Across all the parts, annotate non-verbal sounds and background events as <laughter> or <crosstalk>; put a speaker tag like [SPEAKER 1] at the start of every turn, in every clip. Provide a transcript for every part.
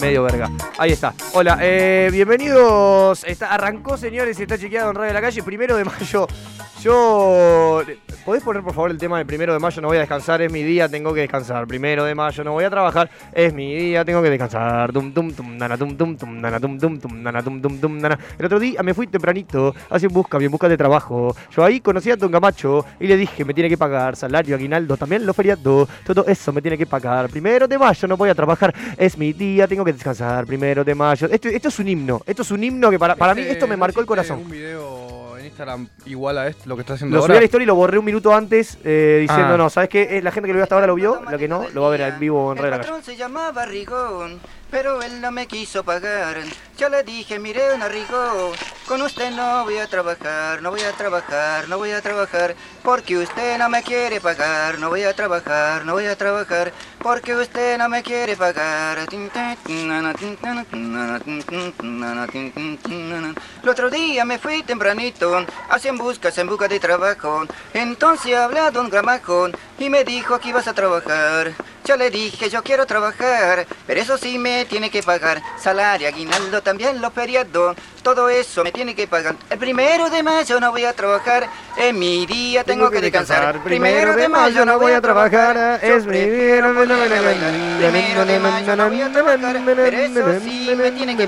[SPEAKER 1] medio verga. Ahí está. Hola, eh, bienvenidos. Está, arrancó, señores, y está chequeado en Radio de la Calle, primero de mayo. Yo. ¿Podés poner por favor el tema del primero de mayo? No voy a descansar, es mi día, tengo que descansar. Primero de mayo, no voy a trabajar, es mi día, tengo que descansar. Tum, tum, tum, nana, tum, tum, tum, nana, tum, tum, tum, nana, tum, tum, tum, nana. El otro día me fui tempranito, así en busca, bien busca de trabajo. Yo ahí conocí a Don Gamacho y le dije, me tiene que pagar salario, aguinaldo, también los feriados, todo eso me tiene que pagar. Primero de mayo, no voy a trabajar, es mi día, tengo que descansar. Primero de mayo. Esto, esto es un himno, esto es un himno que para, para mí
[SPEAKER 2] Este,
[SPEAKER 1] esto me
[SPEAKER 2] ¿no
[SPEAKER 1] marcó el
[SPEAKER 2] hiciste
[SPEAKER 1] corazón.
[SPEAKER 2] un video en Instagram igual a esto, lo que está haciendo
[SPEAKER 1] Lo subí
[SPEAKER 2] ahora?
[SPEAKER 1] a la historia y lo borré un minuto antes eh, diciendo,
[SPEAKER 2] Ah.
[SPEAKER 1] no, ¿sabes qué? Eh, La gente que lo vio hasta ahora lo vio, la que no, lo va a ver en vivo en
[SPEAKER 3] El
[SPEAKER 1] Red de la Calle.
[SPEAKER 3] patrón se llamaba Rigón, pero él no me quiso pagar. Yo le dije, mire, don Rigón, con usted no voy a trabajar, no voy a trabajar, no voy a trabajar, porque usted no me quiere pagar, no voy a trabajar, no voy a trabajar, porque usted no me quiere pagar. El otro día me fui tempranito, así en buscas, en busca de trabajo. Entonces habla don Gramajón y me dijo que ibas a trabajar. Yo le dije, yo quiero trabajar, pero eso sí me tiene que pagar. Salario, aguinaldo, también los feriados, todo eso me tiene que pagar. El primero de mayo no voy a trabajar, en mi día tengo, que descansar. Primero de mayo no voy a trabajar, es mi día, no voy a trabajar. Primero de mayo no voy a trabajar, pero eso sí me tiene que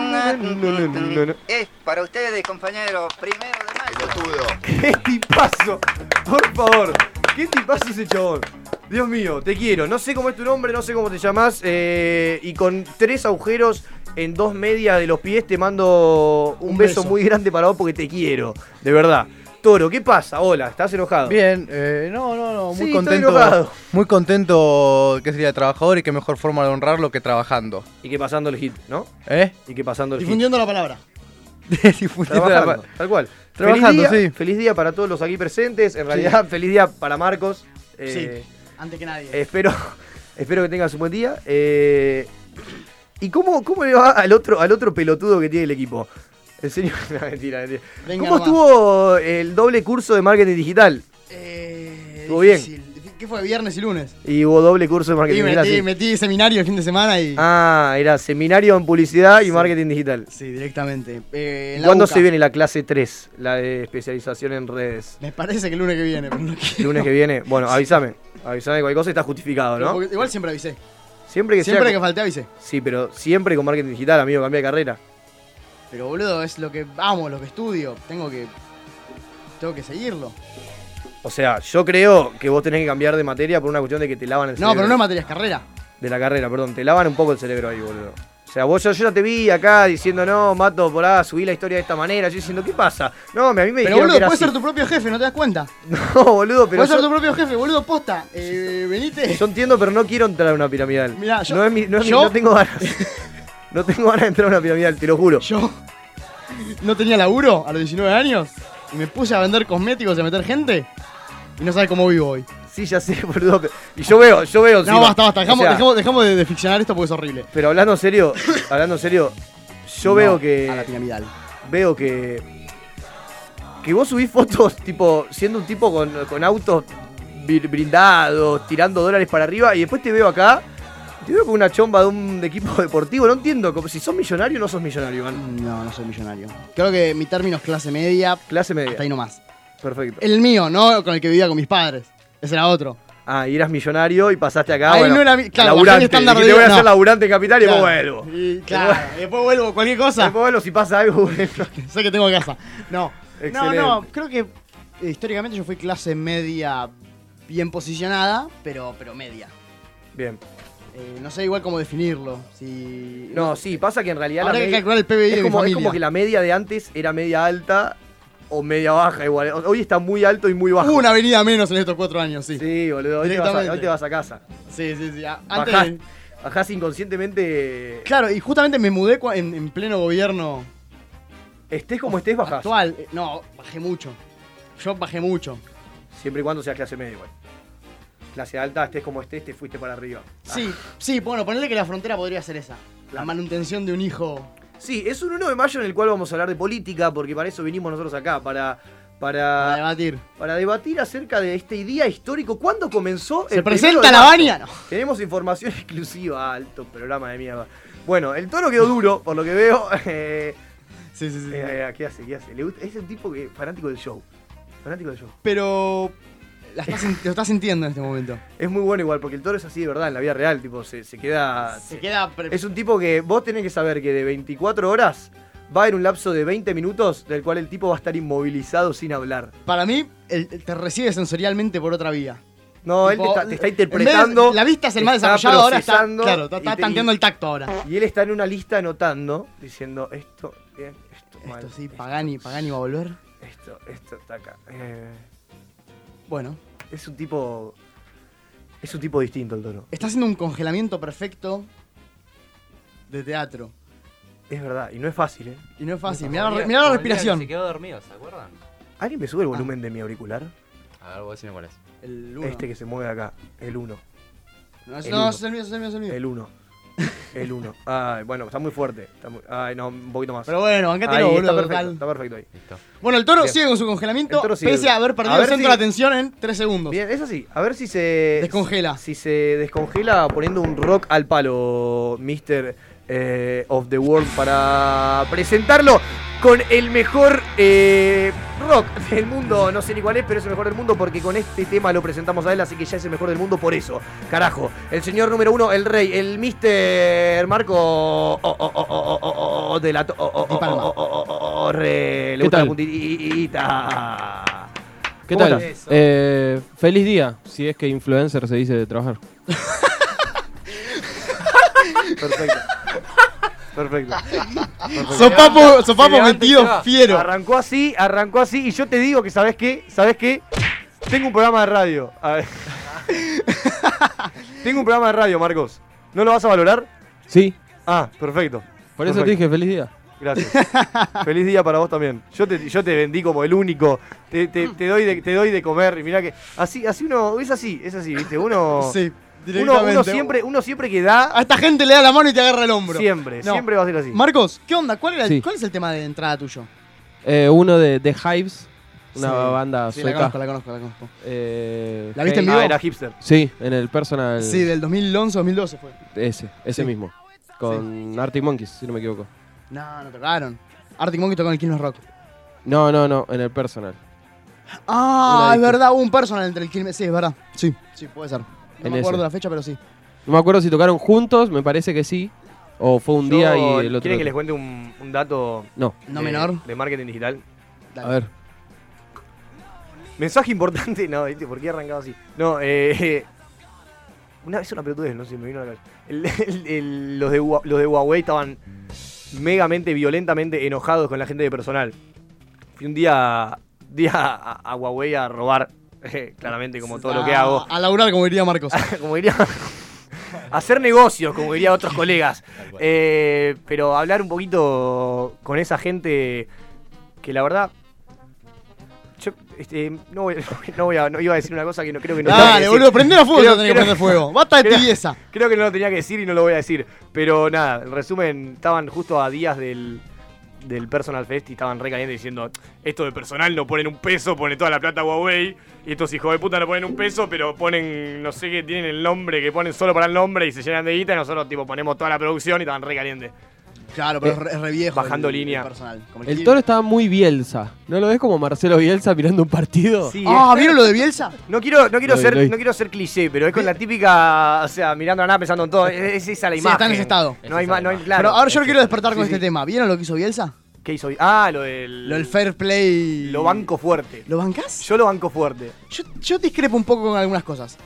[SPEAKER 3] pagar. Es para ustedes, compañeros, primero de mayo.
[SPEAKER 4] Pelotudo.
[SPEAKER 1] ¡Qué tipazo! Por favor, ¿qué tipazo ese chabón? Dios mío, te quiero. No sé cómo es tu nombre, no sé cómo te llamas. eh, y con tres agujeros en dos medias de los pies te mando un,
[SPEAKER 5] Un
[SPEAKER 1] beso,
[SPEAKER 5] beso.
[SPEAKER 1] muy grande para vos porque te quiero. De verdad. Toro, ¿qué pasa? Hola, ¿estás enojado?
[SPEAKER 2] Bien, eh, no, no, no,
[SPEAKER 1] Sí,
[SPEAKER 2] muy
[SPEAKER 1] estoy enojado.
[SPEAKER 2] contento. Muy contento que sería trabajador y qué mejor forma de honrarlo que trabajando.
[SPEAKER 1] Y que pasando el hit, ¿no?
[SPEAKER 2] ¿Eh?
[SPEAKER 1] Y que pasando el hit.
[SPEAKER 5] Difundiendo la
[SPEAKER 1] <laughs>
[SPEAKER 5] palabra.
[SPEAKER 2] Difundiendo la
[SPEAKER 1] Trabajando,
[SPEAKER 2] pa-
[SPEAKER 1] tal cual.
[SPEAKER 2] Trabajando,
[SPEAKER 1] feliz día,
[SPEAKER 2] sí.
[SPEAKER 1] Feliz día para todos los aquí presentes. En realidad, feliz día para Marcos. Eh,
[SPEAKER 5] sí. Antes que nadie.
[SPEAKER 1] Espero, <laughs> espero que tengas un buen día. Eh, ¿Y cómo, cómo le va al otro, al otro pelotudo que tiene el equipo? El señor. <laughs> no, mentira, mentira.
[SPEAKER 5] Venga
[SPEAKER 1] ¿Cómo
[SPEAKER 5] nomás.
[SPEAKER 1] estuvo el doble curso de marketing digital?
[SPEAKER 5] Eh,
[SPEAKER 1] Estuvo bien.
[SPEAKER 5] difícil. ¿Qué fue? Viernes y lunes.
[SPEAKER 1] Y hubo doble curso de
[SPEAKER 5] Y
[SPEAKER 1] marketing digital.
[SPEAKER 5] metí,
[SPEAKER 1] sí.
[SPEAKER 5] metí seminario el fin de semana y.
[SPEAKER 1] Ah, era seminario en publicidad y
[SPEAKER 5] Sí.
[SPEAKER 1] marketing digital.
[SPEAKER 5] Sí, directamente. Eh, en la
[SPEAKER 1] ¿Cuándo
[SPEAKER 5] UCA.
[SPEAKER 1] se viene la clase 3, la de especialización en redes?
[SPEAKER 5] Me parece que el lunes que viene, pero no quiero.
[SPEAKER 1] Lunes que viene.
[SPEAKER 5] <laughs>
[SPEAKER 1] Bueno, avísame. Avísame cualquier cosa, está justificado, ¿no?
[SPEAKER 5] Porque igual siempre avisé.
[SPEAKER 1] Siempre que
[SPEAKER 5] Siempre
[SPEAKER 1] sea.
[SPEAKER 5] que falté avisé.
[SPEAKER 1] Sí, pero siempre con marketing digital, amigo, cambia de carrera.
[SPEAKER 5] Pero boludo, es lo que amo, lo que estudio. Tengo que. Tengo que seguirlo.
[SPEAKER 1] O sea, yo creo que vos tenés que cambiar de materia por una cuestión de que te lavan el
[SPEAKER 5] No,
[SPEAKER 1] cerebro.
[SPEAKER 5] pero no materias carrera.
[SPEAKER 1] De la carrera, perdón. Te lavan un poco el cerebro ahí, boludo. O sea, vos yo, yo ya te vi acá diciendo, no, mato, por ahí, subí la historia de esta manera. Yo diciendo, ¿qué pasa? No, me- a mí me
[SPEAKER 5] Pero
[SPEAKER 1] dijeron
[SPEAKER 5] boludo,
[SPEAKER 1] que era
[SPEAKER 5] puedes ser
[SPEAKER 1] así.
[SPEAKER 5] tu propio jefe, ¿no te das cuenta?
[SPEAKER 1] <laughs> No, boludo, pero
[SPEAKER 5] Puedes ser tu
[SPEAKER 1] yo,
[SPEAKER 5] propio jefe, boludo, posta. Eh, venite.
[SPEAKER 1] yo entiendo, pero no quiero entrar a una piramidal.
[SPEAKER 5] Mirá, yo-
[SPEAKER 1] no, es mi, no, es mi-
[SPEAKER 5] yo-
[SPEAKER 1] no tengo ganas. <laughs> No tengo ganas de entrar a una piramidal, te lo juro.
[SPEAKER 5] Yo no tenía laburo a los 19 años y me puse a vender cosméticos y a meter gente. Y no sabes cómo vivo hoy.
[SPEAKER 1] Sí, ya sé, <laughs> boludo. pero- Y yo veo, yo veo.
[SPEAKER 5] No,
[SPEAKER 1] encima.
[SPEAKER 5] basta, basta.
[SPEAKER 1] O
[SPEAKER 5] Dejamos,
[SPEAKER 1] sea,
[SPEAKER 5] dejamos- dejamos de, de ficcionar esto porque es horrible.
[SPEAKER 1] Pero hablando en serio, hablando en serio, yo
[SPEAKER 5] No,
[SPEAKER 1] veo que.
[SPEAKER 5] A la piramidal.
[SPEAKER 1] veo que. Que vos subís fotos, tipo, siendo un tipo con, con autos bir- brindados, tirando dólares para arriba, y después te veo acá, te veo con una chomba de un equipo deportivo. No entiendo, como si sos millonario o no sos millonario, man.
[SPEAKER 5] No, no soy millonario. Creo que mi término es clase media.
[SPEAKER 1] Clase media.
[SPEAKER 5] Hasta ahí nomás.
[SPEAKER 1] Perfecto.
[SPEAKER 5] El mío, no con el que vivía con mis padres. Ese era otro.
[SPEAKER 1] Ah, y eras millonario y pasaste acá.
[SPEAKER 5] Ahí
[SPEAKER 1] Ah, bueno,
[SPEAKER 5] no era mi- claro, bajé el
[SPEAKER 1] laburante.
[SPEAKER 5] estándar
[SPEAKER 1] Dijiste,
[SPEAKER 5] de
[SPEAKER 1] voy a
[SPEAKER 5] vida,
[SPEAKER 1] ser
[SPEAKER 5] no.
[SPEAKER 1] laburante en capital y
[SPEAKER 5] Claro.
[SPEAKER 1] después vuelvo.
[SPEAKER 5] Y, claro, después vuelvo, cualquier cosa.
[SPEAKER 1] Después vuelvo si pasa algo, bueno.
[SPEAKER 5] <laughs> Sé que tengo casa. No.
[SPEAKER 1] Excelente.
[SPEAKER 5] No, no, creo que eh, históricamente yo fui clase media bien posicionada, pero, pero media.
[SPEAKER 1] Bien.
[SPEAKER 5] Eh, no sé igual cómo definirlo. Si...
[SPEAKER 1] No, sí, pasa que en realidad la
[SPEAKER 5] Habrá que
[SPEAKER 1] media-
[SPEAKER 5] calcular el PBI
[SPEAKER 1] es
[SPEAKER 5] de mi
[SPEAKER 1] como, es
[SPEAKER 5] familia.
[SPEAKER 1] como que la media de antes era media alta o media baja igual. O- Hoy está muy alto y muy bajo.
[SPEAKER 5] Hubo una avenida menos en estos cuatro años, sí. Sí,
[SPEAKER 1] Sí, boludo. Hoy te, vas a,
[SPEAKER 5] Directamente.
[SPEAKER 1] hoy te vas a casa.
[SPEAKER 5] sí, sí. a- Antes
[SPEAKER 1] Bajás,
[SPEAKER 5] de-
[SPEAKER 1] bajás inconscientemente.
[SPEAKER 5] Claro, y justamente me mudé cua- en, en pleno gobierno
[SPEAKER 1] Estés como estés, bajás.
[SPEAKER 5] actual. Eh, No, bajé mucho. Yo bajé mucho.
[SPEAKER 1] Siempre y cuando seas clase media igual. Clase alta, estés como estés, te fuiste para arriba.
[SPEAKER 5] Sí,
[SPEAKER 1] Ah.
[SPEAKER 5] sí, bueno, ponerle que la frontera podría ser esa. La
[SPEAKER 1] Claro.
[SPEAKER 5] manutención de un hijo.
[SPEAKER 1] Sí, es un 1 de mayo en el cual vamos a hablar de política, porque para eso vinimos nosotros acá, para,
[SPEAKER 5] A
[SPEAKER 1] para,
[SPEAKER 5] debatir.
[SPEAKER 1] para debatir acerca de este día histórico. ¿Cuándo comenzó
[SPEAKER 5] ¿Se
[SPEAKER 1] el primero
[SPEAKER 5] presenta
[SPEAKER 1] de
[SPEAKER 5] la
[SPEAKER 1] marzo?
[SPEAKER 5] baña? No.
[SPEAKER 1] Tenemos información <laughs> exclusiva, alto programa de mierda. Bueno, el toro quedó duro, por lo que veo. <laughs> Eh,
[SPEAKER 5] Sí, sí, sí.
[SPEAKER 1] eh, ¿Qué hace? ¿Qué hace? Le gusta- es un tipo que fanático del show. Fanático del show.
[SPEAKER 5] Pero. La estás en- lo estás sintiendo en este momento.
[SPEAKER 1] Es muy bueno igual, porque el toro es así de verdad en la vida real, tipo, se, se queda.
[SPEAKER 5] Se
[SPEAKER 1] se-
[SPEAKER 5] queda. pre-
[SPEAKER 1] Es un tipo que vos tenés que saber que de 24 horas va a haber un lapso de 20 minutos del cual el tipo va a estar inmovilizado sin hablar.
[SPEAKER 5] Para mí, el- el- te recibe sensorialmente por otra vía.
[SPEAKER 1] No, él te
[SPEAKER 5] Tipo,
[SPEAKER 1] está, te está
[SPEAKER 5] en vez de-
[SPEAKER 1] interpretando.
[SPEAKER 5] La vista es el más
[SPEAKER 1] está
[SPEAKER 5] desarrollado, ahora está.
[SPEAKER 1] procesando
[SPEAKER 5] Claro, está,
[SPEAKER 1] y
[SPEAKER 5] está
[SPEAKER 1] te-
[SPEAKER 5] tanteando
[SPEAKER 1] y-
[SPEAKER 5] el tacto ahora.
[SPEAKER 1] Y él está en una lista anotando, diciendo esto, bien, esto, mal.
[SPEAKER 5] Esto sí,
[SPEAKER 1] esto,
[SPEAKER 5] Pagani, Pagani va a volver.
[SPEAKER 1] Esto, esto está acá. Eh,
[SPEAKER 5] Bueno,
[SPEAKER 1] es un tipo. Es un tipo distinto el toro.
[SPEAKER 5] está haciendo un congelamiento perfecto de teatro.
[SPEAKER 1] Es verdad, y no es fácil, ¿eh?
[SPEAKER 5] Y no es fácil.
[SPEAKER 4] Como
[SPEAKER 5] Mirá la,
[SPEAKER 4] el día-
[SPEAKER 5] re- mirá la
[SPEAKER 4] como el día que
[SPEAKER 5] respiración.
[SPEAKER 4] Se quedó dormido, ¿se acuerdan?
[SPEAKER 1] ¿Alguien me sube el volumen de mi auricular?
[SPEAKER 4] A ver, vos decime cuál es.
[SPEAKER 5] Ah. El uno.
[SPEAKER 1] Este que se mueve acá, el 1.
[SPEAKER 5] No, es,
[SPEAKER 1] el
[SPEAKER 5] no,
[SPEAKER 1] uno.
[SPEAKER 5] es el mío, es el mío, es el mío.
[SPEAKER 1] El 1. El 1. Ay, bueno, está muy fuerte. está muy- ay, no, un poquito más.
[SPEAKER 5] Pero bueno, bancátelo,
[SPEAKER 1] Ahí,
[SPEAKER 5] boludo.
[SPEAKER 1] está perfecto,
[SPEAKER 5] total.
[SPEAKER 1] está perfecto ahí.
[SPEAKER 4] Listo.
[SPEAKER 5] Bueno, el toro
[SPEAKER 1] Bien.
[SPEAKER 5] sigue con su congelamiento,
[SPEAKER 1] El toro sigue.
[SPEAKER 5] pese a haber perdido
[SPEAKER 1] A ver
[SPEAKER 5] el centro
[SPEAKER 1] si-
[SPEAKER 5] de atención en 3 segundos.
[SPEAKER 1] Bien, es así. A ver si se.
[SPEAKER 5] Descongela.
[SPEAKER 1] Si se descongela poniendo un rock al palo, Mister eh, of the World, para presentarlo con el mejor eh, rock del mundo. No sé ni cuál es, pero es el mejor del mundo porque con este tema lo presentamos a él, así que ya es el mejor del mundo por eso. Carajo. El señor número uno, el rey, el Mister Marco. oh, oh, oh, oh, oh, oh, oh, de la. to- oh, oh,
[SPEAKER 5] Di Palma.
[SPEAKER 1] oh, oh, oh, oh, re. Le
[SPEAKER 6] ¿Qué
[SPEAKER 1] gusta la
[SPEAKER 6] tal?
[SPEAKER 1] puntita.
[SPEAKER 6] ¿Qué
[SPEAKER 1] ¿Cómo
[SPEAKER 6] tal?
[SPEAKER 1] estás?
[SPEAKER 6] Eh, feliz día, si es que influencer se dice de trabajar.
[SPEAKER 1] Perfecto. Perfecto.
[SPEAKER 5] Sopapo,
[SPEAKER 4] levanta
[SPEAKER 5] sopapo
[SPEAKER 4] y se
[SPEAKER 5] metido
[SPEAKER 4] va.
[SPEAKER 5] fiero.
[SPEAKER 1] Arrancó así, arrancó así. Y yo te digo que, ¿sabes qué? ¿Sabes qué? Tengo un programa de radio.
[SPEAKER 6] <laughs>
[SPEAKER 1] A ver. Tengo un programa de radio, Marcos. ¿No lo vas a valorar?
[SPEAKER 6] Sí,
[SPEAKER 1] Ah, perfecto.
[SPEAKER 6] por eso te
[SPEAKER 1] Perfecto.
[SPEAKER 6] dije feliz día.
[SPEAKER 1] Gracias. Feliz día para vos también. Yo te, yo te vendí como el único. Te, te- te doy, de, te doy de comer. Y mirá que. Así, así uno. Es así, es así, ¿viste? Uno.
[SPEAKER 5] Sí,
[SPEAKER 1] uno,
[SPEAKER 5] directamente.
[SPEAKER 1] uno siempre, uno siempre que da.
[SPEAKER 5] A esta gente le da la mano y te agarra el hombro.
[SPEAKER 1] Siempre,
[SPEAKER 5] No.
[SPEAKER 1] siempre va a ser así.
[SPEAKER 5] Marcos, ¿qué onda? ¿Cuál, era el-
[SPEAKER 6] Sí.
[SPEAKER 5] ¿Cuál es el tema de entrada tuyo?
[SPEAKER 6] Eh, uno de The Hives, una
[SPEAKER 5] Sí.
[SPEAKER 6] banda
[SPEAKER 5] Sí, la
[SPEAKER 6] sueca.
[SPEAKER 5] conozco, la conozco, la conozco.
[SPEAKER 6] Eh,
[SPEAKER 5] ¿La viste en
[SPEAKER 6] Hey-
[SPEAKER 5] vivo?
[SPEAKER 1] Ah, era hipster.
[SPEAKER 6] Sí, en el personal.
[SPEAKER 5] Sí, del 2011-2012 fue.
[SPEAKER 6] Ese, ese
[SPEAKER 5] Sí.
[SPEAKER 6] mismo. Con Arctic Monkeys, si no me equivoco.
[SPEAKER 5] No, no tocaron. Arctic Monkey tocó en el Kilmes Rock.
[SPEAKER 6] No, no, no, en el personal.
[SPEAKER 5] Ah,
[SPEAKER 6] Una
[SPEAKER 5] es
[SPEAKER 6] disco.
[SPEAKER 5] verdad, hubo un personal entre el Kilmes. Sí, es verdad. Sí, sí, puede ser. No
[SPEAKER 6] En
[SPEAKER 5] me acuerdo
[SPEAKER 6] ese.
[SPEAKER 5] la fecha, pero sí.
[SPEAKER 6] No me acuerdo si tocaron juntos, me parece que sí. O fue un día y el otro.
[SPEAKER 1] ¿Quieren que les cuente un, un dato
[SPEAKER 6] No,
[SPEAKER 5] No
[SPEAKER 1] de-
[SPEAKER 5] menor.
[SPEAKER 1] de marketing digital?
[SPEAKER 6] a ver.
[SPEAKER 1] Mensaje importante. <laughs> No, ¿viste? ¿por qué he arrancado así? No, eh. <laughs> Una vez una pelotudez, no sé, me vino a la cabeza. El- el- el- los, de, Hua- los de Huawei estaban megamente, violentamente enojados con la gente de personal. Fui un día, día a, a Huawei a robar, <laughs> claramente, como todo lo que
[SPEAKER 5] A-
[SPEAKER 1] hago.
[SPEAKER 5] Ah, A laburar, como diría Marcos.
[SPEAKER 1] <laughs> como diría. Hacer negocios, como diría otros colegas. Eh, pero hablar un poquito con esa gente que la verdad. Yo este, no, voy, <laughs> no, voy a, no iba a decir una cosa que no creo que no tenía que
[SPEAKER 5] Dale,
[SPEAKER 1] decir.
[SPEAKER 5] boludo, prender a fuego.
[SPEAKER 1] Creo-
[SPEAKER 5] Yo tenía que
[SPEAKER 1] creo-
[SPEAKER 5] prender
[SPEAKER 1] <laughs>
[SPEAKER 5] fuego. Basta de
[SPEAKER 1] creo-
[SPEAKER 5] tibieza.
[SPEAKER 1] Creo que no lo tenía que decir y no lo voy a decir. Pero nada, en resumen, estaban justo a días del, del Personal Fest y estaban re calientes diciendo: Esto de personal no ponen un peso, ponen toda la plata a Huawei. Y estos hijos de puta no ponen un peso, pero ponen, no sé qué, tienen el nombre, que ponen solo para el nombre y se llenan de guita. Y nosotros, tipo, ponemos toda la producción y estaban re calientes.
[SPEAKER 5] Claro, pero es re- es re viejo.
[SPEAKER 1] bajando
[SPEAKER 5] el- el
[SPEAKER 1] línea.
[SPEAKER 5] personal, como
[SPEAKER 6] Eh, El
[SPEAKER 5] Kilmes.
[SPEAKER 6] toro estaba muy Bielsa. ¿No lo ves como Marcelo Bielsa mirando un partido?
[SPEAKER 1] Sí,
[SPEAKER 5] Ah, ¿vieron lo de Bielsa?
[SPEAKER 1] No quiero, no quiero
[SPEAKER 6] Lo vi,
[SPEAKER 1] ser,
[SPEAKER 6] lo vi.
[SPEAKER 1] no quiero ser cliché, pero es con la típica, o sea, mirando a nada, pensando en todo. Es, es esa la
[SPEAKER 5] Sí,
[SPEAKER 1] imagen.
[SPEAKER 5] está en ese estado.
[SPEAKER 1] No hay más, no hay claro.
[SPEAKER 5] Pero ahora yo lo quiero despertar con
[SPEAKER 1] Sí,
[SPEAKER 5] este
[SPEAKER 1] sí.
[SPEAKER 5] tema. ¿Vieron lo que hizo Bielsa?
[SPEAKER 1] ¿Qué hizo? Ah, lo del.
[SPEAKER 5] Lo del fair play.
[SPEAKER 1] Lo banco fuerte.
[SPEAKER 5] ¿Lo bancás?
[SPEAKER 1] Yo lo banco fuerte.
[SPEAKER 5] Yo, yo discrepo un poco con algunas cosas.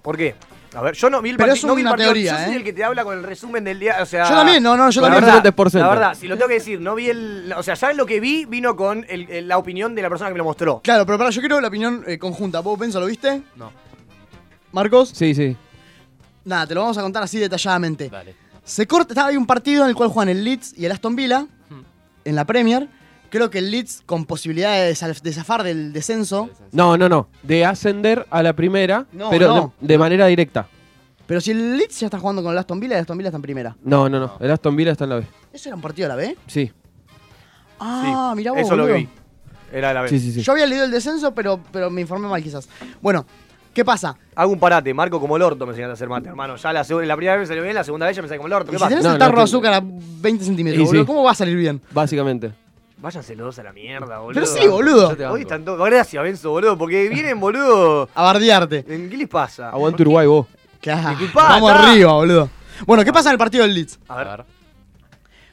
[SPEAKER 1] ¿Por qué? A ver, yo no vi el,
[SPEAKER 5] Pero
[SPEAKER 1] parti-
[SPEAKER 5] es
[SPEAKER 1] no vi el
[SPEAKER 5] una
[SPEAKER 1] partido.
[SPEAKER 5] teoría,
[SPEAKER 1] yo soy
[SPEAKER 5] ¿eh?
[SPEAKER 1] el que te habla con el resumen del día. O sea,
[SPEAKER 5] Yo también, no, no, yo
[SPEAKER 1] la
[SPEAKER 6] Con el
[SPEAKER 5] también.
[SPEAKER 1] verdad,
[SPEAKER 6] resumen por
[SPEAKER 1] la
[SPEAKER 6] centro.
[SPEAKER 1] verdad, si lo tengo que decir, no vi el. O sea, ya lo que vi vino con el- el- la opinión de la persona que me lo mostró.
[SPEAKER 5] Claro, pero para, yo quiero la opinión eh, conjunta. ¿Vos, Penso, lo viste?
[SPEAKER 4] No.
[SPEAKER 5] Marcos,
[SPEAKER 6] Sí, sí.
[SPEAKER 5] nada, te lo vamos a contar así detalladamente.
[SPEAKER 4] Dale.
[SPEAKER 5] Se corta, estaba ahí un partido en el cual juegan el Leeds y el Aston Villa
[SPEAKER 1] Hmm.
[SPEAKER 5] en la Premier. Creo que el Leeds con posibilidad de, sal- de zafar del descenso.
[SPEAKER 6] No, no, no. De ascender a la primera,
[SPEAKER 5] No,
[SPEAKER 6] pero
[SPEAKER 5] no.
[SPEAKER 6] De, de manera directa.
[SPEAKER 5] Pero si el Leeds ya está jugando con el Aston Villa, el Aston Villa está en primera.
[SPEAKER 6] No, no, no. El Aston Villa está en la B.
[SPEAKER 5] ¿Eso era un partido a la B?
[SPEAKER 6] Sí.
[SPEAKER 5] Ah, mirá vos.
[SPEAKER 1] eso lo
[SPEAKER 5] boludo.
[SPEAKER 1] vi. Era de la B.
[SPEAKER 6] Sí, sí, sí.
[SPEAKER 5] Yo había leído el descenso, pero, pero me informé mal quizás. Bueno, ¿qué pasa?
[SPEAKER 1] Hago un parate, marco como el orto, me enseñaste a hacer mate, hermano. Ya la, seg- la primera vez me salió bien, la segunda vez ya me salió como el orto. ¿Qué
[SPEAKER 5] Si
[SPEAKER 1] pasa?
[SPEAKER 5] tenés
[SPEAKER 6] No,
[SPEAKER 5] el tarro
[SPEAKER 6] no,
[SPEAKER 5] de azúcar a 20 centímetros,
[SPEAKER 6] Y
[SPEAKER 5] boludo,
[SPEAKER 6] sí.
[SPEAKER 5] ¿cómo va a salir bien?
[SPEAKER 6] Básicamente.
[SPEAKER 1] Váyanse los dos a la mierda, boludo.
[SPEAKER 5] Pero sí, boludo.
[SPEAKER 6] Yo te
[SPEAKER 1] Hoy
[SPEAKER 6] banco.
[SPEAKER 1] están todos. Gracias, Benzo, boludo, porque vienen, boludo.
[SPEAKER 5] A bardearte.
[SPEAKER 1] ¿En ¿Qué les pasa?
[SPEAKER 6] Aguante Uruguay vos.
[SPEAKER 5] Claro.
[SPEAKER 1] Disculpá,
[SPEAKER 5] Vamos
[SPEAKER 1] Ah, está.
[SPEAKER 5] arriba, boludo. Bueno, ¿qué pasa en el partido del Leeds?
[SPEAKER 1] A ver.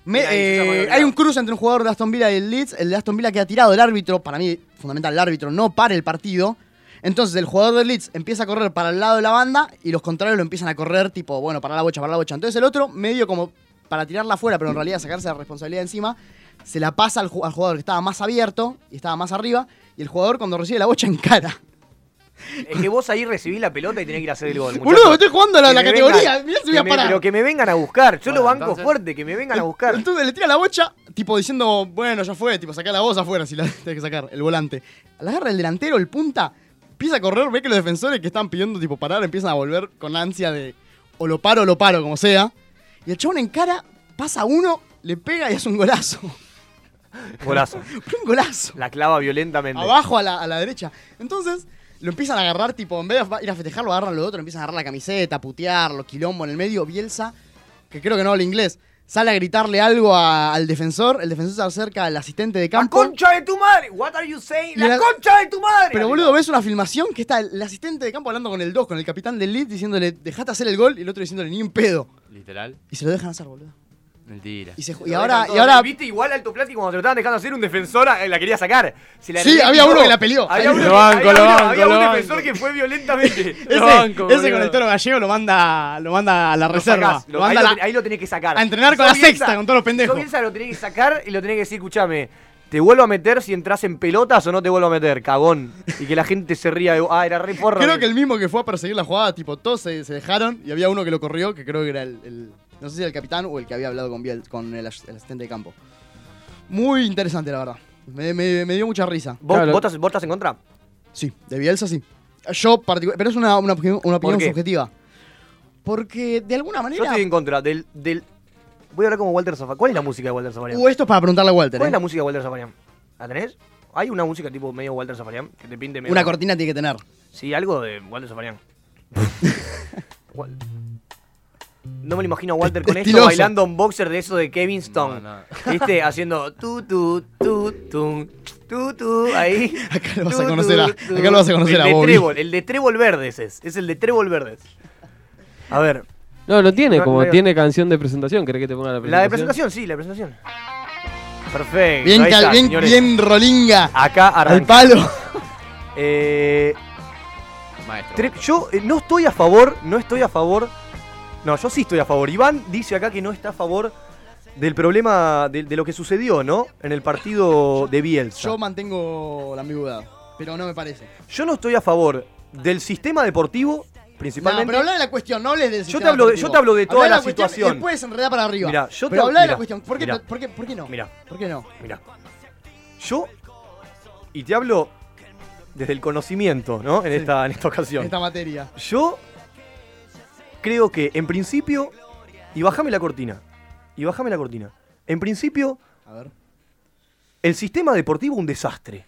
[SPEAKER 5] Me-
[SPEAKER 1] Mira, ahí se llama
[SPEAKER 5] eh,
[SPEAKER 1] Gabriel.
[SPEAKER 5] hay un cruce entre un jugador de Aston Villa y el Leeds. El de Aston Villa queda tirado. El árbitro, para mí, fundamental, el árbitro no para el partido. Entonces el jugador del Leeds empieza a correr para el lado de la banda y los contrarios lo empiezan a correr, tipo, bueno, para la bocha, para la bocha. Entonces el otro, medio como para tirarla afuera, pero en realidad sacarse la responsabilidad encima, se la pasa al, ju- al jugador que estaba más abierto y estaba más arriba. Y el jugador, cuando recibe la bocha, <laughs> en cara.
[SPEAKER 1] Es que vos ahí recibís la pelota y tenés que ir a hacer el gol. muchacho.
[SPEAKER 5] Boludo, estoy jugando la,
[SPEAKER 1] Que
[SPEAKER 5] la
[SPEAKER 1] me
[SPEAKER 5] categoría.
[SPEAKER 1] vengan-
[SPEAKER 5] Mirá si
[SPEAKER 1] que
[SPEAKER 5] voy a
[SPEAKER 1] me-
[SPEAKER 5] parar.
[SPEAKER 1] Pero que me vengan a buscar. Yo lo
[SPEAKER 4] Bueno,
[SPEAKER 1] banco
[SPEAKER 4] entonces-
[SPEAKER 1] fuerte, que me vengan a buscar.
[SPEAKER 5] Entonces le tira la bocha, tipo diciendo, bueno, ya fue, tipo, sacá la voz afuera si la <laughs> tenés que sacar, el volante. La agarra el delantero, el punta, empieza a correr, ve que los defensores que estaban pidiendo, tipo, parar, empiezan a volver con ansia de o lo paro o lo paro, como sea. Y el chabón en cara pasa uno, le pega y hace un golazo. <laughs>
[SPEAKER 1] Golazo.
[SPEAKER 5] un golazo.
[SPEAKER 1] La clava violentamente.
[SPEAKER 5] Abajo a la, a la derecha. Entonces lo empiezan a agarrar, tipo, en vez de fa- ir a festejarlo, agarran lo otro, empiezan a agarrar la camiseta, putearlo, quilombo en el medio. Bielsa, que creo que no habla inglés, sale a gritarle algo a- al defensor. El defensor se acerca al asistente de
[SPEAKER 1] ¡La
[SPEAKER 5] campo.
[SPEAKER 1] concha de tu madre! What are you saying?
[SPEAKER 5] Y
[SPEAKER 1] ¡La
[SPEAKER 5] la-
[SPEAKER 1] concha de tu madre!
[SPEAKER 5] Pero boludo, ves una filmación que está el asistente de campo hablando con el 2, con el capitán del lead, diciéndole, dejate hacer el gol, y el otro diciéndole, ni un pedo.
[SPEAKER 4] Literal.
[SPEAKER 5] Y se lo dejan hacer, boludo.
[SPEAKER 4] Mentira.
[SPEAKER 5] Y, se- y
[SPEAKER 1] Lo
[SPEAKER 5] ahora,
[SPEAKER 1] dejan
[SPEAKER 5] y
[SPEAKER 1] todo.
[SPEAKER 5] ahora
[SPEAKER 1] ¿Viste igual Alto Plati cuando se lo estaban dejando hacer un defensor? eh, La quería sacar. Se la-
[SPEAKER 5] Sí,
[SPEAKER 1] le-
[SPEAKER 5] había
[SPEAKER 1] no,
[SPEAKER 5] uno que la peleó.
[SPEAKER 1] Había
[SPEAKER 5] Lo
[SPEAKER 1] uno, que-
[SPEAKER 2] banco,
[SPEAKER 1] había
[SPEAKER 2] lo
[SPEAKER 1] uno-
[SPEAKER 2] banco,
[SPEAKER 1] había
[SPEAKER 2] lo
[SPEAKER 1] un
[SPEAKER 2] banco.
[SPEAKER 1] defensor que fue violentamente.
[SPEAKER 5] <laughs> ese,
[SPEAKER 2] banco,
[SPEAKER 5] ese
[SPEAKER 2] boludo.
[SPEAKER 5] con el toro gallego lo manda, lo manda a la
[SPEAKER 1] Lo
[SPEAKER 5] reserva.
[SPEAKER 1] sacás, lo-
[SPEAKER 5] lo
[SPEAKER 1] ahí,
[SPEAKER 5] manda
[SPEAKER 1] lo,
[SPEAKER 5] a la-
[SPEAKER 1] ten- ahí lo tenés que sacar.
[SPEAKER 5] a entrenar con
[SPEAKER 1] Yo
[SPEAKER 5] la sexta, con todos los pendejos.
[SPEAKER 1] yo Bielsa lo tenés que sacar y lo tenés que decir, escúchame, te vuelvo a meter si entras en pelotas o no te vuelvo a meter, cagón. Y que la gente se ría. de- Ah, era re porra.
[SPEAKER 5] Creo que el mismo que fue a perseguir la jugada, tipo, todos se, se dejaron y había uno que lo corrió, que creo que era el, el- no sé si era el capitán o el que había hablado con, Biel- con el, as- el asistente de campo. Muy interesante, la verdad. Me, me- me dio mucha risa.
[SPEAKER 1] ¿Vos,
[SPEAKER 6] Claro.
[SPEAKER 1] vos estás, vos estás en contra?
[SPEAKER 5] Sí, de Bielsa sí. Yo particular, pero es una, una opinión, una
[SPEAKER 1] ¿Por
[SPEAKER 5] opinión
[SPEAKER 1] qué?
[SPEAKER 5] subjetiva. Porque de alguna
[SPEAKER 1] Yo
[SPEAKER 5] manera...
[SPEAKER 1] estoy en contra del, del... Voy a hablar como Walter Zafarian. ¿Cuál es la música de Walter Zafarian?
[SPEAKER 5] Uh, esto es para preguntarle a Walter.
[SPEAKER 1] ¿Cuál
[SPEAKER 5] ¿eh?
[SPEAKER 1] es la música de Walter Zafarian? ¿La tenés? ¿Hay una música tipo medio Walter Zafarian que te pinte medio?
[SPEAKER 5] Una cortina tiene que tener.
[SPEAKER 1] Sí, algo de
[SPEAKER 5] <laughs>
[SPEAKER 1] Walter Zafarian. Wal- no me lo imagino a Walter con esto
[SPEAKER 5] Estiloso.
[SPEAKER 1] bailando un boxer de eso de Kevin Stone.
[SPEAKER 4] No, no.
[SPEAKER 1] ¿Viste? Haciendo tu, tu, tu, tu, tu, tu, ahí.
[SPEAKER 5] Acá lo vas
[SPEAKER 1] Tu,
[SPEAKER 5] a
[SPEAKER 1] tu,
[SPEAKER 5] conocer a,
[SPEAKER 1] tu.
[SPEAKER 5] acá lo vas a, conocer
[SPEAKER 1] el
[SPEAKER 5] a
[SPEAKER 1] de
[SPEAKER 5] Bobby.
[SPEAKER 1] Trébol, el de Trébol Verdes es. Es el de Trébol Verdes. A ver,
[SPEAKER 6] No, no tiene,
[SPEAKER 1] No,
[SPEAKER 6] como
[SPEAKER 1] no digo-
[SPEAKER 6] tiene canción de presentación. ¿Querés que te ponga la presentación?
[SPEAKER 1] la de presentación, sí, la de presentación. Perfecto.
[SPEAKER 5] Bien,
[SPEAKER 1] ahí
[SPEAKER 5] cal-
[SPEAKER 1] está,
[SPEAKER 5] bien,
[SPEAKER 1] señores.
[SPEAKER 5] bien rolinga.
[SPEAKER 1] Acá
[SPEAKER 5] Al
[SPEAKER 1] arranca. <laughs>
[SPEAKER 5] palo.
[SPEAKER 1] Eh,
[SPEAKER 4] Maestro.
[SPEAKER 1] Tre- yo eh, no estoy a favor, no estoy a favor. No, yo sí estoy a favor. Iván dice acá que no está a favor del problema de, de lo que sucedió, ¿no? En el partido de Bielsa.
[SPEAKER 5] Yo mantengo la ambigüedad, pero no me parece.
[SPEAKER 1] Yo no estoy a favor del sistema deportivo,
[SPEAKER 5] No,
[SPEAKER 1] principalmente.
[SPEAKER 5] pero habla de la cuestión, no hables del sistema
[SPEAKER 1] hablo de-
[SPEAKER 5] deportivo.
[SPEAKER 1] yo te hablo de toda
[SPEAKER 5] Hablá
[SPEAKER 1] la
[SPEAKER 5] cuestión
[SPEAKER 1] situación.
[SPEAKER 5] Y después enredar para arriba.
[SPEAKER 1] Mirá, yo te-
[SPEAKER 5] pero habla de
[SPEAKER 1] mirá,
[SPEAKER 5] la cuestión. ¿Por qué,
[SPEAKER 1] mirá.
[SPEAKER 5] por qué- por qué no?
[SPEAKER 1] Mira,
[SPEAKER 5] ¿Por qué no?
[SPEAKER 1] mira. Yo y te hablo desde el conocimiento, ¿no? En
[SPEAKER 5] Sí.
[SPEAKER 1] esta en esta ocasión.
[SPEAKER 5] Esta materia.
[SPEAKER 1] Yo creo que en principio y bájame la cortina. Y bájame la cortina. En principio
[SPEAKER 5] A ver.
[SPEAKER 1] El sistema deportivo un desastre.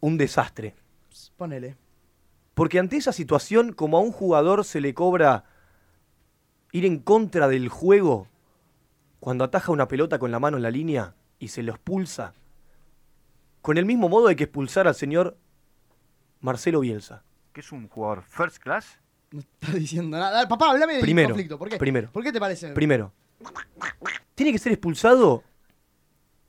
[SPEAKER 1] Un desastre.
[SPEAKER 5] Ps, Ponele. <laughs>
[SPEAKER 1] Porque ante esa situación, como a un jugador se le cobra ir en contra del juego cuando ataja una pelota con la mano en la línea y se lo expulsa, con el mismo modo hay que expulsar al señor Marcelo Bielsa.
[SPEAKER 7] que es un jugador first class,
[SPEAKER 5] No estás diciendo nada. Dale, papá, háblame del
[SPEAKER 1] <laughs> Primero,
[SPEAKER 5] conflicto. ¿Por qué?
[SPEAKER 1] primero.
[SPEAKER 5] ¿Por qué te parece?
[SPEAKER 1] Primero, tiene que ser expulsado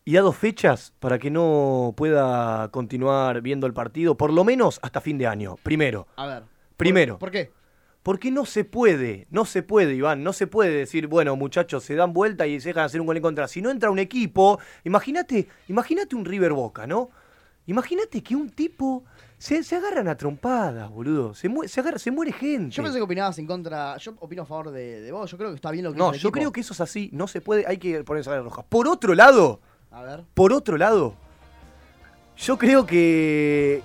[SPEAKER 1] y dado fechas para que no pueda continuar viendo el partido, por lo menos hasta fin de año. Primero.
[SPEAKER 5] A ver.
[SPEAKER 1] Primero.
[SPEAKER 5] ¿Por qué?
[SPEAKER 1] Porque no se puede, no se puede, Iván, no se puede decir, bueno, muchachos, se dan vuelta y se dejan hacer un gol en contra. Si no entra un equipo, imagínate, imagínate un River Boca, ¿no? Imagínate que un tipo se, se agarran a trompadas, boludo. Se, mue- se, agarra- se muere gente.
[SPEAKER 5] Yo pensé que opinabas en contra. Yo opino a favor de, de vos. Yo creo que está bien lo que
[SPEAKER 1] no,
[SPEAKER 5] hizo el
[SPEAKER 1] yo
[SPEAKER 5] equipo.
[SPEAKER 1] creo que eso es así, no se puede, hay que ponerse a rojas. Por otro lado,
[SPEAKER 5] A ver.
[SPEAKER 1] por otro lado, yo creo que.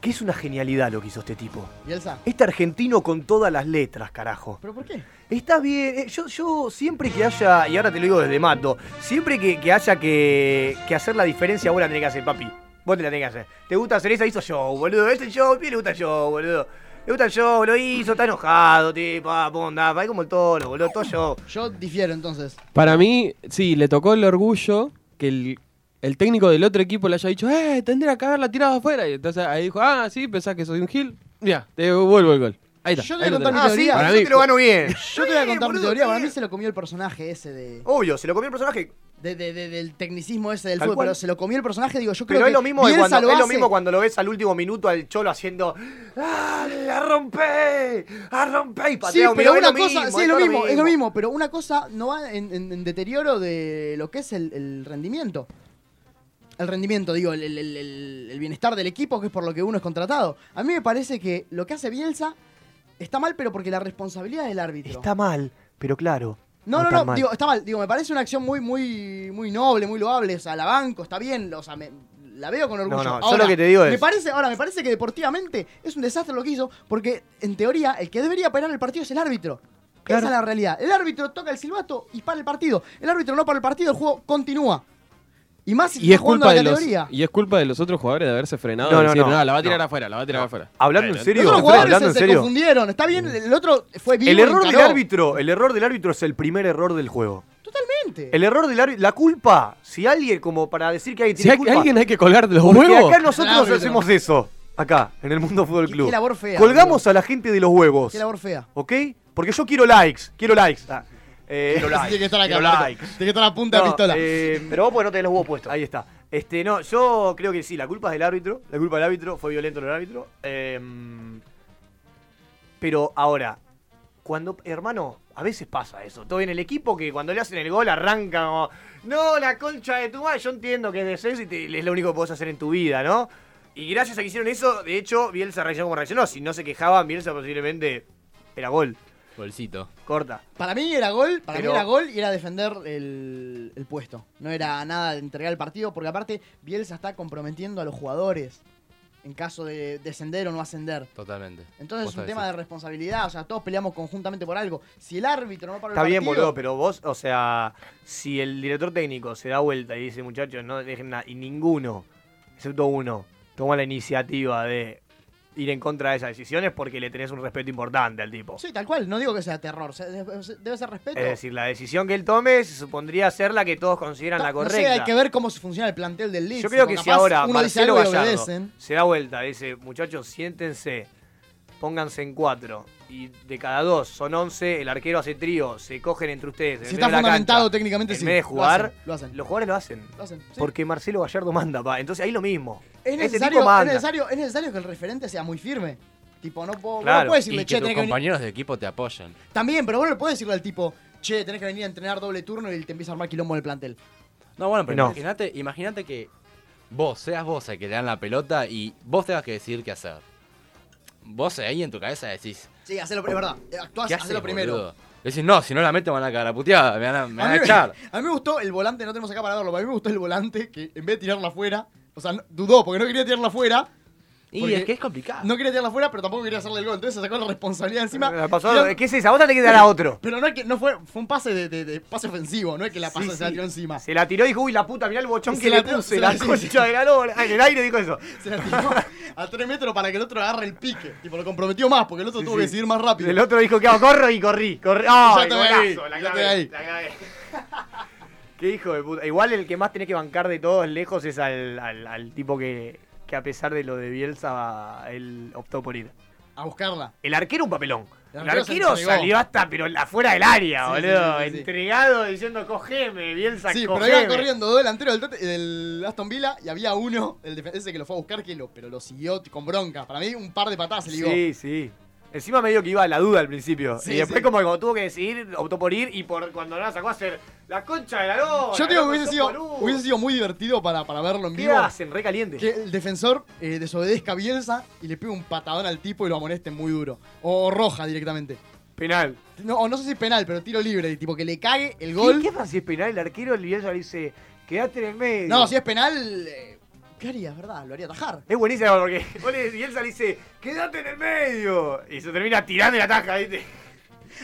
[SPEAKER 1] que es una genialidad lo que hizo este tipo.
[SPEAKER 5] Bielsa.
[SPEAKER 1] Este argentino con todas las letras, carajo.
[SPEAKER 5] ¿Pero por qué?
[SPEAKER 1] Está bien, eh, yo, yo siempre que haya, y ahora te lo digo desde mato, siempre que, que haya que, que hacer la diferencia, vos la tenés que hacer, papi. Vos te la tenés que hacer. ¿Te gusta hacer esa? Hizo show, boludo. Este show, ¿quién le gusta el show, boludo? Le gusta el show, lo hizo, está enojado, tipo, ah, ponda, va como el toro, boludo, todo show.
[SPEAKER 5] Yo difiero entonces.
[SPEAKER 6] Para mí, sí, le tocó el orgullo que el, el técnico del otro equipo le haya dicho, ¡eh! Tendría que haberla tirado afuera. Y entonces ahí dijo, ah, sí, pensás que soy un gil. Ya, te devuelvo el gol. Ahí está.
[SPEAKER 5] Yo te
[SPEAKER 6] ahí
[SPEAKER 5] voy a
[SPEAKER 6] lo
[SPEAKER 5] contar
[SPEAKER 6] tenés.
[SPEAKER 1] Ah, sí,
[SPEAKER 5] Para
[SPEAKER 1] yo
[SPEAKER 6] mí-
[SPEAKER 1] te lo gano bien.
[SPEAKER 5] Yo te voy a
[SPEAKER 1] <laughs>
[SPEAKER 5] contar
[SPEAKER 1] Sí,
[SPEAKER 5] mi
[SPEAKER 1] boludo,
[SPEAKER 5] teoría. Para
[SPEAKER 1] bien.
[SPEAKER 5] mí se lo comió el personaje ese de,
[SPEAKER 1] Obvio, se lo comió el personaje.
[SPEAKER 5] de- de- de- del tecnicismo ese del
[SPEAKER 1] Tal
[SPEAKER 5] fútbol,
[SPEAKER 1] cual.
[SPEAKER 5] pero se lo comió el personaje. Digo, yo creo
[SPEAKER 1] Pero
[SPEAKER 5] que
[SPEAKER 1] es lo mismo de
[SPEAKER 5] Bielsa
[SPEAKER 1] cuando,
[SPEAKER 5] lo
[SPEAKER 1] es lo
[SPEAKER 5] hace-
[SPEAKER 1] mismo cuando lo ves al último minuto al Cholo haciendo ¡Ah, la rompe! ¡Ah, rompe! Y
[SPEAKER 5] Sí,
[SPEAKER 1] patea un
[SPEAKER 5] pero
[SPEAKER 1] mirón,
[SPEAKER 5] una
[SPEAKER 1] es lo
[SPEAKER 5] cosa,
[SPEAKER 1] mismo,
[SPEAKER 5] sí, es lo mismo, es lo mismo, pero una cosa no va en, en- en deterioro de lo que es el, el rendimiento. El rendimiento, digo, el, el- el- el- el bienestar del equipo, que es por lo que uno es contratado. A mí me parece que lo que hace Bielsa está mal, pero porque la responsabilidad es del árbitro.
[SPEAKER 1] Está mal, pero claro.
[SPEAKER 5] no, no,
[SPEAKER 1] está
[SPEAKER 5] no,
[SPEAKER 1] mal.
[SPEAKER 5] digo, está mal. Digo, me parece una acción muy, muy, muy noble, muy loable. O sea, la banco, está bien, o sea, me- la veo con orgullo.
[SPEAKER 1] no, yo
[SPEAKER 5] Ahora,
[SPEAKER 1] lo que te digo
[SPEAKER 5] Me
[SPEAKER 1] es-
[SPEAKER 5] parece, ahora, me parece que deportivamente es un desastre lo que hizo, porque en teoría el que debería parar el partido es el árbitro. Esa es la realidad. El árbitro toca el silbato y para el partido. El árbitro no para el partido, el juego continúa. Y más si
[SPEAKER 6] Y es,
[SPEAKER 5] está jugando
[SPEAKER 6] culpa
[SPEAKER 5] la
[SPEAKER 6] de los,
[SPEAKER 5] categoría.
[SPEAKER 6] y es culpa de los otros jugadores de haberse frenado.
[SPEAKER 1] No,
[SPEAKER 6] y
[SPEAKER 1] no,
[SPEAKER 6] decir,
[SPEAKER 1] no.
[SPEAKER 6] "No, la va a tirar
[SPEAKER 1] No.
[SPEAKER 6] afuera, la va a tirar afuera.
[SPEAKER 1] Hablando en
[SPEAKER 6] Bueno,
[SPEAKER 1] serio,
[SPEAKER 5] Los otros
[SPEAKER 1] Alfredo,
[SPEAKER 5] jugadores
[SPEAKER 1] hablando
[SPEAKER 5] se,
[SPEAKER 1] en
[SPEAKER 5] se
[SPEAKER 1] serio.
[SPEAKER 5] confundieron. Está bien, el otro fue vivo.
[SPEAKER 1] El
[SPEAKER 5] y
[SPEAKER 1] error del
[SPEAKER 5] encaró.
[SPEAKER 1] árbitro, el error del árbitro es el primer error del juego.
[SPEAKER 5] Totalmente.
[SPEAKER 1] El error del árbitro, la culpa, si alguien como para decir que alguien
[SPEAKER 6] Si
[SPEAKER 1] tiene
[SPEAKER 6] hay,
[SPEAKER 1] culpa.
[SPEAKER 6] alguien hay que colgar de los
[SPEAKER 1] porque
[SPEAKER 6] huevos.
[SPEAKER 1] acá nosotros
[SPEAKER 5] árbitro.
[SPEAKER 1] hacemos eso. Acá, en el Mundo Fútbol
[SPEAKER 5] Qué-
[SPEAKER 1] Club.
[SPEAKER 5] qué labor fea,
[SPEAKER 1] Colgamos
[SPEAKER 5] boludo.
[SPEAKER 1] a la gente de los huevos.
[SPEAKER 5] Qué labor fea.
[SPEAKER 1] ¿Ok? Porque yo quiero likes, quiero likes. Ah, eh, <laughs>
[SPEAKER 5] Tiene que estar acá.
[SPEAKER 1] quiero
[SPEAKER 5] Marco.
[SPEAKER 1] likes.
[SPEAKER 5] Tiene que estar a punta de
[SPEAKER 1] No,
[SPEAKER 5] pistola.
[SPEAKER 1] eh, pero vos pues no tenés los huevos puestos. Ahí está. Este, no, yo creo que sí, la culpa es del árbitro. La culpa del árbitro, fue violento el árbitro. Em, pero ahora, cuando, hermano, a veces pasa eso. Todo en el equipo que cuando le hacen el gol arranca como, no, la concha de tu madre. Yo entiendo que es descenso y te- es lo único que podés hacer en tu vida, ¿no? Y gracias a que hicieron eso, de hecho, Bielsa reaccionó como reaccionó. Si no se quejaban, Bielsa posiblemente era gol.
[SPEAKER 4] Bolsito.
[SPEAKER 1] Corta.
[SPEAKER 5] Para mí era gol, para
[SPEAKER 1] Pero-
[SPEAKER 5] mí era gol y era defender el, el puesto. No era nada de entregar el partido, porque aparte Bielsa está comprometiendo a los jugadores en caso de descender o no ascender.
[SPEAKER 4] Totalmente.
[SPEAKER 5] Entonces es
[SPEAKER 4] Posta
[SPEAKER 5] un
[SPEAKER 4] que
[SPEAKER 5] tema
[SPEAKER 4] sí.
[SPEAKER 5] de responsabilidad, o sea, todos peleamos conjuntamente por algo. Si el árbitro no para
[SPEAKER 1] Está
[SPEAKER 5] el
[SPEAKER 1] bien,
[SPEAKER 5] partido...
[SPEAKER 1] boludo, pero vos, o sea, si el director técnico se da vuelta y dice, muchachos, no dejen nada, y ninguno, excepto uno, toma la iniciativa de ir en contra de esas decisiones porque le tenés un respeto importante al tipo.
[SPEAKER 5] Sí, tal cual, no digo que sea terror, se- de- debe ser respeto.
[SPEAKER 1] Es decir, la decisión que él tome se supondría ser la que todos consideran la
[SPEAKER 5] No sé,
[SPEAKER 1] correcta.
[SPEAKER 5] hay que ver cómo se funciona el plantel del Leeds.
[SPEAKER 1] Yo creo que
[SPEAKER 5] porque
[SPEAKER 1] si
[SPEAKER 5] capaz
[SPEAKER 1] ahora
[SPEAKER 5] uno dice
[SPEAKER 1] Marcelo
[SPEAKER 5] algo y
[SPEAKER 1] Gallardo
[SPEAKER 5] obedecen.
[SPEAKER 1] se da vuelta, dice, muchachos, siéntense, pónganse en cuatro, y de cada dos son once, el arquero hace trío, se cogen entre ustedes. en
[SPEAKER 5] Si
[SPEAKER 1] el medio
[SPEAKER 5] está
[SPEAKER 1] de la
[SPEAKER 5] fundamentado
[SPEAKER 1] cancha,
[SPEAKER 5] técnicamente,
[SPEAKER 1] en
[SPEAKER 5] sí.
[SPEAKER 1] vez de
[SPEAKER 5] lo
[SPEAKER 1] jugar,
[SPEAKER 5] hacen, Lo hacen.
[SPEAKER 1] los jugadores lo hacen.
[SPEAKER 5] lo hacen, sí.
[SPEAKER 1] Porque Marcelo Gallardo manda, pa. Entonces ahí lo mismo.
[SPEAKER 5] Es
[SPEAKER 1] Este
[SPEAKER 5] necesario,
[SPEAKER 1] tipo
[SPEAKER 5] es,
[SPEAKER 1] manda.
[SPEAKER 5] necesario, es necesario que el referente sea muy firme. Tipo, no puedo,
[SPEAKER 1] Claro.
[SPEAKER 5] vos no puedes
[SPEAKER 4] Y
[SPEAKER 5] decirle,
[SPEAKER 4] que
[SPEAKER 5] che,
[SPEAKER 4] tus
[SPEAKER 5] tenés que venir.
[SPEAKER 4] compañeros de equipo te apoyan.
[SPEAKER 5] También, pero vos no le puedes decirle al tipo, che, tenés que venir a entrenar doble turno y te empieza a armar quilombo en el plantel.
[SPEAKER 4] No, bueno, pero
[SPEAKER 1] No.
[SPEAKER 4] imagínate, imagínate que vos seas vos el que le dan la pelota y vos tengas que decidir qué hacer. Vos ahí en tu cabeza decís,
[SPEAKER 5] Sí, hacelo, es verdad. eh, Actuás,
[SPEAKER 4] ¿qué haces
[SPEAKER 5] hacelo primero.
[SPEAKER 4] boludo? Decís, no, si no la meto me van a cagar a puteada, me van a, me van a
[SPEAKER 5] mí,
[SPEAKER 4] echar.
[SPEAKER 5] a mí me gustó el volante, no tenemos acá para verlo, pero a mí me gustó el volante que en vez de tirarla afuera, o sea, no- dudó porque no quería tirarla afuera,
[SPEAKER 4] Y
[SPEAKER 5] Porque-
[SPEAKER 4] es que es complicado.
[SPEAKER 5] no quería tirarla afuera, pero tampoco quería hacerle el gol, entonces se sacó la responsabilidad encima.
[SPEAKER 1] Me pasó
[SPEAKER 5] Tiró-
[SPEAKER 1] algo. ¿Qué es esa? Vos te que dar a otro.
[SPEAKER 5] <laughs> Pero no es que no fue, fue un pase de, de- de pase ofensivo, no es que la pase se la tiró encima.
[SPEAKER 1] Se la tiró y dijo, uy, la puta, mirá el bochón
[SPEAKER 5] Se
[SPEAKER 1] que
[SPEAKER 5] la
[SPEAKER 1] le
[SPEAKER 5] tiró-
[SPEAKER 1] puse.
[SPEAKER 5] se
[SPEAKER 1] La
[SPEAKER 5] la-
[SPEAKER 1] concha de la lora. Ah, En el aire dijo eso.
[SPEAKER 5] Se la tiró a 3 metros para que el otro agarre el pique. Tipo, lo comprometió más porque el otro tuvo que decidir más rápido.
[SPEAKER 1] El otro dijo, ¿qué hago? Corro y corrí. corrí. ¡Ay,
[SPEAKER 5] Ya te voy ahí,
[SPEAKER 1] golazo! La
[SPEAKER 5] ya te
[SPEAKER 1] clavé,
[SPEAKER 5] voy ahí.
[SPEAKER 1] la clavé. Qué hijo de puta. Igual el que más tenés que bancar de todos lejos es al, al- al tipo que, que a pesar de lo de Bielsa, él optó por ir.
[SPEAKER 5] A buscarla.
[SPEAKER 1] El arquero un papelón. El
[SPEAKER 5] arquero se
[SPEAKER 1] arquero
[SPEAKER 5] entregó.
[SPEAKER 1] salió hasta, pero afuera del área,
[SPEAKER 5] Sí, sí,
[SPEAKER 1] boludo.
[SPEAKER 5] sí, sí, sí.
[SPEAKER 1] Entregado diciendo, cogeme, Bielsa,
[SPEAKER 5] Sí, pero
[SPEAKER 1] cogeme.
[SPEAKER 5] iban corriendo dos delanteros del, Tote- del Aston Villa y había uno, el defen- ese que lo fue a buscar, que lo, pero lo siguió t- con bronca. Para mí, un par de patadas se le dio.
[SPEAKER 1] Sí, sí. Encima medio que iba a la duda al principio.
[SPEAKER 5] Sí,
[SPEAKER 1] y después
[SPEAKER 5] sí.
[SPEAKER 1] como que cuando tuvo que decidir, optó por ir y por cuando no la sacó a hacer la concha de la lora.
[SPEAKER 5] Yo digo que
[SPEAKER 1] loco,
[SPEAKER 5] hubiese
[SPEAKER 1] sos
[SPEAKER 5] sido,
[SPEAKER 1] boludo.
[SPEAKER 5] hubiese sido muy divertido para, para verlo en
[SPEAKER 1] ¿Qué
[SPEAKER 5] vivo.
[SPEAKER 1] hacen? Re caliente.
[SPEAKER 5] Que el defensor eh, desobedezca a Bielsa y le pegue un patadón al tipo y lo amoneste muy duro. O roja directamente.
[SPEAKER 1] Penal.
[SPEAKER 5] No, o no sé si penal, pero tiro libre. y Tipo, que le cague el
[SPEAKER 1] ¿Qué,
[SPEAKER 5] gol.
[SPEAKER 1] ¿Qué pasa si es penal? El arquero el Bielsa le dice, quedate en el medio.
[SPEAKER 5] No, si es penal, eh, ¿qué harías, verdad? Lo haría atajar.
[SPEAKER 1] Es buenísimo porque <laughs> vos le- Bielsa le dice, quedate en el medio. Y se termina tirando en la taja, ¿viste?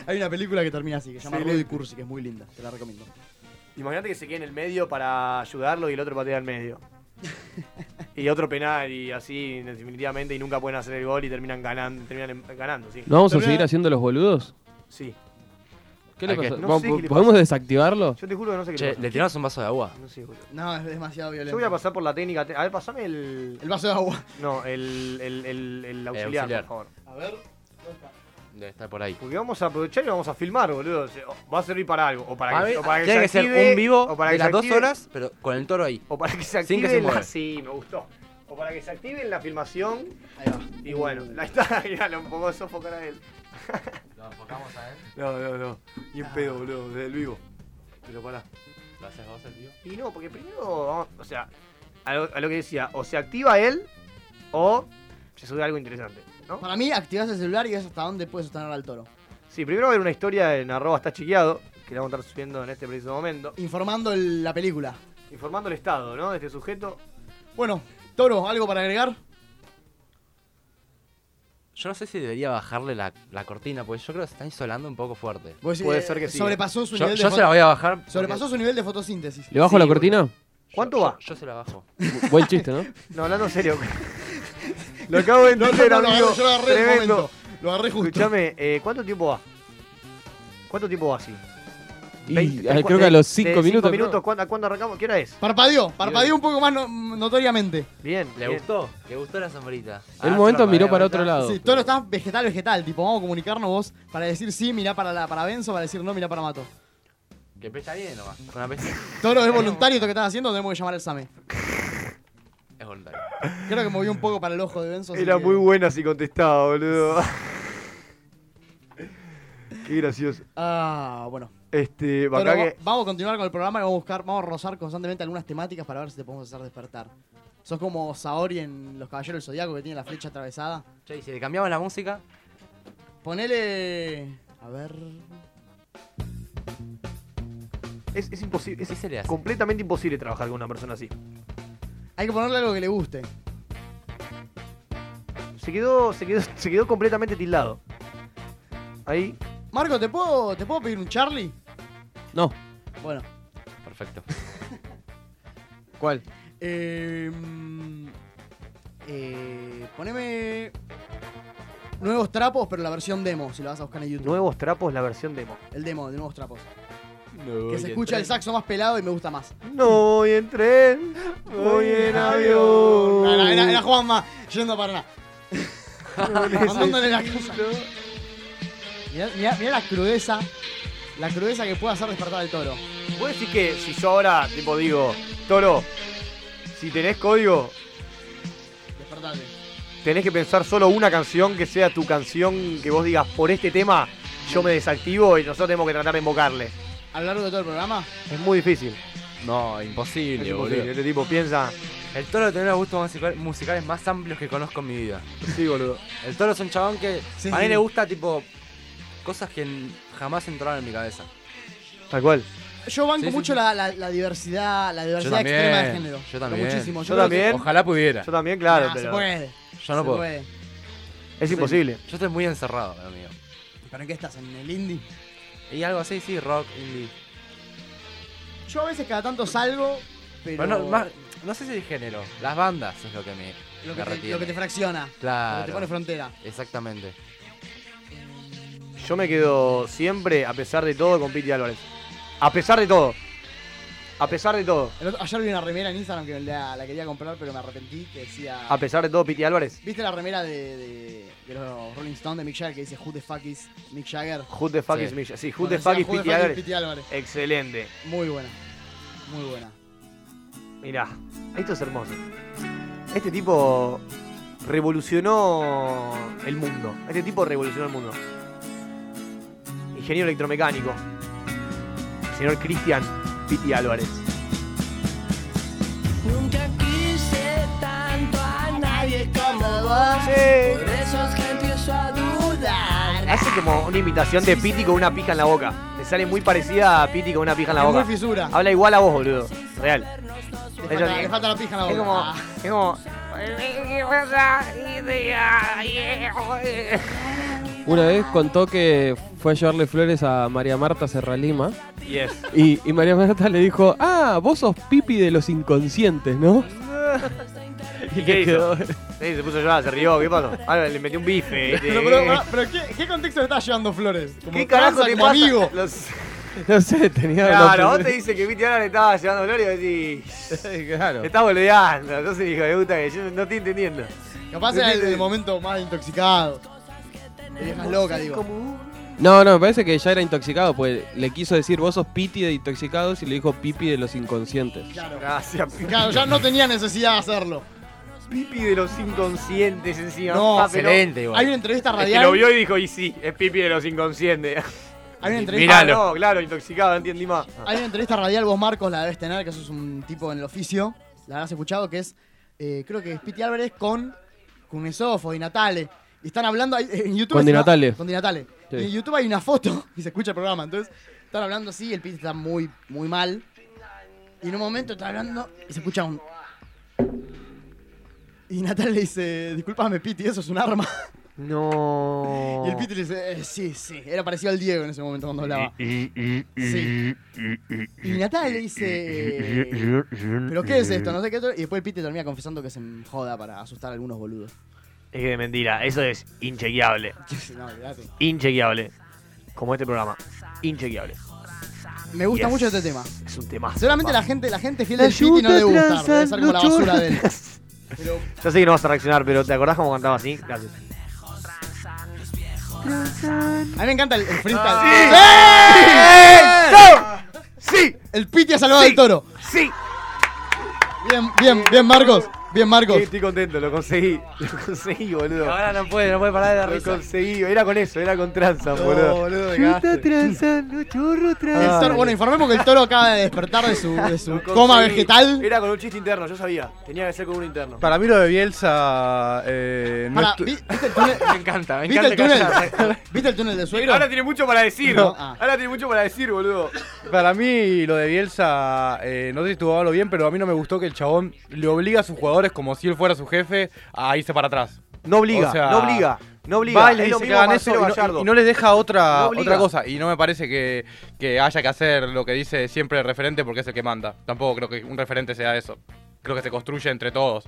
[SPEAKER 5] Hay una película que termina así, que se llama
[SPEAKER 1] Excelente.
[SPEAKER 5] Rudy Cursi, que es muy linda, te la recomiendo. <laughs>
[SPEAKER 1] Imagínate que se quede en el medio para ayudarlo y el otro patea al medio. y otro penal y así definitivamente y nunca pueden hacer el gol y terminan ganando, terminan em- ganando, sí.
[SPEAKER 6] ¿No vamos a
[SPEAKER 2] Pero
[SPEAKER 6] seguir
[SPEAKER 2] era-
[SPEAKER 6] haciendo los boludos?
[SPEAKER 1] Sí.
[SPEAKER 6] ¿Qué le
[SPEAKER 4] ¿A qué?
[SPEAKER 6] pasa?
[SPEAKER 1] No
[SPEAKER 6] ¿Po-
[SPEAKER 1] sé qué le
[SPEAKER 6] ¿Podemos
[SPEAKER 1] pasa.
[SPEAKER 6] desactivarlo?
[SPEAKER 1] Yo <laughs> te juro que no sé qué le
[SPEAKER 4] Che,
[SPEAKER 1] pasa.
[SPEAKER 4] le tiramos un vaso de agua.
[SPEAKER 1] No sé, boludo.
[SPEAKER 5] No, es demasiado violento.
[SPEAKER 1] Yo voy a pasar por la técnica. te- A ver, pasame el.
[SPEAKER 5] El vaso de agua.
[SPEAKER 1] No, el, el, el, el auxiliar,
[SPEAKER 4] Eh, auxiliar.
[SPEAKER 1] por favor.
[SPEAKER 5] A ver.
[SPEAKER 4] Debe estar por ahí.
[SPEAKER 1] Porque vamos a aprovechar y vamos a filmar, boludo. O sea, o- Va a servir para algo. O para
[SPEAKER 4] A
[SPEAKER 1] que,
[SPEAKER 4] ver,
[SPEAKER 1] o para que
[SPEAKER 4] tiene que
[SPEAKER 1] se
[SPEAKER 4] ser
[SPEAKER 1] active,
[SPEAKER 4] un vivo
[SPEAKER 1] o para
[SPEAKER 4] de
[SPEAKER 1] que se
[SPEAKER 4] las dos
[SPEAKER 1] active-
[SPEAKER 4] horas, pero con el toro ahí.
[SPEAKER 1] O para que se
[SPEAKER 4] Sin que
[SPEAKER 1] active
[SPEAKER 4] se
[SPEAKER 1] en la- <laughs>
[SPEAKER 4] mueva.
[SPEAKER 1] Sí, me gustó. O para que se active en la filmación.
[SPEAKER 5] Ahí va.
[SPEAKER 1] Y bueno, <laughs> ahí está. Ya lo pongo a sofocar a él.
[SPEAKER 4] Lo enfocamos a él.
[SPEAKER 1] No, no, no. Ni un pedo, boludo. Desde el vivo. Pero pará.
[SPEAKER 4] Lo haces vos, el tío.
[SPEAKER 1] Y no, porque primero, vamos- o sea, a lo, a lo que decía, o se activa él o se sube algo interesante, ¿no?
[SPEAKER 5] Para mí, activas el celular y es hasta dónde puedes sostener al toro.
[SPEAKER 1] Sí, primero va a haber una historia en arroba está chiqueado, que la vamos a estar subiendo en este preciso momento,
[SPEAKER 5] Informando el- la película.
[SPEAKER 1] informando el estado, ¿no? De este sujeto.
[SPEAKER 5] Bueno, toro, ¿algo para agregar?
[SPEAKER 4] Yo no sé si debería bajarle la, la cortina, porque yo creo que se está insolando un poco fuerte.
[SPEAKER 5] Vos decís
[SPEAKER 1] Puede ser que sí,
[SPEAKER 5] eh, Sobrepasó su
[SPEAKER 4] Yo,
[SPEAKER 5] nivel
[SPEAKER 4] yo
[SPEAKER 5] de
[SPEAKER 4] se la
[SPEAKER 5] foto-
[SPEAKER 4] voy a bajar. porque-
[SPEAKER 5] Sobrepasó su nivel de fotosíntesis.
[SPEAKER 6] ¿Le bajo
[SPEAKER 4] Sí,
[SPEAKER 6] la
[SPEAKER 4] boludo.
[SPEAKER 6] cortina?
[SPEAKER 4] yo-
[SPEAKER 1] ¿Cuánto
[SPEAKER 4] yo-
[SPEAKER 1] va?
[SPEAKER 4] Yo se la bajo.
[SPEAKER 6] Bu- Buen chiste, ¿no?
[SPEAKER 1] <laughs> No, hablando en serio. lo acabo de
[SPEAKER 5] No, no,
[SPEAKER 1] entender,
[SPEAKER 5] no, lo agarré,
[SPEAKER 1] amigo.
[SPEAKER 5] yo lo agarré en el
[SPEAKER 1] Tremendo.
[SPEAKER 5] momento. Lo agarré justo.
[SPEAKER 1] Escuchame, eh, ¿cuánto tiempo va? ¿Cuánto tiempo va así?
[SPEAKER 6] Y,
[SPEAKER 1] Veinte-
[SPEAKER 6] ah,
[SPEAKER 1] de-
[SPEAKER 6] creo
[SPEAKER 1] de-
[SPEAKER 6] que a los
[SPEAKER 1] de
[SPEAKER 6] 5 minutos.
[SPEAKER 1] Cinco
[SPEAKER 6] ¿no?
[SPEAKER 1] minutos ¿cuándo, a cuándo arrancamos? ¿Qué hora es?
[SPEAKER 5] Parpadeó, parpadeó un poco más no- notoriamente.
[SPEAKER 1] Bien,
[SPEAKER 4] ¿Le
[SPEAKER 1] bien.
[SPEAKER 4] gustó? ¿Le gustó la sombrita? Ah,
[SPEAKER 6] En un momento
[SPEAKER 4] se la
[SPEAKER 6] miró
[SPEAKER 4] paré,
[SPEAKER 6] para
[SPEAKER 4] ¿verdad?
[SPEAKER 6] otro lado.
[SPEAKER 5] Sí, toro está vegetal, vegetal. Tipo, vamos a comunicarnos vos para decir sí, mirá para, la, para Benzo, para decir no, mirá para Mato.
[SPEAKER 4] Que pesta bien nomás. Con la <laughs> pesta.
[SPEAKER 5] Toro, es voluntario esto que estás haciendo, tenemos que llamar al SAME.
[SPEAKER 4] Es voluntario.
[SPEAKER 5] Creo que movió un poco para el ojo de Benzo. así
[SPEAKER 1] Era
[SPEAKER 5] que-
[SPEAKER 1] muy buena si
[SPEAKER 5] <laughs>
[SPEAKER 1] contestaba, boludo. Qué gracioso.
[SPEAKER 5] Ah, bueno.
[SPEAKER 1] Este,
[SPEAKER 5] Toro,
[SPEAKER 1] bacá
[SPEAKER 5] va-
[SPEAKER 1] que.
[SPEAKER 5] Vamos a continuar con el programa y vamos a buscar, vamos a rozar constantemente algunas temáticas para ver si te podemos hacer despertar. Sos como Saori en Los Caballeros del Zodíaco que tiene la flecha atravesada.
[SPEAKER 4] Che, y si le cambiamos la música,
[SPEAKER 5] Ponele. A ver.
[SPEAKER 1] Es, es imposible.
[SPEAKER 4] ¿qué
[SPEAKER 1] Es
[SPEAKER 4] se le hace?
[SPEAKER 1] completamente imposible trabajar con una persona así.
[SPEAKER 5] Hay que ponerle algo que le guste.
[SPEAKER 1] Se quedó, se quedó, se quedó completamente tildado. Ahí.
[SPEAKER 5] Marco, ¿te puedo, ¿te puedo pedir un Charlie?
[SPEAKER 6] No.
[SPEAKER 5] Bueno.
[SPEAKER 4] Perfecto.
[SPEAKER 6] ¿Cuál?
[SPEAKER 5] Eh, mm, eh, poneme. Nuevos trapos, pero la versión demo, si lo vas a buscar en YouTube.
[SPEAKER 1] Nuevos trapos, la versión demo.
[SPEAKER 5] El demo de nuevos trapos. que se escucha el saxo más pelado y me gusta más.
[SPEAKER 1] No voy en tren, voy en avión.
[SPEAKER 5] Era, era, era Juanma yendo
[SPEAKER 4] <laughs>
[SPEAKER 5] para nada. Mandándole la
[SPEAKER 1] <laughs>
[SPEAKER 5] casa. Mirá, mirá- mirá la crudeza. La crudeza que puede hacer despertar al toro.
[SPEAKER 1] ¿Vos decís que si yo ahora, Ah, tipo, digo, Toro, si tenés código,
[SPEAKER 5] Despertate.
[SPEAKER 1] tenés que pensar solo una canción que sea tu canción que vos digas por este tema yo me desactivo y nosotros tenemos que tratar de invocarle.
[SPEAKER 5] A lo largo de todo el <laughs> programa,
[SPEAKER 1] Es muy difícil.
[SPEAKER 4] No, imposible,
[SPEAKER 1] Es imposible.
[SPEAKER 4] boludo.
[SPEAKER 1] Este tipo piensa.
[SPEAKER 4] El toro tiene los gustos musical- musicales más amplios que conozco en mi vida.
[SPEAKER 1] Sí, boludo.
[SPEAKER 4] El toro es un chabón que
[SPEAKER 5] Sí,
[SPEAKER 4] a mí
[SPEAKER 5] sí.
[SPEAKER 4] le gusta, tipo, cosas que n- jamás entraron en mi cabeza.
[SPEAKER 1] Tal cual.
[SPEAKER 5] yo banco
[SPEAKER 4] Sí, sí,
[SPEAKER 5] mucho
[SPEAKER 4] sí.
[SPEAKER 5] La, la- la diversidad, la diversidad
[SPEAKER 4] también,
[SPEAKER 5] extrema de género.
[SPEAKER 4] yo
[SPEAKER 5] Pero
[SPEAKER 4] también.
[SPEAKER 5] Muchísimo.
[SPEAKER 1] Yo
[SPEAKER 5] creo que-
[SPEAKER 1] también.
[SPEAKER 4] Ojalá pudiera.
[SPEAKER 1] Yo también, claro,
[SPEAKER 5] Ah, se
[SPEAKER 1] pero
[SPEAKER 5] puede.
[SPEAKER 4] Yo no
[SPEAKER 5] se
[SPEAKER 4] puedo.
[SPEAKER 5] puede.
[SPEAKER 1] es imposible.
[SPEAKER 4] Yo estoy muy encerrado, amigo.
[SPEAKER 5] ¿Pero en qué estás? ¿En el indie?
[SPEAKER 4] Y algo así, sí, rock, indie.
[SPEAKER 5] Yo a veces cada tanto salgo, pero.
[SPEAKER 4] Pero no, más- no sé si el género, las bandas es lo que me,
[SPEAKER 5] lo,
[SPEAKER 4] me
[SPEAKER 5] que te,
[SPEAKER 4] retiene.
[SPEAKER 5] lo que te fracciona. Lo que te
[SPEAKER 4] Claro,
[SPEAKER 5] pone frontera.
[SPEAKER 4] exactamente.
[SPEAKER 1] Yo me quedo siempre, a pesar de todo, con Piti Álvarez. A pesar de todo. A pesar de todo.
[SPEAKER 5] El otro- ayer vi una remera en Instagram que la, la quería comprar, pero me arrepentí. Que decía.
[SPEAKER 1] A pesar de todo, Piti Álvarez.
[SPEAKER 5] ¿Viste la remera de, de- de los Rolling Stones de Mick Jagger que dice Who the fuck is Mick Jagger?
[SPEAKER 1] Who the fuck
[SPEAKER 4] Sí.
[SPEAKER 1] is Misha. Sí, who
[SPEAKER 5] Bueno,
[SPEAKER 1] the
[SPEAKER 5] decía,
[SPEAKER 1] fuck is Piti Álvarez.
[SPEAKER 5] Pity Álvarez?
[SPEAKER 1] Excelente.
[SPEAKER 5] Muy buena. Muy buena.
[SPEAKER 1] Mirá, esto es hermoso. Este tipo revolucionó el mundo. Este tipo revolucionó el mundo. Ingeniero electromecánico. Señor Cristian Piti Álvarez.
[SPEAKER 8] Nunca quise tanto a nadie como vos. Por eso es que empiezo a dudar.
[SPEAKER 1] Hace como una imitación de Piti con una pija en la boca. Le sale muy parecida a Piti con una pija en la
[SPEAKER 5] Es muy
[SPEAKER 1] boca.
[SPEAKER 5] fisura.
[SPEAKER 1] Habla igual a vos, boludo. Real.
[SPEAKER 5] Le
[SPEAKER 1] ella
[SPEAKER 5] falta,
[SPEAKER 1] tiene-
[SPEAKER 5] le falta la pija en la boca.
[SPEAKER 1] Es como.
[SPEAKER 5] Ah,
[SPEAKER 1] Es como.
[SPEAKER 6] Una vez contó que fue a llevarle flores a María Marta Serralima
[SPEAKER 1] Yes.
[SPEAKER 6] y, y María Marta le dijo, ah, vos sos pipi de los inconscientes, ¿no?
[SPEAKER 1] ¿Y qué hizo? Sí, se puso a llorar, se rió, ¿qué pasó? Ah, le metió
[SPEAKER 5] <laughs>
[SPEAKER 1] un bife.
[SPEAKER 5] <laughs> Pero, pero, pará, pero ¿qué, qué contexto le estás llevando Flores? Como
[SPEAKER 1] ¿Qué carajo
[SPEAKER 5] tranza
[SPEAKER 1] te
[SPEAKER 5] como
[SPEAKER 1] pasa?
[SPEAKER 5] amigo.
[SPEAKER 1] Los-
[SPEAKER 6] No sé, tenía.
[SPEAKER 1] <laughs> Claro,
[SPEAKER 6] no-
[SPEAKER 1] vos te dice que Viti ahora le estaba llevando gloria y decís.
[SPEAKER 5] <laughs>
[SPEAKER 6] Claro.
[SPEAKER 1] Te estás boludeando. Entonces hijo de puta que yo no estoy entendiendo.
[SPEAKER 5] Capaz era el, el momento más intoxicado. Te dejas loca, digo.
[SPEAKER 1] uh,
[SPEAKER 6] No, no, me parece que ya era intoxicado, pues le quiso decir vos sos piti de intoxicados y le dijo pipi de los inconscientes.
[SPEAKER 5] Claro.
[SPEAKER 1] Gracias, Pipi.
[SPEAKER 5] <laughs> Claro, ya no tenía necesidad de hacerlo.
[SPEAKER 1] Pipi de los inconscientes encima. Ah,
[SPEAKER 5] No,
[SPEAKER 1] papelón.
[SPEAKER 4] Excelente, igual.
[SPEAKER 5] Hay una entrevista
[SPEAKER 1] Es que lo
[SPEAKER 5] radial.
[SPEAKER 1] vio y dijo, y sí, es Pipi de los inconscientes.
[SPEAKER 5] Hay una entrevista
[SPEAKER 1] Ah,
[SPEAKER 4] Míralo.
[SPEAKER 1] no, claro, intoxicado, no entendí más.
[SPEAKER 5] Ah. Hay una entrevista radial, vos Marcos la debes tener, que sos un tipo en el oficio, la habrás escuchado, que es, eh, creo que es Piti Álvarez con Cunesofo y Natale. Y están hablando ahí, en YouTube.
[SPEAKER 6] Con Di
[SPEAKER 5] encima-
[SPEAKER 6] Natale.
[SPEAKER 5] Con Di Natale.
[SPEAKER 6] Sí.
[SPEAKER 5] Y en YouTube hay una foto <laughs> y se escucha el programa. Entonces, están hablando así, el Piti está muy, muy mal. Y en un momento está hablando y se escucha un... Y Natale le dice, discúlpame Piti, eso es un arma.
[SPEAKER 1] No.
[SPEAKER 5] <laughs> Y el Piti le dice, "Eh, sí, sí. Era parecido al Diego en ese momento cuando hablaba. Sí. Y Natal le dice. eh, ¿Pero qué es esto? No sé qué. otro- Y después el Piti termina confesando que se joda para asustar a algunos boludos.
[SPEAKER 1] Es que de mentira, eso es
[SPEAKER 5] <laughs>
[SPEAKER 1] inchequeable.
[SPEAKER 5] No, olvidate.
[SPEAKER 1] Inchequeable. Como este programa. Inchequeable.
[SPEAKER 5] Me gusta
[SPEAKER 1] Yes. Ah,
[SPEAKER 5] mucho este tema.
[SPEAKER 1] Es un tema.
[SPEAKER 5] Seguramente la gente, la gente fiel del Piti no le gusta. Debe ser como la basura
[SPEAKER 1] <laughs>
[SPEAKER 5] de él. Pero
[SPEAKER 1] Yo sé que no vas a reaccionar, pero ¿te acordás cómo cantaba así? Gracias.
[SPEAKER 5] a mí me encanta el, el freestyle.
[SPEAKER 1] ¡Sí!
[SPEAKER 5] El Piti ha salvado
[SPEAKER 1] Sí.
[SPEAKER 5] al toro.
[SPEAKER 1] ¡Sí!
[SPEAKER 5] Bien, bien, bien, Marcos. Bien, Marcos.
[SPEAKER 1] Estoy contento, lo conseguí. Lo conseguí, boludo.
[SPEAKER 4] Ahora no puede, no puede parar de la
[SPEAKER 1] Lo
[SPEAKER 4] risa.
[SPEAKER 1] conseguí. Era con eso, era con tranza, boludo.
[SPEAKER 5] boludo,
[SPEAKER 1] tranzando, churro,
[SPEAKER 5] El toro- bueno, informemos que el toro acaba de despertar de su, de su coma vegetal.
[SPEAKER 1] Era con un chiste interno, yo sabía. Tenía que ser con uno interno.
[SPEAKER 2] Para mí lo de Bielsa. Eh, no
[SPEAKER 5] Pará,
[SPEAKER 2] estu-
[SPEAKER 5] ¿vi-
[SPEAKER 1] <laughs>
[SPEAKER 5] ¿viste el túnel?
[SPEAKER 4] Me encanta, me
[SPEAKER 5] ¿Viste
[SPEAKER 4] encanta
[SPEAKER 5] el túnel?
[SPEAKER 4] callar.
[SPEAKER 5] <laughs> ¿Viste el túnel de suegro?
[SPEAKER 1] Ahora tiene mucho para decir. <laughs>
[SPEAKER 5] No, ah.
[SPEAKER 1] Ahora tiene mucho para decir, boludo.
[SPEAKER 2] Para mí lo de Bielsa, eh, no sé si estuvo malo o bien, pero a mí no me gustó que el chabón le obliga a sus jugadores, como si él fuera su jefe, a irse para atrás.
[SPEAKER 1] No obliga,
[SPEAKER 2] O sea,
[SPEAKER 1] no obliga, no obliga.
[SPEAKER 2] Va y
[SPEAKER 1] Es
[SPEAKER 2] les
[SPEAKER 1] lo
[SPEAKER 2] dice que
[SPEAKER 1] mismo
[SPEAKER 2] hagan eso
[SPEAKER 1] Marcelo
[SPEAKER 2] y no,
[SPEAKER 1] Gallardo.
[SPEAKER 2] y no les deja otra,
[SPEAKER 1] No obliga.
[SPEAKER 2] otra cosa. Y no me parece que, que haya que hacer lo que dice siempre el referente porque es el que manda. Tampoco creo que un referente sea eso. Creo que se construye entre todos.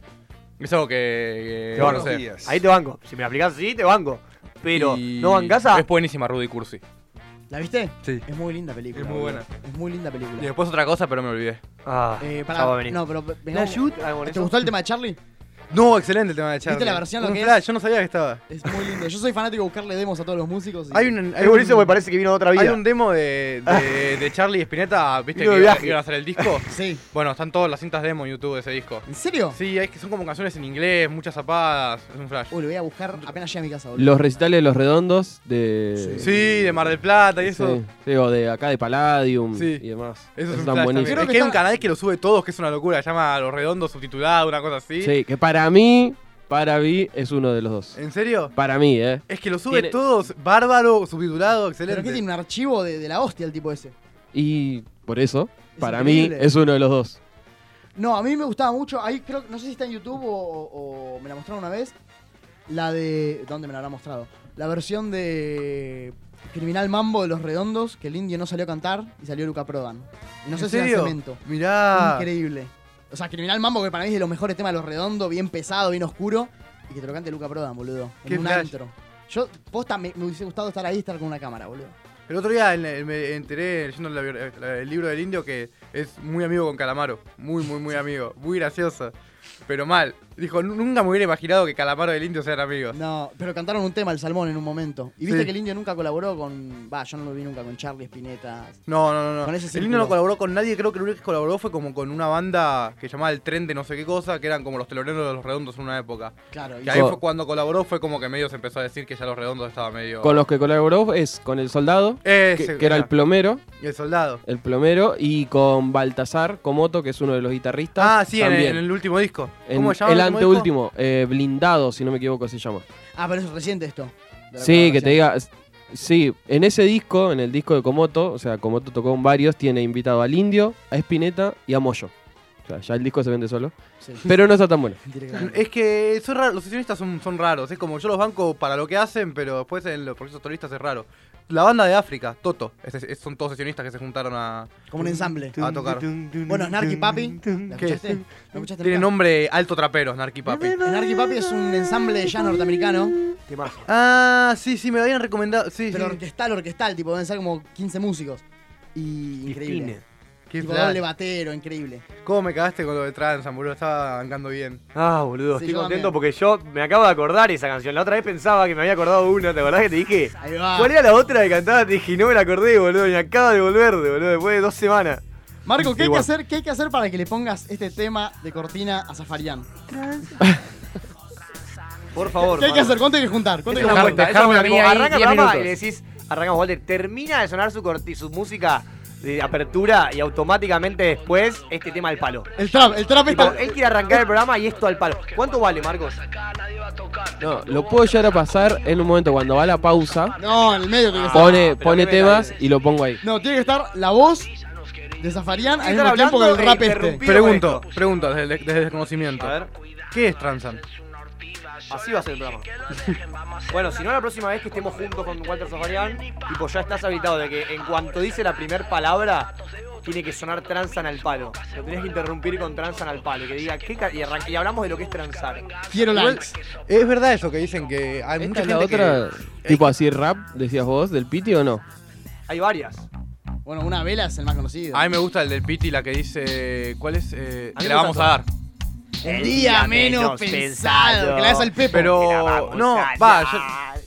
[SPEAKER 2] Es algo que... que
[SPEAKER 1] Te
[SPEAKER 2] no
[SPEAKER 1] banco.
[SPEAKER 2] sé.
[SPEAKER 1] Ahí te banco. Si me la aplicás así, te banco. Pero,
[SPEAKER 2] Y
[SPEAKER 1] ¿no bancás a...?
[SPEAKER 2] Es buenísima Rudy Cursi.
[SPEAKER 5] <laughs> ¿La viste?
[SPEAKER 2] Sí.
[SPEAKER 5] Es muy linda película.
[SPEAKER 2] Es muy
[SPEAKER 5] boludo.
[SPEAKER 2] buena.
[SPEAKER 5] Es muy linda
[SPEAKER 2] Y
[SPEAKER 5] película.
[SPEAKER 2] después otra cosa, pero me olvidé.
[SPEAKER 1] Ah,
[SPEAKER 5] Eh, pará,
[SPEAKER 1] ya va a venir.
[SPEAKER 5] no, pero venga,
[SPEAKER 1] ¿La shoot? Ah, bueno,
[SPEAKER 5] ¿Te
[SPEAKER 1] eso.
[SPEAKER 5] gustó el tema de Charlie?
[SPEAKER 2] No, excelente el tema de Charlie.
[SPEAKER 5] ¿Viste la versión lo
[SPEAKER 2] Un
[SPEAKER 5] que
[SPEAKER 2] flash,
[SPEAKER 5] es?
[SPEAKER 2] Yo no sabía que estaba.
[SPEAKER 5] Es muy lindo. Yo soy fanático de buscarle demos a todos los músicos. y-
[SPEAKER 2] Hay un, hay
[SPEAKER 1] Es buenísimo
[SPEAKER 2] un-
[SPEAKER 1] porque parece que vino de otra vida.
[SPEAKER 2] Hay un demo de, de, de Charlie Spinetta, viste
[SPEAKER 1] Vino
[SPEAKER 2] que
[SPEAKER 1] de
[SPEAKER 2] iba-
[SPEAKER 1] viaje.
[SPEAKER 2] iban a hacer el disco.
[SPEAKER 5] <laughs> Sí.
[SPEAKER 2] Bueno, están todas las cintas demo en YouTube de ese disco.
[SPEAKER 5] ¿En serio?
[SPEAKER 2] Sí, hay que son como canciones en inglés, muchas zapadas, es un flash.
[SPEAKER 5] Uy, lo voy a buscar apenas llegue a mi casa, boludo.
[SPEAKER 6] Los recitales de los redondos de.
[SPEAKER 2] Sí, de Mar del Plata y eso.
[SPEAKER 6] Sí, sí, o de acá de Palladium
[SPEAKER 2] Sí.
[SPEAKER 6] y demás.
[SPEAKER 2] Eso es un
[SPEAKER 6] Están
[SPEAKER 2] flash también.
[SPEAKER 6] buenísimos.
[SPEAKER 5] Creo
[SPEAKER 2] Es
[SPEAKER 5] que
[SPEAKER 2] que hay un
[SPEAKER 5] está-
[SPEAKER 2] canal que lo sube todos, que es una locura, se llama Los Redondos subtitulado, una cosa así.
[SPEAKER 6] Sí, que para mí, para mí es uno de los dos.
[SPEAKER 2] ¿En serio?
[SPEAKER 6] Para mí, ¿eh?
[SPEAKER 2] Es que lo sube
[SPEAKER 6] Tiene-
[SPEAKER 2] todos, bárbaro, subtitulado,
[SPEAKER 5] ¿Pero
[SPEAKER 2] excelente.
[SPEAKER 5] qué tiene un archivo de, de la hostia el tipo ese?
[SPEAKER 6] Y por eso,
[SPEAKER 5] Es
[SPEAKER 6] para
[SPEAKER 5] increíble.
[SPEAKER 6] mí es uno de los dos.
[SPEAKER 5] No, a mí me gustaba mucho. Ahí creo, no sé si está en YouTube o, o- o me la mostraron una vez. La de. ¿Dónde me la habrá mostrado? La versión de. Criminal Mambo de los Redondos, que el indio no salió a cantar y salió Luca Prodan. Y no sé
[SPEAKER 2] ¿En
[SPEAKER 5] si era
[SPEAKER 2] serio?
[SPEAKER 5] cemento.
[SPEAKER 2] Mirá.
[SPEAKER 5] Increíble. O sea, Criminal Mambo, que para mí es de los mejores temas de los redondos, bien pesado, bien oscuro. Y que te lo cante Luca Prodan, boludo. En
[SPEAKER 2] Qué
[SPEAKER 5] un
[SPEAKER 2] flash.
[SPEAKER 5] antro. Yo, posta, me, me hubiese gustado estar ahí y estar con una cámara, boludo.
[SPEAKER 2] El otro día en- en- me enteré leyendo la bio- la- el libro del indio que es muy amigo con Calamaro. Muy, muy, muy amigo. Muy gracioso. Pero mal. Dijo, "Nu- nunca me hubiera imaginado que Calamaro y el indio sean amigos.
[SPEAKER 5] No, pero cantaron un tema, el salmón, en un momento. Y viste
[SPEAKER 2] Sí.
[SPEAKER 5] que el indio nunca colaboró con. Va, yo no lo vi nunca con Charlie Spinetta.
[SPEAKER 2] No, no, no. no.
[SPEAKER 5] Con
[SPEAKER 2] El
[SPEAKER 5] ese
[SPEAKER 2] indio
[SPEAKER 5] círculo.
[SPEAKER 2] no colaboró con nadie. Creo que lo único que colaboró fue como con una banda que llamaba El Tren de no sé qué cosa, que eran como los teloneros de los redondos en una época.
[SPEAKER 5] Claro, y
[SPEAKER 2] Que ahí
[SPEAKER 6] Con-
[SPEAKER 2] fue cuando colaboró fue como que medio se empezó a decir que ya los redondos estaba medio...
[SPEAKER 6] Con los que colaboró es con el soldado,
[SPEAKER 2] Ese,
[SPEAKER 6] que, que era el plomero,
[SPEAKER 2] y el soldado.
[SPEAKER 6] el plomero, y con Baltasar Komoto, que es uno de los guitarristas.
[SPEAKER 2] Ah, sí, en el,
[SPEAKER 6] también.
[SPEAKER 2] en el último disco.
[SPEAKER 6] En
[SPEAKER 2] ¿Cómo se llama?
[SPEAKER 6] el
[SPEAKER 2] último disco?
[SPEAKER 6] anteúltimo, eh, blindado, si no me equivoco, se llama.
[SPEAKER 5] Ah, pero eso es reciente esto. De la
[SPEAKER 6] Sí, que te
[SPEAKER 5] colaboración.
[SPEAKER 6] diga. Sí, en ese disco, en el disco de Komoto, o sea, Komoto tocó con varios, tiene invitado al Indio, a Spinetta y a Moyo. O sea, ya el disco se vende solo.
[SPEAKER 5] Sí.
[SPEAKER 6] Pero no está tan
[SPEAKER 5] <laughs>
[SPEAKER 6] bueno.
[SPEAKER 5] Directamente.
[SPEAKER 2] Es que son raros, los sesionistas son, son raros. Es como yo los banco para lo que hacen, pero después en los procesos solistas es raro. la banda de África, Toto. Es- es- son todos sesionistas que se juntaron a.
[SPEAKER 5] Como un ensamble.
[SPEAKER 2] A tocar.
[SPEAKER 5] Bueno, Snarky Papi. ¿La
[SPEAKER 2] ¿Qué?
[SPEAKER 5] escuchaste? ¿La escuchaste
[SPEAKER 2] Tiene
[SPEAKER 5] nunca?
[SPEAKER 2] nombre alto trapero, Snarky Papi.
[SPEAKER 5] Snarky Papi es un ensamble de jazz norteamericano,
[SPEAKER 1] Temazo.
[SPEAKER 2] Ah, sí, sí, me lo habían recomendado. Sí,
[SPEAKER 5] pero
[SPEAKER 2] sí.
[SPEAKER 5] orquestal, orquestal, tipo, deben ser como 15 músicos. Y increíble.
[SPEAKER 2] Qué
[SPEAKER 5] tipo,
[SPEAKER 2] flash.
[SPEAKER 5] doble batero, increíble.
[SPEAKER 2] ¿Cómo me cagaste con lo de trans, boludo? Estaba andando bien.
[SPEAKER 1] Ah, boludo,
[SPEAKER 5] Sí,
[SPEAKER 1] estoy
[SPEAKER 5] yo
[SPEAKER 1] contento
[SPEAKER 5] también.
[SPEAKER 1] porque yo me acabo de acordar esa canción. La otra vez pensaba que me había acordado una, ¿te acordás que te dije?
[SPEAKER 5] Ahí va.
[SPEAKER 1] ¿Cuál era la otra que cantaba? Te dije, y no me la acordé, boludo, y me acaba de volver, boludo, después de dos semanas.
[SPEAKER 5] Marco, ¿qué hay, que
[SPEAKER 1] Igual.
[SPEAKER 5] hacer, ¿qué hay que hacer para que le pongas este tema de cortina a Zafarian?
[SPEAKER 1] Por favor.
[SPEAKER 5] ¿Qué hay que
[SPEAKER 1] Marco.
[SPEAKER 5] hacer? ¿cuánto hay que juntar? ¿Cuánto
[SPEAKER 1] Es
[SPEAKER 5] hay que
[SPEAKER 1] una
[SPEAKER 5] juntar?
[SPEAKER 1] apuesta, es
[SPEAKER 4] dejarme
[SPEAKER 1] una
[SPEAKER 4] a mí
[SPEAKER 1] tipo,
[SPEAKER 4] ahí
[SPEAKER 1] arranca el
[SPEAKER 4] 10
[SPEAKER 1] programa y le
[SPEAKER 4] minutos.
[SPEAKER 1] decís, arrancamos, Walter, termina de sonar su, corti- su música de apertura y automáticamente después este tema al palo.
[SPEAKER 5] El trap, el trap
[SPEAKER 1] Tipo,
[SPEAKER 5] está.
[SPEAKER 1] él quiere arrancar el programa y esto al palo. ¿Cuánto vale, Marcos?
[SPEAKER 6] No, lo puedo llegar a pasar en un momento cuando va la pausa,
[SPEAKER 5] Ah, No, en el medio tiene que estar.
[SPEAKER 6] pone, pone
[SPEAKER 1] me
[SPEAKER 6] temas
[SPEAKER 1] dale.
[SPEAKER 6] y lo pongo ahí.
[SPEAKER 5] No, tiene que estar la voz de Zafarian al
[SPEAKER 1] Están
[SPEAKER 5] mismo tiempo con
[SPEAKER 1] hablando
[SPEAKER 5] el rap
[SPEAKER 1] e
[SPEAKER 5] este.
[SPEAKER 1] interrumpí- Pido
[SPEAKER 2] Pregunto,
[SPEAKER 1] esto.
[SPEAKER 2] pregunto desde, desde el conocimiento.
[SPEAKER 1] A ver,
[SPEAKER 2] ¿Qué es transan?
[SPEAKER 1] así va a ser el programa. bueno, si no, la próxima vez que estemos juntos con Walter Zafarian, tipo, ya estás habilitado de que en cuanto dice la primera palabra, tiene que sonar transan al palo. Lo tenés que interrumpir con transan al palo. Que diga, ¿qué ca- y, arran- y hablamos de lo que es transar.
[SPEAKER 5] Quiero likes.
[SPEAKER 2] Es verdad eso que dicen que hay
[SPEAKER 6] ¿Esta
[SPEAKER 2] mucha
[SPEAKER 6] es
[SPEAKER 2] gente
[SPEAKER 6] la otra,
[SPEAKER 2] que...
[SPEAKER 6] tipo así rap, decías vos, del Piti o no?
[SPEAKER 1] Hay varias.
[SPEAKER 5] Bueno, una vela es el más conocido.
[SPEAKER 2] A mí me gusta el del Piti, la que dice... ¿Cuál es? Eh,
[SPEAKER 1] A
[SPEAKER 2] te
[SPEAKER 1] mí me
[SPEAKER 2] la vamos a
[SPEAKER 1] gusta
[SPEAKER 2] dar.
[SPEAKER 5] El día menos pensado. Que la das al Pepo.
[SPEAKER 2] Pero... No, va, yo...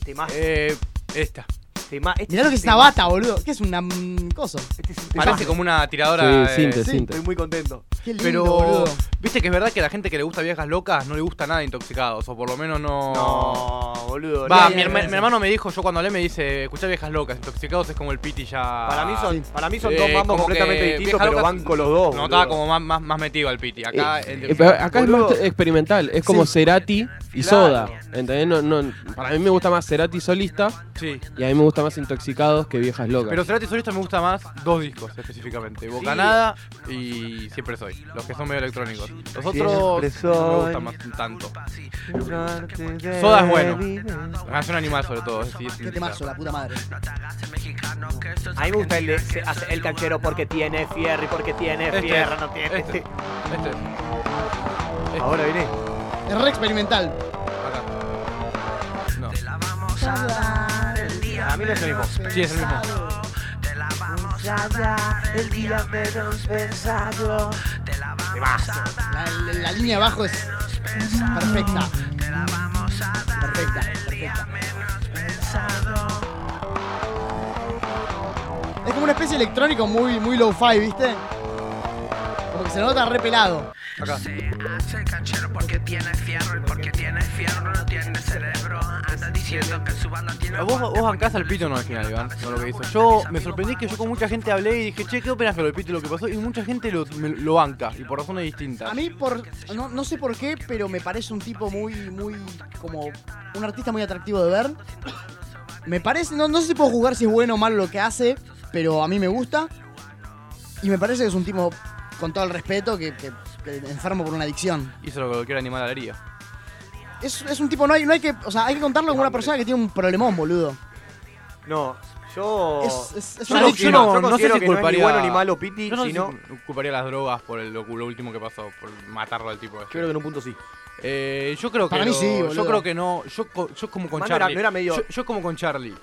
[SPEAKER 1] Tema,
[SPEAKER 2] Eh, esta.
[SPEAKER 1] este
[SPEAKER 5] Mirá lo que es
[SPEAKER 1] tema.
[SPEAKER 5] una bata, boludo. ¿Qué es una mm, cosa?
[SPEAKER 1] Este es un tema.
[SPEAKER 2] Parece como una tiradora...
[SPEAKER 6] sí,
[SPEAKER 2] eh,
[SPEAKER 6] sinte,
[SPEAKER 5] sí,
[SPEAKER 6] sinte.
[SPEAKER 1] Estoy muy contento.
[SPEAKER 5] Qué lindo,
[SPEAKER 2] Pero...
[SPEAKER 5] boludo.
[SPEAKER 2] Viste que es verdad que a la gente que le gusta viejas locas no le gusta nada intoxicados, o por lo menos no...
[SPEAKER 1] No, boludo.
[SPEAKER 2] Va,
[SPEAKER 1] no.
[SPEAKER 2] mi, herma- mi hermano me dijo, yo cuando hablé me dice, escuchá viejas locas, intoxicados es como el piti ya.
[SPEAKER 1] Para mí son, para mí son
[SPEAKER 2] Eh,
[SPEAKER 1] dos mambos
[SPEAKER 2] como
[SPEAKER 1] completamente
[SPEAKER 2] que
[SPEAKER 1] distintos,
[SPEAKER 2] Viejas
[SPEAKER 1] pero
[SPEAKER 2] Locas
[SPEAKER 1] van con los dos.
[SPEAKER 2] No,
[SPEAKER 1] boludo.
[SPEAKER 2] estaba como más, más, más metido al Ah, piti. Acá,
[SPEAKER 6] Eh,
[SPEAKER 2] en
[SPEAKER 6] eh, pero acá es
[SPEAKER 1] Boludo.
[SPEAKER 6] más experimental, es como Cerati y Soda. ¿Entendés? No, no, para mí me gusta más Cerati solista
[SPEAKER 2] Sí.
[SPEAKER 6] y a mí me gusta más Intoxicados que Viejas Locas.
[SPEAKER 2] Pero Cerati Solista me gusta más dos discos específicamente: Bocanada y Siempre Soy, los que son medio electrónicos. Los otros
[SPEAKER 1] Siempre
[SPEAKER 2] no me
[SPEAKER 1] soy.
[SPEAKER 2] gustan más tanto. Soda es bueno. La canción animal, sobre todo. sí, es
[SPEAKER 5] Qué temazo, la puta madre.
[SPEAKER 1] A mí me gusta el de se hace el canchero porque tiene fierro y porque tiene
[SPEAKER 2] Este.
[SPEAKER 1] fierro, no tiene.
[SPEAKER 2] Este. Este,
[SPEAKER 1] Ahora viene.
[SPEAKER 5] Es re experimental.
[SPEAKER 2] acá. No,
[SPEAKER 1] A mí no es lo mismo.
[SPEAKER 2] sí, es el mismo.
[SPEAKER 5] La, la- la línea abajo es perfecta. Perfecta, perfecta. Es como una especie de electrónico muy, muy low-fi, ¿viste? Como que se nota re pelado.
[SPEAKER 2] Acá. Vos, vos bancás al pito no al final, Iván, con lo que hizo. Yo me sorprendí que yo con mucha gente hablé y dije, che, ¿qué opinas de lo del pito y lo que pasó? Y mucha gente lo, me- lo banca, y por razones distintas.
[SPEAKER 5] A mí, por, no, no sé por qué, pero me parece un tipo muy, muy, como un artista muy atractivo de ver. Me parece, no, no sé si puedo jugar si es bueno o malo lo que hace, pero a mí me gusta. Y me parece que es un tipo, con todo el respeto, que, que- que enfermo por una adicción.
[SPEAKER 2] Hizo lo que cualquier animal haría.
[SPEAKER 5] Es, es un tipo, no hay, no hay que, o sea, hay que contarlo como una persona que tiene un problemón, boludo.
[SPEAKER 1] No, yo.
[SPEAKER 5] Es, es, es
[SPEAKER 2] Yo
[SPEAKER 5] una
[SPEAKER 2] no-
[SPEAKER 5] adicción.
[SPEAKER 2] yo no- no sé
[SPEAKER 1] considero
[SPEAKER 2] si
[SPEAKER 1] que no es ni
[SPEAKER 2] culparía-
[SPEAKER 1] bueno ni malo Piti,
[SPEAKER 2] Yo no sé
[SPEAKER 1] sino.
[SPEAKER 2] si ocuparía las drogas por el- lo, lo último que pasó, por matarlo al tipo. este.
[SPEAKER 1] Yo creo que en un punto sí.
[SPEAKER 2] Eh, yo creo que
[SPEAKER 5] Para mí
[SPEAKER 2] no,
[SPEAKER 5] sí,
[SPEAKER 2] yo
[SPEAKER 5] boludo.
[SPEAKER 2] creo que no, yo, co- yo como con
[SPEAKER 1] Mano, era-
[SPEAKER 2] Charlie.
[SPEAKER 1] no era medio-
[SPEAKER 2] yo, yo como con Charlie.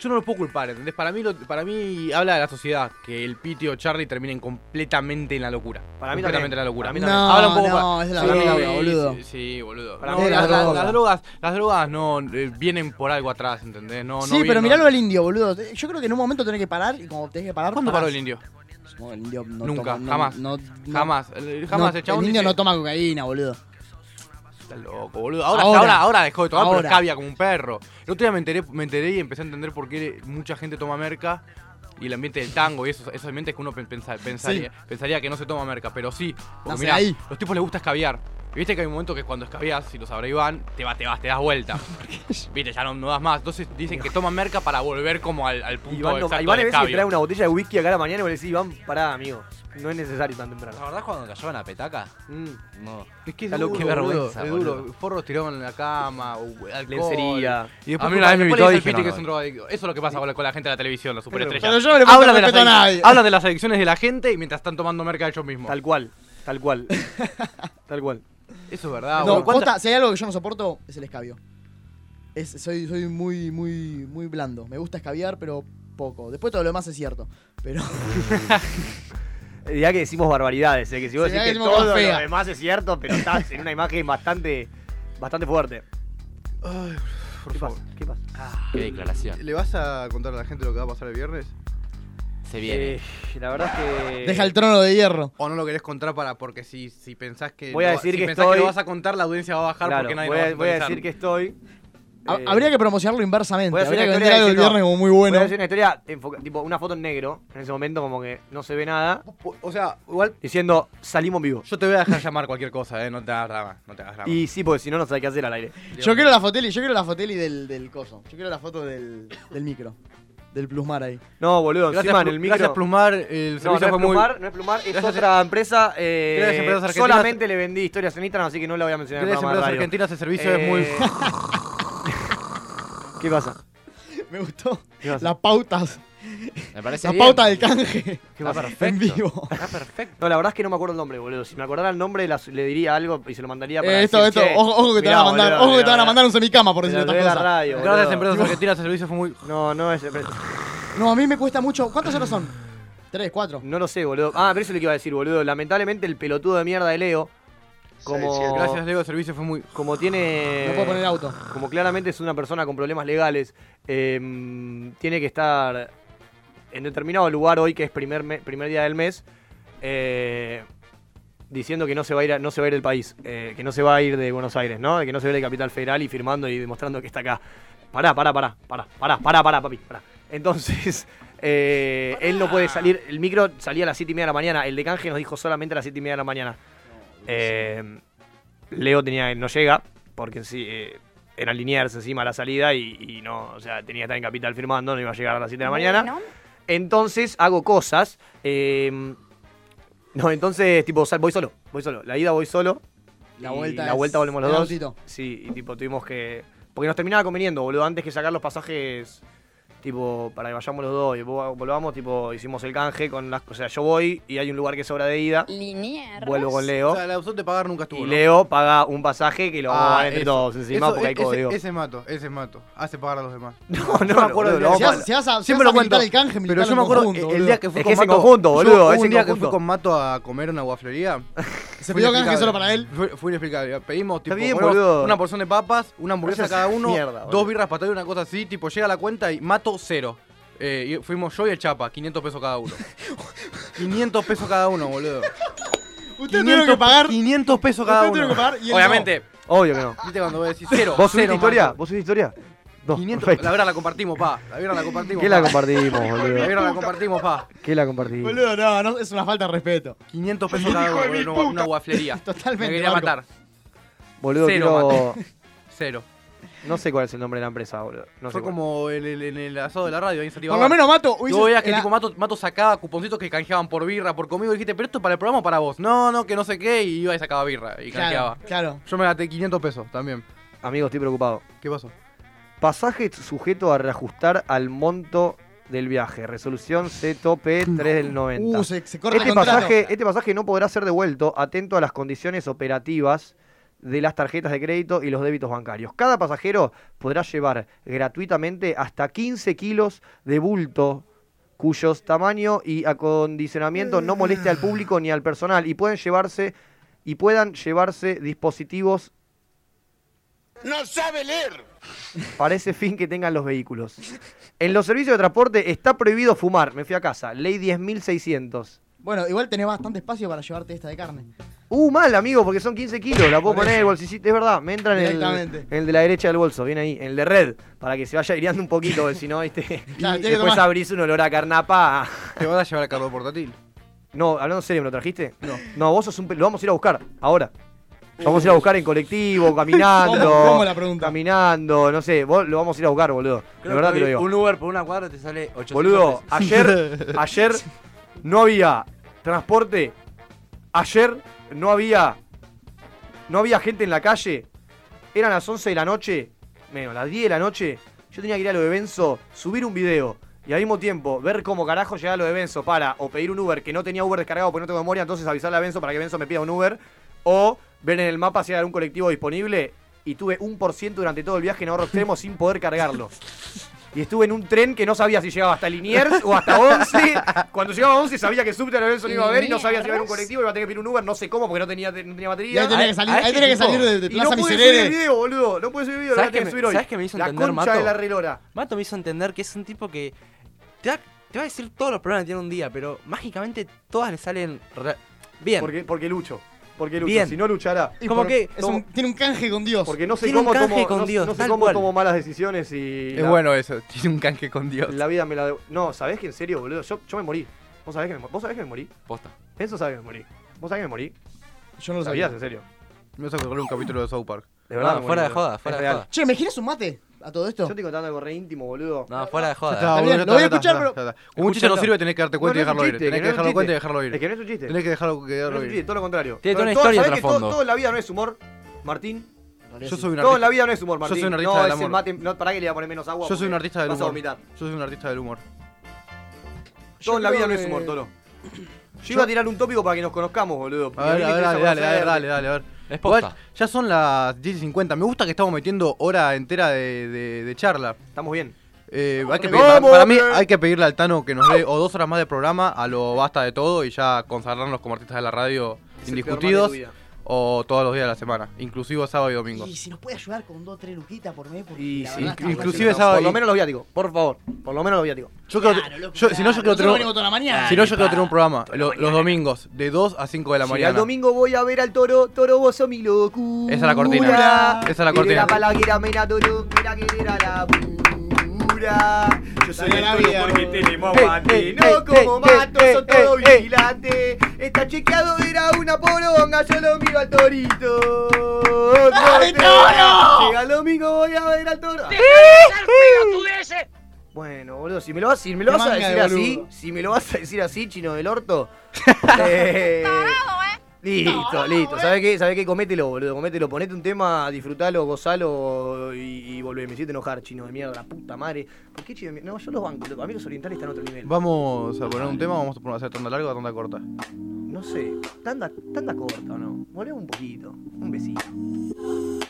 [SPEAKER 2] Yo no lo puedo culpar, ¿entendés? Para mí, lo- para mí habla de la sociedad, que el Piti o Charlie terminen completamente en la locura.
[SPEAKER 1] Para mí
[SPEAKER 2] completamente en
[SPEAKER 1] también.
[SPEAKER 2] la locura.
[SPEAKER 1] Para mí
[SPEAKER 5] también.
[SPEAKER 2] Habla un poco
[SPEAKER 5] No,
[SPEAKER 2] más-
[SPEAKER 5] no, es de la
[SPEAKER 2] Sí,
[SPEAKER 5] droga, boludo.
[SPEAKER 2] Sí, sí, boludo.
[SPEAKER 1] Para
[SPEAKER 2] No,
[SPEAKER 5] mí es de la
[SPEAKER 2] las- las-
[SPEAKER 5] droga.
[SPEAKER 2] Las drogas, las drogas no eh, vienen por algo atrás, ¿entendés? No, no
[SPEAKER 5] Sí, pero
[SPEAKER 2] vienen-
[SPEAKER 5] miralo al indio, boludo. Yo creo que en un momento tenés que parar y como tenés que parar.
[SPEAKER 2] ¿Cuándo
[SPEAKER 5] parás.
[SPEAKER 2] paró el indio?
[SPEAKER 5] No, el indio no
[SPEAKER 2] Nunca,
[SPEAKER 5] toma- no-
[SPEAKER 2] jamás.
[SPEAKER 5] no- no-
[SPEAKER 2] Jamás. El- Jamás
[SPEAKER 5] no,
[SPEAKER 2] el chabón
[SPEAKER 5] El indio
[SPEAKER 2] dice-
[SPEAKER 5] no toma cocaína, boludo.
[SPEAKER 2] Está loco, boludo. Ahora,
[SPEAKER 5] Ahora.
[SPEAKER 2] ahora, ahora, dejó de tomar,
[SPEAKER 5] Ahora.
[SPEAKER 2] pero cabia como un perro. El otro día me enteré, me enteré y empecé a entender por qué mucha gente toma merca y el ambiente del tango y esos, esos ambientes que uno pen- pensa- pensaría, pensaría que no se toma merca, pero sí. Porque
[SPEAKER 5] Nace
[SPEAKER 2] mirá,
[SPEAKER 5] ahí.
[SPEAKER 2] los tipos les gusta escabiar. Y viste que hay un momento que cuando escabías, si lo sabrá Iván, te vas, te vas, te das vuelta. Viste, ya no, no das más. Entonces dicen que toman merca para volver como al, al punto
[SPEAKER 1] Iván, no,
[SPEAKER 2] exacto
[SPEAKER 1] a Iván a
[SPEAKER 2] del
[SPEAKER 1] veces le
[SPEAKER 2] escabio.
[SPEAKER 1] trae una botella de whisky acá a la mañana y vos le decís, Iván, pará, amigo. No es necesario tan
[SPEAKER 4] ¿La
[SPEAKER 1] temprano.
[SPEAKER 4] verdad cuando cayó en la petaca?
[SPEAKER 1] Mm.
[SPEAKER 4] No.
[SPEAKER 2] Es que es
[SPEAKER 1] Está
[SPEAKER 2] duro,
[SPEAKER 1] loco.
[SPEAKER 4] Qué
[SPEAKER 2] boludo,
[SPEAKER 4] vergüenza,
[SPEAKER 2] es duro.
[SPEAKER 4] boludo.
[SPEAKER 2] Forros tirados en la cama, o alcohol.
[SPEAKER 1] Lencería.
[SPEAKER 2] Y después
[SPEAKER 6] A mí una vez me
[SPEAKER 2] después le
[SPEAKER 6] invitó,
[SPEAKER 2] dice al
[SPEAKER 6] dije,
[SPEAKER 2] Piti
[SPEAKER 6] no,
[SPEAKER 2] que es un drogadicto. Eso es lo que pasa con la, con la gente de la televisión, los superestrellas.
[SPEAKER 5] Pero yo no le falta
[SPEAKER 2] hablan, de las
[SPEAKER 5] respeto a
[SPEAKER 2] adic-
[SPEAKER 5] nadie.
[SPEAKER 2] hablan de las adicciones de la gente y mientras están tomando merca ellos mismos.
[SPEAKER 1] Tal cual, tal cual. tal cual.
[SPEAKER 2] <laughs> Eso es
[SPEAKER 1] Ah,
[SPEAKER 2] verdad,
[SPEAKER 5] No,
[SPEAKER 2] boludo. ¿Cuánta-
[SPEAKER 5] posta, si hay algo que yo no soporto, es el escabio. Es- soy, soy muy, muy, muy blando. Me gusta escabiar, pero poco. Después todo lo demás es cierto.
[SPEAKER 2] <laughs>
[SPEAKER 5] Pero
[SPEAKER 1] Eh, Ya que decimos barbaridades, eh, que si vos
[SPEAKER 5] Sí, ya
[SPEAKER 1] decís que
[SPEAKER 5] decimos cosas
[SPEAKER 1] todo lo
[SPEAKER 5] feas.
[SPEAKER 1] demás es cierto, pero estás en una imagen bastante, bastante fuerte. ¿Qué pasa? ¿Qué pasa?
[SPEAKER 4] Qué declaración.
[SPEAKER 2] Eh, ¿Le vas a contar a la gente lo que va a pasar el viernes?
[SPEAKER 4] Se viene.
[SPEAKER 1] Eh, la verdad es que.
[SPEAKER 5] deja el trono de hierro.
[SPEAKER 2] ¿O no lo querés contar para porque si, si pensás que
[SPEAKER 1] Voy a
[SPEAKER 2] lo-
[SPEAKER 1] decir
[SPEAKER 2] si
[SPEAKER 1] que
[SPEAKER 2] pensás
[SPEAKER 1] estoy-
[SPEAKER 2] lo vas a contar la audiencia va a bajar
[SPEAKER 1] Claro,
[SPEAKER 2] porque nadie
[SPEAKER 1] voy,
[SPEAKER 2] lo va
[SPEAKER 1] a,
[SPEAKER 2] a
[SPEAKER 1] voy a
[SPEAKER 2] sintonizar.
[SPEAKER 1] decir que estoy.
[SPEAKER 5] Ha-
[SPEAKER 1] eh,
[SPEAKER 5] Habría que promocionarlo inversamente.
[SPEAKER 1] voy a hacer
[SPEAKER 5] Habría que
[SPEAKER 1] una
[SPEAKER 5] vender
[SPEAKER 1] historia
[SPEAKER 5] algo el
[SPEAKER 1] diciendo-
[SPEAKER 5] viernes como muy
[SPEAKER 1] voy
[SPEAKER 5] bueno.
[SPEAKER 1] a hacer una historia, enfoca- tipo una foto en negro, en ese momento como que no se ve nada,
[SPEAKER 2] O sea, igual
[SPEAKER 1] diciendo salimos vivos.
[SPEAKER 2] yo te voy a dejar llamar cualquier cosa, eh, no te hagas drama, no te hagas drama.
[SPEAKER 1] Y sí, porque si no, no sabes qué hacer al aire.
[SPEAKER 5] Yo quiero la foteli, yo quiero la foteli del, del coso. Yo quiero la foto del, del micro. Del plusmar ahí.
[SPEAKER 1] No, boludo,
[SPEAKER 2] Gracias,
[SPEAKER 1] encima en
[SPEAKER 2] Plu-
[SPEAKER 1] el micro.
[SPEAKER 2] gracias Plumar, el
[SPEAKER 1] No, no
[SPEAKER 2] servicio
[SPEAKER 1] es
[SPEAKER 2] fue muy
[SPEAKER 1] Plumar, no es Plumar, es
[SPEAKER 2] Gracias-
[SPEAKER 1] otra empresa. eh,
[SPEAKER 2] Gracias, Empresas Argentinas.
[SPEAKER 1] solamente le vendí historias en Instagram, así que no la voy a mencionar. en el
[SPEAKER 2] Gracias a
[SPEAKER 1] programa
[SPEAKER 2] las
[SPEAKER 1] de radio.
[SPEAKER 2] Argentinas el servicio es <laughs>
[SPEAKER 1] Eh,
[SPEAKER 2] muy
[SPEAKER 4] Eh.
[SPEAKER 1] <laughs> ¿Qué pasa?
[SPEAKER 5] Me gustó.
[SPEAKER 1] ¿Qué pasa?
[SPEAKER 5] Las pautas.
[SPEAKER 4] Me parece
[SPEAKER 5] La
[SPEAKER 4] bien.
[SPEAKER 5] pauta del canje.
[SPEAKER 1] ¿Qué
[SPEAKER 4] Está
[SPEAKER 1] pasa?
[SPEAKER 5] En
[SPEAKER 4] perfecto.
[SPEAKER 5] vivo.
[SPEAKER 4] Está perfecto.
[SPEAKER 1] No, la verdad es que no me acuerdo el nombre, boludo. Si me acordara el nombre, las- le diría algo y se lo mandaría para
[SPEAKER 5] Eh, esto,
[SPEAKER 1] decir,
[SPEAKER 5] esto.
[SPEAKER 1] "Che,
[SPEAKER 5] Ojo, ojo que te
[SPEAKER 1] mirá,
[SPEAKER 5] van a mandar.
[SPEAKER 1] boludo,
[SPEAKER 5] Ojo que te van a
[SPEAKER 1] mirá,
[SPEAKER 5] mandar un semicama por
[SPEAKER 1] mirá,
[SPEAKER 5] decir
[SPEAKER 1] mirá,
[SPEAKER 5] estas
[SPEAKER 1] la
[SPEAKER 5] cosas.
[SPEAKER 1] radio,
[SPEAKER 2] Gracias
[SPEAKER 1] boludo.
[SPEAKER 2] a Empresas Argentinas el servicio fue muy
[SPEAKER 1] No, no es.
[SPEAKER 5] No, a mí me cuesta mucho. ¿Cuántas horas son? ¿Tres, cuatro?
[SPEAKER 1] No lo sé, boludo. Ah, pero eso es lo que iba a decir, boludo. Lamentablemente el pelotudo de mierda de Leo, como,
[SPEAKER 2] Gracias Leo, el servicio fue muy
[SPEAKER 1] como tiene...
[SPEAKER 5] No puedo poner auto.
[SPEAKER 1] como claramente es una persona con problemas legales, eh, tiene que estar en determinado lugar hoy, que es primer, me- primer día del mes, eh, diciendo que no se va a ir, a- no se va a ir del país, eh, que no se va a ir de Buenos Aires, ¿no? Que no se va a ir de Capital Federal y firmando y demostrando que está acá. Pará, pará, pará, pará, pará, pará, pará, papi, pará. Entonces, <laughs> eh, él no puede salir. El micro salía a las 7 y media de la mañana. El de canje nos dijo solamente a las 7 y media de la mañana. Eh, Leo tenía, no llega, porque sí, eh, era Liniers encima la salida y, y no, o sea, tenía que estar en Capital firmando, no iba a llegar a las 7 de la mañana. Entonces hago cosas. eh, no, entonces, tipo, sal- voy solo, voy solo. La ida voy solo.
[SPEAKER 5] La
[SPEAKER 1] y
[SPEAKER 5] vuelta
[SPEAKER 1] La
[SPEAKER 5] es
[SPEAKER 1] vuelta volvemos los
[SPEAKER 5] en
[SPEAKER 1] dos.
[SPEAKER 5] autito.
[SPEAKER 1] Sí, y tipo, tuvimos que. Porque nos terminaba conveniendo, boludo, antes que sacar los pasajes. Tipo, para que vayamos los dos y vo- volvamos, tipo, hicimos el canje con las. O sea, yo voy y hay un lugar que sobra de ida.
[SPEAKER 9] Liniers.
[SPEAKER 1] Vuelvo con
[SPEAKER 2] O
[SPEAKER 1] Leo.
[SPEAKER 2] sea, la opción de pagar nunca estuvo.
[SPEAKER 1] Y
[SPEAKER 2] ¿no?
[SPEAKER 1] Leo paga un pasaje que lo vamos a pagar
[SPEAKER 2] Ah,
[SPEAKER 1] entre
[SPEAKER 2] eso.
[SPEAKER 1] todos encima
[SPEAKER 2] Eso- e-,
[SPEAKER 1] porque hay
[SPEAKER 2] ese-
[SPEAKER 1] código.
[SPEAKER 2] Ese mato, ese mato. Hace pagar a
[SPEAKER 5] <laughs>
[SPEAKER 2] los demás.
[SPEAKER 1] no, no me acuerdo de
[SPEAKER 2] boludo,
[SPEAKER 5] Si vas, si vas a, si
[SPEAKER 2] Siempre
[SPEAKER 5] vas
[SPEAKER 2] lo
[SPEAKER 5] a militar
[SPEAKER 2] cuento.
[SPEAKER 5] el canje,
[SPEAKER 2] Pero yo me acuerdo el- el día que fui
[SPEAKER 1] Es que
[SPEAKER 2] con
[SPEAKER 1] es en
[SPEAKER 2] Mato.
[SPEAKER 1] conjunto,
[SPEAKER 2] yo
[SPEAKER 1] boludo,
[SPEAKER 2] hubo
[SPEAKER 1] es
[SPEAKER 2] Un
[SPEAKER 1] en
[SPEAKER 2] día que fui
[SPEAKER 1] conjunto.
[SPEAKER 2] con Mato a comer
[SPEAKER 5] <laughs>
[SPEAKER 2] una guaflería.
[SPEAKER 5] Se
[SPEAKER 2] fue
[SPEAKER 5] pidió canje
[SPEAKER 2] inexplicable.
[SPEAKER 5] solo para él.
[SPEAKER 2] Fue, fue inexplicable. Pedimos tipo,
[SPEAKER 1] bien,
[SPEAKER 2] ponemos
[SPEAKER 1] boludo.
[SPEAKER 2] una porción de papas, una hamburguesa
[SPEAKER 1] Gracias
[SPEAKER 2] cada
[SPEAKER 1] a
[SPEAKER 2] uno,
[SPEAKER 1] la mierda, boludo.
[SPEAKER 2] dos birras para y una cosa así. Tipo, llega la cuenta y mato cero. Eh, y fuimos yo y el Chapa, 500 pesos
[SPEAKER 5] <laughs>
[SPEAKER 2] cada uno. 500 pesos cada uno, boludo.
[SPEAKER 5] Ustedes tuvieron que pagar.
[SPEAKER 2] 500 pesos cada
[SPEAKER 5] Ustedes
[SPEAKER 2] uno.
[SPEAKER 5] tuvieron que pagar y él
[SPEAKER 2] Obviamente,
[SPEAKER 1] Obvio que no.
[SPEAKER 2] viste cuando vos decís cero.
[SPEAKER 1] ¿Vos subiste
[SPEAKER 2] cero,
[SPEAKER 1] historia?
[SPEAKER 2] Mato.
[SPEAKER 1] ¿Vos subiste historia? No,
[SPEAKER 2] 500,
[SPEAKER 1] perfecto.
[SPEAKER 2] la verdad la compartimos, pa. La verdad la compartimos.
[SPEAKER 1] ¿Qué
[SPEAKER 2] pa.
[SPEAKER 1] la compartimos,
[SPEAKER 2] La
[SPEAKER 1] boludo?
[SPEAKER 2] verdad la compartimos, pa.
[SPEAKER 1] ¿Qué la compartimos?
[SPEAKER 5] Boludo, no, no, es una falta de respeto.
[SPEAKER 2] 500 pesos cada uno, boludo, una, una guaflería.
[SPEAKER 5] <laughs> Totalmente,
[SPEAKER 2] Me quería
[SPEAKER 5] Marco.
[SPEAKER 2] matar.
[SPEAKER 1] Boludo,
[SPEAKER 2] Cero,
[SPEAKER 1] quiero...
[SPEAKER 2] Cero.
[SPEAKER 1] No sé cuál es el nombre de la empresa, boludo. No sé
[SPEAKER 2] Fue
[SPEAKER 1] cuál.
[SPEAKER 2] como el, el- el- el asado de la radio, ahí en Saribabá.
[SPEAKER 5] Por lo menos mato.
[SPEAKER 2] Que
[SPEAKER 5] hubiese-
[SPEAKER 2] vos veías que
[SPEAKER 5] era-
[SPEAKER 2] tipo Mato, Mato sacaba cuponcitos que canjeaban por birra, por comida, y dijiste, pero esto es para el programa o para vos. No, no, que no sé qué, y iba y sacaba birra y canjeaba.
[SPEAKER 5] Claro, claro.
[SPEAKER 2] Yo me gasté 500 pesos también.
[SPEAKER 1] Amigo, estoy preocupado.
[SPEAKER 2] ¿Qué pasó?
[SPEAKER 1] Pasaje sujeto a reajustar al monto del viaje. Resolución CTOP 3 del 90.
[SPEAKER 5] Uh, se, se corta
[SPEAKER 1] Este
[SPEAKER 5] el contrato.
[SPEAKER 1] pasaje, este pasaje no podrá ser devuelto atento a las condiciones operativas de las tarjetas de crédito y los débitos bancarios. Cada pasajero podrá llevar gratuitamente hasta 15 kilos de bulto cuyos tamaño y acondicionamiento no moleste al público ni al personal y pueden llevarse y puedan llevarse dispositivos para ese fin que tengan los vehículos. En los servicios de transporte está prohibido fumar. Me fui a casa. Ley 10.600.
[SPEAKER 5] Bueno, igual tenés bastante espacio para llevarte esta de carne.
[SPEAKER 1] Uh, mal, amigo, porque son 15 kilos. La puedo poner en el bolsillito, es verdad. Me entra en el,
[SPEAKER 5] Directamente.
[SPEAKER 1] en el de la derecha del bolso, viene ahí, en el de red, para que se vaya aireando un poquito, porque si
[SPEAKER 5] <laughs>
[SPEAKER 1] no, viste.
[SPEAKER 5] Claro, tiene
[SPEAKER 1] y
[SPEAKER 5] que
[SPEAKER 1] después
[SPEAKER 5] tomar.
[SPEAKER 1] abrís un olor a carnapa.
[SPEAKER 2] ¿Te vas a llevar el cargo portátil?
[SPEAKER 1] No, hablando en serio, ¿me lo trajiste? No. No, vos sos un. pe- Lo vamos a ir a buscar, ahora. Vamos a ir a buscar
[SPEAKER 5] <laughs>
[SPEAKER 1] en colectivo, caminando.
[SPEAKER 5] Uh. ¿Cómo? ¿Cómo la pregunta?
[SPEAKER 1] Caminando, no sé, vos lo vamos a ir a buscar, boludo.
[SPEAKER 4] Creo
[SPEAKER 1] de verdad
[SPEAKER 4] que
[SPEAKER 1] te lo digo.
[SPEAKER 4] Un Uber por una cuadra te sale 800
[SPEAKER 1] Boludo,
[SPEAKER 4] pesos.
[SPEAKER 5] <laughs>
[SPEAKER 1] <laughs> ayer, ayer no había transporte. Ayer no había. No había gente en la calle. Eran las 11 de la noche. Menos, las 10 de la noche. Yo tenía que ir a lo de Benzo, subir un video. Y al mismo tiempo, ver cómo carajo llegaba lo de Benzo para o pedir un Uber que no tenía Uber descargado porque no tengo memoria, entonces avisarle a Benzo para que Benzo me pida un Uber. O ver en el mapa si hay algún colectivo disponible. Y tuve un por ciento durante todo el viaje en ahorro extremo sin poder cargarlo. Y estuve en un tren que no sabía si llegaba hasta Liniers o hasta 11. Cuando llegaba a 11 sabía que subte a Benson iba a haber y no sabía si iba a haber un colectivo, iba a tener que pedir un Uber, no sé cómo porque no tenía, no tenía
[SPEAKER 5] Y ahí
[SPEAKER 1] batería.
[SPEAKER 5] tenés que salir, ahí tenés que salir de, de
[SPEAKER 1] y no
[SPEAKER 5] Plaza
[SPEAKER 1] pude subir el
[SPEAKER 5] Miserere.
[SPEAKER 1] video, <laughs> boludo. No pude subir el video, lo voy a
[SPEAKER 4] ¿Sabes
[SPEAKER 1] tener
[SPEAKER 4] qué
[SPEAKER 1] que
[SPEAKER 4] me-
[SPEAKER 1] subir hoy.
[SPEAKER 4] sabes qué me hizo
[SPEAKER 1] La
[SPEAKER 4] entender,
[SPEAKER 1] concha
[SPEAKER 4] Mato?
[SPEAKER 1] de la relora.
[SPEAKER 4] Mato me hizo entender que es un tipo que te va, te va a decir todos los problemas que tiene un día, pero mágicamente todas le salen re- bien.
[SPEAKER 1] Porque, porque lucho. Porque lucho.
[SPEAKER 4] Bien.
[SPEAKER 1] Si no luchará.
[SPEAKER 5] Y
[SPEAKER 4] Como
[SPEAKER 5] por-
[SPEAKER 4] que-
[SPEAKER 5] es un- tiene un canje con Dios.
[SPEAKER 1] Porque no sé
[SPEAKER 4] Tiene un
[SPEAKER 1] cómo
[SPEAKER 4] canje
[SPEAKER 1] tomo,
[SPEAKER 4] con
[SPEAKER 1] no,
[SPEAKER 4] Dios,
[SPEAKER 1] no sé
[SPEAKER 4] tal
[SPEAKER 1] cómo
[SPEAKER 4] cual.
[SPEAKER 1] tomo malas decisiones y.
[SPEAKER 2] Es
[SPEAKER 1] la-
[SPEAKER 2] bueno eso, <laughs> tiene un canje con Dios.
[SPEAKER 1] La vida me la. deu- No, ¿sabés que en serio, boludo? Yo, yo me morí. ¿Vos sabés que me, mo- ¿Vos sabés que me morí?
[SPEAKER 4] Posta.
[SPEAKER 1] Eso sabe que me morí. ¿Vos sabés que me morí?
[SPEAKER 5] Yo no lo
[SPEAKER 1] ¿Lo
[SPEAKER 5] sabía.
[SPEAKER 1] sabías, en serio?
[SPEAKER 2] Me vas a acordar un capítulo de South Park.
[SPEAKER 1] De verdad.
[SPEAKER 4] No,
[SPEAKER 1] me morí,
[SPEAKER 4] Ah, fuera de
[SPEAKER 1] boludo.
[SPEAKER 4] joda,
[SPEAKER 1] Es
[SPEAKER 4] fuera de
[SPEAKER 1] real.
[SPEAKER 4] joda.
[SPEAKER 5] Che, ¿me giras un mate a todo esto?
[SPEAKER 1] Yo estoy contando algo re íntimo, boludo.
[SPEAKER 4] No, fuera de
[SPEAKER 2] Ya,
[SPEAKER 4] joda.
[SPEAKER 5] bien,
[SPEAKER 2] boludo,
[SPEAKER 5] lo
[SPEAKER 2] ya está,
[SPEAKER 5] voy a
[SPEAKER 2] ya está,
[SPEAKER 5] escuchar,
[SPEAKER 2] ya
[SPEAKER 5] pero-
[SPEAKER 2] está, ya está. Como un chiste no
[SPEAKER 4] Escúchalo.
[SPEAKER 2] sirve tenés que darte
[SPEAKER 1] No,
[SPEAKER 2] cuenta
[SPEAKER 1] no
[SPEAKER 2] y
[SPEAKER 1] es un
[SPEAKER 2] dejarlo ir.
[SPEAKER 1] chiste,
[SPEAKER 2] Tenés
[SPEAKER 1] que
[SPEAKER 2] que
[SPEAKER 1] no es un
[SPEAKER 2] dejarlo cuenta y
[SPEAKER 1] chiste.
[SPEAKER 2] dejarlo ir.
[SPEAKER 1] Es que no es un chiste.
[SPEAKER 2] Tenés que dejarlo, que
[SPEAKER 1] No es
[SPEAKER 2] dejarlo
[SPEAKER 1] un
[SPEAKER 2] ir.
[SPEAKER 1] chiste, todo lo contrario.
[SPEAKER 4] Tiene toda una
[SPEAKER 1] Todo-
[SPEAKER 4] historia
[SPEAKER 1] ¿sabés
[SPEAKER 4] de
[SPEAKER 1] que
[SPEAKER 4] trasfondo.
[SPEAKER 1] Todo, todo en la vida no es humor, Martín.
[SPEAKER 2] Yo soy un
[SPEAKER 1] Todo en la
[SPEAKER 2] artista.
[SPEAKER 1] vida no es humor,
[SPEAKER 2] Yo
[SPEAKER 1] Martín.
[SPEAKER 2] soy un artista
[SPEAKER 1] no,
[SPEAKER 2] del
[SPEAKER 1] ese
[SPEAKER 2] amor.
[SPEAKER 1] mate, no, pará que le voy a poner menos agua.
[SPEAKER 2] Yo soy un
[SPEAKER 1] porque
[SPEAKER 2] artista del
[SPEAKER 1] Vas a
[SPEAKER 2] humor.
[SPEAKER 1] vomitar.
[SPEAKER 2] Yo soy un artista del humor.
[SPEAKER 1] Todo en la
[SPEAKER 5] creo
[SPEAKER 1] vida no es
[SPEAKER 5] que-
[SPEAKER 1] humor,
[SPEAKER 2] <coughs>
[SPEAKER 1] Toro. Yo iba a tirar un tópico para que nos conozcamos, boludo.
[SPEAKER 2] A ver,
[SPEAKER 1] porque
[SPEAKER 2] a ver,
[SPEAKER 1] viste
[SPEAKER 2] dale,
[SPEAKER 1] que
[SPEAKER 2] dale,
[SPEAKER 1] eso,
[SPEAKER 2] dale,
[SPEAKER 1] conocer-
[SPEAKER 2] dale, dale, a ver.
[SPEAKER 4] Es posta.
[SPEAKER 2] Igual, Ya son las 10.50. Me gusta que estamos metiendo hora entera de, de- de charla.
[SPEAKER 1] Estamos bien.
[SPEAKER 2] Eh, hay que
[SPEAKER 1] Vamos, eh.
[SPEAKER 2] pedir- para, para mí
[SPEAKER 1] bien.
[SPEAKER 2] hay que pedirle al Tano que nos dé o dos horas más de programa a lo basta de todo y ya consagrarnos como artistas de la radio
[SPEAKER 1] Es el
[SPEAKER 2] indiscutidos
[SPEAKER 1] peor mal de tu
[SPEAKER 2] o todos los días de la semana, inclusive sábado y domingo.
[SPEAKER 5] Y si nos puede ayudar con dos, tres luquitas por mes, porque
[SPEAKER 1] Y
[SPEAKER 5] la
[SPEAKER 1] sí,
[SPEAKER 5] verdad está
[SPEAKER 2] inc-
[SPEAKER 5] mal.
[SPEAKER 2] inclusive
[SPEAKER 1] Por
[SPEAKER 2] sábado
[SPEAKER 1] lo
[SPEAKER 2] y-
[SPEAKER 1] menos los viáticos, por favor. Por lo menos los viáticos.
[SPEAKER 2] Yo creo
[SPEAKER 5] Claro, loco,
[SPEAKER 2] yo- si no, yo
[SPEAKER 5] claro.
[SPEAKER 2] creo
[SPEAKER 5] Nosotros
[SPEAKER 2] tener-
[SPEAKER 5] venimos toda la mañana.
[SPEAKER 2] si no, yo quiero tener un programa lo- los domingos de 2 a 5 de la
[SPEAKER 1] Si al
[SPEAKER 2] mañana.
[SPEAKER 1] domingo voy a ver al toro, toro vos sos mi locura.
[SPEAKER 2] Esa es la cortina. Esa es la
[SPEAKER 1] Viene
[SPEAKER 2] cortina.
[SPEAKER 1] la palaguera, mena toro, mira que era la pura. Yo soy
[SPEAKER 5] Dale
[SPEAKER 1] el
[SPEAKER 5] la
[SPEAKER 1] toro
[SPEAKER 5] vida,
[SPEAKER 1] porque
[SPEAKER 5] boludo.
[SPEAKER 1] tenemos
[SPEAKER 4] Ey,
[SPEAKER 1] mate.
[SPEAKER 4] ey,
[SPEAKER 1] No
[SPEAKER 4] ey,
[SPEAKER 1] como
[SPEAKER 4] ey,
[SPEAKER 1] mato,
[SPEAKER 4] ey,
[SPEAKER 1] son todos
[SPEAKER 4] ey, ey.
[SPEAKER 1] vigilantes. Está chequeado, era una poronga, yo lo miro al torito. No
[SPEAKER 5] ¡Dale,
[SPEAKER 1] te-
[SPEAKER 5] toro!
[SPEAKER 1] Llega el domingo, voy a ver al toro. Bueno, boludo, si me lo, vas- si me lo
[SPEAKER 5] Qué
[SPEAKER 1] vas a
[SPEAKER 5] manga de
[SPEAKER 1] decir así,
[SPEAKER 5] boludo.
[SPEAKER 1] si me lo vas a decir así, chino del <laughs> orto. eh, Listo, listo. ¿Sabes qué? ¿Sabes qué? Comételo, boludo. Comételo. Ponete un tema, disfrutalo, gozalo y, y volvé. Me hiciste enojar, chino de mierda, la puta madre. ¿Por qué chino de mierda? No, yo los banco. loco. A mí los orientales están a otro nivel.
[SPEAKER 2] Vamos a poner un tema, vamos a hacer tanda larga o tanda corta.
[SPEAKER 1] No sé. Tanda, tanda corta, ¿o no? Volvé un poquito. Un besito.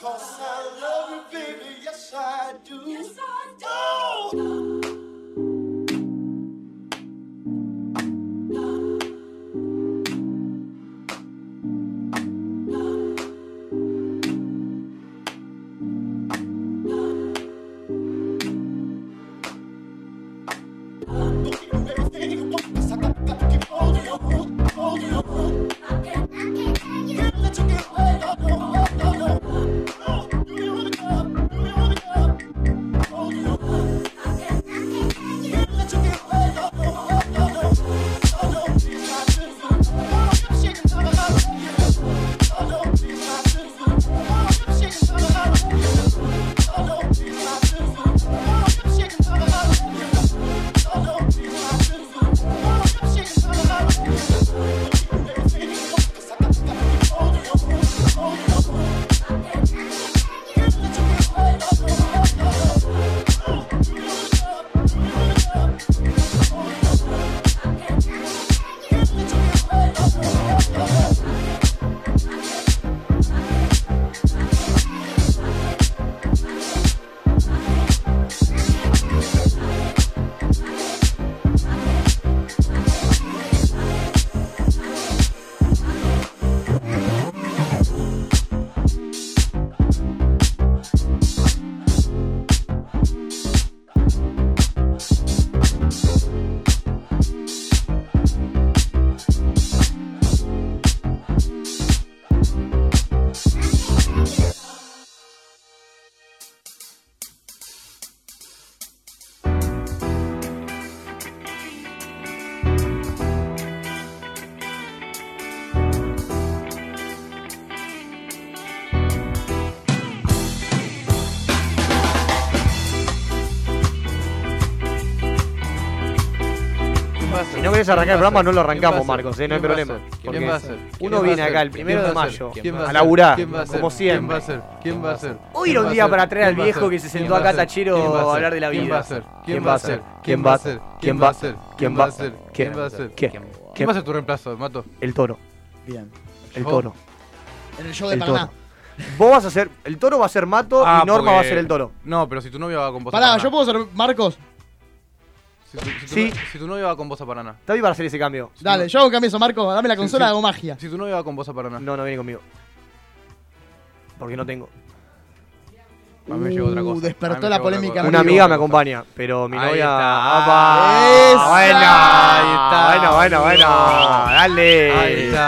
[SPEAKER 9] Cause I love you, baby, yes I do. Yes I do.
[SPEAKER 6] ¿Quién va
[SPEAKER 1] querés arrancar el
[SPEAKER 6] a
[SPEAKER 1] programa,
[SPEAKER 6] ser?
[SPEAKER 1] no lo arrancamos,
[SPEAKER 6] ¿Quién va a
[SPEAKER 1] Marcos,
[SPEAKER 6] ser?
[SPEAKER 1] eh, no hay
[SPEAKER 6] ¿Quién va a
[SPEAKER 1] problema.
[SPEAKER 6] ser?
[SPEAKER 1] Porque
[SPEAKER 6] ¿Quién va a ser? ¿Quién
[SPEAKER 1] uno
[SPEAKER 6] va a
[SPEAKER 1] viene
[SPEAKER 6] ser?
[SPEAKER 1] acá el
[SPEAKER 6] ¿Quién
[SPEAKER 1] primero
[SPEAKER 6] va
[SPEAKER 1] de
[SPEAKER 6] ser?
[SPEAKER 1] mayo
[SPEAKER 6] ¿Quién va
[SPEAKER 1] a
[SPEAKER 6] ser?
[SPEAKER 1] laburar,
[SPEAKER 6] ¿Quién va a ser?
[SPEAKER 1] como
[SPEAKER 6] ¿Quién va a ser? ¿Quién va a ser?
[SPEAKER 1] Hoy era
[SPEAKER 6] ¿Quién
[SPEAKER 1] un
[SPEAKER 6] va
[SPEAKER 1] día
[SPEAKER 6] a ser?
[SPEAKER 1] para traer al
[SPEAKER 6] ¿Quién va
[SPEAKER 1] viejo
[SPEAKER 6] ser?
[SPEAKER 1] que se
[SPEAKER 6] ¿Quién
[SPEAKER 1] sentó
[SPEAKER 6] va
[SPEAKER 1] acá
[SPEAKER 6] ser?
[SPEAKER 1] tachero
[SPEAKER 6] ¿Quién va
[SPEAKER 1] a hablar de la
[SPEAKER 6] ¿Quién
[SPEAKER 1] vida?
[SPEAKER 6] va a ser?
[SPEAKER 1] ¿Quién va a ser? ¿Quién va a ser?
[SPEAKER 6] ¿Quién va a ser?
[SPEAKER 1] ¿Quién va a ser?
[SPEAKER 6] ¿Quién va a ser?
[SPEAKER 1] ¿Quién?
[SPEAKER 6] ¿Quién va a ser tu reemplazo, Mato?
[SPEAKER 1] El toro,
[SPEAKER 5] Bien.
[SPEAKER 1] el
[SPEAKER 6] Yo.
[SPEAKER 1] toro,
[SPEAKER 5] En el show de
[SPEAKER 1] el
[SPEAKER 5] Paraná.
[SPEAKER 1] toro. Vos vas a ser, el toro va a ser Mato
[SPEAKER 2] Ah,
[SPEAKER 1] y Norma va a
[SPEAKER 2] porque-
[SPEAKER 1] ser el toro.
[SPEAKER 2] No, pero si tu novia va con vos a
[SPEAKER 5] Pará,
[SPEAKER 2] Paraná.
[SPEAKER 5] yo puedo ser Marcos.
[SPEAKER 2] Si tu, si tu
[SPEAKER 1] Sí.
[SPEAKER 2] no- si tu novia va con vos a Paraná.
[SPEAKER 1] Está bien para hacer ese cambio.
[SPEAKER 5] Dale, yo hago un cambio eso, Marcos. Dame la consola,
[SPEAKER 2] sí.
[SPEAKER 5] hago magia.
[SPEAKER 2] Si tu novia va con vos a Paraná.
[SPEAKER 1] No, no viene conmigo. Porque no tengo.
[SPEAKER 2] A mí me llegó otra
[SPEAKER 5] Uh,
[SPEAKER 2] cosa.
[SPEAKER 5] despertó
[SPEAKER 2] A mí me
[SPEAKER 5] la
[SPEAKER 2] llegó otra
[SPEAKER 5] polémica.
[SPEAKER 2] cosa.
[SPEAKER 1] Una amiga me
[SPEAKER 2] otra cosa.
[SPEAKER 1] acompaña, pero mi
[SPEAKER 2] Ahí
[SPEAKER 1] novia.
[SPEAKER 2] está.
[SPEAKER 5] ¡Esa!
[SPEAKER 1] ¡Apa! Bueno, bueno, bueno. Dale.
[SPEAKER 2] Ahí está.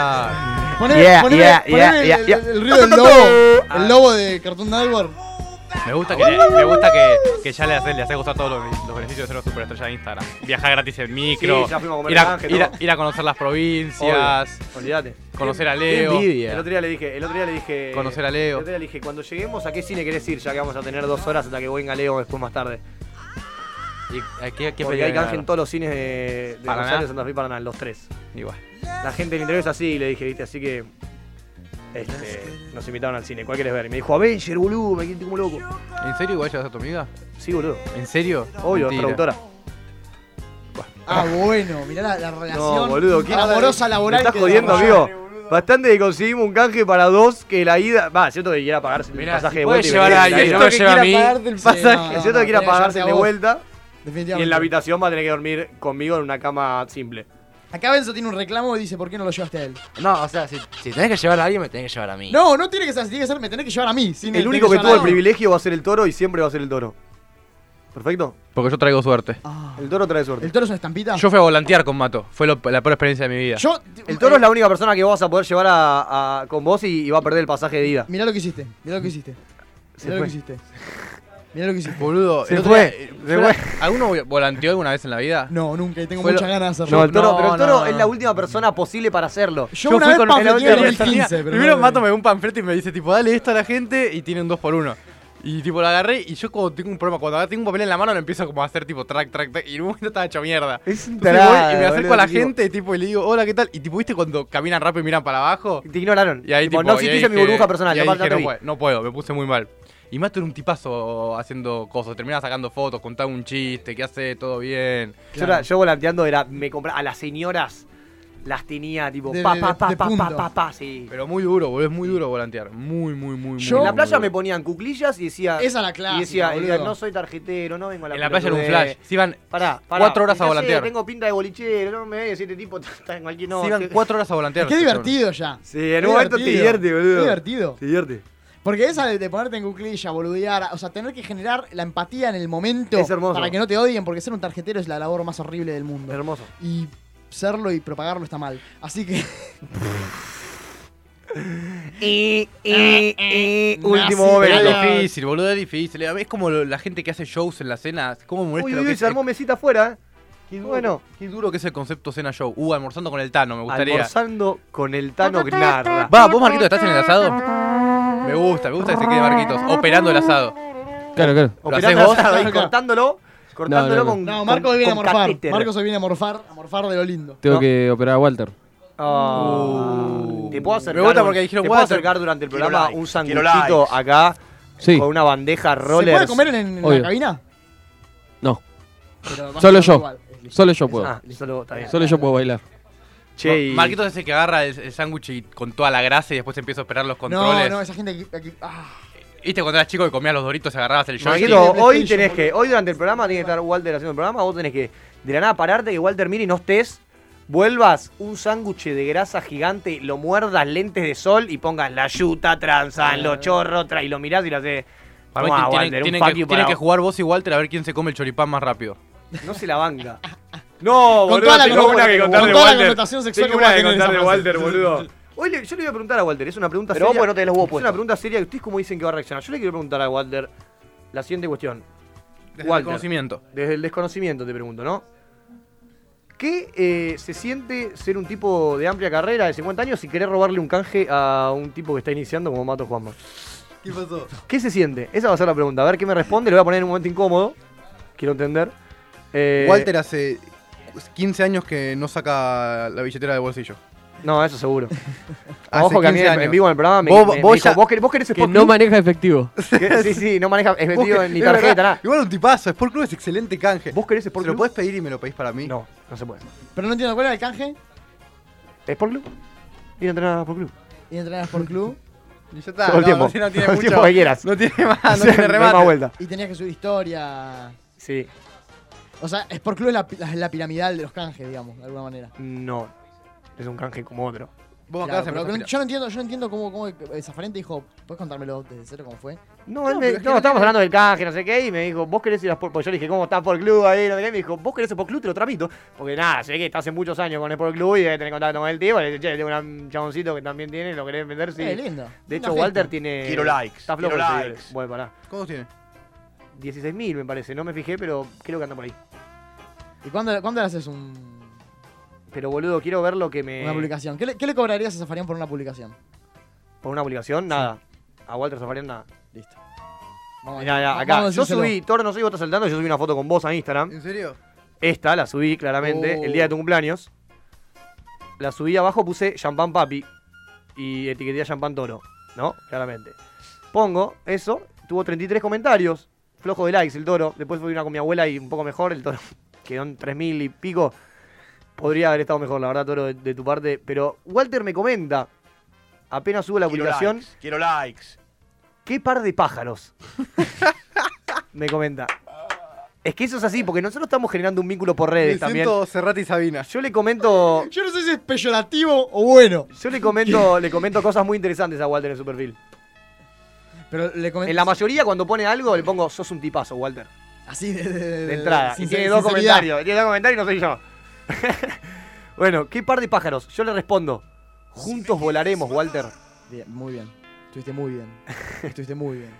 [SPEAKER 5] Poneme,
[SPEAKER 1] Yeah,
[SPEAKER 5] poneme-
[SPEAKER 1] yeah,
[SPEAKER 5] poneme
[SPEAKER 1] yeah,
[SPEAKER 5] el-
[SPEAKER 1] yeah,
[SPEAKER 5] el,
[SPEAKER 1] yeah. Ah.
[SPEAKER 5] el ruido del lobo. El lobo de Cartoon Network.
[SPEAKER 10] Me gusta
[SPEAKER 1] <laughs>
[SPEAKER 10] que, me gusta que, que ya le hace, le hace gustar todos los, los beneficios de ser una superestrella de Instagram. Viajar gratis en micro,
[SPEAKER 1] Sí, ya fuimos a comer
[SPEAKER 10] ir, a,
[SPEAKER 1] naranja y
[SPEAKER 10] ir, a,
[SPEAKER 1] todo.
[SPEAKER 10] ir a conocer las provincias,
[SPEAKER 1] Olvídate.
[SPEAKER 10] conocer a
[SPEAKER 4] Qué
[SPEAKER 10] Leo.
[SPEAKER 1] El
[SPEAKER 4] envidia.
[SPEAKER 1] otro día le dije, el otro día le dije.
[SPEAKER 2] Conocer a Leo.
[SPEAKER 1] El otro día le dije, cuando lleguemos, ¿a qué cine querés ir? Ya que vamos a tener dos horas hasta que venga Leo después más tarde.
[SPEAKER 4] ¿Y a qué, qué
[SPEAKER 1] Porque
[SPEAKER 4] película
[SPEAKER 1] hay canje
[SPEAKER 4] ganaron?
[SPEAKER 1] en todos los cines de, de
[SPEAKER 10] Paraná.
[SPEAKER 1] Rosario, Santa Fe y Paraná, los tres.
[SPEAKER 10] Igual.
[SPEAKER 1] La gente del interior es así, y le dije, viste, así que. Este, nos invitaron al cine. ¿Cuál querés ver? Y me dijo, Avenger, boludo, me quedé como loco.
[SPEAKER 2] ¿En serio igual llevas a tu amiga?
[SPEAKER 1] Sí, boludo.
[SPEAKER 2] ¿En serio?
[SPEAKER 1] Obvio,
[SPEAKER 2] Mentira.
[SPEAKER 1] traductora.
[SPEAKER 5] Ah, bueno, mirá la, la relación
[SPEAKER 1] No, boludo, ¿qué?
[SPEAKER 5] amorosa laboral.
[SPEAKER 1] Me
[SPEAKER 5] que
[SPEAKER 1] estás jodiendo,
[SPEAKER 5] desarrollaron.
[SPEAKER 1] amigo. Bastante que conseguimos un canje para dos que la ida. Va, cierto que quiera pagarse el
[SPEAKER 10] Mirá,
[SPEAKER 1] pasaje
[SPEAKER 10] si
[SPEAKER 1] de
[SPEAKER 10] puede
[SPEAKER 1] vuelta. y
[SPEAKER 10] llevar
[SPEAKER 1] venir
[SPEAKER 10] a
[SPEAKER 1] la
[SPEAKER 10] alguien,
[SPEAKER 1] ida.
[SPEAKER 10] no me lleva a mí.
[SPEAKER 5] el pasaje.
[SPEAKER 1] Es cierto que quiera pagarse de vuelta. Y
[SPEAKER 5] Definitivamente.
[SPEAKER 1] en la habitación va a tener que dormir conmigo en una cama simple.
[SPEAKER 5] Acá Benzo tiene un reclamo y dice, ¿por qué no lo llevaste a él?
[SPEAKER 4] No, o sea, si, si tenés que llevar a alguien, me tenés que llevar a mí.
[SPEAKER 5] No, no tiene que ser así, tiene que ser, me tenés que llevar a mí. sin
[SPEAKER 1] El
[SPEAKER 5] él,
[SPEAKER 1] único que
[SPEAKER 5] tenés
[SPEAKER 1] tuvo el
[SPEAKER 5] llevar a él.
[SPEAKER 1] privilegio va a ser el toro y siempre va a ser el toro. ¿Perfecto?
[SPEAKER 2] Porque yo traigo suerte.
[SPEAKER 5] Ah,
[SPEAKER 1] El toro trae suerte.
[SPEAKER 5] ¿El toro es una estampita?
[SPEAKER 2] Yo fui a volantear con Mato. Fue lo- la peor experiencia de mi vida.
[SPEAKER 5] Yo-
[SPEAKER 1] El toro es la única persona que vos vas a poder llevar a- a- con vos y, y va a perder el pasaje de ida.
[SPEAKER 5] Mirá lo que hiciste, mirá lo que hiciste.
[SPEAKER 1] Se
[SPEAKER 5] Mirá lo
[SPEAKER 1] fue.
[SPEAKER 5] que hiciste. Mirá lo que hiciste.
[SPEAKER 2] Boludo,
[SPEAKER 1] Se
[SPEAKER 2] el otro día-
[SPEAKER 1] fue,
[SPEAKER 2] eh,
[SPEAKER 1] se
[SPEAKER 2] espera, ¿Alguno volanteó alguna vez en la vida?
[SPEAKER 5] No, nunca, y tengo
[SPEAKER 2] Fue lo-
[SPEAKER 5] muchas ganas de hacerlo.
[SPEAKER 1] No, el toro,
[SPEAKER 2] No,
[SPEAKER 1] pero el toro
[SPEAKER 2] no,
[SPEAKER 1] es
[SPEAKER 2] no.
[SPEAKER 1] la última persona posible para hacerlo.
[SPEAKER 5] Yo,
[SPEAKER 2] Yo
[SPEAKER 5] una
[SPEAKER 2] fui
[SPEAKER 5] vez
[SPEAKER 2] con-
[SPEAKER 5] panfleteé
[SPEAKER 1] la
[SPEAKER 5] en
[SPEAKER 1] última-
[SPEAKER 5] 2015, pero
[SPEAKER 2] Primero
[SPEAKER 5] no-
[SPEAKER 2] Mato me dio un panfleto y me dice, tipo, dale esto a la gente y tienen dos por uno. Y tipo lo agarré y yo como tengo un problema, cuando agarré- tengo un papel en la mano lo empiezo como a hacer tipo track, track, track, y en un momento estaba hecho mierda.
[SPEAKER 1] Es un
[SPEAKER 2] Entonces voy y me acerco
[SPEAKER 1] boludo,
[SPEAKER 2] a la
[SPEAKER 1] tipo,
[SPEAKER 2] gente tipo, y le digo, hola, ¿qué tal? Y tipo, ¿viste cuando caminan rápido y miran para abajo?
[SPEAKER 1] Te ignoraron.
[SPEAKER 2] Y ahí
[SPEAKER 1] Tipo,
[SPEAKER 2] tipo,
[SPEAKER 1] no
[SPEAKER 2] y ahí
[SPEAKER 1] exististe mi
[SPEAKER 2] dije-
[SPEAKER 1] burbuja personal.
[SPEAKER 2] y ahí
[SPEAKER 1] aparte
[SPEAKER 2] dije, no,
[SPEAKER 1] no te vi.
[SPEAKER 2] puedo, no puedo, me puse muy mal. Y Mato era un tipazo haciendo cosas, terminaba sacando fotos, contaba un chiste, ¿qué hace? ¿Todo bien?
[SPEAKER 1] Yo, era- yo volanteando era, me compraba a las señoras, las tenía tipo
[SPEAKER 5] De-
[SPEAKER 1] pa
[SPEAKER 5] de-
[SPEAKER 1] pa pa
[SPEAKER 5] de
[SPEAKER 1] pa pa
[SPEAKER 5] punto.
[SPEAKER 1] pa pa, sí.
[SPEAKER 2] Pero muy duro, boludo, es muy duro volantear. Muy, muy, muy,
[SPEAKER 5] Yo-
[SPEAKER 2] muy
[SPEAKER 1] en la
[SPEAKER 2] muy
[SPEAKER 1] playa
[SPEAKER 2] duro.
[SPEAKER 1] me ponían cuclillas y decía.
[SPEAKER 5] Esa es la clásica,
[SPEAKER 1] Y decía, y decía,
[SPEAKER 5] boludo.
[SPEAKER 1] no soy tarjetero, no vengo a la
[SPEAKER 2] En la playa era un
[SPEAKER 1] pelotudez".
[SPEAKER 2] flash. Se iban,
[SPEAKER 1] Pará, pará.
[SPEAKER 2] Cuatro horas a
[SPEAKER 1] Ya sé,
[SPEAKER 2] volantear.
[SPEAKER 1] Tengo pinta de bolichero, no me ves, este tipo <laughs> está en cualquier
[SPEAKER 2] se
[SPEAKER 1] no.
[SPEAKER 2] iban
[SPEAKER 1] te-
[SPEAKER 2] cuatro horas a volantear.
[SPEAKER 5] Qué divertido ya.
[SPEAKER 1] Sí, en
[SPEAKER 5] Qué
[SPEAKER 1] un momento te
[SPEAKER 5] divertido.
[SPEAKER 1] divierte, boludo.
[SPEAKER 5] Qué divertido.
[SPEAKER 1] Te divierte.
[SPEAKER 5] Porque esa de, de ponerte en cuclilla, boludear, o sea, tener que generar la empatía en el momento
[SPEAKER 1] Es hermoso.
[SPEAKER 5] para que no te odien, porque ser un tarjetero es la labor más horrible del mundo.
[SPEAKER 1] Hermoso.
[SPEAKER 5] Y serlo y propagarlo está mal. Así que.
[SPEAKER 1] <laughs> Y, y, y. Último
[SPEAKER 5] Nazi,
[SPEAKER 2] Pero
[SPEAKER 1] momento.
[SPEAKER 5] dale.
[SPEAKER 2] es difícil, boludo, es difícil. Es como lo- la gente que hace shows en la cena. ¿Cómo me molesta
[SPEAKER 1] Uy,
[SPEAKER 2] lo
[SPEAKER 1] uy,
[SPEAKER 2] que
[SPEAKER 1] uy,
[SPEAKER 2] es-
[SPEAKER 1] se armó mesita afuera, ¿eh?
[SPEAKER 2] Qué duro,
[SPEAKER 1] Bueno.
[SPEAKER 2] qué duro que es el concepto cena show. Uh, almorzando con el Tano, me gustaría.
[SPEAKER 1] Almorzando con el Tano Gnarda.
[SPEAKER 2] Va, vos Marquito, ¿estás en el asado? Me gusta, me gusta que se quede Marquitos. Operando el asado.
[SPEAKER 6] Claro, claro.
[SPEAKER 1] Operando
[SPEAKER 2] hacés vos?
[SPEAKER 1] asado y
[SPEAKER 5] Claro.
[SPEAKER 1] cortándolo. Cortándolo
[SPEAKER 6] no, no.
[SPEAKER 1] con.
[SPEAKER 5] No, Marco hoy
[SPEAKER 1] con-
[SPEAKER 5] viene a
[SPEAKER 1] con
[SPEAKER 5] morfar.
[SPEAKER 1] catéter.
[SPEAKER 5] Marcos hoy viene a morfar, a morfar de lo lindo. Uh.
[SPEAKER 6] Tengo
[SPEAKER 1] No.
[SPEAKER 6] que operar a Walter.
[SPEAKER 1] Ah. Te puedo acercar.
[SPEAKER 2] Me gusta
[SPEAKER 1] un-
[SPEAKER 2] porque dijeron,
[SPEAKER 1] Te puedo
[SPEAKER 2] "Walter,
[SPEAKER 1] acercar durante el
[SPEAKER 7] quiero
[SPEAKER 1] programa
[SPEAKER 7] likes,
[SPEAKER 1] un
[SPEAKER 7] quiero
[SPEAKER 1] sanguchito
[SPEAKER 7] likes".
[SPEAKER 1] acá
[SPEAKER 6] Sí.
[SPEAKER 1] con una bandeja roller.
[SPEAKER 5] ¿Se puede comer en, en la
[SPEAKER 6] Obvio.
[SPEAKER 5] cabina?
[SPEAKER 6] No,
[SPEAKER 5] Pero vas
[SPEAKER 6] Solo
[SPEAKER 5] a comer
[SPEAKER 6] yo.
[SPEAKER 5] igual.
[SPEAKER 6] solo yo puedo.
[SPEAKER 1] Ah, solo, está bien.
[SPEAKER 6] Solo yo puedo bailar.
[SPEAKER 1] Che, y-
[SPEAKER 2] Marquitos es el que agarra el, el sándwich y con toda la grasa y después empieza a operar los
[SPEAKER 5] No,
[SPEAKER 2] controles.
[SPEAKER 5] no, esa gente que. que- ah.
[SPEAKER 2] ¿Viste cuando eras chico que comías los doritos y agarrabas el joystick?
[SPEAKER 1] Marquito,
[SPEAKER 5] Tiene
[SPEAKER 1] hoy
[SPEAKER 5] PlayStation,
[SPEAKER 1] tenés que,
[SPEAKER 5] boludo.
[SPEAKER 1] hoy durante el programa tiene que estar Walter haciendo el programa, vos tenés que de la nada pararte, que Walter mire y no estés, vuelvas un sándwich de grasa gigante, lo muerdas lentes de sol y pongas la yuta, tranza, en los chorros, tra- y lo mirás y lo haces.
[SPEAKER 2] Ah. Para mí
[SPEAKER 1] Tomá,
[SPEAKER 2] tienen-
[SPEAKER 1] Walter, un
[SPEAKER 2] tienen
[SPEAKER 1] fuck
[SPEAKER 2] que-
[SPEAKER 1] you
[SPEAKER 2] tienen
[SPEAKER 1] para
[SPEAKER 2] que
[SPEAKER 1] vos.
[SPEAKER 2] jugar vos y Walter a ver quién se come el choripán más rápido.
[SPEAKER 1] No se la
[SPEAKER 5] <laughs>
[SPEAKER 1] banca. No,
[SPEAKER 5] Con toda la
[SPEAKER 1] tengo
[SPEAKER 5] connotación-
[SPEAKER 1] una que
[SPEAKER 5] con
[SPEAKER 1] contar de
[SPEAKER 5] toda la
[SPEAKER 1] Walter.
[SPEAKER 5] connotación sexual
[SPEAKER 1] Tengo
[SPEAKER 5] que
[SPEAKER 1] una
[SPEAKER 5] pueda
[SPEAKER 1] que
[SPEAKER 5] tener
[SPEAKER 1] contar de
[SPEAKER 5] esa frase.
[SPEAKER 1] Walter, boludo. Hoy le- yo le voy a preguntar a Walter, es una pregunta
[SPEAKER 4] Pero vos
[SPEAKER 1] seria.
[SPEAKER 4] porque no tenés los huevos pues.
[SPEAKER 1] es
[SPEAKER 4] puestos.
[SPEAKER 1] una pregunta seria, ¿ustedes cómo dicen que va a reaccionar? Yo le quiero preguntar a Walter la siguiente cuestión.
[SPEAKER 2] Desde el
[SPEAKER 1] Walter.
[SPEAKER 2] conocimiento.
[SPEAKER 1] Desde el desconocimiento te pregunto, ¿no? ¿Qué eh, se siente ser un tipo de amplia carrera de 50 años y querer robarle un canje a un tipo que está iniciando como Mato Juanma?
[SPEAKER 5] ¿Qué pasó?
[SPEAKER 1] ¿Qué se siente? Esa va a ser la pregunta. A ver qué me responde. Lo voy a poner en un momento incómodo. Quiero entender. Eh,
[SPEAKER 2] Walter hace 15 años que no saca la billetera del bolsillo.
[SPEAKER 1] No,
[SPEAKER 2] <laughs>
[SPEAKER 1] eso seguro.
[SPEAKER 2] Hace
[SPEAKER 1] Ojo que a mí
[SPEAKER 2] 15
[SPEAKER 1] en- en
[SPEAKER 2] años.
[SPEAKER 1] vivo en el programa me,
[SPEAKER 2] Vos-
[SPEAKER 1] me-
[SPEAKER 2] vos
[SPEAKER 1] me dijo,
[SPEAKER 2] ya-
[SPEAKER 1] "¿Vos querés- vos querés
[SPEAKER 6] Que
[SPEAKER 1] Sport
[SPEAKER 6] no
[SPEAKER 1] Club?"
[SPEAKER 6] maneja efectivo.
[SPEAKER 1] <laughs> Que- Sí, sí, no maneja es
[SPEAKER 2] Vos
[SPEAKER 1] metido
[SPEAKER 2] que-
[SPEAKER 1] en ni
[SPEAKER 2] es verdad.
[SPEAKER 1] tarjeta, nada.
[SPEAKER 2] Igual un tipazo, Sport Club es excelente canje.
[SPEAKER 1] ¿Vos querés
[SPEAKER 2] ¿Se
[SPEAKER 1] Sport
[SPEAKER 2] lo
[SPEAKER 1] Club?
[SPEAKER 2] podés pedir y me lo pedís para mí?
[SPEAKER 1] No, no se puede.
[SPEAKER 5] Pero no entiendo, ¿cuál era el canje?
[SPEAKER 1] ¿Sport Club? Ir a entrenar a Sport Club.
[SPEAKER 5] Ir a entrenar a Sport <laughs> Club
[SPEAKER 2] Y ya está.
[SPEAKER 1] Todo el
[SPEAKER 2] no,
[SPEAKER 1] tiempo.
[SPEAKER 2] no, <laughs> si no tiene
[SPEAKER 1] Todo el
[SPEAKER 2] mucho-
[SPEAKER 1] tiempo que quieras.
[SPEAKER 2] No tiene más,
[SPEAKER 1] O
[SPEAKER 2] no
[SPEAKER 1] <laughs> sea,
[SPEAKER 2] tiene
[SPEAKER 1] hay
[SPEAKER 2] remate.
[SPEAKER 1] más vuelta.
[SPEAKER 5] y tenías que subir historia.
[SPEAKER 1] Sí.
[SPEAKER 5] O sea, Sport Club es la, pi- la- la piramidal de los canjes, digamos, de alguna manera.
[SPEAKER 1] No. Es un canje como otro.
[SPEAKER 5] Claro,
[SPEAKER 2] Vos acabas de
[SPEAKER 5] pero
[SPEAKER 2] empezar a
[SPEAKER 5] no-
[SPEAKER 2] tirar.
[SPEAKER 5] yo no entiendo, yo no entiendo cómo, cómo eh, Zafarente dijo, ¿puedes contármelo desde cero cómo fue?
[SPEAKER 1] No,
[SPEAKER 2] No,
[SPEAKER 1] él me-
[SPEAKER 2] pero es que
[SPEAKER 1] no,
[SPEAKER 2] no
[SPEAKER 1] estábamos
[SPEAKER 2] tiene-
[SPEAKER 1] hablando del canje, no sé qué, y me dijo, vos querés ir a Sport Porque yo le dije, ¿cómo está Sport Club ahí? No sé qué, y me dijo, vos querés Sport Club, te lo tramito. Porque nada, sé que está hace muchos años con Sport Club y debe tener contacto con el tío. Le dije, che, tengo un chaboncito que también tiene, lo querés vender, sí.
[SPEAKER 5] Eh, lindo.
[SPEAKER 1] De
[SPEAKER 5] Linda
[SPEAKER 1] hecho,
[SPEAKER 5] gesta.
[SPEAKER 1] Walter tiene.
[SPEAKER 7] Quiero likes,
[SPEAKER 1] Está flojo.
[SPEAKER 7] quiero
[SPEAKER 1] sí,
[SPEAKER 7] likes.
[SPEAKER 1] Bueno, pará.
[SPEAKER 2] ¿Cuántos tiene?
[SPEAKER 1] 16.000 me parece, no me fijé, pero creo que anda por ahí.
[SPEAKER 5] ¿Y cuándo, cuándo le haces un-
[SPEAKER 1] Pero boludo, quiero ver lo que me.
[SPEAKER 5] una publicación? ¿Qué le, qué le cobrarías a Zafarian por una publicación?
[SPEAKER 1] Por una publicación, nada. A Walter Zafarian, nada.
[SPEAKER 5] Listo. Vamos,
[SPEAKER 1] Mirá, mirá,
[SPEAKER 5] vamos a
[SPEAKER 1] acá. Yo
[SPEAKER 5] decírselo.
[SPEAKER 1] subí, Toro, no sé si vos estás saltando, yo subí una foto con vos a Instagram.
[SPEAKER 2] ¿En serio?
[SPEAKER 1] Esta la subí claramente
[SPEAKER 2] Oh.
[SPEAKER 1] el día de tu cumpleaños. La subí abajo, puse champán papi y etiqueté a champán toro, ¿no? Claramente. Pongo eso, tuvo 33 comentarios, flojo de likes el toro. Después fui una con mi abuela y un poco mejor, el toro <laughs> quedó en 3000 y pico. Podría haber estado mejor, la verdad, toro, de, de tu parte. Pero Walter me comenta, apenas subo la
[SPEAKER 7] Quiero
[SPEAKER 1] publicación,
[SPEAKER 7] likes, quiero likes.
[SPEAKER 1] ¿Qué par de
[SPEAKER 2] <laughs>
[SPEAKER 1] pájaros? me comenta. Es que eso es así, porque nosotros estamos generando un vínculo por redes
[SPEAKER 2] Me
[SPEAKER 1] también.
[SPEAKER 2] siento Serrati y Sabina.
[SPEAKER 1] Yo le comento.
[SPEAKER 5] Yo no sé si es peyorativo o bueno.
[SPEAKER 1] Yo le comento, le comento cosas muy interesantes a Walter en su perfil.
[SPEAKER 5] Pero le comenté.
[SPEAKER 1] En la mayoría, cuando pone algo, le pongo sos un tipazo, Walter.
[SPEAKER 5] Así de, de- de-
[SPEAKER 1] De entrada. Y
[SPEAKER 5] sin-
[SPEAKER 1] tiene
[SPEAKER 5] sin-
[SPEAKER 1] dos
[SPEAKER 5] Eh, sinceridad.
[SPEAKER 1] comentarios. Tiene dos comentarios y no soy yo. <laughs> bueno, ¿qué par de pájaros? Yo le respondo. Juntos volaremos, Walter.
[SPEAKER 5] Bien, muy bien. Estuviste muy bien. <laughs> Estuviste muy bien.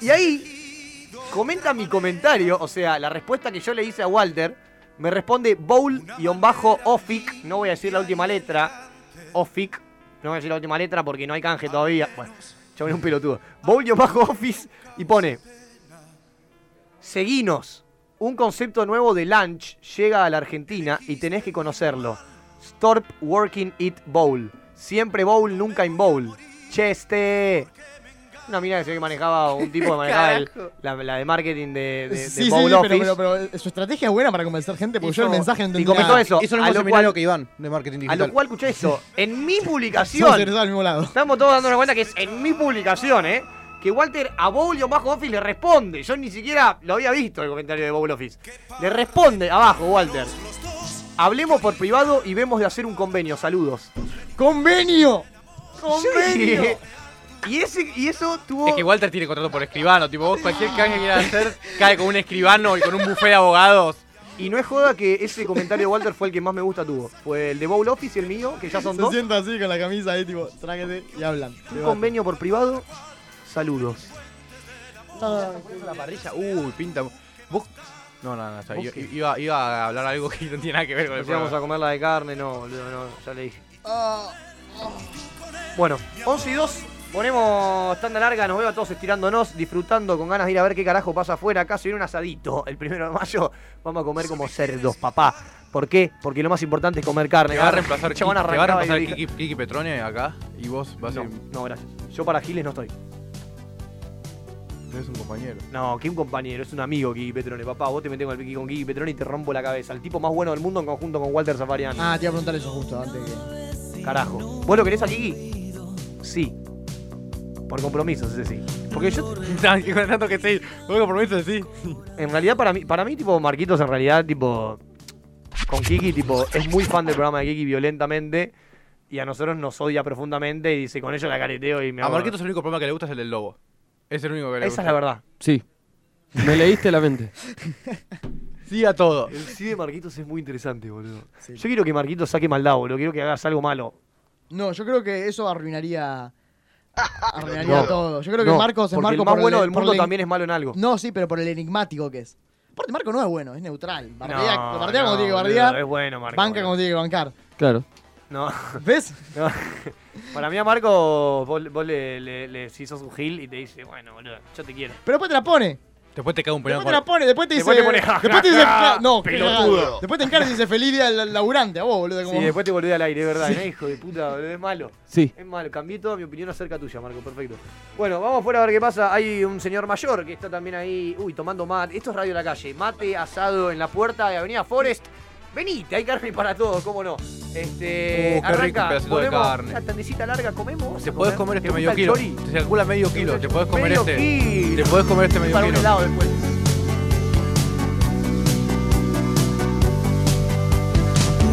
[SPEAKER 1] Y ahí comenta mi comentario, o sea, la respuesta que yo le hice a Walter, me responde bowl y bajo ofic, no voy a decir la última letra, ofic, no voy a decir la última letra porque no hay canje todavía. Bueno, yo un pelotudo. Bowl y <laughs> bajo office y pone Seguinos. Un concepto nuevo de lunch llega a la Argentina y tenés que conocerlo. Stop working it bowl. Siempre bowl, nunca in bowl. Cheste. Una mina que se ve que manejaba, un tipo que manejaba el- la, la de marketing de, de- de
[SPEAKER 5] sí, sí,
[SPEAKER 1] Bowl
[SPEAKER 5] sí,
[SPEAKER 1] Office.
[SPEAKER 5] pero, pero, pero su estrategia es buena para convencer gente porque yo el
[SPEAKER 1] Hizo-
[SPEAKER 5] mensaje no
[SPEAKER 1] y
[SPEAKER 5] entendí.
[SPEAKER 1] comentó
[SPEAKER 5] nada.
[SPEAKER 1] eso.
[SPEAKER 2] Hizo el
[SPEAKER 1] a
[SPEAKER 2] mismo
[SPEAKER 1] lo
[SPEAKER 2] seminario
[SPEAKER 1] cual-
[SPEAKER 2] que Iván, de marketing
[SPEAKER 1] A
[SPEAKER 2] digital.
[SPEAKER 1] lo cual, escuché
[SPEAKER 2] <laughs>
[SPEAKER 1] eso. En mi
[SPEAKER 5] Somos
[SPEAKER 1] publicación.
[SPEAKER 5] egresados al mismo lado.
[SPEAKER 1] Estamos todos dándonos cuenta que es en mi publicación, ¿eh? Que Walter a Bowl bajo Office le responde. Yo ni siquiera lo había visto el comentario de Bowl Office. Le responde abajo, Walter. Hablemos por privado y vemos de hacer un convenio. Saludos.
[SPEAKER 5] ¡Convenio!
[SPEAKER 1] Sí.
[SPEAKER 5] ¡Convenio!
[SPEAKER 1] Y, ese, y eso tuvo.
[SPEAKER 10] Es que Walter tiene contrato por escribano, tipo vos cualquier canje que quieras hacer cae con un escribano y con un bufé de abogados.
[SPEAKER 1] Y no es joda que ese comentario de Walter fue el que más me gusta tuvo. Fue el de Bowl Office y el mío, que ya son
[SPEAKER 5] Se
[SPEAKER 1] dos.
[SPEAKER 5] sienta así con la camisa ahí, tipo, tráquete y hablan.
[SPEAKER 1] Un convenio por privado. Saludos.
[SPEAKER 2] La parrilla, uy, pinta. Vos. No, no, no, o sea,
[SPEAKER 1] ¿Vos
[SPEAKER 2] yo-
[SPEAKER 1] qué?
[SPEAKER 2] iba, iba a hablar algo que no tiene nada que ver con el
[SPEAKER 1] Nos íbamos
[SPEAKER 2] programa.
[SPEAKER 1] a comer la de carne, no, boludo, no, ya le dije. Bueno, 11 y 2, ponemos tanda larga, nos veo a todos estirándonos, disfrutando con ganas de ir a ver qué carajo pasa afuera. Acá se viene un asadito el primero de mayo, vamos a comer como cerdos, papá. ¿Por qué? Porque lo más importante es comer carne.
[SPEAKER 2] Te va a reemplazar,
[SPEAKER 1] Ya van a
[SPEAKER 2] Kiki- te va a
[SPEAKER 1] arrancar
[SPEAKER 2] reemplazar Kiki,
[SPEAKER 1] y-
[SPEAKER 2] Kiki Petrone acá y vos vas a
[SPEAKER 1] No,
[SPEAKER 2] ser
[SPEAKER 1] no, gracias. Yo para Giles no estoy.
[SPEAKER 2] no eres un compañero.
[SPEAKER 1] No, que un compañero, es un amigo Kiki Petrone, papá. Vos te metés con, el, Kiki- con Kiki Petrone y te rompo la cabeza. El tipo más bueno del mundo en conjunto con Walter Zafarian.
[SPEAKER 5] Ah, te iba a preguntar eso justo antes que.
[SPEAKER 1] Carajo. ¿Vos lo querés a Kiki? Sí. Por compromiso, ese sí.
[SPEAKER 2] <laughs>
[SPEAKER 1] Porque yo,
[SPEAKER 2] Con tanto que sí, vos compromiso sí.
[SPEAKER 1] <laughs> en realidad, para mí, para mí, tipo, Marquitos, en realidad, tipo, con Kiki, tipo, es muy fan del programa de Kiki violentamente. Y a nosotros nos odia profundamente y dice, con ello la careteo y me
[SPEAKER 2] A
[SPEAKER 1] hago-
[SPEAKER 2] Marquitos el único problema que le gusta Ah, es el del lobo. Es el único que le gusta.
[SPEAKER 1] Esa es la verdad.
[SPEAKER 6] Sí. Me leíste la mente.
[SPEAKER 2] Sí a todo.
[SPEAKER 1] El sí de Marquitos es muy interesante, boludo.
[SPEAKER 5] Sí.
[SPEAKER 1] Yo quiero que Marquitos saque maldad, boludo. Quiero que hagas algo malo.
[SPEAKER 5] No, yo creo que eso arruinaría. Arruinaría
[SPEAKER 1] No.
[SPEAKER 5] todo. Yo creo que
[SPEAKER 1] No,
[SPEAKER 5] Marcos es
[SPEAKER 1] porque
[SPEAKER 5] Marco
[SPEAKER 1] el más
[SPEAKER 5] por
[SPEAKER 1] bueno
[SPEAKER 5] el-
[SPEAKER 1] del
[SPEAKER 5] por
[SPEAKER 1] mundo
[SPEAKER 5] el-
[SPEAKER 1] también es malo en algo.
[SPEAKER 5] No, sí, pero por el enigmático que es. Aparte, Marco no es bueno, es neutral. Bardea,
[SPEAKER 1] No,
[SPEAKER 5] bardea
[SPEAKER 1] no,
[SPEAKER 5] como tiene que
[SPEAKER 1] boludo,
[SPEAKER 5] bardear,
[SPEAKER 1] Es bueno, Marco.
[SPEAKER 5] banca como
[SPEAKER 1] boludo.
[SPEAKER 5] tiene que bancar.
[SPEAKER 6] Claro.
[SPEAKER 1] No.
[SPEAKER 5] ¿Ves?
[SPEAKER 1] <laughs> No. Para mí a Marco, vos, vos le, le, le- si sos un gil y te dice, bueno, boludo, yo te quiero.
[SPEAKER 5] Pero después te la pone.
[SPEAKER 10] Después te cae un
[SPEAKER 11] Después
[SPEAKER 10] puñado
[SPEAKER 11] te la pone, después te dice.
[SPEAKER 10] Después te pone, ja,
[SPEAKER 11] después te
[SPEAKER 10] ja,
[SPEAKER 11] dice.
[SPEAKER 5] "Ah,
[SPEAKER 10] ja,
[SPEAKER 11] no,
[SPEAKER 1] "Ah, pelotudo.
[SPEAKER 11] pelotudo. Después te encaras y dice feliz día al laburante, a vos, boludo.
[SPEAKER 1] Sí,
[SPEAKER 11] como-
[SPEAKER 1] después te volví al aire, es verdad,
[SPEAKER 11] Sí.
[SPEAKER 1] ¿no? hijo de puta, boludo, es malo.
[SPEAKER 6] Sí.
[SPEAKER 1] Es malo, cambié toda mi opinión acerca tuya, Marco, perfecto. Bueno, vamos fuera a ver qué pasa. Hay un señor mayor que está también ahí, uy, tomando mate. Esto es Radio La Calle, mate asado en la puerta de Avenida Forest. Venite, hay carne para todos, cómo no. Este,
[SPEAKER 10] Uh, qué rico un pedacito de
[SPEAKER 1] ponemos
[SPEAKER 10] carne.
[SPEAKER 1] Una tandecita larga, comemos.
[SPEAKER 10] Te podés comer este
[SPEAKER 1] ¿Te
[SPEAKER 10] medio
[SPEAKER 1] gusta el
[SPEAKER 10] kilo.
[SPEAKER 1] chori?
[SPEAKER 10] Te calcula medio kilo. Te podés comer
[SPEAKER 1] Medio
[SPEAKER 10] este.
[SPEAKER 1] kilo.
[SPEAKER 10] Te podés comer este medio
[SPEAKER 1] Para un
[SPEAKER 10] kilo.
[SPEAKER 1] helado después.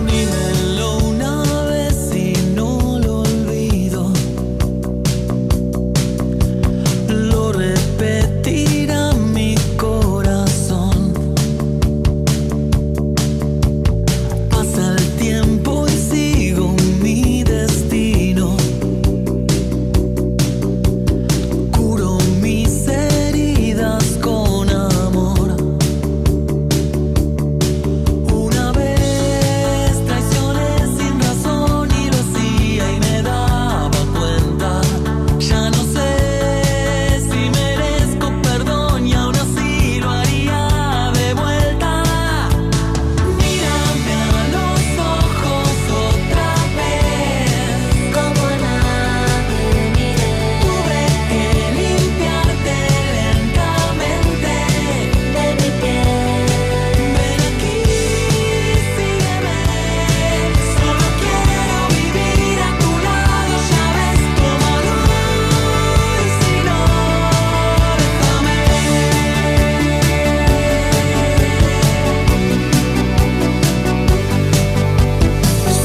[SPEAKER 8] Dímelo una vez y no lo olvido. Lo repetirá mi corazón. Pasa el tiempo y sigo mi destino. Curo mis heridas con amor. Una vez traicioné sin razón y lo hacía y me daba cuenta. Ya no sé si merezco perdón y aún así lo haría de vuelta. Mírame a los ojos otra vez, como a nadie miré. Tuve que limpiarte lentamente de mi piel. Ven aquí, sígueme. Solo quiero vivir a tu lado, ya ves, como no, y si no,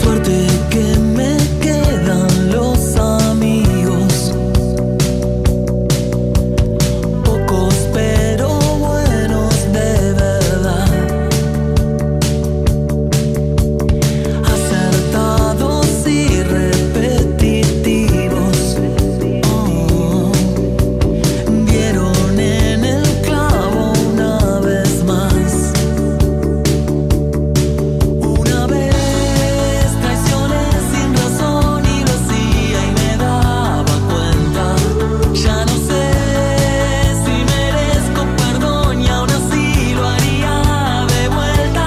[SPEAKER 8] Suerte que me quedan los amigos. Pocos pero buenos de verdad. Acertados y repetitivos. Oh. Dieron en el clavo una vez más. Una vez traicioné sin razón y lo hacía y me daba cuenta. Ya no sé si merezco perdón y aún así lo haría de vuelta.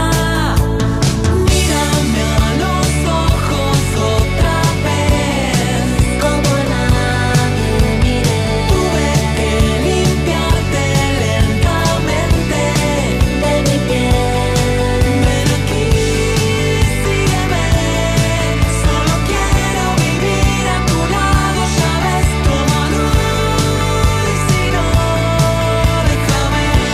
[SPEAKER 8] Mírame a los ojos otra vez, como a nadie miré. Tuve que limpiarte lentamente de mi piel. Ven aquí, sígueme. Solo quiero vivir a tu lado, ya ves como no. Y si no, déjame. Ven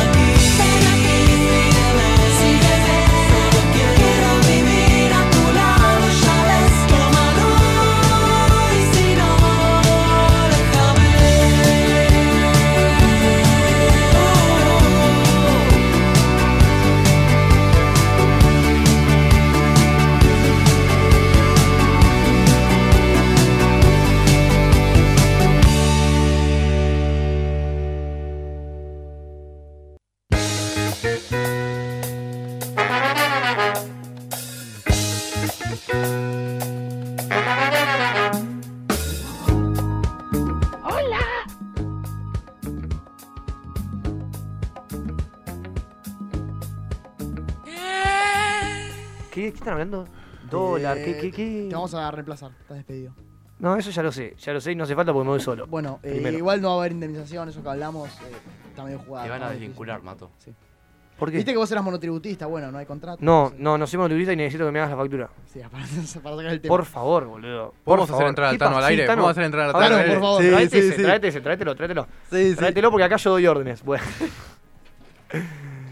[SPEAKER 8] aquí, ven aquí, sígueme, sígueme. Solo quiero vivir a tu lado, ya ves como no. Y si no, déjame.
[SPEAKER 9] Hola.
[SPEAKER 1] ¿Qué, qué están hablando? Dólar, ¿qué, qué, qué?
[SPEAKER 5] Eh, Te vamos a reemplazar, estás despedido.
[SPEAKER 1] No, eso ya lo sé, ya lo sé y no hace falta porque me voy solo.
[SPEAKER 5] Bueno, eh,
[SPEAKER 1] Primero.
[SPEAKER 5] igual no va a haber indemnización, eso que hablamos eh, está medio jugado.
[SPEAKER 4] Te van a
[SPEAKER 5] está medio
[SPEAKER 4] desvincular, Mato.
[SPEAKER 1] ¿Por qué?
[SPEAKER 5] Viste que vos eras monotributista, bueno, no hay contrato.
[SPEAKER 1] No, no, no soy monotributista y necesito que me hagas la factura.
[SPEAKER 5] Sí, <laughs> para, para sacar el tema.
[SPEAKER 1] Por favor, boludo. Por
[SPEAKER 10] ¿Podemos hacer
[SPEAKER 1] favor.
[SPEAKER 10] entrar al
[SPEAKER 1] ¿Qué
[SPEAKER 10] Tano
[SPEAKER 1] pasa?
[SPEAKER 10] al aire?
[SPEAKER 1] Sí, Tano.
[SPEAKER 10] ¿Podemos hacer entrar al
[SPEAKER 1] Ahora,
[SPEAKER 10] Tano al aire?
[SPEAKER 1] por favor.
[SPEAKER 10] Sí,
[SPEAKER 1] tráete
[SPEAKER 10] sí,
[SPEAKER 1] ese,
[SPEAKER 10] sí.
[SPEAKER 1] tráete ese, tráetelo, tráetelo.
[SPEAKER 10] Sí, sí.
[SPEAKER 1] Tráetelo porque acá yo doy órdenes. pues. Bueno.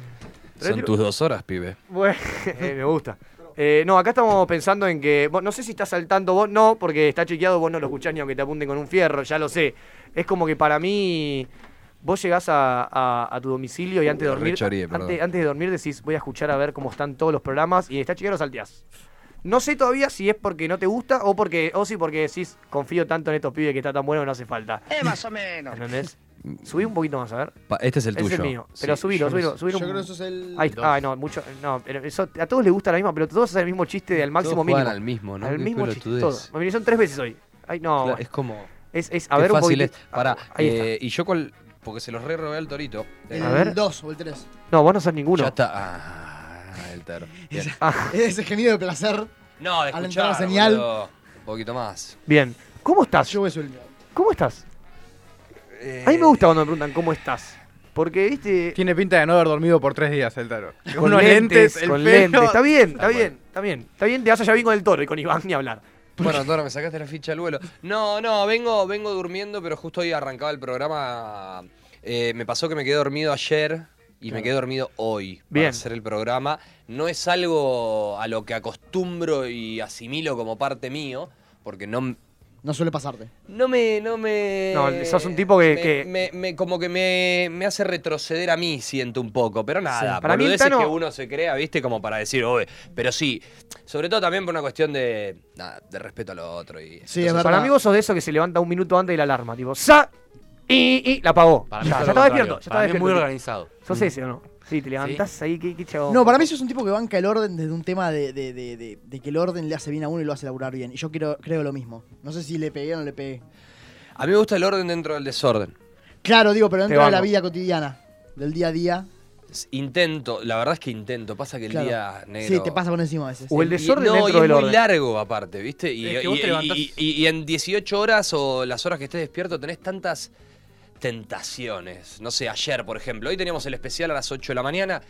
[SPEAKER 12] Son
[SPEAKER 1] Tráetelo.
[SPEAKER 12] tus dos horas, pibe.
[SPEAKER 1] Bueno, eh, me gusta. Eh, no, acá estamos pensando en que. vos- no sé si estás saltando vos, no, porque está chequeado, vos no lo escuchás ni aunque te apunten con un fierro, ya lo sé. Es como que para mí. Vos llegás a, a- a tu domicilio y antes de dormir.
[SPEAKER 12] Rechoreé, perdón.
[SPEAKER 1] antes, antes de dormir decís, voy a escuchar a ver cómo están todos los programas y está chequeado lo salteás. No sé todavía si es porque no te gusta o porque. O si porque decís, confío tanto en estos pibes que está tan bueno que no hace falta.
[SPEAKER 3] Es más o menos.
[SPEAKER 1] ¿Entendés? Subí un poquito más, a ver.
[SPEAKER 12] Pa- este es el
[SPEAKER 1] Es el
[SPEAKER 12] tuyo.
[SPEAKER 1] mío. Pero
[SPEAKER 12] Sí,
[SPEAKER 1] subilo,
[SPEAKER 12] yo
[SPEAKER 1] subilo,
[SPEAKER 12] no sé.
[SPEAKER 1] subilo.
[SPEAKER 12] Yo
[SPEAKER 1] un-
[SPEAKER 12] creo que sos el
[SPEAKER 1] Ahí-
[SPEAKER 12] dos.
[SPEAKER 1] ah, no, mucho. No, pero eso, a todos les gusta la misma, pero todos hacen el mismo chiste del máximo
[SPEAKER 12] juegan
[SPEAKER 1] mínimo.
[SPEAKER 12] al mismo, ¿no?
[SPEAKER 1] Al
[SPEAKER 12] Qué
[SPEAKER 1] mismo chiste.
[SPEAKER 12] pelotudez.
[SPEAKER 1] Todo. Me vinieron tres veces hoy. Ay, no.
[SPEAKER 12] Claro,
[SPEAKER 1] bueno.
[SPEAKER 12] es como.
[SPEAKER 1] Es, es a
[SPEAKER 12] Qué
[SPEAKER 1] ver un
[SPEAKER 12] fácil
[SPEAKER 1] poquito. Ah,
[SPEAKER 12] es. Pará,
[SPEAKER 1] Ahí está.
[SPEAKER 12] eh, y yo con. Porque se los re robé al torito.
[SPEAKER 1] El A ver.
[SPEAKER 5] dos o el tres.
[SPEAKER 1] No, vos no sos ninguno. Ah.
[SPEAKER 12] Ya está. Ah, el tero. Bien.
[SPEAKER 5] <laughs> Ese gemido de placer.
[SPEAKER 12] No, de
[SPEAKER 5] Al entrar la
[SPEAKER 12] escuchar,
[SPEAKER 5] señal.
[SPEAKER 12] boludo. Un poquito más.
[SPEAKER 1] Bien. ¿Cómo estás? ¿Cómo estás? A mí me gusta cuando me preguntan cómo estás. Porque, viste.
[SPEAKER 2] Tiene pinta de no haber dormido por tres días el taro.
[SPEAKER 1] Con lentes, con lentes. Está bien, está bien, está bien. Está bien, te vas allá bien con el toro y con Iván ni hablar.
[SPEAKER 12] Bueno, Dora, me sacaste la ficha al vuelo. No, no, vengo, vengo durmiendo, pero justo hoy arrancaba el programa. Eh, me pasó que me quedé dormido ayer y me
[SPEAKER 1] Claro.
[SPEAKER 12] quedé dormido hoy
[SPEAKER 1] Bien.
[SPEAKER 12] para hacer el programa. No es algo a lo que acostumbro y asimilo como parte mío, porque no, m-
[SPEAKER 5] No suele pasarte.
[SPEAKER 12] no me, no me.
[SPEAKER 1] No, sos un tipo que-
[SPEAKER 12] me-
[SPEAKER 1] que-
[SPEAKER 12] me- me- como que me, me hace retroceder a mí, siento un poco, pero nada.
[SPEAKER 1] Sí. Para mí el
[SPEAKER 12] boludeces
[SPEAKER 1] Tano-
[SPEAKER 12] que uno se crea, viste, como para decir, oye, pero sí. Sobre todo también por una cuestión de. nada, de respeto a lo otro. Y,
[SPEAKER 1] Entonces, Para mí vos sos de eso que se levanta un minuto antes de la alarma. Tipo, ¡sa! Y, y la apagó.
[SPEAKER 4] Para mí es
[SPEAKER 1] ya, ya
[SPEAKER 4] lo
[SPEAKER 1] está
[SPEAKER 4] contrario.
[SPEAKER 1] despierto. Ya está
[SPEAKER 4] Para mí es
[SPEAKER 1] despierto.
[SPEAKER 4] muy organizado.
[SPEAKER 1] ¿Sos
[SPEAKER 4] Mm.
[SPEAKER 1] ese o no? Sí, te levantás ahí, qué, qué chabón.
[SPEAKER 5] No, para mí sos un tipo que banca el orden desde un tema de, de- de- de- de que el orden le hace bien a uno y lo hace laburar bien. Y yo creo, creo lo mismo. No sé si le pegué o no le pegué.
[SPEAKER 12] A mí me gusta el orden dentro del desorden.
[SPEAKER 5] Claro, digo, pero
[SPEAKER 12] Te
[SPEAKER 5] dentro de la
[SPEAKER 12] banco.
[SPEAKER 5] vida cotidiana, del día a día.
[SPEAKER 12] S- Intento, la verdad es que intento. Pasa que el
[SPEAKER 5] Claro.
[SPEAKER 12] día negro.
[SPEAKER 5] Sí, te pasa por encima a veces.
[SPEAKER 12] Y- no, y es muy largo aparte, ¿viste? Y,
[SPEAKER 5] Es que
[SPEAKER 12] y-
[SPEAKER 5] vos te
[SPEAKER 12] y-
[SPEAKER 5] levantás-
[SPEAKER 12] y- y- y en 18 horas o las horas que estés despierto tenés tantas tentaciones. No sé, ayer, por ejemplo. Hoy teníamos el especial a las 8 de la mañana.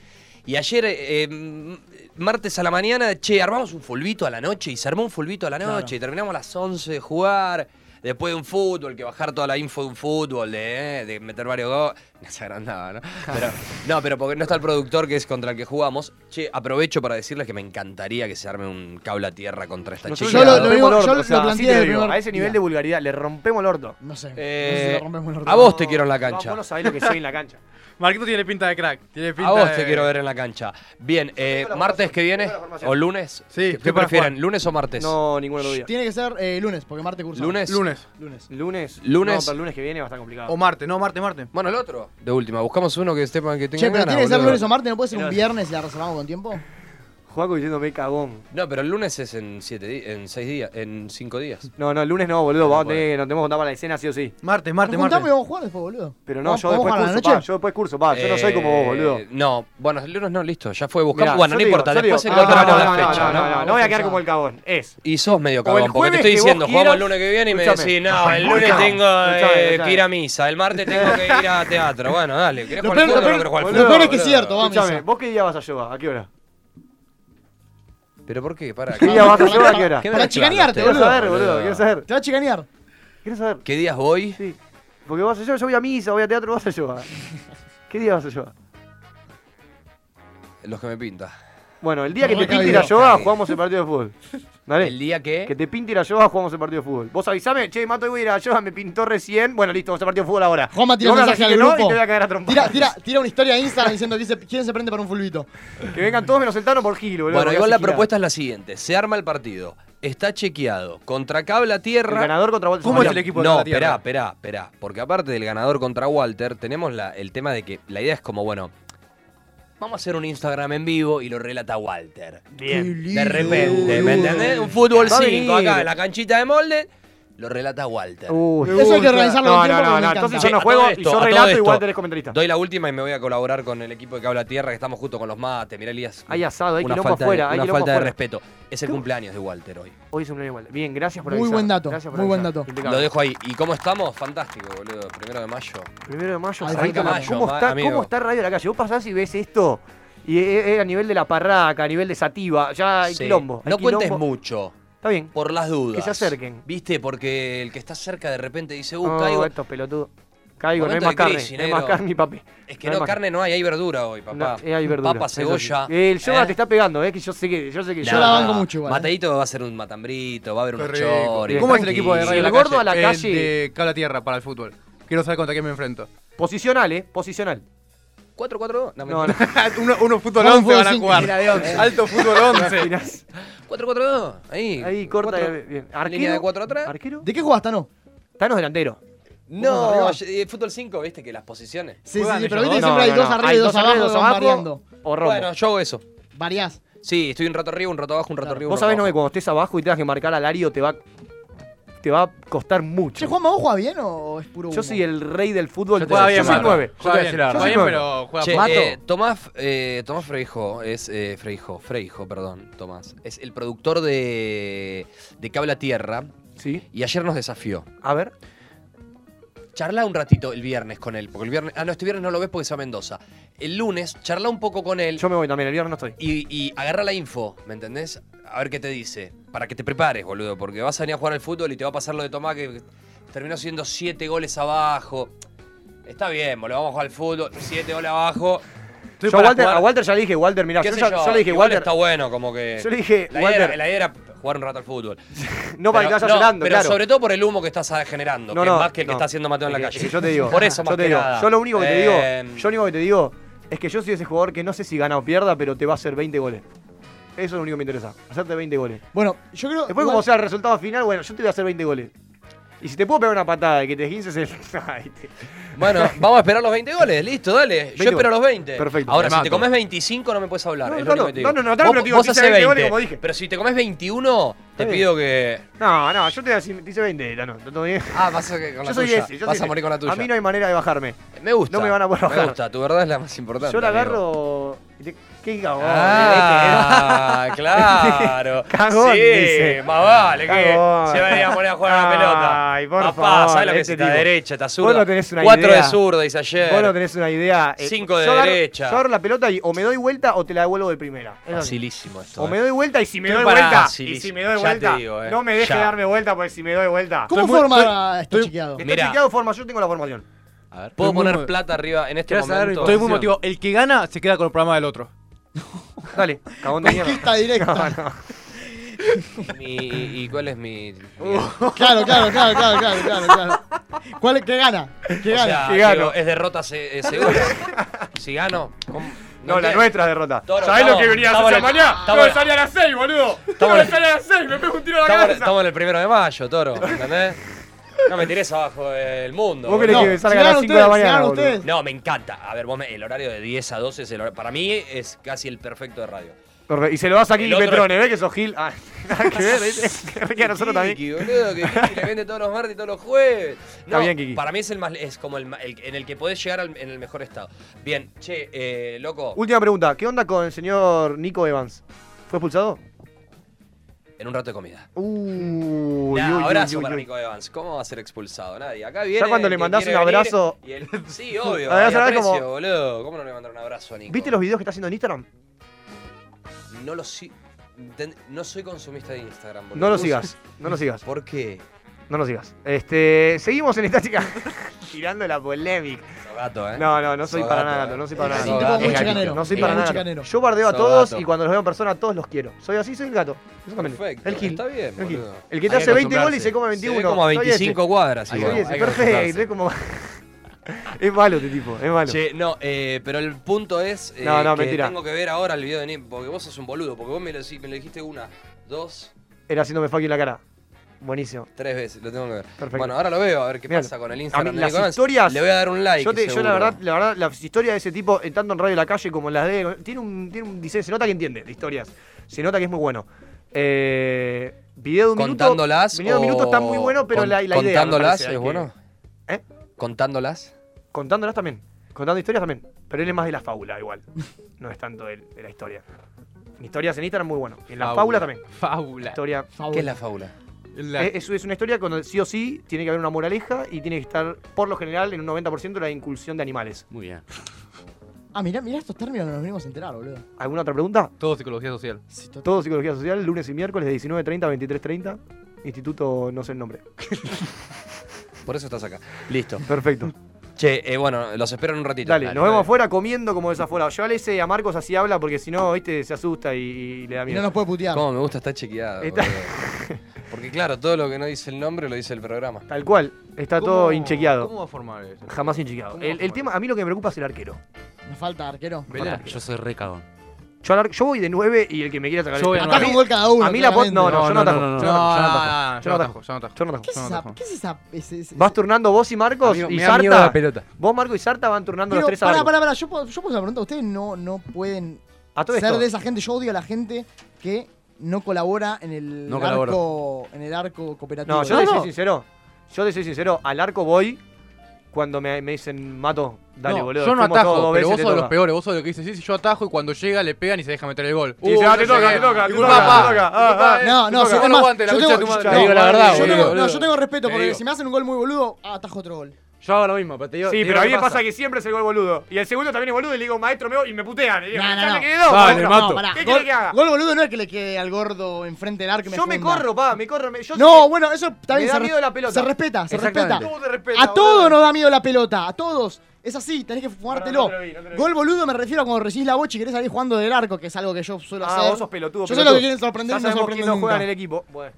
[SPEAKER 12] Y ayer, eh, m- martes a la mañana, che, armamos un fulbito a la noche. Y se armó un fulbito a la noche.
[SPEAKER 5] Claro.
[SPEAKER 12] Y terminamos a las 11 de jugar. Después de un fútbol, que bajar toda la info de un fútbol, de, eh, de meter varios goles. <laughs> No se agrandaba, ¿no? Pero, no, pero porque no está el productor que es contra el que jugamos. Che, aprovecho para decirles que me encantaría que se arme un cable a tierra contra esta
[SPEAKER 1] Nosotros
[SPEAKER 12] chica.
[SPEAKER 1] le rompemos el orto, o sea, así te lo digo, A ese nivel
[SPEAKER 5] día.
[SPEAKER 1] de vulgaridad, le rompemos el orto.
[SPEAKER 5] No sé.
[SPEAKER 12] Eh,
[SPEAKER 2] le rompemos el orto.
[SPEAKER 12] a vos te quiero en la
[SPEAKER 1] No,
[SPEAKER 12] cancha.
[SPEAKER 1] vos no sabés lo que soy en la cancha.
[SPEAKER 2] Marquito tiene pinta de crack. Tiene pinta
[SPEAKER 12] A vos
[SPEAKER 2] de-
[SPEAKER 12] te quiero ver en la cancha. Bien, eh,
[SPEAKER 2] Tengo la
[SPEAKER 12] martes que viene
[SPEAKER 2] formación.
[SPEAKER 12] o lunes.
[SPEAKER 2] Sí,
[SPEAKER 12] ¿Qué
[SPEAKER 2] estoy para
[SPEAKER 12] prefieren?
[SPEAKER 2] jugar.
[SPEAKER 12] ¿Lunes o martes?
[SPEAKER 1] No, ninguno de los días.
[SPEAKER 5] Tiene que ser eh, lunes, porque martes curso.
[SPEAKER 12] ¿Lunes?
[SPEAKER 5] Lunes.
[SPEAKER 1] Lunes.
[SPEAKER 12] <laughs> Lunes.
[SPEAKER 1] No, pero el lunes que viene va a estar complicado.
[SPEAKER 2] martes, no, martes, martes.
[SPEAKER 12] Bueno, el otro. De última, buscamos uno que esté que tenga
[SPEAKER 5] Che, pero
[SPEAKER 12] ganas,
[SPEAKER 5] tiene que ser
[SPEAKER 12] boludo.
[SPEAKER 5] lunes o martes, ¿no puede ser un viernes y la reservamos con tiempo?
[SPEAKER 1] Juaco diciéndome cagón.
[SPEAKER 12] No, pero el lunes es en siete di- en seis días, en cinco días.
[SPEAKER 1] No, no, el lunes no, boludo. Vamos a
[SPEAKER 12] puede.
[SPEAKER 1] tener, nos tenemos que contar para la escena, sí o sí.
[SPEAKER 2] Martes,
[SPEAKER 5] Nos juntamos y vamos a jugar después, boludo.
[SPEAKER 1] Pero no,
[SPEAKER 5] ¿Vamos-
[SPEAKER 1] yo
[SPEAKER 5] vamos
[SPEAKER 1] después
[SPEAKER 5] a jugar a la
[SPEAKER 1] curso,
[SPEAKER 5] noche?
[SPEAKER 1] pa, yo después curso, pa, yo no soy como vos, boludo.
[SPEAKER 12] Eh, No, bueno, el lunes no, listo, ya fue, buscamos.
[SPEAKER 1] Mirá,
[SPEAKER 12] bueno,
[SPEAKER 1] yo
[SPEAKER 12] no
[SPEAKER 1] te digo,
[SPEAKER 12] importa,
[SPEAKER 1] yo te
[SPEAKER 12] después
[SPEAKER 1] digo,
[SPEAKER 12] encontramos
[SPEAKER 1] no, no,
[SPEAKER 12] la
[SPEAKER 1] no, no,
[SPEAKER 12] fecha,
[SPEAKER 1] no,
[SPEAKER 12] ¿no?
[SPEAKER 1] no, no, no voy a quedar como el cagón, es.
[SPEAKER 12] Y sos medio
[SPEAKER 1] O el
[SPEAKER 12] cagón, porque te
[SPEAKER 1] jueves
[SPEAKER 12] estoy
[SPEAKER 1] que vos
[SPEAKER 12] diciendo, jugamos el
[SPEAKER 1] quieras-
[SPEAKER 12] lunes que viene y me
[SPEAKER 1] Escuchame.
[SPEAKER 12] decís, no, el lunes
[SPEAKER 1] Escuchame,
[SPEAKER 12] tengo eh,
[SPEAKER 1] escuchame.
[SPEAKER 12] que ir a misa, el martes tengo que ir a teatro. Bueno, dale, ¿querés
[SPEAKER 1] Lo
[SPEAKER 12] jugar al
[SPEAKER 1] peor-
[SPEAKER 12] fútbol o
[SPEAKER 1] lo
[SPEAKER 12] no querés jugar al
[SPEAKER 1] peor-
[SPEAKER 12] fútbol?
[SPEAKER 1] boludo, Escuchame,
[SPEAKER 12] Escuchame.
[SPEAKER 1] ¿vos qué día vas a llevar? ¿A qué hora?
[SPEAKER 12] ¿Pero por qué? Para,
[SPEAKER 1] ¿Qué día vas a llevar? ¿A qué hora?
[SPEAKER 12] ¿Qué me
[SPEAKER 1] Para
[SPEAKER 12] mezclaste,
[SPEAKER 1] chicanearte, boludo. Quiero saber, boludo, quiero saber.
[SPEAKER 5] Te va a chicanear.
[SPEAKER 1] Quiero saber.
[SPEAKER 12] ¿Qué días voy?
[SPEAKER 1] Sí. Porque vas a llevar, yo voy a misa, voy a teatro, vas a llevar. ¿Qué día vas a llevar?
[SPEAKER 12] Los que me pinta.
[SPEAKER 1] Bueno, el día que te
[SPEAKER 12] Recabido.
[SPEAKER 1] pinte ir a yoga, jugamos el partido de fútbol. ¿Dale?
[SPEAKER 12] El día que...
[SPEAKER 1] Que te pinte ir a yoga, jugamos el partido de fútbol. Vos avisame, che, Mato, voy a ir a yoga, me pintó recién. Bueno, listo, vamos a partido de fútbol ahora.
[SPEAKER 5] Juanma tira
[SPEAKER 1] Y
[SPEAKER 5] un
[SPEAKER 1] vos me
[SPEAKER 5] mensaje
[SPEAKER 1] decís
[SPEAKER 5] al
[SPEAKER 1] que no,
[SPEAKER 5] grupo.
[SPEAKER 1] y te voy a cagar a trompadas.
[SPEAKER 5] Tira, tira, tira una historia a Instagram diciendo que dice, quién se prende para un fulbito.
[SPEAKER 1] Que vengan todos menos el Tano por Gil, boludo.
[SPEAKER 12] Bueno,
[SPEAKER 1] porque
[SPEAKER 12] igual
[SPEAKER 1] hace
[SPEAKER 12] la
[SPEAKER 1] girar.
[SPEAKER 12] propuesta es la siguiente. Se arma el partido. Está chequeado. Contra Cabla Tierra.
[SPEAKER 1] El ganador contra Walter
[SPEAKER 12] ¿Cómo
[SPEAKER 1] Zamora.
[SPEAKER 12] es el equipo de No, esperá, esperá, esperá. Porque aparte del ganador contra Walter, tenemos la- el tema de que la idea es como, bueno, vamos a hacer un Instagram en vivo y lo relata Walter.
[SPEAKER 1] Bien.
[SPEAKER 12] De repente, ¿me entendés? Un fútbol 5 acá en la canchita de molde. Lo relata Walter.
[SPEAKER 1] Uy.
[SPEAKER 5] Eso hay que organizarlo
[SPEAKER 1] No,
[SPEAKER 5] con tiempo
[SPEAKER 1] no, no,
[SPEAKER 5] porque me
[SPEAKER 1] no,
[SPEAKER 5] encanta.
[SPEAKER 1] entonces yo no
[SPEAKER 12] a
[SPEAKER 1] juego
[SPEAKER 12] todo
[SPEAKER 1] y
[SPEAKER 12] esto,
[SPEAKER 1] yo
[SPEAKER 12] a todo
[SPEAKER 1] relato y
[SPEAKER 12] esto.
[SPEAKER 1] Walter es comentarista.
[SPEAKER 12] Doy la última y me voy a colaborar con el equipo de Cabla Tierra, que estamos justo con los mates. Mirá, Elías.
[SPEAKER 1] Hay asado, Ah, hay
[SPEAKER 12] una
[SPEAKER 1] quilombo
[SPEAKER 12] falta
[SPEAKER 1] afuera,
[SPEAKER 12] de,
[SPEAKER 1] hay
[SPEAKER 12] una
[SPEAKER 1] quilombo
[SPEAKER 12] falta de
[SPEAKER 1] afuera.
[SPEAKER 12] respeto. Es el cumpleaños de Walter hoy.
[SPEAKER 1] Hoy es un año igual. Bien, gracias por
[SPEAKER 5] Muy
[SPEAKER 1] avisar.
[SPEAKER 5] buen dato,
[SPEAKER 1] Gracias por
[SPEAKER 5] muy buen
[SPEAKER 1] avisar.
[SPEAKER 5] dato.
[SPEAKER 1] Impecable.
[SPEAKER 12] Lo dejo ahí. ¿Y cómo estamos? Fantástico, boludo. Primero de mayo.
[SPEAKER 1] Primero de mayo,
[SPEAKER 12] Ahí
[SPEAKER 1] ¿sabés
[SPEAKER 12] está
[SPEAKER 1] cómo-
[SPEAKER 12] mayo,
[SPEAKER 1] ¿cómo,
[SPEAKER 12] ma-
[SPEAKER 1] está,
[SPEAKER 12] amigo.
[SPEAKER 1] ¿Cómo está Radio de la Calle? Vos pasás y ves esto, y eh, eh, a nivel de la parraca, a nivel de sativa, ya hay
[SPEAKER 12] Sí.
[SPEAKER 1] quilombo. hay
[SPEAKER 12] No cuentes
[SPEAKER 1] quilombo.
[SPEAKER 12] mucho.
[SPEAKER 1] Está bien.
[SPEAKER 12] Por las dudas.
[SPEAKER 1] Que se acerquen.
[SPEAKER 12] ¿Viste? Porque el que está cerca de repente dice, uh,
[SPEAKER 1] No,
[SPEAKER 12] caigo.
[SPEAKER 1] estos pelotudos. Caigo, no hay
[SPEAKER 12] Momento
[SPEAKER 1] más
[SPEAKER 12] de
[SPEAKER 1] carne.
[SPEAKER 12] crisis,
[SPEAKER 1] no hay más
[SPEAKER 12] negro.
[SPEAKER 1] carne, papi.
[SPEAKER 12] Es que
[SPEAKER 1] hay
[SPEAKER 12] no,
[SPEAKER 1] más
[SPEAKER 12] carne no hay, hay verdura hoy, papá.
[SPEAKER 1] No, eh, hay verdura.
[SPEAKER 12] Papa,
[SPEAKER 1] eso sí.
[SPEAKER 12] cebolla.
[SPEAKER 1] El yoga
[SPEAKER 12] ¿eh?
[SPEAKER 1] te está pegando, eh, que yo sé que yo sé que
[SPEAKER 12] Nah.
[SPEAKER 5] igual, eh.
[SPEAKER 12] Mateito va a ser un matambrito, va a haber
[SPEAKER 2] Qué
[SPEAKER 12] unos
[SPEAKER 2] rico.
[SPEAKER 12] chores.
[SPEAKER 2] ¿Cómo es el equipo de
[SPEAKER 12] tranqui.
[SPEAKER 2] Radio
[SPEAKER 1] el gordo a la
[SPEAKER 2] Eh,
[SPEAKER 1] calle-
[SPEAKER 2] de Cabla Tierra para el fútbol. Quiero saber contra quién me enfrento.
[SPEAKER 1] Posicional, eh, posicional.
[SPEAKER 12] 4-4-2. No,
[SPEAKER 1] No, no.
[SPEAKER 12] mentira.
[SPEAKER 2] <laughs> uno, uno fútbol 11 van
[SPEAKER 1] Vamos,
[SPEAKER 2] a
[SPEAKER 1] fútbol
[SPEAKER 2] jugar.
[SPEAKER 1] cinco, mira, de once.
[SPEAKER 2] <laughs> Alto fútbol
[SPEAKER 1] ¿Te
[SPEAKER 2] 11.
[SPEAKER 1] imaginas?
[SPEAKER 12] 4-4-2. Ahí.
[SPEAKER 1] Ahí corta. eh,
[SPEAKER 12] Cuatro-
[SPEAKER 1] bien.
[SPEAKER 12] Línea de
[SPEAKER 1] Arquero.
[SPEAKER 12] 4 atrás.
[SPEAKER 1] ¿Arquero?
[SPEAKER 5] eh. ¿De qué jugás, Tano?
[SPEAKER 1] Thanos delantero.
[SPEAKER 12] No, eh, fútbol 5, viste que las posiciones.
[SPEAKER 5] Sí, sí,
[SPEAKER 12] Juegan
[SPEAKER 5] sí, pero
[SPEAKER 12] ellos
[SPEAKER 5] viste que
[SPEAKER 12] dos.
[SPEAKER 5] siempre hay dos arriba y dos abajo,
[SPEAKER 1] dos
[SPEAKER 5] que van variando.
[SPEAKER 1] O rombo.
[SPEAKER 12] Bueno, yo hago eso.
[SPEAKER 5] Variás.
[SPEAKER 12] Sí, estoy un rato arriba, un rato abajo, un rato arriba.
[SPEAKER 1] Vos
[SPEAKER 12] un rato
[SPEAKER 1] sabés, no,
[SPEAKER 12] abajo.
[SPEAKER 1] que cuando estés abajo y tengas que marcar al Ario, te va. te va a costar mucho.
[SPEAKER 5] Che, Juanma, ¿vos jugás bien o es puro humo?
[SPEAKER 1] Yo soy el rey del fútbol.
[SPEAKER 12] Yo te- yo soy
[SPEAKER 1] soy nueve.
[SPEAKER 12] nueve.
[SPEAKER 1] Yo soy nueve.
[SPEAKER 12] Che,
[SPEAKER 1] Mato.
[SPEAKER 12] eh, Tomás, eh, Tomás Freijo, es eh, Freijo, Freijo, perdón, Tomás. Es el productor de, de Cable a Tierra.
[SPEAKER 1] Sí.
[SPEAKER 12] Y ayer nos desafió.
[SPEAKER 1] A ver.
[SPEAKER 12] Charla un ratito el viernes con él, porque el viernes. Ah, no, este viernes no lo ves porque se va a Mendoza. El lunes, charla un poco con él. Yo
[SPEAKER 1] me voy también, el viernes no estoy.
[SPEAKER 12] Y, y agarra la info, ¿me entendés? A ver qué te dice. Para que te prepares, boludo, porque vas a venir a jugar al fútbol y te va a pasar lo de Tomás que terminó siendo siete goles abajo. Está bien, boludo, vamos a jugar al fútbol, siete goles abajo. Estoy
[SPEAKER 1] Yo a
[SPEAKER 12] para
[SPEAKER 1] Walter,
[SPEAKER 12] jugar.
[SPEAKER 1] a Walter ya le dije, Walter, mirá,
[SPEAKER 12] ¿Qué
[SPEAKER 1] yo,
[SPEAKER 12] sé
[SPEAKER 1] ya- yo le dije,
[SPEAKER 12] Igual
[SPEAKER 1] Walter.
[SPEAKER 12] está bueno, como que.
[SPEAKER 1] Yo le dije,
[SPEAKER 12] la idea, era,
[SPEAKER 1] Walter-
[SPEAKER 12] la idea era jugar un rato al fútbol.
[SPEAKER 1] <laughs> No para que te vayas llorando,
[SPEAKER 12] Pero
[SPEAKER 1] claro.
[SPEAKER 12] sobre todo por el humo que estás ah, generando,
[SPEAKER 1] No,
[SPEAKER 12] que
[SPEAKER 1] no,
[SPEAKER 12] es más que el
[SPEAKER 1] no.
[SPEAKER 12] que está haciendo Mateo en la
[SPEAKER 1] Es que
[SPEAKER 12] calle.
[SPEAKER 1] Yo te
[SPEAKER 12] <laughs>
[SPEAKER 1] digo.
[SPEAKER 12] Por eso,
[SPEAKER 1] yo
[SPEAKER 12] más
[SPEAKER 1] te
[SPEAKER 12] que
[SPEAKER 1] digo,
[SPEAKER 12] nada.
[SPEAKER 1] Yo lo único que te
[SPEAKER 12] Eh,
[SPEAKER 1] digo, yo lo único que te digo es que yo soy ese jugador que no sé si gana o pierda, pero te va a hacer 20 goles. Eso es lo único que me interesa, hacerte 20 goles.
[SPEAKER 5] Bueno, yo creo.
[SPEAKER 1] Después,
[SPEAKER 5] igual-
[SPEAKER 1] como sea el resultado final, bueno, yo te voy a hacer 20 goles. Y si te puedo pegar una patada y que te esguinces el. <laughs> Ay, te-
[SPEAKER 12] Bueno, vamos a esperar los 20 goles, listo, dale.
[SPEAKER 1] 20
[SPEAKER 12] Yo espero
[SPEAKER 1] goles.
[SPEAKER 12] los 20.
[SPEAKER 1] Perfecto.
[SPEAKER 12] Ahora,
[SPEAKER 1] Me
[SPEAKER 12] si te
[SPEAKER 1] mato.
[SPEAKER 12] comes 25, no me puedes hablar.
[SPEAKER 1] No,
[SPEAKER 12] es
[SPEAKER 1] no,
[SPEAKER 12] lo único
[SPEAKER 1] no,
[SPEAKER 12] que te digo.
[SPEAKER 1] no, no, no, no,
[SPEAKER 12] Vos-
[SPEAKER 1] pero te digo,
[SPEAKER 12] vos
[SPEAKER 1] si hice
[SPEAKER 12] hacés
[SPEAKER 1] 20
[SPEAKER 12] 20,
[SPEAKER 1] goles, como dije.
[SPEAKER 12] Pero si te comes 21, te
[SPEAKER 1] bien.
[SPEAKER 12] pido que.
[SPEAKER 1] No, no, yo te voy a decir- te hice 20, no, ¿todo bien?
[SPEAKER 12] Ah, vas a, que con la
[SPEAKER 1] Yo soy
[SPEAKER 12] tuya.
[SPEAKER 1] ese, yo
[SPEAKER 12] vas
[SPEAKER 1] soy
[SPEAKER 12] a morir
[SPEAKER 1] ese.
[SPEAKER 12] con la tuya.
[SPEAKER 1] A mí no hay manera de bajarme.
[SPEAKER 12] Me gusta.
[SPEAKER 1] No me van a poder
[SPEAKER 12] Me
[SPEAKER 1] bajar.
[SPEAKER 12] gusta, tu verdad es la más importante.
[SPEAKER 1] Yo la
[SPEAKER 12] amigo.
[SPEAKER 1] agarro. y te- ¿Qué cagón?
[SPEAKER 12] Ah, <laughs>
[SPEAKER 1] ¿eh?
[SPEAKER 12] claro.
[SPEAKER 1] Cagón,
[SPEAKER 12] Sí,
[SPEAKER 1] dice.
[SPEAKER 12] más vale que
[SPEAKER 1] Cagón.
[SPEAKER 12] se venía a poner a jugar a la pelota.
[SPEAKER 1] Ay, por
[SPEAKER 12] Papá,
[SPEAKER 1] favor,
[SPEAKER 12] ¿sabes lo que
[SPEAKER 1] este
[SPEAKER 12] es? Está
[SPEAKER 1] tipo.
[SPEAKER 12] de derecha, está
[SPEAKER 1] Vos
[SPEAKER 12] zurda.
[SPEAKER 1] no tenés una
[SPEAKER 12] Cuatro
[SPEAKER 1] idea.
[SPEAKER 12] de zurda, dice ayer.
[SPEAKER 1] Vos no tenés una idea. eh,
[SPEAKER 12] Cinco de
[SPEAKER 1] yo agarro-
[SPEAKER 12] derecha.
[SPEAKER 1] yo agarro la pelota y o me doy vuelta o te la devuelvo de primera. Es así.
[SPEAKER 12] Facilísimo esto.
[SPEAKER 1] O
[SPEAKER 12] eh.
[SPEAKER 1] me doy vuelta y si me
[SPEAKER 12] Estoy
[SPEAKER 1] doy
[SPEAKER 12] para-
[SPEAKER 1] vuelta.
[SPEAKER 12] sí,
[SPEAKER 1] y si
[SPEAKER 12] sí,
[SPEAKER 1] me doy
[SPEAKER 12] ya
[SPEAKER 1] vuelta.
[SPEAKER 12] te digo, eh,
[SPEAKER 1] No me dejes
[SPEAKER 12] ya.
[SPEAKER 1] darle vuelta porque si me doy vuelta.
[SPEAKER 5] ¿Cómo
[SPEAKER 1] Estoy muy-
[SPEAKER 5] forma estoy, chequeado?
[SPEAKER 1] estoy-
[SPEAKER 12] Mirá.
[SPEAKER 1] Estoy chequeado de formación, tengo la formación.
[SPEAKER 12] A ver,
[SPEAKER 1] Estoy
[SPEAKER 12] ¿Puedo
[SPEAKER 1] muy
[SPEAKER 12] poner
[SPEAKER 1] mo-
[SPEAKER 12] plata arriba en este
[SPEAKER 1] Quiero saber mi
[SPEAKER 12] momento?
[SPEAKER 1] Estoy muy posición.
[SPEAKER 2] motivado. El que gana se queda con el programa del <laughs> otro.
[SPEAKER 1] Dale, cagón de mierda.
[SPEAKER 5] Conquista directa.
[SPEAKER 12] Mi- y, y cuál es mi...?
[SPEAKER 1] Uh. <laughs>
[SPEAKER 5] Claro, claro, claro, claro, claro, claro, claro. ¿Cuál es que gana? ¿Qué
[SPEAKER 12] O
[SPEAKER 5] gana?
[SPEAKER 12] sea,
[SPEAKER 1] Que gano.
[SPEAKER 12] digo, es derrota se- eh,
[SPEAKER 1] <laughs>
[SPEAKER 12] segura. si gano... ¿cómo?
[SPEAKER 1] No, la
[SPEAKER 12] te-
[SPEAKER 1] nuestra es derrota.
[SPEAKER 12] Toro,
[SPEAKER 1] ¿Sabés lo
[SPEAKER 12] estamos-
[SPEAKER 1] que venía a
[SPEAKER 12] estamos
[SPEAKER 1] hacer
[SPEAKER 12] en-
[SPEAKER 1] mañana?
[SPEAKER 12] estamos
[SPEAKER 1] No me
[SPEAKER 12] en-
[SPEAKER 1] salía a las 6, boludo. No
[SPEAKER 12] Estamos
[SPEAKER 1] me
[SPEAKER 12] en-
[SPEAKER 1] salía a las 6, me pego un tiro a la
[SPEAKER 12] Estamos,
[SPEAKER 1] cabeza.
[SPEAKER 12] estamos en el primero de mayo, Toro,
[SPEAKER 1] <laughs>
[SPEAKER 12] ¿entendés? No me tirés abajo del mundo.
[SPEAKER 1] Vos querés
[SPEAKER 12] boludo.
[SPEAKER 1] que No, salga a si las ganan cinco de la ustedes, si mañana, ganan boludo. ustedes.
[SPEAKER 12] No, me encanta. A ver, vos me- el horario de 10 a 12 es el horario- Para mí es casi el perfecto de radio.
[SPEAKER 1] Corre- Y se lo vas a
[SPEAKER 12] El
[SPEAKER 1] Kiki
[SPEAKER 12] otro-
[SPEAKER 1] Petrone, ¿ves que sos Gil? Ah, <laughs>
[SPEAKER 12] <laughs>
[SPEAKER 1] nada que ver, <laughs> ¿viste? Que a nosotros
[SPEAKER 12] Kiki,
[SPEAKER 1] también.
[SPEAKER 12] boludo, que Kiki le vende todos los martes y todos los jueves. No,
[SPEAKER 1] bien, Kiki.
[SPEAKER 12] Para mí es el más es como el, ma- el- en el que podés llegar al- en el mejor estado. Bien, che, eh, loco,
[SPEAKER 1] Última pregunta, ¿qué onda con el señor Nico Evans? ¿Fue expulsado?
[SPEAKER 12] en un rato de comida.
[SPEAKER 1] Uh,
[SPEAKER 12] Nah,
[SPEAKER 1] uy, uy,
[SPEAKER 12] abrazo
[SPEAKER 1] uy,
[SPEAKER 12] para
[SPEAKER 1] uy.
[SPEAKER 12] Nico Evans. ¿Cómo va a ser expulsado? Nadie. Acá viene.
[SPEAKER 1] cuando
[SPEAKER 12] el
[SPEAKER 1] le
[SPEAKER 12] que
[SPEAKER 1] mandás
[SPEAKER 12] quiere
[SPEAKER 1] un
[SPEAKER 12] venir
[SPEAKER 1] abrazo-
[SPEAKER 12] y el- Sí, obvio.
[SPEAKER 1] Además,
[SPEAKER 12] hay
[SPEAKER 1] ahora es
[SPEAKER 12] aprecio,
[SPEAKER 1] como-
[SPEAKER 12] boludo. ¿Cómo no le mandar un abrazo a Nico?
[SPEAKER 1] ¿Viste los videos que está haciendo en Instagram?
[SPEAKER 12] No lo si- ten- No soy consumista de Instagram, boludo.
[SPEAKER 1] No lo sigas,
[SPEAKER 12] <laughs>
[SPEAKER 1] no lo sigas.
[SPEAKER 12] ¿Por qué?
[SPEAKER 1] No nos sigas. Este, seguimos en estática. Girando la polémica.
[SPEAKER 12] Sos gato, ¿eh?
[SPEAKER 1] No, no, no soy
[SPEAKER 12] Sos
[SPEAKER 1] para
[SPEAKER 12] gato,
[SPEAKER 1] nada,
[SPEAKER 12] ¿eh?
[SPEAKER 1] gato, no soy para
[SPEAKER 12] Sos
[SPEAKER 1] nada.
[SPEAKER 12] gato.
[SPEAKER 1] Es gatito, No soy
[SPEAKER 12] Es
[SPEAKER 1] para
[SPEAKER 12] muy
[SPEAKER 1] nada.
[SPEAKER 12] chicanero.
[SPEAKER 1] gato. Yo bardeo a
[SPEAKER 12] Sos
[SPEAKER 1] todos
[SPEAKER 12] gato.
[SPEAKER 1] y cuando los veo en persona a todos los quiero. Soy así, soy el gato. Exactamente.
[SPEAKER 12] Perfecto,
[SPEAKER 1] El Gil.
[SPEAKER 12] está bien,
[SPEAKER 1] el, Gil.
[SPEAKER 12] boludo.
[SPEAKER 1] El que te
[SPEAKER 12] Hay que
[SPEAKER 1] hace 20 goles y
[SPEAKER 12] acostumbrarse.
[SPEAKER 1] se come
[SPEAKER 12] Se
[SPEAKER 1] 21.
[SPEAKER 12] ve como a
[SPEAKER 1] Soy ese.
[SPEAKER 12] 25 cuadras,
[SPEAKER 1] Soy
[SPEAKER 12] igual.
[SPEAKER 1] ese,
[SPEAKER 12] Hay que
[SPEAKER 1] Perfecto,
[SPEAKER 12] acostumbrarse.
[SPEAKER 1] es como... <laughs> es malo este tipo, es malo.
[SPEAKER 12] Che, no, eh, pero el punto es eh,
[SPEAKER 1] No, no,
[SPEAKER 12] que
[SPEAKER 1] mentira.
[SPEAKER 12] tengo que ver ahora el video de Nim, porque vos sos un boludo, porque vos me lo, decí- me lo dijiste una, dos,
[SPEAKER 1] Era haciéndome fucking la cara. Buenísimo.
[SPEAKER 12] tres veces, lo tengo que ver.
[SPEAKER 1] Perfecto.
[SPEAKER 12] Bueno, ahora lo veo, a ver qué
[SPEAKER 1] Mirá,
[SPEAKER 12] pasa con el
[SPEAKER 1] a
[SPEAKER 12] Instagram
[SPEAKER 1] mí
[SPEAKER 12] de
[SPEAKER 1] las
[SPEAKER 12] Nicolás.
[SPEAKER 1] historias,
[SPEAKER 12] Le voy a dar un like,
[SPEAKER 1] Yo, te- yo
[SPEAKER 12] seguro.
[SPEAKER 1] la verdad, la verdad, las historias de ese tipo, eh, tanto en Radio de la Calle como en las de. Tiene un, tiene un diseño, se nota que entiende de historias. Se nota que es muy bueno. Eh, video de un minuto.
[SPEAKER 12] Contándolas
[SPEAKER 1] Video de un minuto
[SPEAKER 12] o
[SPEAKER 1] está muy bueno, pero
[SPEAKER 12] con-
[SPEAKER 1] la, la idea. me
[SPEAKER 12] contándolas
[SPEAKER 1] parece, hay
[SPEAKER 12] es
[SPEAKER 1] que-
[SPEAKER 12] bueno.
[SPEAKER 1] ¿Eh?
[SPEAKER 12] Contándolas.
[SPEAKER 1] Contándolas también. Contando historias también. Pero él es más de la fábula, igual. No es tanto de, de la historia. En historias en Instagram, muy bueno. En la fábula, también.
[SPEAKER 2] Fábula.
[SPEAKER 1] Historia.
[SPEAKER 12] ¿Qué es la fábula?
[SPEAKER 2] La-
[SPEAKER 1] Eh, Es, es una historia cuando sí o sí tiene que haber una moraleja y tiene que estar, por lo general, en un 90% la inclusión de animales.
[SPEAKER 4] Muy bien.
[SPEAKER 5] Ah, mirá, mirá estos términos que nos venimos a enterar, boludo.
[SPEAKER 1] ¿Alguna otra pregunta?
[SPEAKER 10] Todo psicología social.
[SPEAKER 1] Todo Psicología Social, lunes y miércoles de 19.30 a 23.30. Instituto, no sé el nombre.
[SPEAKER 12] Por eso estás acá. Listo.
[SPEAKER 1] Perfecto.
[SPEAKER 12] Che, eh, bueno, los espero en un ratito.
[SPEAKER 1] Dale, nos vemos afuera comiendo como desaforado. Llévale ese a Marcos así habla porque si no, viste, se asusta y, y le da miedo.
[SPEAKER 5] puede putear.
[SPEAKER 12] Cómo me gusta estar chequeado.
[SPEAKER 1] Está-
[SPEAKER 12] boludo. Porque claro, todo lo que no dice el nombre lo dice el programa.
[SPEAKER 1] Tal cual, está todo inchequeado.
[SPEAKER 10] ¿Cómo va a formar eso?
[SPEAKER 1] Jamás inchequeado.
[SPEAKER 10] ¿Cómo
[SPEAKER 1] El, el tema, a mí lo que me preocupa es el arquero.
[SPEAKER 5] Nos falta arquero.
[SPEAKER 1] Velá.
[SPEAKER 4] Yo soy re cagón.
[SPEAKER 1] Yo, al ar- yo voy de 9 y el que me quiera sacar
[SPEAKER 4] Yo voy
[SPEAKER 1] el
[SPEAKER 4] a
[SPEAKER 1] A
[SPEAKER 4] nueve.
[SPEAKER 5] Ataja
[SPEAKER 1] mí-
[SPEAKER 5] un gol cada uno,
[SPEAKER 1] A mí la pot. No, no, yo no atajo.
[SPEAKER 4] no, no,
[SPEAKER 1] Yo no atajo, yo no atajo,
[SPEAKER 2] no, no,
[SPEAKER 1] Yo
[SPEAKER 2] no,
[SPEAKER 1] no atajo. Yo no atajo. Yo no atajo.
[SPEAKER 5] ¿Qué es esa? ¿Qué es esa? ese- ese-
[SPEAKER 1] Vas turnando vos y Marcos
[SPEAKER 10] A mí
[SPEAKER 1] y
[SPEAKER 10] me da miedo
[SPEAKER 1] Sarta.
[SPEAKER 10] la pelota.
[SPEAKER 1] Vos, Marcos y Sarta van turnando
[SPEAKER 5] Pero,
[SPEAKER 1] los tres a
[SPEAKER 5] pará,
[SPEAKER 1] algo.
[SPEAKER 5] pará, pará. Yo puedo, yo puedo hacer una pregunta. Ustedes no, no pueden
[SPEAKER 1] A todo
[SPEAKER 5] ser
[SPEAKER 1] esto.
[SPEAKER 5] de esa gente. Yo odio a la gente que no colabora en el,
[SPEAKER 1] No colabora.
[SPEAKER 5] arco, en el arco cooperativo.
[SPEAKER 1] No, yo te soy sincero. Yo te soy sincero. Al arco voy cuando me, me dicen, Mato, dale,
[SPEAKER 2] No,
[SPEAKER 1] boludo.
[SPEAKER 2] yo no
[SPEAKER 1] fuimos
[SPEAKER 2] atajo,
[SPEAKER 1] todos
[SPEAKER 2] pero
[SPEAKER 1] dos veces,
[SPEAKER 2] vos
[SPEAKER 1] te
[SPEAKER 2] sos de los
[SPEAKER 1] toca".
[SPEAKER 2] peores, vos sos de los que dices, sí, si yo atajo y cuando llega le pegan y se deja meter el gol.
[SPEAKER 1] Y dice,
[SPEAKER 5] Uh,
[SPEAKER 1] ah, te
[SPEAKER 2] no
[SPEAKER 1] toca,
[SPEAKER 2] llegué.
[SPEAKER 1] te toca, te
[SPEAKER 2] Disculpa,
[SPEAKER 1] toca,
[SPEAKER 2] pa.
[SPEAKER 1] te toca, ah,
[SPEAKER 2] Disculpa,
[SPEAKER 1] ah.
[SPEAKER 2] eh.
[SPEAKER 5] No, no,
[SPEAKER 2] Disculpa,
[SPEAKER 5] yo
[SPEAKER 2] que
[SPEAKER 5] tengo-
[SPEAKER 2] aguante la
[SPEAKER 5] yo
[SPEAKER 2] concha
[SPEAKER 5] tengo-
[SPEAKER 2] de tu madre.
[SPEAKER 5] yo
[SPEAKER 2] Te digo la verdad,
[SPEAKER 5] yo tengo-
[SPEAKER 2] boludo.
[SPEAKER 5] no, yo tengo respeto
[SPEAKER 2] Te
[SPEAKER 5] porque
[SPEAKER 2] digo.
[SPEAKER 5] si me hacen un gol muy boludo, ah, atajo otro gol.
[SPEAKER 4] Yo hago lo mismo, pero te digo. te
[SPEAKER 1] Sí,
[SPEAKER 4] digo
[SPEAKER 1] pero a
[SPEAKER 4] qué
[SPEAKER 1] mí me pasa que siempre es el gol boludo. Y el segundo también es boludo y le digo, maestro, me voy", y me putean. Y digo,
[SPEAKER 5] No, no,
[SPEAKER 1] "Ya
[SPEAKER 5] no.
[SPEAKER 1] le quedé dos,
[SPEAKER 5] Dale,
[SPEAKER 1] maestro".
[SPEAKER 5] mato. pará.
[SPEAKER 1] ¿Qué
[SPEAKER 5] Gol-
[SPEAKER 1] querés que haga?
[SPEAKER 5] Gol boludo no es que le quede al gordo enfrente del arco. y
[SPEAKER 1] Yo me
[SPEAKER 5] funda.
[SPEAKER 1] corro, pa, me corro. me- yo
[SPEAKER 5] No, bueno, eso está
[SPEAKER 1] Me
[SPEAKER 5] bien.
[SPEAKER 1] da
[SPEAKER 5] se re-
[SPEAKER 1] miedo la pelota.
[SPEAKER 5] Se respeta, se
[SPEAKER 1] Exactamente.
[SPEAKER 5] respeta.
[SPEAKER 1] ¿Cómo se respeta,
[SPEAKER 5] A todos nos da miedo la pelota, a todos. Es así, tenés que fumártelo.
[SPEAKER 1] Bueno, no te lo vi, no te lo vi.
[SPEAKER 5] Gol boludo me refiero a cuando recibís la bocha y querés salir jugando del arco, que es algo que yo suelo
[SPEAKER 1] Ah,
[SPEAKER 5] hacer.
[SPEAKER 1] vos sos pelotudo.
[SPEAKER 5] Yo sé
[SPEAKER 1] pelotudo.
[SPEAKER 5] lo que quieren sorprender y
[SPEAKER 1] Ya
[SPEAKER 5] no
[SPEAKER 1] sabemos
[SPEAKER 5] sorprenden
[SPEAKER 1] quién no
[SPEAKER 5] nunca.
[SPEAKER 1] juega en
[SPEAKER 5] <laughs>
[SPEAKER 1] el equipo. Bueno.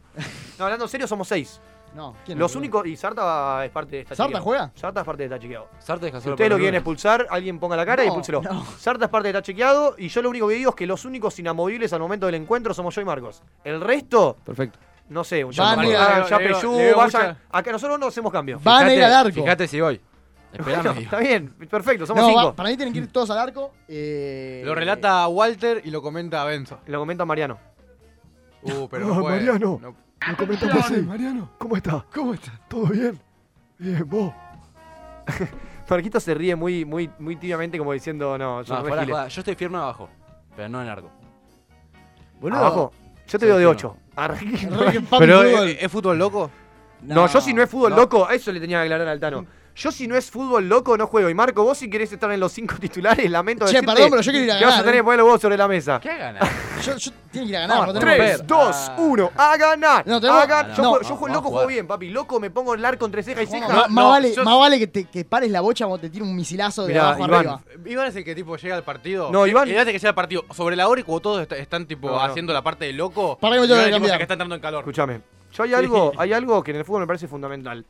[SPEAKER 1] No, hablando en serio, somos seis.
[SPEAKER 5] No,
[SPEAKER 1] Los únicos. Y Sarta es parte de esta
[SPEAKER 5] ¿Sarta
[SPEAKER 1] chequeado.
[SPEAKER 5] juega?
[SPEAKER 1] Sarta es parte de esta chequeado.
[SPEAKER 4] Sarta deja
[SPEAKER 1] Si
[SPEAKER 4] solo
[SPEAKER 1] ustedes
[SPEAKER 4] para
[SPEAKER 1] lo
[SPEAKER 4] el
[SPEAKER 1] quieren
[SPEAKER 4] lunes.
[SPEAKER 1] expulsar, alguien ponga la cara y
[SPEAKER 4] No,
[SPEAKER 1] expúlselo. Sarta es parte de esta chequeado. Y yo lo único que digo es que los únicos inamovibles al momento del encuentro somos yo y Marcos. El resto.
[SPEAKER 6] Perfecto.
[SPEAKER 1] No sé, un
[SPEAKER 4] Van a ir-
[SPEAKER 1] Chapeyú,
[SPEAKER 4] le digo-
[SPEAKER 1] Chapeyú,
[SPEAKER 4] le digo
[SPEAKER 1] vayan-
[SPEAKER 4] mucha-
[SPEAKER 1] Acá nosotros no hacemos cambios.
[SPEAKER 5] Van a ir al arco.
[SPEAKER 4] Fíjate si voy. Esperame.
[SPEAKER 1] Bueno, está bien, perfecto, somos
[SPEAKER 5] No,
[SPEAKER 1] cinco.
[SPEAKER 5] va- para mí tienen que ir todos al arco. eh,
[SPEAKER 2] Lo relata Walter y lo comenta Benzo.
[SPEAKER 1] Lo comenta Mariano.
[SPEAKER 2] Uh, pero
[SPEAKER 13] Ah,
[SPEAKER 2] no puede.
[SPEAKER 13] Mariano.
[SPEAKER 2] No-
[SPEAKER 13] Me comentaste así. Mariano, ¿cómo está?
[SPEAKER 2] ¿Cómo está?
[SPEAKER 13] ¿Todo bien? Bien, vos.
[SPEAKER 1] Marquito se ríe muy, muy, muy tibiamente, como diciendo, no, yo
[SPEAKER 4] No,
[SPEAKER 1] no, me
[SPEAKER 4] fuera de
[SPEAKER 1] gile.
[SPEAKER 4] joda, Yo estoy firme abajo, pero no en el arco.
[SPEAKER 1] Boludo, Abajo, yo te veo de 8.
[SPEAKER 2] Pero, ¿eh, ¿es fútbol loco?
[SPEAKER 1] No, yo si no es fútbol loco, eso le tenía que aclarar al Tano. Yo si no es fútbol loco, no juego. Y Marco, vos si querés estar en los cinco <laughs> titulares, lamento
[SPEAKER 5] Che,
[SPEAKER 1] decirte
[SPEAKER 5] perdón, pero yo quiero ir a
[SPEAKER 1] que vas a
[SPEAKER 5] ganar,
[SPEAKER 1] tener
[SPEAKER 5] eh.
[SPEAKER 1] que poner los huevos sobre la mesa.
[SPEAKER 4] ¿Qué ganar?
[SPEAKER 5] Yo, yo tienen que ir a ganar, no tenemos que
[SPEAKER 1] 3,
[SPEAKER 5] perder.
[SPEAKER 4] Ah.
[SPEAKER 1] 2, 1, a ganar.
[SPEAKER 5] No, tenemos-
[SPEAKER 1] a ganar. Yo,
[SPEAKER 5] no.
[SPEAKER 1] juego- yo
[SPEAKER 5] No,
[SPEAKER 1] juego-
[SPEAKER 5] vamos a
[SPEAKER 1] loco juego
[SPEAKER 5] jugar.
[SPEAKER 1] bien, papi. Loco me pongo el arco entre ceja y ceja.
[SPEAKER 5] Ma- más, vale, más vale que, te, que pares la bocha cuando te tira un misilazo de
[SPEAKER 1] Mirá,
[SPEAKER 5] abajo
[SPEAKER 1] Iván,
[SPEAKER 5] arriba.
[SPEAKER 2] Iván es el que tipo llega al partido.
[SPEAKER 1] No, Iván-
[SPEAKER 2] El que llega al partido sobre la hora y cuando todos est- están tipo
[SPEAKER 1] No, no.
[SPEAKER 2] haciendo la parte de loco.
[SPEAKER 1] Pará que me tengo
[SPEAKER 2] Iván
[SPEAKER 1] que
[SPEAKER 2] es tipo,
[SPEAKER 1] cambiar.
[SPEAKER 2] "O sea, que está entrando en calor.
[SPEAKER 1] Escúchame. Yo hay algo, hay algo que en el fútbol me parece fundamental.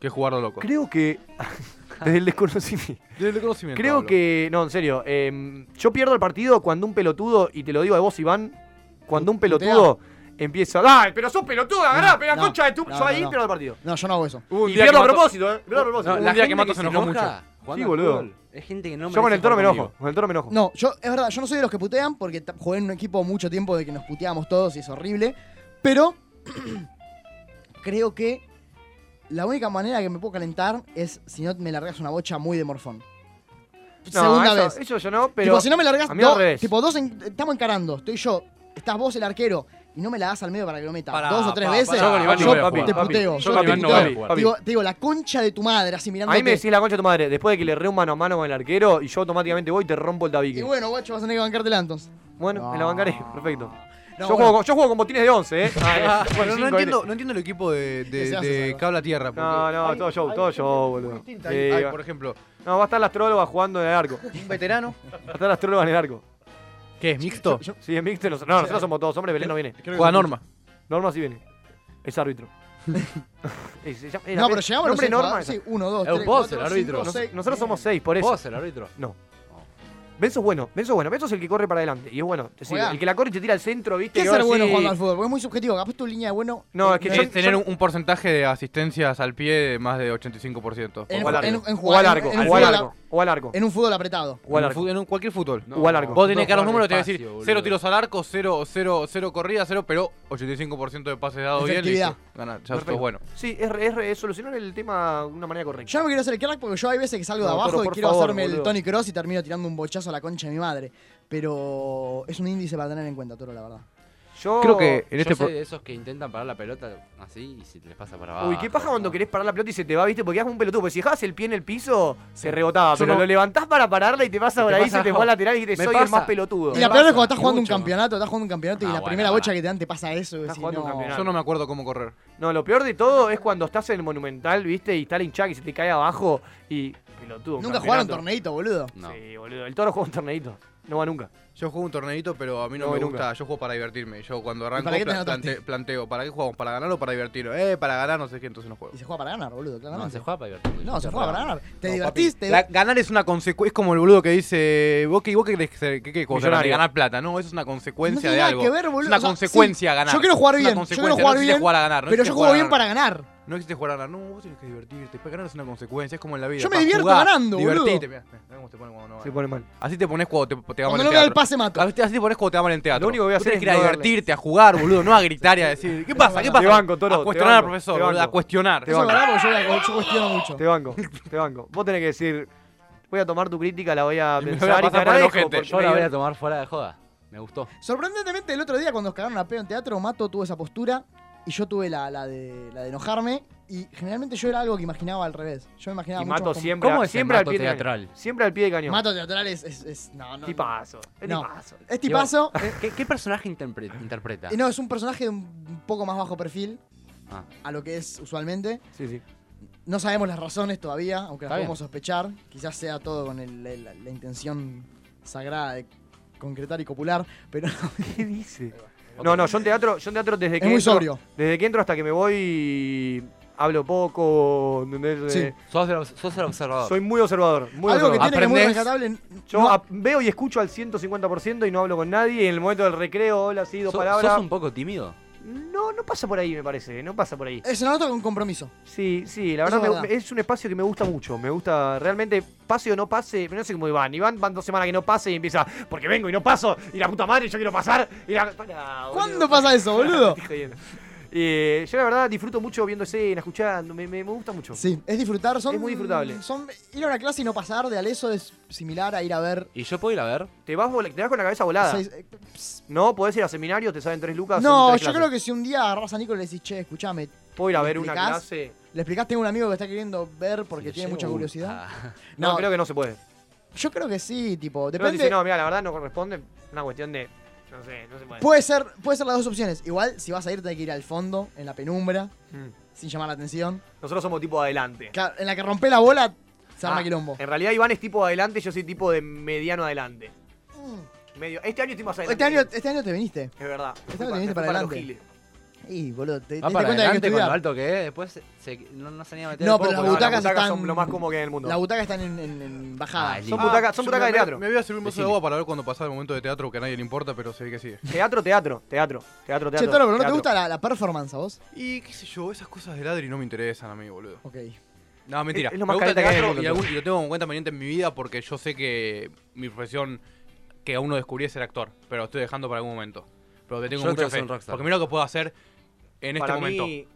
[SPEAKER 2] Que jugarlo loco.
[SPEAKER 1] Creo que. <laughs> desde el desconocimiento.
[SPEAKER 2] Desde el desconocimiento
[SPEAKER 1] Creo
[SPEAKER 2] hablo.
[SPEAKER 1] que. No, en serio. em, yo pierdo el partido cuando un pelotudo, y te lo digo a vos, Iván, cuando un pelotudo empieza. ¡Ay, pero sos pelotudo! ¡Agará, pero la
[SPEAKER 5] no,
[SPEAKER 1] concha de tu.
[SPEAKER 5] no,
[SPEAKER 1] yo ahí
[SPEAKER 5] no, no.
[SPEAKER 1] pierdo el partido.
[SPEAKER 5] No, yo no hago eso.
[SPEAKER 1] y pierdo a propósito, ¿eh? Pierdo a propósito.
[SPEAKER 5] la gente que se enoja
[SPEAKER 1] Sí,
[SPEAKER 4] jugando al
[SPEAKER 1] boludo.
[SPEAKER 4] fútbol, Es gente que no
[SPEAKER 1] Yo con
[SPEAKER 4] merece
[SPEAKER 1] el toro me
[SPEAKER 4] jugar
[SPEAKER 1] enojo.
[SPEAKER 4] conmigo.
[SPEAKER 1] Con el toro me enojo.
[SPEAKER 5] No, yo, es verdad, yo no soy de los que putean porque ta- jugué en un equipo mucho tiempo de que nos puteábamos todos y es horrible. Pero <clears throat> creo que la única manera que me puedo calentar es si no me largas una bocha muy de morfón.
[SPEAKER 1] No,
[SPEAKER 5] Segunda
[SPEAKER 1] eso-
[SPEAKER 5] vez.
[SPEAKER 1] Eso yo no, pero.
[SPEAKER 5] tipo, si no me largas
[SPEAKER 1] A mí al
[SPEAKER 5] dos,
[SPEAKER 1] revés.
[SPEAKER 5] tipo, dos en- estamos encarando, estoy yo, estás vos el arquero y no me la das al medio para que lo meta
[SPEAKER 1] Pará,
[SPEAKER 5] dos o tres
[SPEAKER 1] pa-
[SPEAKER 5] veces.
[SPEAKER 1] pará, Yo con Iván no voy a jugar,
[SPEAKER 5] te
[SPEAKER 1] papi.
[SPEAKER 5] puteo.
[SPEAKER 1] Yo con
[SPEAKER 5] te
[SPEAKER 1] Iván no
[SPEAKER 5] puteo.
[SPEAKER 1] voy a jugar, papi.
[SPEAKER 5] Digo, te digo, la concha de tu madre, así mirando.
[SPEAKER 1] A mí me decís la concha de tu madre, después de que le re un mano a mano con el arquero y yo automáticamente voy y te rompo el tabique.
[SPEAKER 5] Y bueno, guacho, vas a tener que bancártela entonces.
[SPEAKER 1] Bueno, me la bancaré,
[SPEAKER 2] Ah.
[SPEAKER 1] perfecto. yo,
[SPEAKER 5] bueno.
[SPEAKER 1] juego, con- yo juego con botines
[SPEAKER 2] <laughs>
[SPEAKER 1] de 11, ¿eh? Ah,
[SPEAKER 2] Bueno,
[SPEAKER 1] cinco,
[SPEAKER 2] no,
[SPEAKER 1] ¿viste?
[SPEAKER 2] entiendo, no entiendo el equipo de, de,
[SPEAKER 1] Que se hace,
[SPEAKER 2] de
[SPEAKER 1] Salva.
[SPEAKER 2] Cable a Tierra. porque
[SPEAKER 1] No, no, todo show, todo show, boludo.
[SPEAKER 2] hay-
[SPEAKER 1] Sí,
[SPEAKER 2] hay,
[SPEAKER 1] va.
[SPEAKER 2] por ejemplo,
[SPEAKER 1] No, va a estar la astróloga jugando en el arco.
[SPEAKER 2] <laughs> un veterano.
[SPEAKER 1] Va a estar la astróloga en el arco.
[SPEAKER 2] ¿Qué es mixto?
[SPEAKER 1] Sí, es mixto. nos- No, nosotros somos todos hombres, Belén no viene.
[SPEAKER 2] creo que Juega Norma.
[SPEAKER 1] Norma sí viene.
[SPEAKER 2] <laughs>
[SPEAKER 1] Es árbitro. Es- se llama-
[SPEAKER 5] No, pero llegamos a los
[SPEAKER 1] nombre
[SPEAKER 5] seis
[SPEAKER 1] Norma.
[SPEAKER 5] jugadores,
[SPEAKER 1] es-
[SPEAKER 5] sí, uno, dos,
[SPEAKER 1] Es un
[SPEAKER 5] tres,
[SPEAKER 1] vos
[SPEAKER 5] cuatro,
[SPEAKER 1] el árbitro.
[SPEAKER 5] cinco,
[SPEAKER 1] Nos-
[SPEAKER 5] seis.
[SPEAKER 1] nosotros somos seis, por eso.
[SPEAKER 4] Vos el árbitro.
[SPEAKER 1] No. Benzo es bueno, Benzo es bueno, Benzo es el que corre para adelante. Y es bueno. Es decir,
[SPEAKER 5] Juega.
[SPEAKER 1] el que la corre y te tira al centro, ¿viste?
[SPEAKER 5] ¿Qué es
[SPEAKER 1] Que va
[SPEAKER 5] ser bueno
[SPEAKER 1] así.
[SPEAKER 5] jugando al fútbol? Porque es muy subjetivo. Capaz tu línea de bueno.
[SPEAKER 1] No, es que
[SPEAKER 5] eh,
[SPEAKER 1] yo-
[SPEAKER 2] Es tener un, un porcentaje de asistencias al pie de más de 85%.
[SPEAKER 5] En-
[SPEAKER 1] O
[SPEAKER 5] en-
[SPEAKER 1] al arco.
[SPEAKER 5] en
[SPEAKER 1] O al
[SPEAKER 5] jugar-
[SPEAKER 1] arco.
[SPEAKER 5] en- en
[SPEAKER 1] O al
[SPEAKER 5] jugar-
[SPEAKER 1] arco. O al arco.
[SPEAKER 5] en un fútbol apretado.
[SPEAKER 1] O al
[SPEAKER 2] En
[SPEAKER 1] arco.
[SPEAKER 2] fu- En un- cualquier fútbol.
[SPEAKER 1] O al arco.
[SPEAKER 2] Vos tenés
[SPEAKER 1] No,
[SPEAKER 2] que dar los
[SPEAKER 1] jugar
[SPEAKER 2] números, te voy a
[SPEAKER 1] despacio,
[SPEAKER 2] decir
[SPEAKER 1] boludo.
[SPEAKER 2] 0 tiros al arco, 0, 0, 0 corrida, 0, pero 85% de pases dados bien.
[SPEAKER 5] Efectivamente.
[SPEAKER 2] listo. Gana, ya sos
[SPEAKER 1] Perfecto.
[SPEAKER 2] bueno.
[SPEAKER 1] Sí, es, re- es re- solucionar el tema de una manera correcta.
[SPEAKER 5] Yo no me quiero hacer el crack porque yo hay veces que salgo
[SPEAKER 1] No,
[SPEAKER 5] de abajo
[SPEAKER 1] Toro,
[SPEAKER 5] y
[SPEAKER 1] por
[SPEAKER 5] quiero
[SPEAKER 1] favor,
[SPEAKER 5] hacerme
[SPEAKER 1] boludo.
[SPEAKER 5] el Tony Cross y termino tirando un bochazo a la concha de mi madre. Pero es un índice para tener en cuenta, Toro, la verdad.
[SPEAKER 1] Yo
[SPEAKER 2] Creo que en
[SPEAKER 4] Yo soy
[SPEAKER 2] este pro- Ah.
[SPEAKER 4] de esos que intentan parar la pelota así y si les pasa para abajo.
[SPEAKER 1] Uy, qué paja cuando querés parar la pelota y se te va, ¿viste? Porque haces un pelotudo. Porque si dejabas el pie en el piso, se rebotaba.
[SPEAKER 4] Yo
[SPEAKER 1] Pero
[SPEAKER 4] no-
[SPEAKER 1] lo levantás para pararla y te pasa
[SPEAKER 4] Y te
[SPEAKER 1] por ahí,
[SPEAKER 4] pasa
[SPEAKER 1] se te
[SPEAKER 4] abajo.
[SPEAKER 1] va al lateral y dijiste,
[SPEAKER 4] Me
[SPEAKER 1] soy el
[SPEAKER 4] pasa.
[SPEAKER 1] más pelotudo.
[SPEAKER 5] Y la peor es
[SPEAKER 1] pasa.
[SPEAKER 5] cuando estás jugando
[SPEAKER 1] Mucho,
[SPEAKER 5] un campeonato, estás jugando un campeonato y
[SPEAKER 1] Ah,
[SPEAKER 5] la
[SPEAKER 1] bueno,
[SPEAKER 5] primera
[SPEAKER 1] bueno.
[SPEAKER 5] bocha que te dan te pasa eso.
[SPEAKER 1] Estás
[SPEAKER 5] decís,
[SPEAKER 1] jugando un
[SPEAKER 5] no.
[SPEAKER 1] campeonato.
[SPEAKER 2] Yo no me acuerdo cómo correr.
[SPEAKER 1] No, lo peor de todo es cuando estás en el Monumental, ¿viste? Y está el hinchada que se te cae abajo y pelotudo. un
[SPEAKER 5] Nunca jugaron
[SPEAKER 1] campeonato.
[SPEAKER 5] torneito, boludo.
[SPEAKER 1] Sí, boludo. El toro juega un torneito. No va nunca.
[SPEAKER 2] Yo juego un torneito, pero a mí no,
[SPEAKER 1] No,
[SPEAKER 2] me
[SPEAKER 1] nunca.
[SPEAKER 2] gusta. Yo juego para divertirme. Yo cuando arranco
[SPEAKER 5] para qué te
[SPEAKER 2] pla-
[SPEAKER 5] anotaste?
[SPEAKER 2] plante- planteo, ¿para qué jugamos? ¿Para ganar o para divertirnos? Eh, para ganar, no sé qué, entonces no juego.
[SPEAKER 5] Y se juega para ganar, boludo, claramente.
[SPEAKER 4] No, se juega para divertirse.
[SPEAKER 5] No, se juega para ganar. Te divertís,
[SPEAKER 2] divertiste.
[SPEAKER 5] te-
[SPEAKER 2] ganar es una consecuencia. Es como el boludo que dice. ¿Vos qué, vos qué crees que ser- qué- qué cosa?
[SPEAKER 1] Millonario.
[SPEAKER 2] Ganar plata. No, eso es una
[SPEAKER 5] No
[SPEAKER 2] consecuencia
[SPEAKER 5] tiene
[SPEAKER 2] de
[SPEAKER 5] nada
[SPEAKER 2] algo.
[SPEAKER 5] que ver, boludo.
[SPEAKER 2] Es una
[SPEAKER 5] O sea,
[SPEAKER 2] consecuencia
[SPEAKER 5] sí,
[SPEAKER 2] ganar.
[SPEAKER 5] Yo quiero jugar
[SPEAKER 2] Es una
[SPEAKER 5] bien. Yo quiero
[SPEAKER 2] consecuencia,
[SPEAKER 5] jugar
[SPEAKER 2] no
[SPEAKER 5] bien.
[SPEAKER 2] existe jugar a ganar. no
[SPEAKER 5] pero
[SPEAKER 2] existe
[SPEAKER 5] yo
[SPEAKER 2] jugar
[SPEAKER 5] juego
[SPEAKER 2] a
[SPEAKER 5] bien para ganar.
[SPEAKER 2] No existe jugar a ganar. No, vos tenés que divertirte. Para ganar es una consecuencia. Es como en la vida.
[SPEAKER 5] Yo me
[SPEAKER 2] pa,
[SPEAKER 5] divierto
[SPEAKER 2] jugá,
[SPEAKER 5] ganando, boludo.
[SPEAKER 2] divertite, mirá, mirá, mirá, cómo te pone cuando no
[SPEAKER 1] Se pone mal.
[SPEAKER 2] Así te pones cuando te, te va mal
[SPEAKER 5] Cuando
[SPEAKER 2] en
[SPEAKER 5] no veo el
[SPEAKER 2] teatro.
[SPEAKER 5] pase, mato.
[SPEAKER 2] Así, así te pones cuando te va mal en teatro.
[SPEAKER 1] Lo único que voy a
[SPEAKER 2] Vos
[SPEAKER 1] hacer
[SPEAKER 2] tenés
[SPEAKER 1] es
[SPEAKER 2] que ir a
[SPEAKER 1] no darle.
[SPEAKER 2] divertirte, a jugar, boludo, no a gritar y a decir, ¿qué pasa? ¿Qué
[SPEAKER 1] Te
[SPEAKER 2] pasa?
[SPEAKER 1] banco, Toro,
[SPEAKER 2] A
[SPEAKER 1] te
[SPEAKER 2] cuestionar
[SPEAKER 1] banco,
[SPEAKER 2] al
[SPEAKER 1] te
[SPEAKER 2] profesor, boludo, a
[SPEAKER 1] banco.
[SPEAKER 2] cuestionar.
[SPEAKER 1] Te banco.
[SPEAKER 5] Ah, porque yo, la- yo cuestiono mucho.
[SPEAKER 1] Te banco, te banco. Vos tenés que decir, voy a tomar tu crítica, la voy a
[SPEAKER 2] <laughs> me la voy a
[SPEAKER 1] pensar y
[SPEAKER 2] pasar
[SPEAKER 1] te
[SPEAKER 2] por el
[SPEAKER 1] agradezco
[SPEAKER 2] ojete.
[SPEAKER 1] porque
[SPEAKER 4] Yo
[SPEAKER 1] me
[SPEAKER 4] la voy
[SPEAKER 1] dio-
[SPEAKER 4] a tomar fuera de joda. Me gustó.
[SPEAKER 5] Sorprendentemente, el otro día cuando nos cagaron a pedo en teatro, Mato tuvo esa postura y yo tuve la, la de, la de enojarme. Y generalmente yo era algo que imaginaba al revés. Yo me imaginaba
[SPEAKER 1] Y
[SPEAKER 5] mucho
[SPEAKER 1] mato
[SPEAKER 5] más
[SPEAKER 1] siempre,
[SPEAKER 4] ¿Cómo
[SPEAKER 1] ¿Cómo
[SPEAKER 4] es el
[SPEAKER 1] siempre al
[SPEAKER 4] mato
[SPEAKER 1] pie de
[SPEAKER 4] teatral?
[SPEAKER 1] cañón. Siempre al pie de
[SPEAKER 5] como-
[SPEAKER 1] cañón.
[SPEAKER 5] Mato teatral es. es, es- no, no.
[SPEAKER 1] tipazo, es
[SPEAKER 5] No.
[SPEAKER 1] tipazo.
[SPEAKER 5] Es tipazo.
[SPEAKER 12] eh,
[SPEAKER 4] Digo, ¿Qué, qué personaje interpre- interpreta?
[SPEAKER 5] Y Eh, no, es un personaje de un poco más bajo perfil
[SPEAKER 4] Ah.
[SPEAKER 5] a lo que es usualmente.
[SPEAKER 1] Sí, sí.
[SPEAKER 5] No sabemos las razones todavía, aunque las
[SPEAKER 4] Está bien.
[SPEAKER 5] podemos sospechar. Quizás sea todo con el- el- la, la intención sagrada de concretar y copular, pero
[SPEAKER 1] <laughs> ¿Qué dice? No, no, yo en teatro, yo en teatro desde
[SPEAKER 5] Es
[SPEAKER 1] que
[SPEAKER 5] muy
[SPEAKER 1] entro,
[SPEAKER 5] sobrio.
[SPEAKER 1] desde que entro hasta que me voy hablo poco, ¿entendés?
[SPEAKER 5] Sí.
[SPEAKER 1] Eh,
[SPEAKER 4] Sos el, obs- sos el observador.
[SPEAKER 1] Soy muy observador, muy
[SPEAKER 5] algo que
[SPEAKER 1] observador.
[SPEAKER 5] tiene que es muy
[SPEAKER 1] Aprendés.
[SPEAKER 5] rescatable.
[SPEAKER 1] Yo ap- veo y escucho al 150% y no hablo con nadie. Y en el momento del recreo, hola, sí, dos
[SPEAKER 4] So-
[SPEAKER 1] palabras.
[SPEAKER 4] ¿Sos un poco tímido?
[SPEAKER 1] No, no pasa por ahí, me parece. No pasa por ahí.
[SPEAKER 5] Es un auto con compromiso.
[SPEAKER 1] Sí, sí,
[SPEAKER 5] Eso
[SPEAKER 1] la verdad,
[SPEAKER 5] es
[SPEAKER 1] me-
[SPEAKER 5] verdad.
[SPEAKER 1] es un espacio que me gusta mucho. Me gusta realmente, pase o no pase, no sé cómo Iván. Iván van dos semanas que no pase y empieza, porque vengo y no paso, y la puta madre, yo quiero pasar. Y la... Pará, boludo.
[SPEAKER 5] ¿Cuándo pasa eso, boludo?
[SPEAKER 1] Te <laughs> estoy jodiendo. Eh, yo la verdad disfruto mucho viendo escenas, escuchando, me, me- me gusta mucho.
[SPEAKER 5] Sí, es disfrutar. Son,
[SPEAKER 1] Es muy disfrutable.
[SPEAKER 5] Son, ir a una clase y no pasar de Aleso es similar a ir a ver.
[SPEAKER 4] ¿Y yo puedo ir a ver?
[SPEAKER 1] Te vas, vol- te vas con la cabeza volada.
[SPEAKER 5] seis- eh,
[SPEAKER 1] No, podés ir a seminarios, te salen Ah, tres lucas.
[SPEAKER 5] no, yo creo que si un día agarras a Nico y le decís, che, escuchame.
[SPEAKER 1] Puedo ir a
[SPEAKER 5] ¿me
[SPEAKER 1] ver una
[SPEAKER 5] explicás?
[SPEAKER 1] clase.
[SPEAKER 5] Le explicás, tengo un amigo que está queriendo ver porque tiene mucha curiosidad. <laughs> No,
[SPEAKER 1] Ah. No, creo que no se puede.
[SPEAKER 5] Yo creo que sí, tipo.
[SPEAKER 1] Creo que
[SPEAKER 5] Depende.
[SPEAKER 1] dice, no, mira, la verdad no corresponde. Una cuestión de. No sé, no se puede.
[SPEAKER 5] Puede ser, puede ser las dos opciones. Igual, si vas a ir, tenés que ir al fondo, en la penumbra,
[SPEAKER 1] Mm.
[SPEAKER 5] sin llamar la atención.
[SPEAKER 1] Nosotros somos tipo adelante.
[SPEAKER 5] Claro, en la que rompe la bola, se arma
[SPEAKER 1] Ah,
[SPEAKER 5] quilombo.
[SPEAKER 1] En realidad Iván es tipo adelante, yo soy tipo de mediano adelante. Medio. Este año estoy más adelante.
[SPEAKER 5] Este año, este año te viniste.
[SPEAKER 1] Es verdad.
[SPEAKER 5] Este año
[SPEAKER 1] Me
[SPEAKER 5] te viniste
[SPEAKER 1] fue
[SPEAKER 5] para
[SPEAKER 1] los
[SPEAKER 5] adelante.
[SPEAKER 1] giles.
[SPEAKER 5] Y, boludo, te, te
[SPEAKER 4] Va
[SPEAKER 5] diste
[SPEAKER 4] para
[SPEAKER 5] cuenta que hay que
[SPEAKER 4] adelante con lo
[SPEAKER 5] estudiar.
[SPEAKER 4] alto que es, Este después se- se- no, no se anima a meter
[SPEAKER 5] No,
[SPEAKER 4] el
[SPEAKER 5] pero
[SPEAKER 4] popo.
[SPEAKER 5] las butacas
[SPEAKER 1] las butacas
[SPEAKER 5] están-
[SPEAKER 1] son lo más cómodo que hay en el mundo.
[SPEAKER 5] Las butacas están en, en- en bajada.
[SPEAKER 4] Ah, es
[SPEAKER 5] Son-
[SPEAKER 1] Son
[SPEAKER 4] lindo.
[SPEAKER 1] butacas, son
[SPEAKER 2] Yo
[SPEAKER 1] butacas
[SPEAKER 2] me-
[SPEAKER 1] de teatro.
[SPEAKER 2] Me, me voy a servir un vaso de
[SPEAKER 4] Decime.
[SPEAKER 2] agua para ver cuando pasa el momento de teatro que a nadie le importa, pero se ve que sigue.
[SPEAKER 1] Teatro, teatro, teatro, teatro, teatro.
[SPEAKER 5] che, Toro, pero ¿no te
[SPEAKER 1] teatro.
[SPEAKER 5] gusta la, la performance a vos?
[SPEAKER 2] Y qué sé yo, esas cosas de ladri no me interesan a mí, boludo.
[SPEAKER 5] Ok.
[SPEAKER 2] No, mentira.
[SPEAKER 1] Es- es lo
[SPEAKER 2] me
[SPEAKER 1] más
[SPEAKER 2] gusta el
[SPEAKER 1] careta que hay en el
[SPEAKER 2] teatro
[SPEAKER 1] mundo,
[SPEAKER 2] y, algún- y lo tengo en cuenta pendiente en mi vida porque yo sé que mi profesión que aún no descubrí es ser actor, pero lo estoy dejando para algún momento. Pero le tengo
[SPEAKER 4] Yo
[SPEAKER 2] mucha
[SPEAKER 4] quiero ser
[SPEAKER 2] fe.
[SPEAKER 4] un rockstar.
[SPEAKER 2] Porque mira lo que puedo hacer en este
[SPEAKER 1] Para
[SPEAKER 2] momento.
[SPEAKER 1] mí-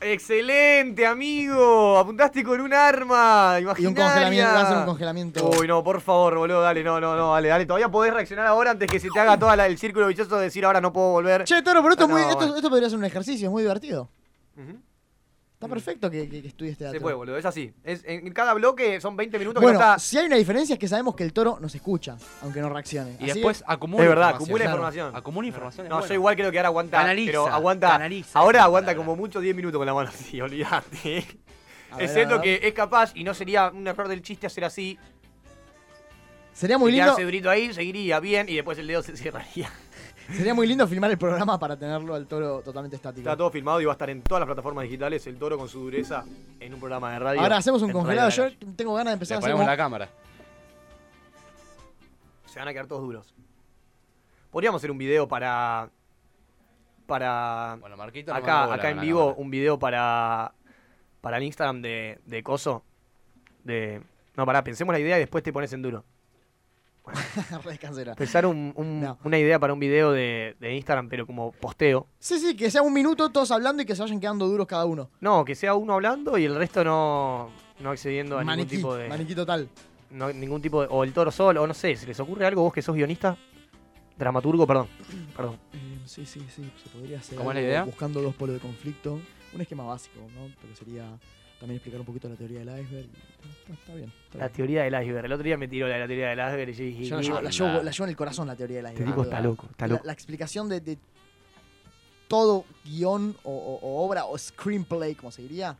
[SPEAKER 1] ¡Excelente, amigo! Apuntaste con un arma
[SPEAKER 5] Y
[SPEAKER 1] imaginaria.
[SPEAKER 5] un congelamiento, va a ser un congelamiento.
[SPEAKER 1] Uy, no, por favor, boludo, dale, no, no, no, dale, dale. Todavía podés reaccionar ahora antes que se te haga todo el círculo vicioso de decir ahora no puedo volver.
[SPEAKER 5] Che, Toro, pero esto, es
[SPEAKER 1] Ah,
[SPEAKER 5] muy-
[SPEAKER 1] no,
[SPEAKER 5] esto,
[SPEAKER 1] bueno.
[SPEAKER 5] esto podría ser un ejercicio, es muy divertido.
[SPEAKER 1] Ujú.
[SPEAKER 5] Está perfecto que, que, que estudies teatro.
[SPEAKER 1] Se puede, boludo, es así. Es, en en cada bloque son 20 minutos
[SPEAKER 5] Bueno,
[SPEAKER 1] que no está.
[SPEAKER 5] si hay una diferencia es que sabemos que el toro nos escucha, aunque no reaccione.
[SPEAKER 4] Y
[SPEAKER 5] Así
[SPEAKER 4] después acumula
[SPEAKER 1] Es verdad,
[SPEAKER 4] información.
[SPEAKER 1] acumula
[SPEAKER 5] Claro.
[SPEAKER 1] información.
[SPEAKER 4] Acumula información. es
[SPEAKER 1] No,
[SPEAKER 4] bueno.
[SPEAKER 1] yo igual creo que ahora aguanta.
[SPEAKER 4] Canaliza,
[SPEAKER 1] pero aguanta.
[SPEAKER 4] canaliza,
[SPEAKER 1] ahora
[SPEAKER 4] esa
[SPEAKER 1] aguanta
[SPEAKER 4] palabra.
[SPEAKER 1] como mucho 10 minutos con la mano así, <laughs> olvidate. eh.
[SPEAKER 5] A ver,
[SPEAKER 1] Excepto
[SPEAKER 5] a ver.
[SPEAKER 1] que es capaz y no sería un error del chiste hacer así.
[SPEAKER 5] Sería muy
[SPEAKER 1] y
[SPEAKER 5] lindo,
[SPEAKER 1] quedarse durito ahí, seguiría bien y después el dedo
[SPEAKER 4] <laughs>
[SPEAKER 1] se cerraría.
[SPEAKER 5] sería muy lindo filmar el programa para tenerlo al toro totalmente estático.
[SPEAKER 1] Está todo filmado y va a estar en todas las plataformas digitales. El toro con su dureza en un programa de radio.
[SPEAKER 5] Ahora hacemos un
[SPEAKER 1] en
[SPEAKER 5] congelado.
[SPEAKER 1] Radio
[SPEAKER 5] Yo
[SPEAKER 1] de la
[SPEAKER 5] tengo ganas de empezar
[SPEAKER 4] Le
[SPEAKER 5] a hacer.
[SPEAKER 4] ponemos
[SPEAKER 5] como-
[SPEAKER 4] la
[SPEAKER 5] <laughs>
[SPEAKER 4] cámara.
[SPEAKER 1] Calle. Se van a quedar todos duros. Podríamos hacer un video para. Para.
[SPEAKER 4] Bueno, Marquito no manda
[SPEAKER 1] acá
[SPEAKER 4] bola
[SPEAKER 1] acá
[SPEAKER 4] con
[SPEAKER 1] en
[SPEAKER 4] la
[SPEAKER 1] vivo,
[SPEAKER 4] cámara.
[SPEAKER 1] un video para. Para el Instagram de, de Coso. De. No, pará, pensemos la idea y después te pones en duro.
[SPEAKER 5] Re cansera.
[SPEAKER 1] Pensar un- un-
[SPEAKER 5] No.
[SPEAKER 1] una idea para un video de, de Instagram, pero como posteo.
[SPEAKER 5] Sí, sí, que sea un minuto todos hablando y que se vayan quedando duros cada uno.
[SPEAKER 1] No, que sea uno hablando y el resto no, no accediendo a
[SPEAKER 5] Maniquí,
[SPEAKER 1] ningún tipo de.
[SPEAKER 5] maniquí total.
[SPEAKER 1] no, ningún tipo de. O el toro sol, o no sé, ¿se les ocurre algo vos que sos guionista? Dramaturgo, perdón. Perdón.
[SPEAKER 5] Eh, sí, sí, sí, se podría hacer.
[SPEAKER 4] ¿Cómo es la
[SPEAKER 5] algo
[SPEAKER 4] idea?
[SPEAKER 5] Buscando dos polos de conflicto. Un esquema básico, ¿no? Pero sería también explicar un poquito la teoría del iceberg. Está, está bien. está
[SPEAKER 1] La
[SPEAKER 5] bien.
[SPEAKER 1] teoría del iceberg. El otro día me tiró la, de la teoría del iceberg y yo dije.
[SPEAKER 5] Yo la llevo, la, llevo, la llevo en el corazón la teoría del
[SPEAKER 1] Este
[SPEAKER 5] iceberg.
[SPEAKER 1] tipo está
[SPEAKER 5] boludo.
[SPEAKER 1] loco, está
[SPEAKER 5] la,
[SPEAKER 1] loco.
[SPEAKER 5] la explicación de, de todo guión o, o- o obra o screenplay, como se diría,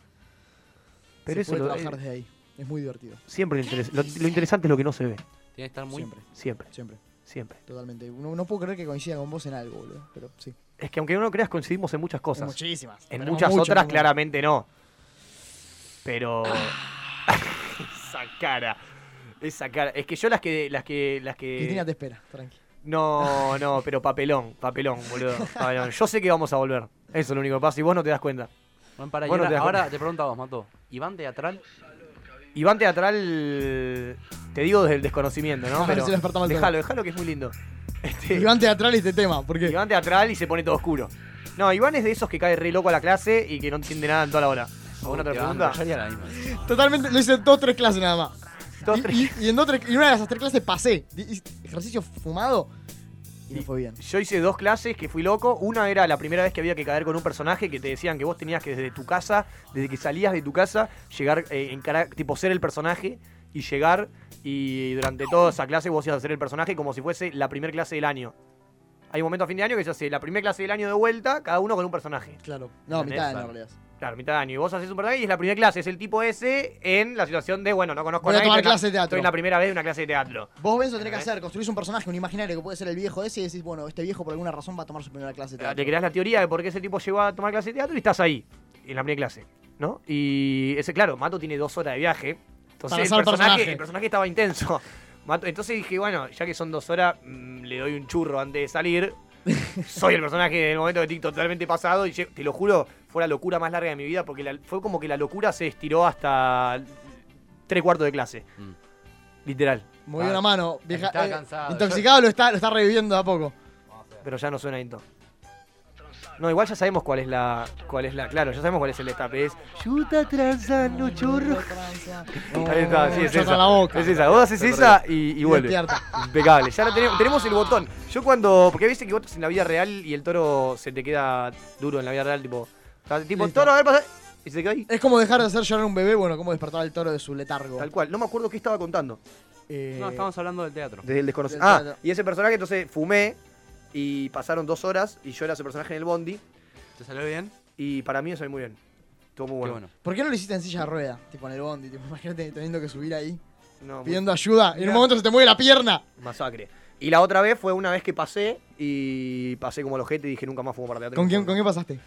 [SPEAKER 1] Pero
[SPEAKER 5] se
[SPEAKER 1] eso
[SPEAKER 5] puede
[SPEAKER 1] lo-
[SPEAKER 5] trabajar
[SPEAKER 1] eh,
[SPEAKER 5] desde ahí. Es muy divertido.
[SPEAKER 1] siempre lo, interes- lo- lo interesante es lo que no se ve.
[SPEAKER 4] Tiene que estar muy.
[SPEAKER 5] Siempre,
[SPEAKER 1] Siempre,
[SPEAKER 5] siempre,
[SPEAKER 1] siempre.
[SPEAKER 5] totalmente. No, no puedo creer que coincida con vos en algo, boludo. Pero sí.
[SPEAKER 1] Es que aunque no lo creas, coincidimos en muchas
[SPEAKER 5] En
[SPEAKER 1] cosas.
[SPEAKER 5] muchísimas.
[SPEAKER 1] En
[SPEAKER 5] Tenemos
[SPEAKER 1] muchas
[SPEAKER 5] mucho
[SPEAKER 1] otras,
[SPEAKER 5] en común.
[SPEAKER 1] claramente no. Pero. esa cara. Esa cara. Es que yo las que. Las que. Las que.
[SPEAKER 5] Cristina te espera, tranqui.
[SPEAKER 1] No, no, pero papelón, papelón, boludo. Papelón. Yo sé que vamos a volver. Eso es lo único que pasa y vos no te das cuenta.
[SPEAKER 4] Bueno, para, y
[SPEAKER 1] Bueno,
[SPEAKER 4] ahora,
[SPEAKER 1] te das
[SPEAKER 4] ahora
[SPEAKER 1] cuenta.
[SPEAKER 4] te pregunto a vos, Mato. ¿Iván teatral?
[SPEAKER 1] Iván Teatral. Te digo desde el desconocimiento, ¿no?
[SPEAKER 5] A ver si lo despertamos al tema.
[SPEAKER 1] déjalo, déjalo que es muy lindo.
[SPEAKER 5] Iván teatral y este tema, porque.
[SPEAKER 1] Iván teatral y se pone todo oscuro. No, Iván es de esos que cae re loco a la clase y que no entiende nada en toda la hora.
[SPEAKER 4] Oh,
[SPEAKER 1] ¿Alguna otra
[SPEAKER 5] Iván,
[SPEAKER 1] pregunta?
[SPEAKER 5] yo haría la
[SPEAKER 11] Totalmente, lo hice en dos, tres clases nada más. Y- y, y en dos, tres- y una de esas tres clases pasé. Di- hice Ejercicio fumado.
[SPEAKER 5] Y me fue bien.
[SPEAKER 1] Yo hice dos clases que fui loco. Una era la primera vez que había que caer con un personaje que te decían que vos tenías que desde tu casa, desde que salías de tu casa, llegar, eh, en cara- tipo ser el personaje y llegar y durante toda esa clase vos ibas a ser el personaje como si fuese la primera clase del año. Hay un momento a fin de año que se hace la primera clase del año de vuelta, cada uno con un personaje.
[SPEAKER 5] Claro. No,
[SPEAKER 1] ¿Entendés?
[SPEAKER 5] mitad de año, en realidad.
[SPEAKER 1] Claro, mitad de año. Y vos haces un personaje y es la primera clase. Es el tipo ese en la situación de, bueno, no conozco
[SPEAKER 5] Voy a
[SPEAKER 1] nadie,
[SPEAKER 5] tomar
[SPEAKER 1] estoy en la-
[SPEAKER 5] clase de teatro.
[SPEAKER 1] Estoy en la primera vez de una clase de teatro.
[SPEAKER 5] Vos, Benzo, tenés que hacer, construís un personaje, un imaginario que puede ser el viejo ese y decís, bueno, este viejo por alguna razón va a tomar su primera clase. de
[SPEAKER 1] Ah,
[SPEAKER 5] teatro.
[SPEAKER 1] Te creas la teoría de por qué ese tipo llegó a tomar clase de teatro y estás ahí, en la primera clase, ¿no? Y ese, claro, Mato tiene dos horas de viaje. Entonces
[SPEAKER 11] Para
[SPEAKER 1] el
[SPEAKER 11] hacer el
[SPEAKER 1] personaje,
[SPEAKER 11] personaje.
[SPEAKER 1] el personaje estaba intenso. Mato- entonces dije, bueno, ya que son dos horas, mm, le doy un churro antes de salir. Soy el personaje del momento que estoy totalmente pasado y lle- te lo juro, fue la locura más larga de mi vida porque la- fue como que la locura se estiró hasta tres cuartos de clase. Literal.
[SPEAKER 5] Movió
[SPEAKER 1] Ah,
[SPEAKER 5] una mano. Vieja,
[SPEAKER 1] estaba
[SPEAKER 5] eh, este
[SPEAKER 1] cansado.
[SPEAKER 5] Intoxicado lo está, lo está reviviendo de a poco.
[SPEAKER 1] Pero ya no suena into. No, igual ya sabemos cuál es la. cuál es la. Claro, ya sabemos cuál es el destape. Es. Yuta transando chorro. Ahí está, "Ah, sí, es
[SPEAKER 5] Chata
[SPEAKER 1] esa.
[SPEAKER 5] la boca.
[SPEAKER 1] Es esa. Vos haces esa y, y vuelve.
[SPEAKER 5] despierta.
[SPEAKER 1] Impecable. Ya la tenemos, tenemos el botón. Yo cuando. Porque viste que vos estás en la vida real y el toro se te queda duro en la vida real, tipo. está Tipo,
[SPEAKER 5] Listo.
[SPEAKER 1] toro, a ver, pasa. Y se queda ahí.
[SPEAKER 5] Es como dejar de hacer llorar un bebé, bueno, como despertar al toro de su letargo. Eh,
[SPEAKER 1] Tal cual. No me acuerdo qué estaba contando.
[SPEAKER 10] No, estamos hablando del teatro.
[SPEAKER 1] Desde el desconocido.
[SPEAKER 10] Del
[SPEAKER 1] Ah,
[SPEAKER 10] teatro.
[SPEAKER 1] y ese personaje entonces fumé y pasaron dos horas y yo era ese personaje en el bondi.
[SPEAKER 10] ¿Te salió bien?
[SPEAKER 1] Y para mí me salió muy bien. Estuvo muy bueno.
[SPEAKER 5] ¿Por qué no lo hiciste en silla de rueda? Tipo en el bondi, tipo, <laughs> imagínate teniendo que subir ahí,
[SPEAKER 1] No, pues, muy-
[SPEAKER 5] pidiendo ayuda, y en un momento se te mueve la pierna.
[SPEAKER 1] Masacre. Y la otra vez fue una vez que pasé y pasé como el ojete y dije nunca más fumo para teatro.
[SPEAKER 5] ¿Con quién, ¿Con quién pasaste?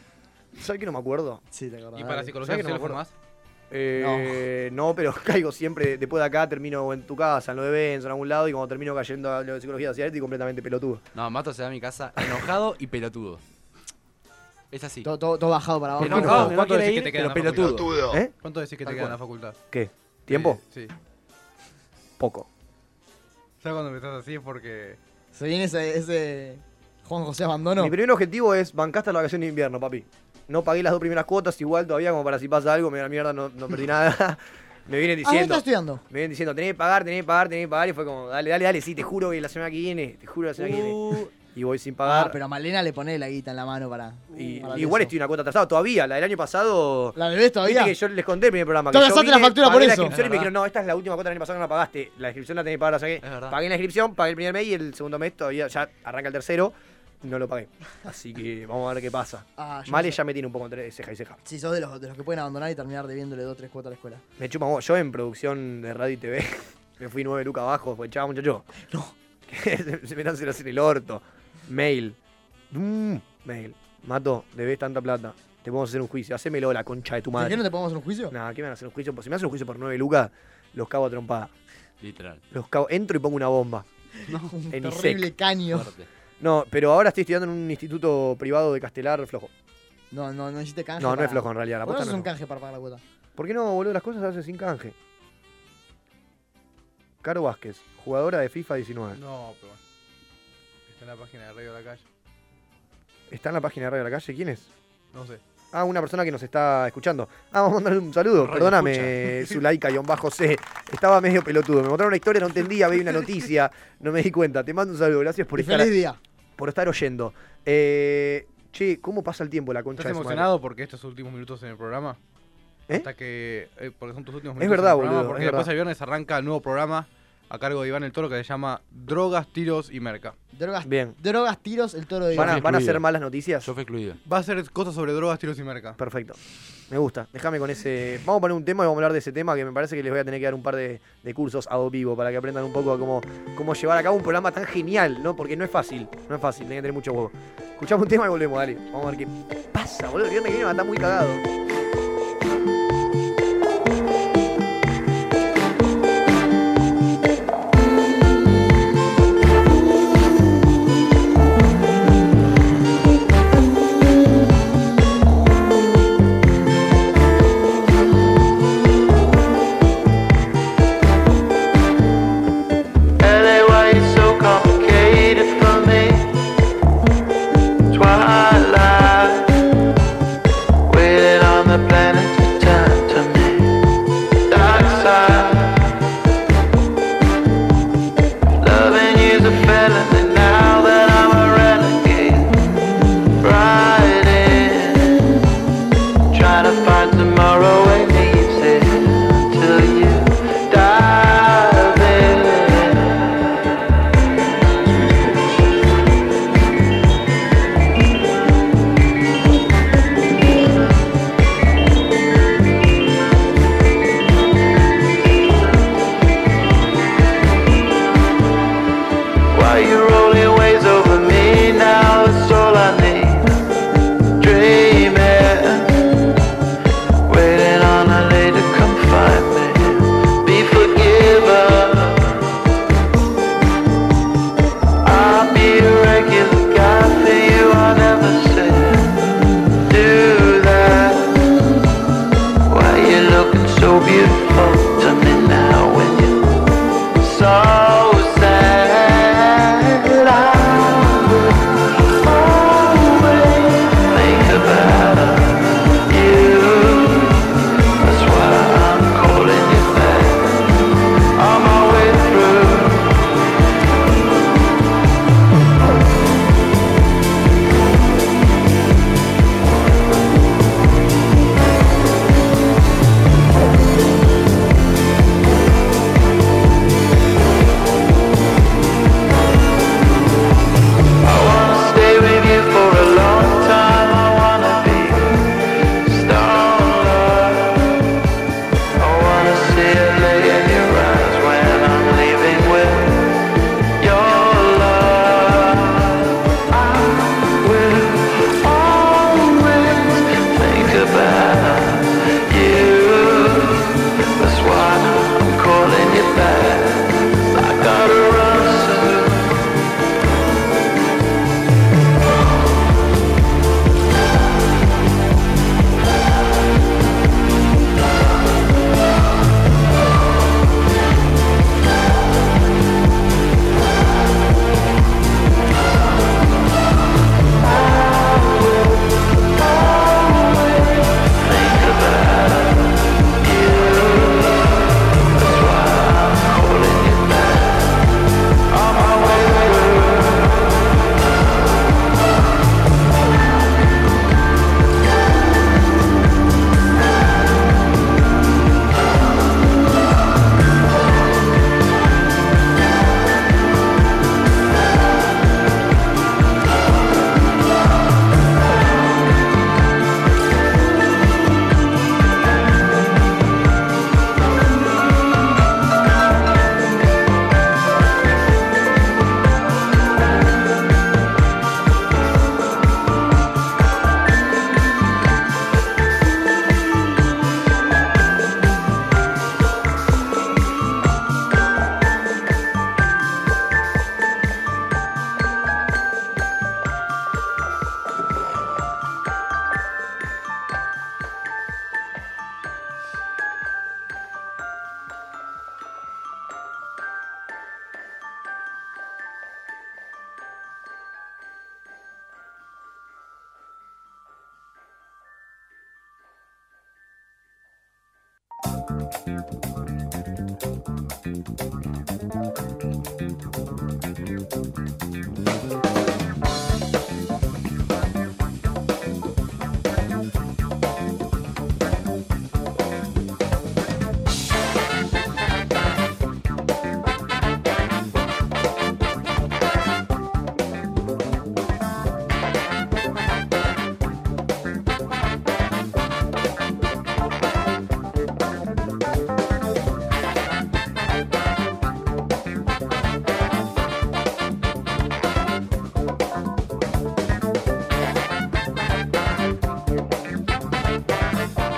[SPEAKER 1] ¿Sabes que no me acuerdo?
[SPEAKER 5] Sí, te acordás.
[SPEAKER 10] ¿Y para psicología
[SPEAKER 1] ¿Sabés que no me
[SPEAKER 10] social
[SPEAKER 1] acuerdo?
[SPEAKER 10] fumás?
[SPEAKER 1] Eh, no. pero <laughs> caigo siempre, después de acá termino en tu casa, en lo de Benzo, en algún lado, y cuando termino cayendo a lo de psicología social estoy completamente pelotudo.
[SPEAKER 4] No, Mato se va a mi casa enojado y pelotudo. Es así.
[SPEAKER 5] Todo, todo- todo bajado para abajo.
[SPEAKER 4] Pero no, ¿cuánto
[SPEAKER 10] ¿Cuánto
[SPEAKER 4] quiere
[SPEAKER 10] decís
[SPEAKER 4] ir,
[SPEAKER 10] que te queda en la
[SPEAKER 4] pero
[SPEAKER 10] facultad?
[SPEAKER 4] pelotudo.
[SPEAKER 1] ¿Eh?
[SPEAKER 10] ¿Cuánto decís que te
[SPEAKER 1] Tal
[SPEAKER 10] queda en la
[SPEAKER 1] cual.
[SPEAKER 10] facultad?
[SPEAKER 1] ¿Qué? ¿Tiempo?
[SPEAKER 10] Sí.
[SPEAKER 1] Poco.
[SPEAKER 10] ¿Sabes cuando me estás así? Es porque.
[SPEAKER 5] Se viene ese, ese Juan José Abandono.
[SPEAKER 1] Mi primer objetivo es bancaste la vacación de invierno, papi. No pagué las dos primeras cuotas, igual todavía como para si pasa algo, me da la mierda, no, no
[SPEAKER 5] <laughs>
[SPEAKER 1] perdí nada. <laughs> me
[SPEAKER 5] Ah, ¿dónde
[SPEAKER 1] vienen diciendo.
[SPEAKER 5] estás estudiando?
[SPEAKER 1] Me vienen diciendo, tenés que pagar, tenés que pagar, tenés que pagar. Y fue como, dale, dale, dale, sí, te juro que la semana que viene, te juro la semana que viene. Y voy sin
[SPEAKER 5] Ah,
[SPEAKER 1] pagar.
[SPEAKER 5] pero a Malena le pone la guita en la mano para...
[SPEAKER 1] y,
[SPEAKER 5] para
[SPEAKER 1] igual
[SPEAKER 5] eso.
[SPEAKER 1] estoy una cuota atrasada todavía, la del año pasado.
[SPEAKER 5] ¿La debes todavía?
[SPEAKER 1] Viste que yo les conté el primer programa.
[SPEAKER 5] Te
[SPEAKER 1] que yo
[SPEAKER 5] atrasaste
[SPEAKER 1] vine,
[SPEAKER 5] la factura
[SPEAKER 1] pagué
[SPEAKER 5] por
[SPEAKER 1] la
[SPEAKER 5] eso.
[SPEAKER 1] inscripción y
[SPEAKER 5] Es
[SPEAKER 1] me
[SPEAKER 5] verdad.
[SPEAKER 1] dijeron, no, esta es la última cuota del año pasado que no la pagaste. La inscripción la tenés que pagar, o sea que pagué la inscripción, pagué el primer mes y el segundo mes todavía ya arranca el tercero. No lo pagué. Así que vamos a ver qué pasa.
[SPEAKER 5] Ah, yo
[SPEAKER 1] Male
[SPEAKER 5] no sé.
[SPEAKER 1] ya me tiene un poco entre ceja y ceja.
[SPEAKER 5] Si sos de los, de los que pueden abandonar y terminar debiéndole dos, tres, cuatro a la escuela.
[SPEAKER 1] Me chupa vos. Yo en producción de radio y TV <laughs> me fui nueve lucas abajo. Fue chao, muchacho. <laughs> No. se, se me dan celos en el orto. Mail. Mm, mail. Mato, debes tanta plata. Te podemos hacer un juicio. Hacémelo la concha de tu
[SPEAKER 5] ¿Por
[SPEAKER 1] madre.
[SPEAKER 5] qué no te podemos hacer un juicio?
[SPEAKER 1] Nada, ¿qué me van a hacer un juicio? Pues Si me hacen un juicio por nueve lucas, los cago a trompada.
[SPEAKER 4] Literal.
[SPEAKER 1] Los cago. Entro y pongo una bomba.
[SPEAKER 5] un
[SPEAKER 1] en ISEC.
[SPEAKER 5] terrible caño.
[SPEAKER 1] No, pero ahora estoy estudiando en un instituto privado de Castelar flojo.
[SPEAKER 5] No, no, no hiciste canje.
[SPEAKER 1] No, no
[SPEAKER 5] para-
[SPEAKER 1] es flojo en realidad, la
[SPEAKER 5] Por
[SPEAKER 1] posta
[SPEAKER 5] eso
[SPEAKER 1] no
[SPEAKER 5] es
[SPEAKER 1] es
[SPEAKER 5] un
[SPEAKER 1] flojo.
[SPEAKER 5] canje para pagar la cuota.
[SPEAKER 1] ¿Por qué no, boludo? Las cosas se hacen sin canje. Caro Vázquez, jugadora de FIFA 19.
[SPEAKER 10] No, pero bueno. Está en la página de Radio de la Calle.
[SPEAKER 1] ¿Está en la página de Radio de la Calle? ¿Quién es?
[SPEAKER 10] No sé.
[SPEAKER 1] Ah, una persona que nos está escuchando. Ah, vamos a mandarle un saludo.
[SPEAKER 10] Radio
[SPEAKER 1] Perdóname, <laughs>
[SPEAKER 10] escucha.
[SPEAKER 1] Zulaika y bajo C. Estaba medio pelotudo. Me mostraron una historia, no entendía, veía una noticia, no me di cuenta. Te mando un saludo. Gracias por
[SPEAKER 5] Y
[SPEAKER 1] estar
[SPEAKER 5] feliz día.
[SPEAKER 1] por estar oyendo. Eh, che, ¿cómo pasa el tiempo la concha
[SPEAKER 10] ¿Estás
[SPEAKER 1] de su madre?
[SPEAKER 10] emocionado porque estos últimos minutos en el programa?
[SPEAKER 1] ¿Eh?
[SPEAKER 10] Hasta que. eh, porque son tus últimos
[SPEAKER 1] Es
[SPEAKER 10] minutos.
[SPEAKER 1] verdad,
[SPEAKER 10] en el programa,
[SPEAKER 1] boludo,
[SPEAKER 10] Porque
[SPEAKER 1] es
[SPEAKER 10] después
[SPEAKER 1] verdad.
[SPEAKER 10] el viernes arranca el nuevo programa a cargo de Iván el Toro que se llama Drogas, Tiros y Merca.
[SPEAKER 5] Drogas,
[SPEAKER 1] Bien.
[SPEAKER 5] drogas, tiros, el toro de
[SPEAKER 1] ¿Van a,
[SPEAKER 5] Iván.
[SPEAKER 1] van a ser malas noticias?
[SPEAKER 4] Yo fui excluido.
[SPEAKER 10] Va a ser cosas sobre drogas, tiros y merca.
[SPEAKER 1] Perfecto. Me gusta. Déjame con ese. Vamos a poner un tema y vamos a hablar de ese tema que me parece que les voy a tener que dar un par de, de cursos a vivo para que aprendan un poco a cómo, cómo llevar a cabo un programa tan genial, ¿no? Porque no es fácil. No es fácil. Tienen que tener mucho huevo. Escuchamos un tema y volvemos, dale. Vamos a ver qué pasa, boludo. El viernes que viene va a estar muy cagado.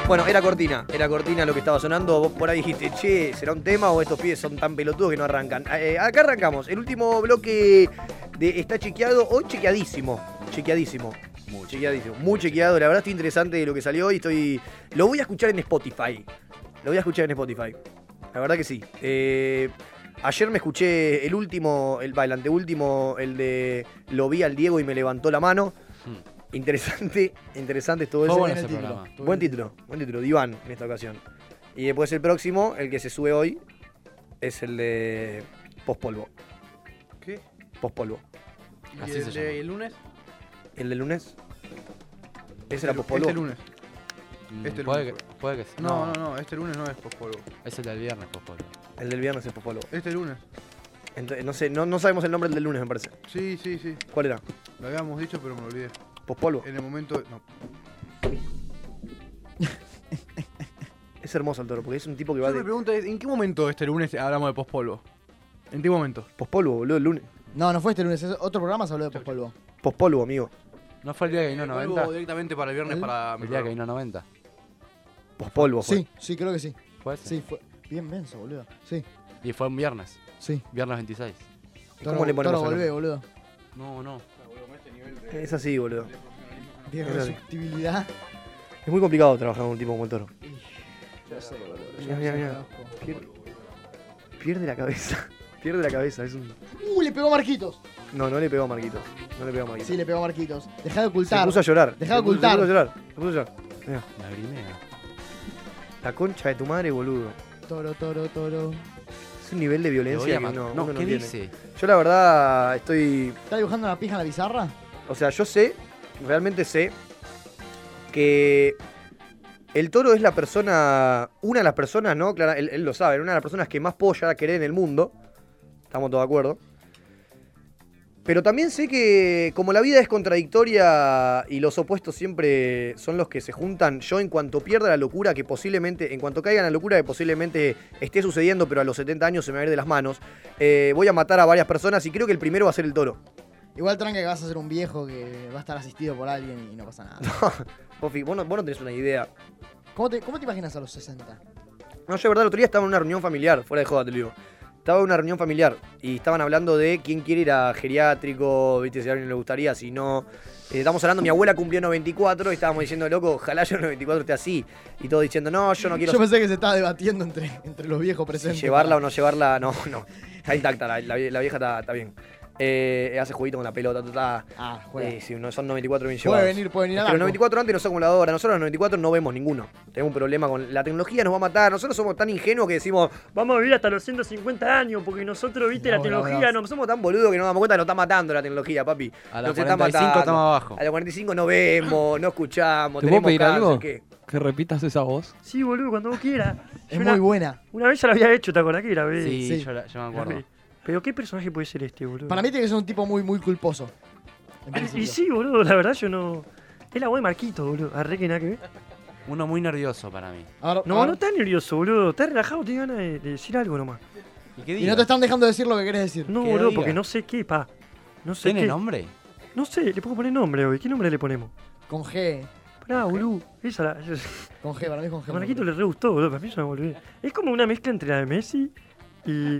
[SPEAKER 1] Bueno, era cortina, era cortina lo que estaba sonando. Vos por ahí dijiste, che, ¿será un tema o estos pies son tan pelotudos que no arrancan? Eh, acá arrancamos. El último bloque de está chequeado hoy chequeadísimo. Chequeadísimo. Muy chequeadísimo. Muy chequeado. La verdad estoy interesante lo que salió hoy. Estoy. Lo voy a escuchar en Spotify. Lo voy a escuchar en Spotify. La verdad que sí. Eh, ayer me escuché el último, el, va, el anteúltimo, el de lo vi al Diego y me levantó la mano. Interesante, interesante todo
[SPEAKER 11] Fue
[SPEAKER 1] eso.
[SPEAKER 11] bueno ese programa.
[SPEAKER 1] Buen título, buen título, Diván en esta ocasión. Y después el próximo, el que se sube hoy, es el de pospolvo.
[SPEAKER 2] ¿Qué?
[SPEAKER 1] Pospolvo.
[SPEAKER 2] ¿Y el, de- el lunes?
[SPEAKER 1] ¿El de lunes? Ese
[SPEAKER 2] Este
[SPEAKER 1] era
[SPEAKER 2] lu-
[SPEAKER 1] pospolvo.
[SPEAKER 2] Este lunes. Este
[SPEAKER 11] puede
[SPEAKER 2] lunes.
[SPEAKER 11] que- puede que sí.
[SPEAKER 2] No,
[SPEAKER 11] No.
[SPEAKER 2] no, no, este lunes no es pospolvo.
[SPEAKER 11] Es el del viernes, por favor.
[SPEAKER 1] El del viernes es pospolvo.
[SPEAKER 2] Este lunes.
[SPEAKER 1] Ent- no sé, no, no sabemos el nombre del del lunes, me parece.
[SPEAKER 2] Sí, sí, sí.
[SPEAKER 1] ¿Cuál era?
[SPEAKER 2] Lo habíamos dicho, pero me olvidé.
[SPEAKER 1] Pospolvo.
[SPEAKER 2] En el momento. No.
[SPEAKER 1] Es hermoso el toro, porque es un tipo que va
[SPEAKER 2] Yo me
[SPEAKER 1] de
[SPEAKER 2] pregunto es, ¿en qué momento este lunes hablamos de pospolvo? ¿En qué momento?
[SPEAKER 1] Pospolvo, boludo, el lunes.
[SPEAKER 5] No, no fue este lunes, es otro programa se habló de pospolvo.
[SPEAKER 1] pospolvo, amigo.
[SPEAKER 11] ¿No fue el día que
[SPEAKER 10] Eh,
[SPEAKER 11] vino
[SPEAKER 2] vuelvo
[SPEAKER 11] 90?
[SPEAKER 2] directamente para el viernes para mi
[SPEAKER 11] El día que
[SPEAKER 2] programa.
[SPEAKER 11] vino 90.
[SPEAKER 1] Pospolvo
[SPEAKER 5] Sí, sí, creo que sí.
[SPEAKER 11] ¿Fue ese?
[SPEAKER 5] Sí, fue. Bien menso, boludo. Sí.
[SPEAKER 11] Y fue un viernes.
[SPEAKER 5] Sí.
[SPEAKER 11] Viernes 26.
[SPEAKER 5] Toro, Toro, volvé, boludo.
[SPEAKER 11] No, no.
[SPEAKER 1] Es así, boludo.
[SPEAKER 5] Bien,
[SPEAKER 1] Es así.
[SPEAKER 5] receptibilidad.
[SPEAKER 1] Es muy complicado trabajar con un tipo como el toro.
[SPEAKER 5] Ya sé, boludo.
[SPEAKER 1] Mirá, mirá, mirá. Pier- Pierde la cabeza. <laughs> Pierde la cabeza. Es un.
[SPEAKER 5] Uh, le pegó Marquitos.
[SPEAKER 1] No, no le pegó a Marquitos. No le pegó a Marquitos.
[SPEAKER 5] Sí, le pegó Marquitos. Deja de
[SPEAKER 1] Se
[SPEAKER 5] ocultar.
[SPEAKER 1] puso a llorar.
[SPEAKER 5] Deja de
[SPEAKER 1] Se puso-
[SPEAKER 5] ocultar.
[SPEAKER 1] Se puso a llorar. Se puso a llorar. Mirá. La concha de tu madre, boludo.
[SPEAKER 5] Toro, toro, toro.
[SPEAKER 1] Es un nivel de
[SPEAKER 5] Te voy a
[SPEAKER 1] violencia que
[SPEAKER 5] matar.
[SPEAKER 1] no,
[SPEAKER 5] No,
[SPEAKER 1] uno no
[SPEAKER 5] ¿qué
[SPEAKER 1] tiene.
[SPEAKER 5] dice?
[SPEAKER 1] Yo la verdad estoy.
[SPEAKER 5] ¿Está dibujando una pija en la bizarra?
[SPEAKER 1] O sea, yo sé, realmente sé, que el toro es la persona, una de las personas, ¿no? Clara, él, él lo sabe, era una de las personas que más puedo llegar a querer en el mundo. Estamos todos de acuerdo. Pero también sé que como la vida es contradictoria y los opuestos siempre son los que se juntan, yo en cuanto pierda la locura que posiblemente, en cuanto caiga en la locura que posiblemente esté sucediendo, pero a los 70 años se me va a ir de las manos, eh, voy a matar a varias personas y creo que el primero va a ser el toro.
[SPEAKER 5] Igual tranca que vas a ser un viejo que va a estar asistido por alguien y no pasa nada.
[SPEAKER 1] Pofi, <laughs> vos no, vos no tenés una idea.
[SPEAKER 5] ¿Cómo te, cómo te imaginas a los 60?
[SPEAKER 1] No, yo de verdad, el otro día estaba en una reunión familiar, fuera de joda, te lo digo. Estaba en una reunión familiar y estaban hablando de quién quiere ir a geriátrico, viste, si a alguien le gustaría, si no. Eh, estamos hablando, mi abuela cumplió 94 y estábamos diciendo, loco, ojalá yo en 94 esté así. Y todos diciendo, no,
[SPEAKER 5] <laughs>
[SPEAKER 1] yo no quiero
[SPEAKER 5] Yo pensé que se estaba debatiendo entre, entre los viejos presentes.
[SPEAKER 1] si llevarla o no llevarla, no, <laughs> no. Está intacta, la, la vie- la vieja está, está bien. Eh, hace jueguito con la pelota, está.
[SPEAKER 5] Ah, juega.
[SPEAKER 1] Eh, si no son 94 bien
[SPEAKER 5] Puede
[SPEAKER 1] llevados.
[SPEAKER 5] venir, puede venir
[SPEAKER 1] Es
[SPEAKER 5] al
[SPEAKER 1] que los
[SPEAKER 5] arco.
[SPEAKER 1] 94 antes no son como la de ahora. Nosotros los 94 no vemos ninguno. Tenemos un problema con. La tecnología nos va a matar. Nosotros somos tan ingenuos que decimos, vamos a vivir hasta los 150 años, porque nosotros, viste,
[SPEAKER 11] No,
[SPEAKER 1] la
[SPEAKER 11] no,
[SPEAKER 1] tecnología, no, somos tan boludos que no nos damos cuenta que nos está matando la tecnología, papi.
[SPEAKER 11] A los
[SPEAKER 1] Nos está
[SPEAKER 11] 45
[SPEAKER 1] matando.
[SPEAKER 11] estamos abajo.
[SPEAKER 1] A los 45 no vemos, no escuchamos.
[SPEAKER 6] ¿Te puedo
[SPEAKER 1] tenemos
[SPEAKER 6] pedir
[SPEAKER 1] cáncer,
[SPEAKER 6] algo?
[SPEAKER 1] ¿qué?
[SPEAKER 6] Que repitas esa voz.
[SPEAKER 1] Sí, boludo, cuando vos quieras.
[SPEAKER 5] Es muy buena.
[SPEAKER 1] Una vez ya la había hecho, ¿te acordás que grabé?
[SPEAKER 11] Sí, Yo, la- yo me acuerdo.
[SPEAKER 1] Pero qué personaje puede ser este, boludo.
[SPEAKER 5] Para mí tiene que ser un tipo muy, muy culposo.
[SPEAKER 1] Eh, Y sí, boludo, la verdad yo no. Es la voz de Marquito, boludo. Arre que nada que ver.
[SPEAKER 11] Uno muy nervioso para mí.
[SPEAKER 1] No, no estás nervioso, boludo. Estás relajado, tienes ganas de, de decir algo nomás.
[SPEAKER 11] ¿Y qué
[SPEAKER 5] Y no te están dejando decir lo que querés decir.
[SPEAKER 1] No,
[SPEAKER 11] ¿Qué
[SPEAKER 1] boludo,
[SPEAKER 11] diga?
[SPEAKER 1] porque no sé qué, pa. No sé
[SPEAKER 11] ¿Tiene
[SPEAKER 1] qué.
[SPEAKER 11] nombre?
[SPEAKER 1] No sé, le puedo poner nombre hoy. ¿Qué nombre le ponemos?
[SPEAKER 5] Con G.
[SPEAKER 1] Pará, boludo. Esa la.
[SPEAKER 5] Con G, para mí es con G.
[SPEAKER 1] A Marquito le re gustó, boludo. Para mí es una boludez. Es como una mezcla entre la de Messi y.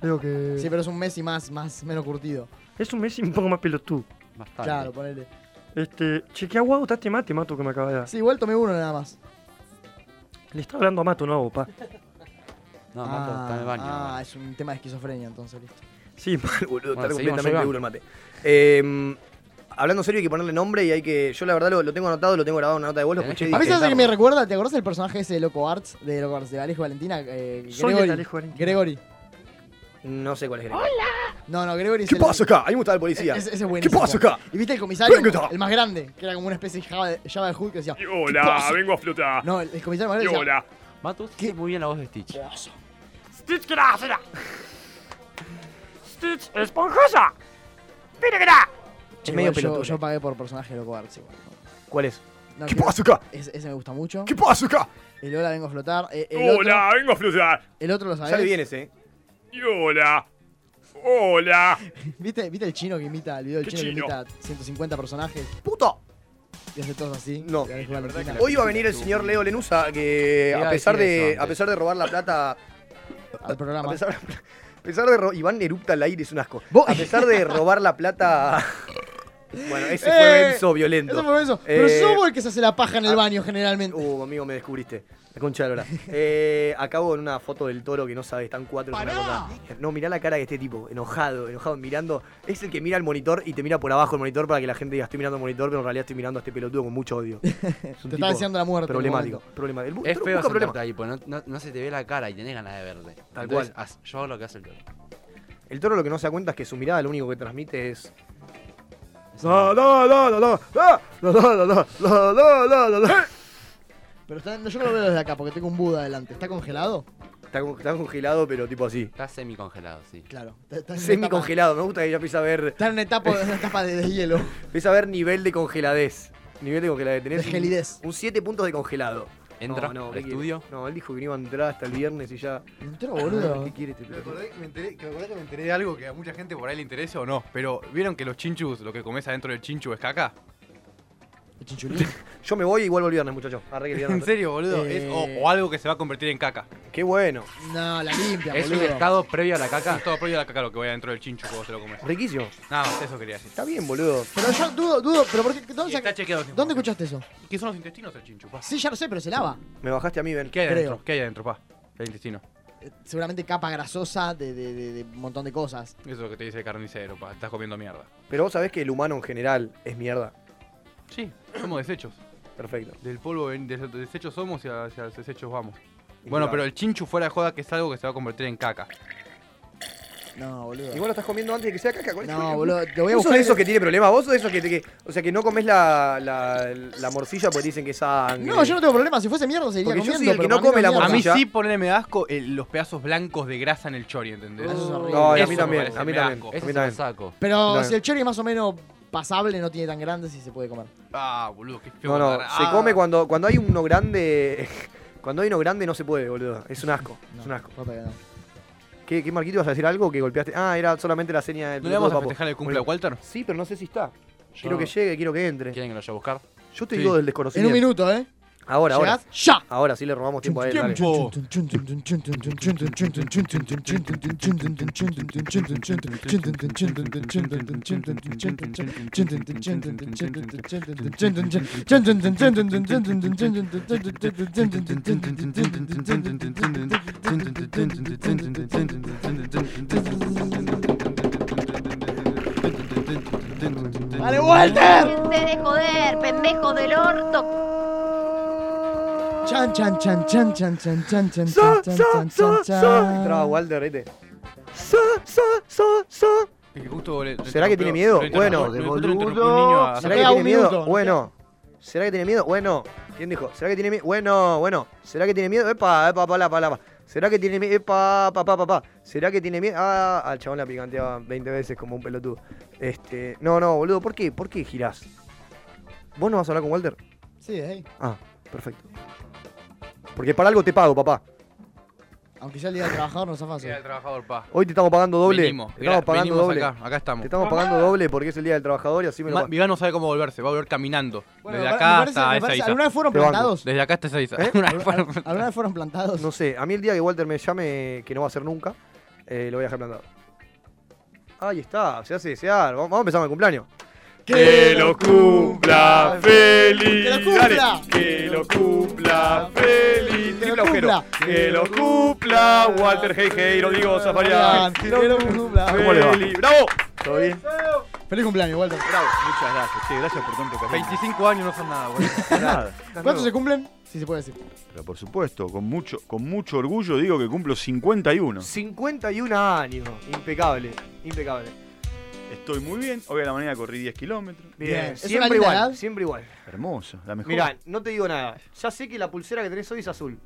[SPEAKER 1] Creo que.
[SPEAKER 5] Sí, pero es un Messi más, más, menos curtido.
[SPEAKER 1] Es un Messi un poco más pelotudo.
[SPEAKER 11] Bastante.
[SPEAKER 5] Claro, ponele.
[SPEAKER 1] Este. Che, qué aguado está este mate, mato, que me acaba de dar.
[SPEAKER 5] Sí, igual tomé uno nada más.
[SPEAKER 1] Le está hablando a Mato, no a vos, pa.
[SPEAKER 11] No, Mato está en el baño.
[SPEAKER 5] Ah, es un tema de esquizofrenia entonces, listo.
[SPEAKER 1] Sí, <laughs> mal, boludo,
[SPEAKER 11] Bueno,
[SPEAKER 1] está
[SPEAKER 11] seguimos,
[SPEAKER 1] completamente
[SPEAKER 11] Joan.
[SPEAKER 1] duro el mate. Eh, hablando en serio, hay que ponerle nombre y hay que. Yo la verdad lo, lo tengo anotado, lo tengo grabado en una nota de vuelo, escuché. y
[SPEAKER 5] A mí
[SPEAKER 1] dije,
[SPEAKER 5] sabes que
[SPEAKER 1] "Tarro".
[SPEAKER 5] me recuerda, ¿te acordás del personaje ese de Loco Arts? De Loco Arts, de Alejo Valentina. Eh,
[SPEAKER 1] Soy el
[SPEAKER 5] Gregory.
[SPEAKER 1] Alejo Valentina.
[SPEAKER 5] Gregory.
[SPEAKER 1] No sé cuál es Gregory.
[SPEAKER 5] ¡Hola! No, no, Gregory es
[SPEAKER 1] ¿Qué
[SPEAKER 5] el-
[SPEAKER 1] pasa acá? Ahí me está el policía.
[SPEAKER 5] Ese, ese es
[SPEAKER 1] ¿Qué
[SPEAKER 5] buenísimo.
[SPEAKER 1] pasa acá?
[SPEAKER 5] Y viste el comisario,
[SPEAKER 1] Venga
[SPEAKER 5] como
[SPEAKER 1] acá.
[SPEAKER 5] el más grande, que era como una especie de Java de, Java de Hulk que decía.
[SPEAKER 9] Hola,
[SPEAKER 5] "¿Qué pasa?".
[SPEAKER 9] vengo a flotar.
[SPEAKER 5] No, el, el comisario más grande
[SPEAKER 9] Y
[SPEAKER 5] decía,
[SPEAKER 9] hola.
[SPEAKER 12] Mato, sí, muy bien la voz de Stitch.
[SPEAKER 9] Stitch, ¿qué la será? Stitch, esponjosa. Mira, que la.
[SPEAKER 5] "Che,
[SPEAKER 1] medio
[SPEAKER 5] igual yo,
[SPEAKER 1] pelotudo.
[SPEAKER 5] yo pagué por personaje de Loco Arts igual.
[SPEAKER 1] ¿Cuál es?
[SPEAKER 5] No,
[SPEAKER 1] ¿Qué
[SPEAKER 5] que-
[SPEAKER 1] pasa acá?
[SPEAKER 5] Ese, ese me gusta mucho.
[SPEAKER 1] ¿Qué pasa acá?
[SPEAKER 5] El hola vengo a flotar. eh, el
[SPEAKER 9] Hola,
[SPEAKER 5] otro-
[SPEAKER 9] vengo a flotar.
[SPEAKER 5] el otro lo sabés.
[SPEAKER 1] Ya le viene ese. ¿eh?
[SPEAKER 9] Y hola. Hola.
[SPEAKER 5] ¿Viste, ¿Viste el chino que imita, el video del
[SPEAKER 9] ¿Qué
[SPEAKER 5] chino, que
[SPEAKER 9] chino?
[SPEAKER 5] imita 150 personajes?
[SPEAKER 1] ¡Puto!
[SPEAKER 5] Y hace todos así.
[SPEAKER 1] No.
[SPEAKER 5] y Alejo Valentina.
[SPEAKER 1] Hoy iba a venir el señor Leo Lenusa, que
[SPEAKER 5] Te iba
[SPEAKER 1] a
[SPEAKER 5] a
[SPEAKER 1] pesar
[SPEAKER 5] decir eso
[SPEAKER 1] de,
[SPEAKER 5] antes.
[SPEAKER 1] a pesar de robar la plata.
[SPEAKER 5] Al programa.
[SPEAKER 1] A pesar, a pesar de robar. Iván erupta al aire, es un asco. A pesar de robar
[SPEAKER 5] <laughs>
[SPEAKER 1] la plata. Bueno, ese fue
[SPEAKER 5] Eh,
[SPEAKER 1] Benzo violento.
[SPEAKER 5] Eso fue eso. Pero
[SPEAKER 1] Eh,
[SPEAKER 5] somos el que se hace la paja en el
[SPEAKER 1] ah,
[SPEAKER 5] baño generalmente.
[SPEAKER 1] <laughs> Uh, amigo, me descubriste. La concha
[SPEAKER 5] <laughs>
[SPEAKER 1] de la lora. Eh, acabo en una foto del toro que no sabes, están cuatro en una cosa. No, mirá la cara de este tipo, enojado, enojado, mirando. Es el que mira el monitor y te mira por abajo el monitor para que la gente diga estoy mirando el monitor, pero en realidad estoy mirando a este pelotudo con
[SPEAKER 5] <laughs>
[SPEAKER 1] mucho odio. Es un
[SPEAKER 5] Te está
[SPEAKER 1] tipo
[SPEAKER 5] deseando la muerte. en el
[SPEAKER 1] Problemático.
[SPEAKER 5] momento.
[SPEAKER 1] problemático. El bu-
[SPEAKER 12] Es
[SPEAKER 1] toro
[SPEAKER 12] feo
[SPEAKER 1] busca
[SPEAKER 12] sentarte
[SPEAKER 1] problemas.
[SPEAKER 12] ahí, porque no, no- no se te ve la cara y tenés ganas de verte.
[SPEAKER 1] Tal
[SPEAKER 12] Entonces,
[SPEAKER 1] cual.
[SPEAKER 12] haz- yo hago lo que hace el toro.
[SPEAKER 1] El toro lo que no se da cuenta es que su mirada lo único que transmite es. La, la, la, la, la, la, la, la, la, la, la, la, la, la.
[SPEAKER 5] Pero está- yo no lo veo desde acá porque tengo un Buda adelante. ¿Está congelado?
[SPEAKER 1] Está con- está congelado, pero tipo así.
[SPEAKER 12] Está semicongelado, sí.
[SPEAKER 5] Claro. Está, está en una etapa-
[SPEAKER 1] Semi-congelado, me gusta que ya empieza a ver.
[SPEAKER 5] Está en una etapa, en una etapa de deshielo.
[SPEAKER 1] <laughs> Empieza a ver nivel de congeladez. Nivel de congeladez. Tenés
[SPEAKER 5] De
[SPEAKER 1] un-
[SPEAKER 5] gelidez.
[SPEAKER 1] Un 7 puntos de congelado.
[SPEAKER 12] ¿Entra
[SPEAKER 1] No, no,
[SPEAKER 12] al
[SPEAKER 1] ¿qué quiere?
[SPEAKER 12] estudio?
[SPEAKER 1] No, él dijo que no iba a entrar hasta el viernes y ya.
[SPEAKER 5] Entró,
[SPEAKER 1] ¿Qué quiere este
[SPEAKER 2] Me
[SPEAKER 1] pelotudo?
[SPEAKER 2] acordé, me enteré- que me acordé que me enteré de algo que a mucha gente por ahí le interesa o no, pero ¿vieron que los chinchus, lo que comes adentro del chinchu es caca? <laughs>
[SPEAKER 1] Yo me voy y vuelvo el viernes, muchachos. Arre que el viernes. Eh,
[SPEAKER 2] En serio, boludo, es o, o algo que se va a convertir en caca.
[SPEAKER 1] Qué bueno.
[SPEAKER 5] No, la limpia,
[SPEAKER 2] ¿Es un
[SPEAKER 5] boludo.
[SPEAKER 2] estado
[SPEAKER 12] previo a la caca?
[SPEAKER 2] Es todo previo a la caca lo que voy adentro del chinchu cuando se lo comes.
[SPEAKER 1] Riquísimo.
[SPEAKER 2] Nada más, eso quería decir.
[SPEAKER 1] Está bien, boludo.
[SPEAKER 5] Pero yo dudo, dudo. ¿Pero por qué? ¿Dónde, saca- ¿dónde escuchaste eso?
[SPEAKER 2] ¿Qué son los intestinos del chinchu? pa?
[SPEAKER 5] Sí, ya lo sé, pero se lava.
[SPEAKER 1] Me bajaste a mí, Ben.
[SPEAKER 2] ¿Qué hay
[SPEAKER 5] Creo.
[SPEAKER 2] adentro? ¿Qué hay adentro, pa? El intestino.
[SPEAKER 5] Seguramente capa grasosa de, de, de- de un montón de cosas.
[SPEAKER 2] Eso es lo que te dice el carnicero, pa. Estás comiendo mierda.
[SPEAKER 1] Pero vos sabés que el humano en general es mierda.
[SPEAKER 2] Sí, somos desechos.
[SPEAKER 1] Perfecto.
[SPEAKER 2] Del polvo, ven- de de desechos somos y hacia los desechos vamos.
[SPEAKER 1] Y
[SPEAKER 2] Bueno,
[SPEAKER 1] claro.
[SPEAKER 2] pero el chinchu fuera de joda que es algo que se va a convertir en caca.
[SPEAKER 5] No, boludo.
[SPEAKER 1] Y vos lo estás comiendo antes de que sea caca. ¿cuál es
[SPEAKER 5] No,
[SPEAKER 1] el problema?
[SPEAKER 5] boludo, lo voy a
[SPEAKER 1] ¿Vos sos
[SPEAKER 5] buscar
[SPEAKER 1] de
[SPEAKER 5] en-
[SPEAKER 1] esos que tiene problemas? ¿Vos sos de esos que, te- que- O sea, que no comes la, la, la morcilla porque dicen que es sangre?
[SPEAKER 5] No, yo no tengo problema. Si fuese mierda, seguiría
[SPEAKER 1] Porque yo soy
[SPEAKER 5] comiendo.
[SPEAKER 1] el que
[SPEAKER 5] pero
[SPEAKER 1] no
[SPEAKER 5] para mí
[SPEAKER 1] come la
[SPEAKER 5] mierda.
[SPEAKER 2] A mí
[SPEAKER 1] Ya.
[SPEAKER 2] sí ponerme asco eh, los pedazos blancos de grasa en el chori, ¿entendés?
[SPEAKER 5] Eso es horrible.
[SPEAKER 1] No, y a
[SPEAKER 2] Eso
[SPEAKER 1] mí
[SPEAKER 2] me
[SPEAKER 1] también,
[SPEAKER 2] parece,
[SPEAKER 1] a mí
[SPEAKER 2] me
[SPEAKER 1] también.
[SPEAKER 2] asco.
[SPEAKER 1] A mí también.
[SPEAKER 5] Pero
[SPEAKER 1] No.
[SPEAKER 5] si el cherry es más o menos pasable, no tiene tan grande, si se puede comer.
[SPEAKER 2] Ah, boludo, qué feo.
[SPEAKER 1] No, no,
[SPEAKER 2] agarrar.
[SPEAKER 1] se
[SPEAKER 2] Ah.
[SPEAKER 1] come cuando, cuando hay uno grande. <laughs> Cuando hay uno grande no se puede, boludo. Es un asco. es un asco. ¿Qué, qué Marquito ibas a decir algo que golpeaste? Ah, era solamente la seña del.
[SPEAKER 2] ¿No le vamos
[SPEAKER 1] pelotudo
[SPEAKER 2] a
[SPEAKER 1] papo.
[SPEAKER 2] festejar el cumple a Walter?
[SPEAKER 1] Sí, pero no sé si está. Quiero que llegue, quiero que entre.
[SPEAKER 12] ¿Quieren que lo vaya a buscar?
[SPEAKER 1] Yo te
[SPEAKER 2] Sí.
[SPEAKER 1] digo del
[SPEAKER 5] En
[SPEAKER 1] desconocimiento.
[SPEAKER 5] un minuto, ¿eh?
[SPEAKER 1] Ahora, ahora.
[SPEAKER 5] ¿Llegás? ¡Ya!
[SPEAKER 1] Ahora sí le robamos tiempo a él. dale.
[SPEAKER 5] Tiempo. ¡Dale, Walter!
[SPEAKER 14] Te de joder, pendejo del orto.
[SPEAKER 5] Chan, chan, chan, chan, chan, chan, chan, chan, chan, chan, chan, chan.
[SPEAKER 1] Entraba Walter, vete.
[SPEAKER 2] Es que justo le- le
[SPEAKER 1] ¿Será que
[SPEAKER 2] interrumpió-
[SPEAKER 1] tiene miedo?
[SPEAKER 2] le interrumpió-
[SPEAKER 1] Bueno,
[SPEAKER 2] le justo le interrumpió un niño a-
[SPEAKER 1] ¿Será que
[SPEAKER 5] Queda
[SPEAKER 1] tiene
[SPEAKER 5] un
[SPEAKER 1] miedo?
[SPEAKER 5] minuto.
[SPEAKER 1] Bueno. ¿Será que tiene miedo? Bueno. ¿Quién dijo? ¿Será que tiene miedo? Bueno, bueno. ¿Será que tiene miedo? Epa, epa, pa, la, pa, la, pa. ¿Será que tiene miedo? Epa, pa, pa, pa, pa. ¿Será que tiene miedo? Ah, al chabón la picanteaba 20 veces como un pelotudo. Este, no, no, boludo, ¿por qué? ¿Por qué girás? ¿Vos no vas a hablar con Walter?
[SPEAKER 5] Sí, es ahí.
[SPEAKER 1] Ah, perfecto. Porque para algo te pago, papá.
[SPEAKER 5] Aunque sea el día del trabajador, no zafas.
[SPEAKER 2] Era el trabajador, pa.
[SPEAKER 1] Hoy te estamos pagando doble.
[SPEAKER 2] Venimos,
[SPEAKER 1] te estamos
[SPEAKER 2] gra-
[SPEAKER 1] pagando
[SPEAKER 2] venimos
[SPEAKER 1] doble.
[SPEAKER 2] acá, acá estamos.
[SPEAKER 1] Te estamos
[SPEAKER 5] Ah.
[SPEAKER 1] pagando doble porque es el día del trabajador y así me lo
[SPEAKER 2] Ma-
[SPEAKER 1] pa-
[SPEAKER 2] Vigano no sabe cómo volverse, va a volver caminando.
[SPEAKER 5] Bueno,
[SPEAKER 2] Desde
[SPEAKER 5] me
[SPEAKER 2] acá
[SPEAKER 5] parece- me
[SPEAKER 2] hasta esa
[SPEAKER 5] parece-
[SPEAKER 2] isla.
[SPEAKER 5] ¿alguna vez fueron
[SPEAKER 1] Te banco.
[SPEAKER 5] plantados?
[SPEAKER 2] Desde acá hasta esa isla.
[SPEAKER 1] ¿Eh?
[SPEAKER 2] <laughs> Una vez fueron-
[SPEAKER 5] ¿Alguna vez fueron plantados?
[SPEAKER 1] No sé, a mí el día que Walter me llame, que no va a ser nunca, eh, lo voy a dejar plantado. Ahí está, se hace desear. Vamos, vamos a empezar con el cumpleaños. Eh,
[SPEAKER 15] Que lo cumpla feliz.
[SPEAKER 1] Que lo
[SPEAKER 15] Dale.
[SPEAKER 1] cumpla.
[SPEAKER 15] Que lo cumpla feliz. Triple agujero. Que lo cumpla Walter Hey Hey, lo digo Zafarian.
[SPEAKER 5] Zafarian. Que lo cumpla
[SPEAKER 15] ¿Cómo le va?
[SPEAKER 5] feliz.
[SPEAKER 15] ¡Bravo!
[SPEAKER 1] ¿Todo bien?
[SPEAKER 11] Feliz cumpleaños, Walter.
[SPEAKER 10] Bravo, muchas gracias. Sí, gracias por tanto
[SPEAKER 11] cariño.
[SPEAKER 10] 25 años no son nada,
[SPEAKER 1] <laughs>
[SPEAKER 10] güey.
[SPEAKER 11] Nada. ¿Cuántos se cumplen? Si se puede decir.
[SPEAKER 7] Pero por supuesto, con mucho, con mucho orgullo digo que cumplo 51.
[SPEAKER 1] 51 años. Impecable. Impecable.
[SPEAKER 7] Estoy muy bien. Hoy a la mañana corrí 10 kilómetros.
[SPEAKER 1] Bien. Siempre igual. Siempre igual.
[SPEAKER 7] Hermoso, la mejor.
[SPEAKER 1] Mirá, no te digo nada. Ya sé que la pulsera que tenés hoy es azul.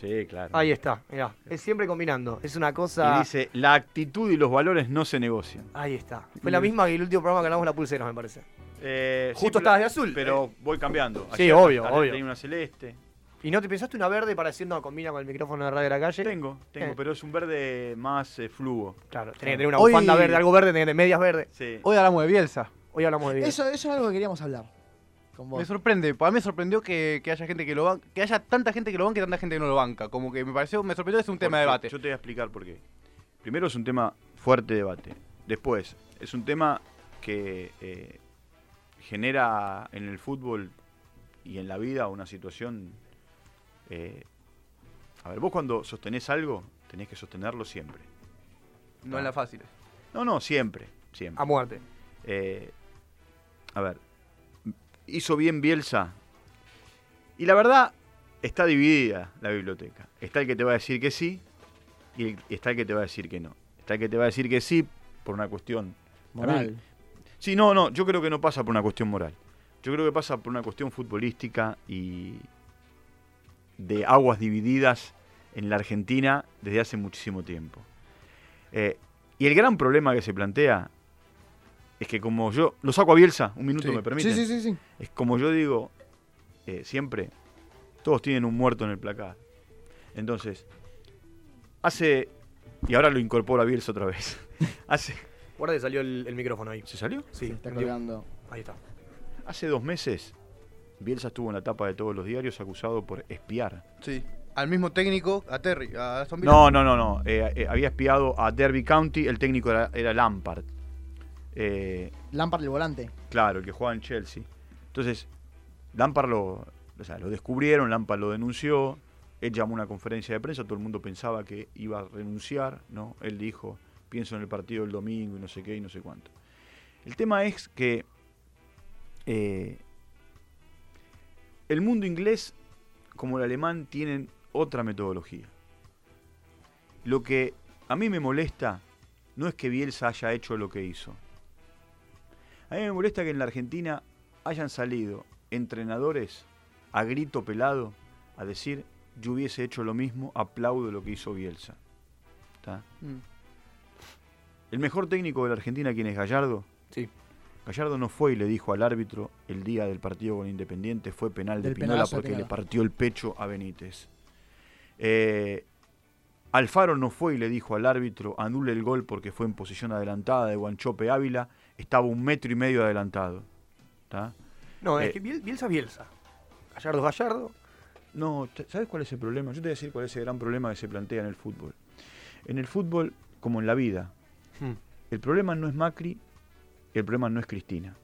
[SPEAKER 7] Sí, claro.
[SPEAKER 1] Ahí está, mirá. Es siempre combinando. Es una cosa.
[SPEAKER 7] Y dice, la actitud y los valores no se negocian.
[SPEAKER 1] Ahí está. Fue la misma que el último programa que ganamos la pulsera, me parece.
[SPEAKER 7] Eh, pero-
[SPEAKER 1] Justo estabas de azul.
[SPEAKER 7] Pero voy cambiando.
[SPEAKER 1] Sí,
[SPEAKER 7] Ayer
[SPEAKER 1] obvio,
[SPEAKER 7] tarde
[SPEAKER 1] obvio.
[SPEAKER 7] Tenía una celeste.
[SPEAKER 1] ¿Y no te pensaste una verde para decir no combina con el micrófono de radio de la calle?
[SPEAKER 7] Tengo, Tengo, pero es un verde más eh, fluo.
[SPEAKER 1] Eh.
[SPEAKER 7] Eh.
[SPEAKER 1] Claro, Tenés que tener una
[SPEAKER 7] Hoy-
[SPEAKER 1] bufanda verde, algo verde, tenés que tener medias verdes.
[SPEAKER 7] Sí.
[SPEAKER 2] Hoy hablamos de Bielsa.
[SPEAKER 1] Hoy hablamos de Bielsa.
[SPEAKER 11] Eso, eso es algo que queríamos hablar con vos.
[SPEAKER 2] Me sorprende, para mí me sorprendió que, que haya gente que lo ban- que haya tanta gente que lo banca y tanta gente que no lo banca. Como que me pareció, me sorprendió que es un tema de
[SPEAKER 7] Porque-
[SPEAKER 2] debate.
[SPEAKER 7] Yo te voy a explicar por qué. Primero es un tema fuerte de debate. Después, es un tema que eh, genera en el fútbol y en la vida una situación... eh, a ver, vos cuando sostenés algo, tenés que sostenerlo siempre.
[SPEAKER 2] No
[SPEAKER 7] Ah.
[SPEAKER 2] es la fácil.
[SPEAKER 7] No, no, siempre, siempre. Eh,
[SPEAKER 1] A muerte.
[SPEAKER 7] a ver, hizo bien Bielsa. Y la verdad, está dividida la biblioteca. Está el que te va a decir que sí y el- está el que te va a decir que no. Está el que te va a decir que sí por una cuestión
[SPEAKER 11] Moral.
[SPEAKER 7] Sí, no, no, yo creo que no pasa por una cuestión moral. Yo creo que pasa por una cuestión futbolística y de aguas divididas en la Argentina desde hace muchísimo tiempo. Eh, y el gran problema que se plantea es que como yo... Lo saco a Bielsa, un minuto
[SPEAKER 11] Sí.
[SPEAKER 7] me permite.
[SPEAKER 11] Sí, sí, sí, sí.
[SPEAKER 7] Es como yo digo eh, siempre, todos tienen un muerto en el placar. Entonces, hace... Y ahora lo incorporo a Bielsa otra vez. <laughs> hace...
[SPEAKER 1] Guarda que salió el, el micrófono ahí.
[SPEAKER 7] Ah, ¿Se salió?
[SPEAKER 1] Sí.
[SPEAKER 11] está
[SPEAKER 1] Digo,
[SPEAKER 11] colgando.
[SPEAKER 1] Ahí está.
[SPEAKER 7] Hace dos meses, Bielsa estuvo en la tapa de todos los diarios acusado por espiar.
[SPEAKER 2] Sí. Al mismo técnico, a Terry, a Aston Villa.
[SPEAKER 7] No, no, no, no. Eh, eh, había espiado a Derby County, el técnico era, era Lampard. Eh,
[SPEAKER 11] Lampard el volante.
[SPEAKER 7] claro, el que jugaba en Chelsea. Entonces, Lampard lo, o sea, lo descubrieron, Lampard lo denunció. Él llamó a una conferencia de prensa, todo el mundo pensaba que iba a renunciar, ¿no? Él dijo, pienso en el partido del domingo y no sé qué y no sé cuánto. El tema es que eh, el mundo inglés, como el alemán, tienen otra metodología. Lo que a mí me molesta no es que Bielsa haya hecho lo que hizo. A mí me molesta que en la Argentina hayan salido entrenadores a grito pelado a decir yo hubiese hecho lo mismo, aplaudo lo que hizo Bielsa. ¿Está? El mejor técnico de la Argentina, ¿quién es Gallardo?
[SPEAKER 1] Sí.
[SPEAKER 7] Gallardo no fue y le dijo al árbitro el día del partido con Independiente fue penal de
[SPEAKER 11] Del
[SPEAKER 7] Pinola
[SPEAKER 11] penalazo de
[SPEAKER 7] porque le
[SPEAKER 11] Pinola.
[SPEAKER 7] partió el pecho a Benítez. Eh, Alfaro no fue y le dijo al árbitro anule el gol porque fue en posición adelantada de Guanchope Ávila, estaba un metro y medio adelantado. ¿Está?
[SPEAKER 1] No, es
[SPEAKER 7] Eh,
[SPEAKER 1] que Biel- Bielsa es Bielsa. Gallardo es Gallardo.
[SPEAKER 7] No, t- ¿sabes cuál es el problema? Yo te voy a decir cuál es el gran problema que se plantea en el fútbol. En el fútbol, como en la vida,
[SPEAKER 9] 음.
[SPEAKER 1] Hmm.
[SPEAKER 7] el problema no es Macri, el problema no es Cristina.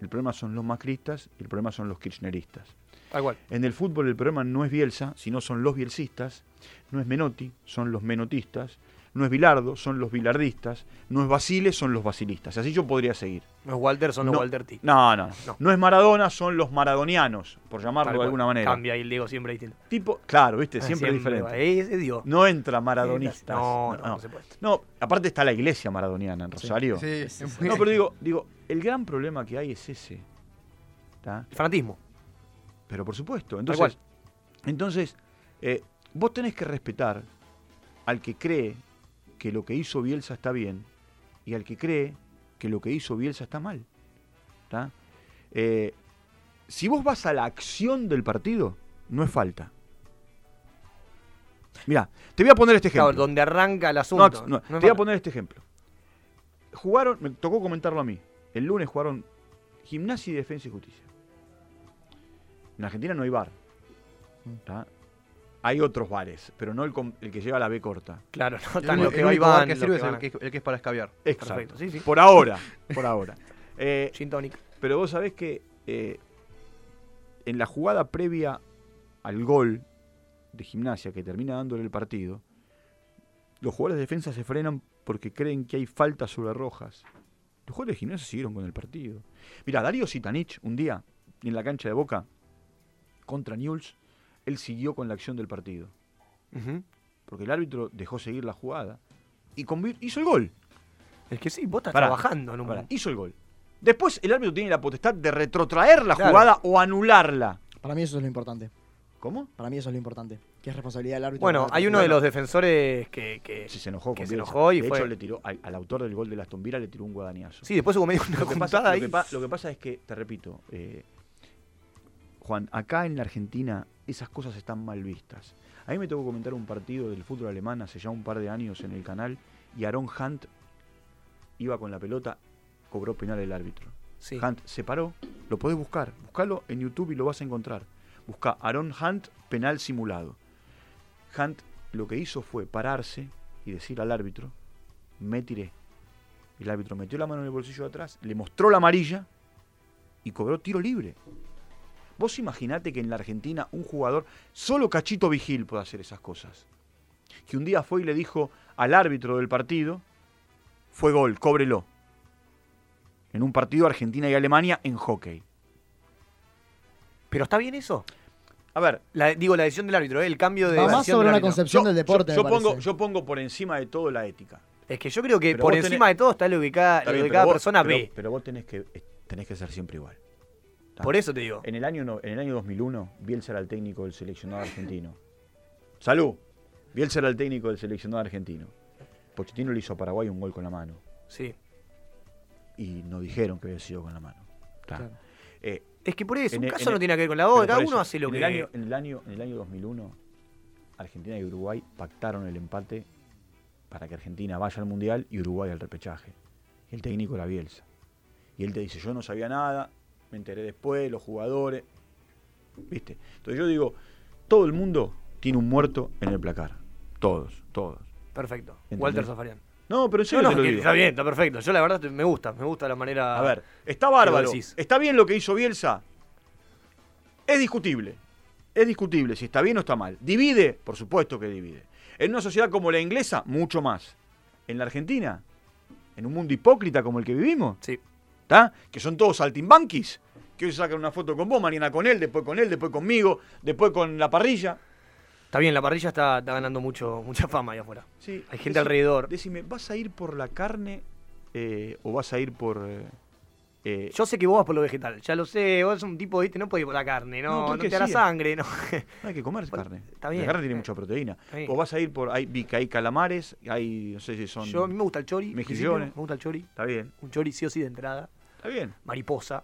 [SPEAKER 7] El problema son los macristas, el problema son los kirchneristas.
[SPEAKER 1] Tal cual.
[SPEAKER 7] En el fútbol el problema no es Bielsa, sino son los bielsistas. No es Menotti, son los menotistas. No es Bilardo, son los bilardistas. No es Basile, son los basilistas. Así yo podría seguir.
[SPEAKER 1] No es Walter, son los
[SPEAKER 7] No,
[SPEAKER 1] Walter T.
[SPEAKER 7] No, no, no.
[SPEAKER 1] No.
[SPEAKER 7] No es Maradona, son los maradonianos, por llamarlo
[SPEAKER 1] Tal
[SPEAKER 7] de
[SPEAKER 1] cual.
[SPEAKER 7] alguna manera.
[SPEAKER 1] Cambia y el Diego siempre distinto.
[SPEAKER 7] Tipo, claro, viste,
[SPEAKER 1] Ah,
[SPEAKER 7] siempre,
[SPEAKER 1] siempre va,
[SPEAKER 7] diferente.
[SPEAKER 1] es- es Dios.
[SPEAKER 7] No entra maradonistas.
[SPEAKER 1] No, no, por supuesto.
[SPEAKER 7] No, aparte está la iglesia maradoniana en Rosario.
[SPEAKER 2] Sí, sí, sí.
[SPEAKER 7] No, pero digo, digo, el gran problema que hay es ese. El
[SPEAKER 1] fanatismo.
[SPEAKER 7] Pero por supuesto. Entonces, entonces eh, vos tenés que respetar al que cree que lo que hizo Bielsa está bien y al que cree que lo que hizo Bielsa está mal. ¿tá? Eh, si vos vas a la acción del partido, no es falta. Mirá, te voy a poner este ejemplo.
[SPEAKER 1] Claro, donde arranca el
[SPEAKER 7] No,
[SPEAKER 1] asunto.
[SPEAKER 7] no,
[SPEAKER 1] No es
[SPEAKER 7] te voy a
[SPEAKER 1] mala.
[SPEAKER 7] poner este ejemplo. Jugaron, me tocó comentarlo a mí. El lunes jugaron Gimnasia y Defensa y Justicia. En Argentina no hay bar. ¿tá? Hay otros bares, pero no el, con- el que lleva la B corta.
[SPEAKER 1] Claro, no
[SPEAKER 2] El, el único bar que sirve es el que, el que es para escabiar.
[SPEAKER 7] Exacto.
[SPEAKER 1] Perfecto, sí, sí.
[SPEAKER 7] Por ahora, por
[SPEAKER 1] <laughs>
[SPEAKER 7] ahora. Eh, Pero vos sabés que eh, en la jugada previa al gol de gimnasia que termina dándole el partido, los jugadores de defensa se frenan porque creen que hay falta sobre Rojas. Los jugadores de gimnasia siguieron con el partido. Mirá, Darío Sitanich, un día, en la cancha de Boca, contra Newell's, él siguió con la acción del partido. Porque el árbitro dejó seguir la jugada. Y convir- hizo el gol.
[SPEAKER 1] Es que sí, vos estás
[SPEAKER 7] Pará,
[SPEAKER 1] trabajando en un
[SPEAKER 7] pará, hizo el gol. Después el árbitro tiene la potestad de retrotraer la jugada o anularla.
[SPEAKER 5] Para mí eso es lo importante.
[SPEAKER 7] ¿Cómo?
[SPEAKER 5] Para mí eso es lo importante. Que es responsabilidad del árbitro.
[SPEAKER 1] Bueno, hay uno de los defensores que, que-
[SPEAKER 7] Sí, se enojó.
[SPEAKER 1] que
[SPEAKER 7] con
[SPEAKER 1] se
[SPEAKER 7] Bielsa.
[SPEAKER 1] enojó y
[SPEAKER 7] de
[SPEAKER 1] fue.
[SPEAKER 7] hecho, le tiró al, al autor del gol de las Villa le tiró un guadañazo.
[SPEAKER 1] Sí, después hubo medio una
[SPEAKER 7] lo que, pasa,
[SPEAKER 1] juntada
[SPEAKER 7] lo que
[SPEAKER 1] ahí.
[SPEAKER 7] pa- lo que pasa es que, te repito, eh, Juan, acá en la Argentina esas cosas están mal vistas. A mí me tocó comentar un partido del fútbol alemán hace ya un par de años en el canal y Aaron Hunt iba con la pelota, cobró penal el árbitro. Hunt se paró, lo podés buscar, buscalo en YouTube y lo vas a encontrar. Busca Aaron Hunt penal simulado. Hunt lo que hizo fue pararse y decir al árbitro, me tiré. El árbitro metió la mano en el bolsillo de atrás, le mostró la amarilla y cobró tiro libre. Vos imaginate que en la Argentina un jugador, solo Cachito Vigil puede hacer esas cosas. Que un día fue y le dijo al árbitro del partido, fue gol, cóbrelo. En un partido Argentina y Alemania en hockey.
[SPEAKER 1] Pero está bien eso.
[SPEAKER 7] A ver.
[SPEAKER 1] digo, la decisión del árbitro, ¿eh? el cambio de.
[SPEAKER 5] Va más
[SPEAKER 1] decisión
[SPEAKER 5] sobre
[SPEAKER 1] del
[SPEAKER 5] una
[SPEAKER 1] árbitro.
[SPEAKER 5] concepción del deporte.
[SPEAKER 7] Yo
[SPEAKER 5] me
[SPEAKER 7] pongo,
[SPEAKER 5] parece.
[SPEAKER 7] yo pongo por encima de todo la ética.
[SPEAKER 1] Es que yo creo que
[SPEAKER 7] Pero
[SPEAKER 1] por
[SPEAKER 7] vos tenés-
[SPEAKER 1] encima de todo está lo que cada,
[SPEAKER 7] Está
[SPEAKER 1] lo
[SPEAKER 7] bien,
[SPEAKER 1] que
[SPEAKER 7] pero
[SPEAKER 1] cada
[SPEAKER 7] vos-
[SPEAKER 1] persona
[SPEAKER 7] pero-
[SPEAKER 1] ve.
[SPEAKER 7] Pero vos tenés que, eh, tenés que ser siempre igual. ¿Está?
[SPEAKER 1] Por eso te digo.
[SPEAKER 7] En el año, no- en el año 2001, Bielsa era el técnico del seleccionado argentino. ¡Salud! Bielsa era el técnico del seleccionado argentino. Pochettino le hizo a Paraguay un gol con la mano.
[SPEAKER 1] Sí.
[SPEAKER 7] Y no dijeron que había sido con la mano. ¿Está?
[SPEAKER 1] Claro.
[SPEAKER 7] Eh,
[SPEAKER 1] Es que por eso,
[SPEAKER 7] en
[SPEAKER 1] un
[SPEAKER 7] el- en
[SPEAKER 1] caso no
[SPEAKER 7] el-
[SPEAKER 1] tiene nada que ver con la otra,
[SPEAKER 7] pero
[SPEAKER 1] cada
[SPEAKER 7] por
[SPEAKER 1] uno
[SPEAKER 7] eso,
[SPEAKER 1] hace lo
[SPEAKER 7] en
[SPEAKER 1] que.
[SPEAKER 7] El año, en, el año, en el año 2001, Argentina y Uruguay pactaron el empate para que Argentina vaya al Mundial y Uruguay al repechaje. Y el técnico era Bielsa. Y él te dice, yo no sabía nada, me enteré después, los jugadores. ¿Viste? Entonces yo digo, todo el mundo tiene un muerto en el placar. Todos, todos.
[SPEAKER 1] Perfecto.
[SPEAKER 7] ¿Entendés?
[SPEAKER 1] Walter Zafarian.
[SPEAKER 7] No, pero en
[SPEAKER 1] yo
[SPEAKER 7] serio
[SPEAKER 1] no,
[SPEAKER 7] te lo
[SPEAKER 1] que
[SPEAKER 7] digo.
[SPEAKER 1] Está bien, está perfecto. Yo la verdad te- me gusta, me gusta la manera.
[SPEAKER 7] A ver, está
[SPEAKER 1] que lo
[SPEAKER 7] bárbaro.
[SPEAKER 1] decís.
[SPEAKER 7] Está bien lo que hizo Bielsa. Es discutible. Es discutible si está bien o está mal. ¿Divide? Por supuesto que divide. En una sociedad como la inglesa, mucho más. En la Argentina, en un mundo hipócrita como el que vivimos.
[SPEAKER 1] Sí.
[SPEAKER 7] ¿Está? Que son todos saltimbanquis. Que hoy se sacan una foto con vos, mañana con él, después con él, después conmigo, después con la parrilla.
[SPEAKER 1] Está bien, la parrilla está, está ganando mucho, mucha fama ahí afuera.
[SPEAKER 7] Sí,
[SPEAKER 1] Hay gente alrededor.
[SPEAKER 7] Decime, ¿vas a ir por la carne eh, o vas a ir por... eh, eh,
[SPEAKER 1] Yo sé que vos vas por lo vegetal, ya lo sé, vos sos un tipo, viste, no podés ir por la carne,
[SPEAKER 7] No,
[SPEAKER 1] no, no,
[SPEAKER 7] ¿por qué
[SPEAKER 1] te hará
[SPEAKER 7] sí?
[SPEAKER 1] sangre, no.
[SPEAKER 7] No <laughs> hay que comer
[SPEAKER 2] Pues,
[SPEAKER 7] carne.
[SPEAKER 1] bien,
[SPEAKER 7] La carne tiene
[SPEAKER 1] eh,
[SPEAKER 7] mucha proteína.
[SPEAKER 1] está bien.
[SPEAKER 7] O vas a ir por. Hay, vi que hay calamares, hay. No sé si son.
[SPEAKER 1] Yo a mí me gusta el chori, en principio,
[SPEAKER 7] Mejillones.
[SPEAKER 1] me gusta el chori,
[SPEAKER 7] Está bien.
[SPEAKER 1] un chori sí o sí de entrada,
[SPEAKER 7] Está bien.
[SPEAKER 1] mariposa.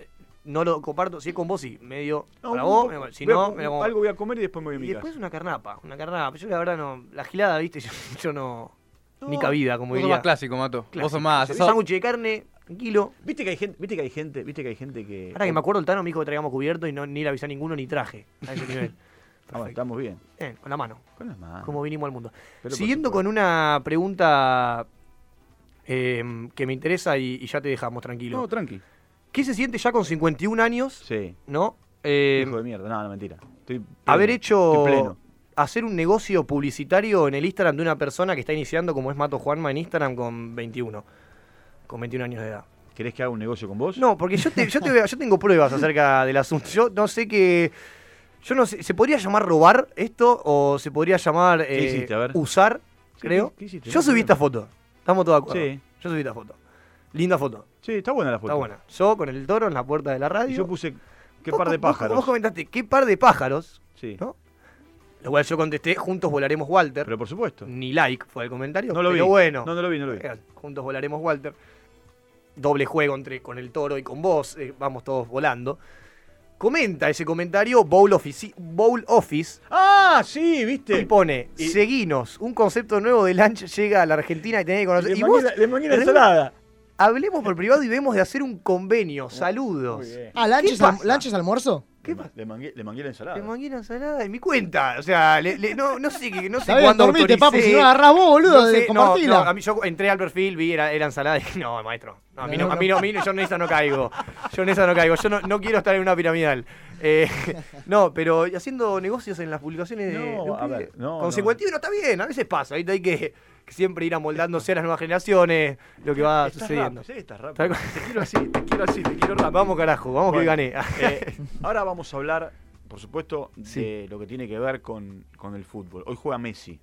[SPEAKER 1] Eh, No lo comparto, si es con vos sí, medio
[SPEAKER 7] No,
[SPEAKER 1] para
[SPEAKER 7] un
[SPEAKER 1] vos,
[SPEAKER 7] poco.
[SPEAKER 1] me vale, si
[SPEAKER 7] Voy a
[SPEAKER 1] no,
[SPEAKER 7] com-
[SPEAKER 1] me lo como.
[SPEAKER 7] Algo voy a comer y después me voy a mi
[SPEAKER 1] Y
[SPEAKER 7] casa.
[SPEAKER 1] después una carnapa, una carnapa. Yo la verdad no, la gilada, viste, <laughs> yo, yo no, ni
[SPEAKER 7] No,
[SPEAKER 1] cabida, como
[SPEAKER 2] Vos
[SPEAKER 1] diría.
[SPEAKER 2] sos más clásico, Mato. Vos sos más.
[SPEAKER 1] Un
[SPEAKER 2] sos-
[SPEAKER 1] sándwich de carne, un kilo.
[SPEAKER 7] Viste que hay gente, viste que hay gente, viste que hay gente que. Ah,
[SPEAKER 1] Ahora que me acuerdo, el Tano me dijo que traigamos cubierto y no, ni le avisé a ninguno ni traje. A
[SPEAKER 7] <laughs>
[SPEAKER 1] ese nivel.
[SPEAKER 7] Ah, bueno, estamos bien.
[SPEAKER 1] Bien, con la mano.
[SPEAKER 7] Con las manos.
[SPEAKER 1] Como vinimos al mundo.
[SPEAKER 7] Ah. Pero por
[SPEAKER 1] Siguiendo con una pregunta eh, que me interesa y, y ya te dejamos tranquilo.
[SPEAKER 7] No, tranqui.
[SPEAKER 1] ¿Qué se siente ya con 51 años?
[SPEAKER 7] Sí.
[SPEAKER 1] ¿No? Eh,
[SPEAKER 7] Hijo de mierda. No, no, mentira. Estoy
[SPEAKER 1] haber
[SPEAKER 7] pleno,
[SPEAKER 1] hecho.
[SPEAKER 7] Estoy pleno.
[SPEAKER 1] Hacer un negocio publicitario en el Instagram de una persona que está iniciando, como es Mato Juanma en Instagram, con 21. Con 21 años de edad.
[SPEAKER 7] ¿Querés que haga un negocio con vos?
[SPEAKER 1] No, porque yo, te- yo, te- yo tengo pruebas acerca del asunto. Yo no sé qué. Yo no sé. ¿Se podría llamar robar esto? ¿O se podría llamar eh,
[SPEAKER 7] hiciste? A ver.
[SPEAKER 1] usar?
[SPEAKER 7] Sí,
[SPEAKER 1] Creo.
[SPEAKER 7] ¿qué- qué hiciste?
[SPEAKER 1] Yo
[SPEAKER 7] No
[SPEAKER 1] subí
[SPEAKER 7] hay
[SPEAKER 1] esta
[SPEAKER 7] problema.
[SPEAKER 1] foto. Estamos todos de acuerdo.
[SPEAKER 7] Sí.
[SPEAKER 1] Yo subí esta foto. Linda foto.
[SPEAKER 7] Sí, está buena la foto.
[SPEAKER 1] Está buena. Yo con el toro en la puerta de la radio.
[SPEAKER 7] Y yo puse. ¿Qué
[SPEAKER 1] Vos-
[SPEAKER 7] par de
[SPEAKER 1] vos-
[SPEAKER 7] pájaros?
[SPEAKER 1] Vos comentaste, ¿qué par de pájaros?
[SPEAKER 7] Sí.
[SPEAKER 1] ¿No? Lo cual yo contesté, juntos volaremos Walter.
[SPEAKER 7] Pero por supuesto.
[SPEAKER 1] Ni like fue el comentario.
[SPEAKER 7] No lo
[SPEAKER 1] pero
[SPEAKER 7] vi.
[SPEAKER 1] bueno.
[SPEAKER 7] No, no lo vi, no lo vi.
[SPEAKER 1] Real. Juntos volaremos Walter. Doble juego entre con el toro y con vos. eh, vamos todos volando. Comenta ese comentario Bowl, Offici- Bowl Office.
[SPEAKER 7] Ah, sí, viste.
[SPEAKER 1] Y pone, seguinos, un concepto nuevo de lunch llega a la Argentina y tenés que conocer.
[SPEAKER 7] Le
[SPEAKER 1] y
[SPEAKER 7] mangué la- le mangué la ensalada.
[SPEAKER 1] Hablemos por privado y vemos de hacer un convenio. Saludos.
[SPEAKER 5] Ah,
[SPEAKER 1] ¿Qué
[SPEAKER 5] ¿lanches,
[SPEAKER 1] pasa?
[SPEAKER 5] almuerzo?
[SPEAKER 7] ¿Qué le, mangué, le mangué la ensalada.
[SPEAKER 1] Te mangué una ensalada en mi cuenta. O sea, le- le- no, no sé, qué- no sé
[SPEAKER 5] Está bien,
[SPEAKER 1] cuándo
[SPEAKER 5] dormite,
[SPEAKER 1] autoricé.
[SPEAKER 5] papi, si no agarrás vos, boludo, de-
[SPEAKER 1] no,
[SPEAKER 5] compartila.
[SPEAKER 1] no, a mí yo entré al perfil, vi, era, era ensalada y dije, no, maestro. No, a mí no, a mí no, a mí no, yo en esa no caigo. Yo en esa no caigo. Yo no, no quiero estar en una piramidal. Eh, no, pero haciendo negocios en las publicaciones de- de,
[SPEAKER 7] No,
[SPEAKER 1] un
[SPEAKER 7] a
[SPEAKER 1] pibe,
[SPEAKER 7] ver, no,
[SPEAKER 1] Con
[SPEAKER 7] no.
[SPEAKER 1] 51 está bien, a veces pasa. Ahorita hay que, siempre ir amoldándose a las nuevas generaciones, lo que va
[SPEAKER 7] Estás
[SPEAKER 1] sucediendo.
[SPEAKER 7] rápido, sí, estás rápido.
[SPEAKER 1] Tal cual.
[SPEAKER 7] Te quiero así, te quiero así, te quiero rápido.
[SPEAKER 1] Vamos, carajo, vamos que
[SPEAKER 7] Bueno,
[SPEAKER 1] gané. <laughs>
[SPEAKER 7] eh, ahora vamos a hablar, por supuesto, de
[SPEAKER 1] Sí.
[SPEAKER 7] lo que tiene que ver con, con el fútbol. Hoy juega Messi.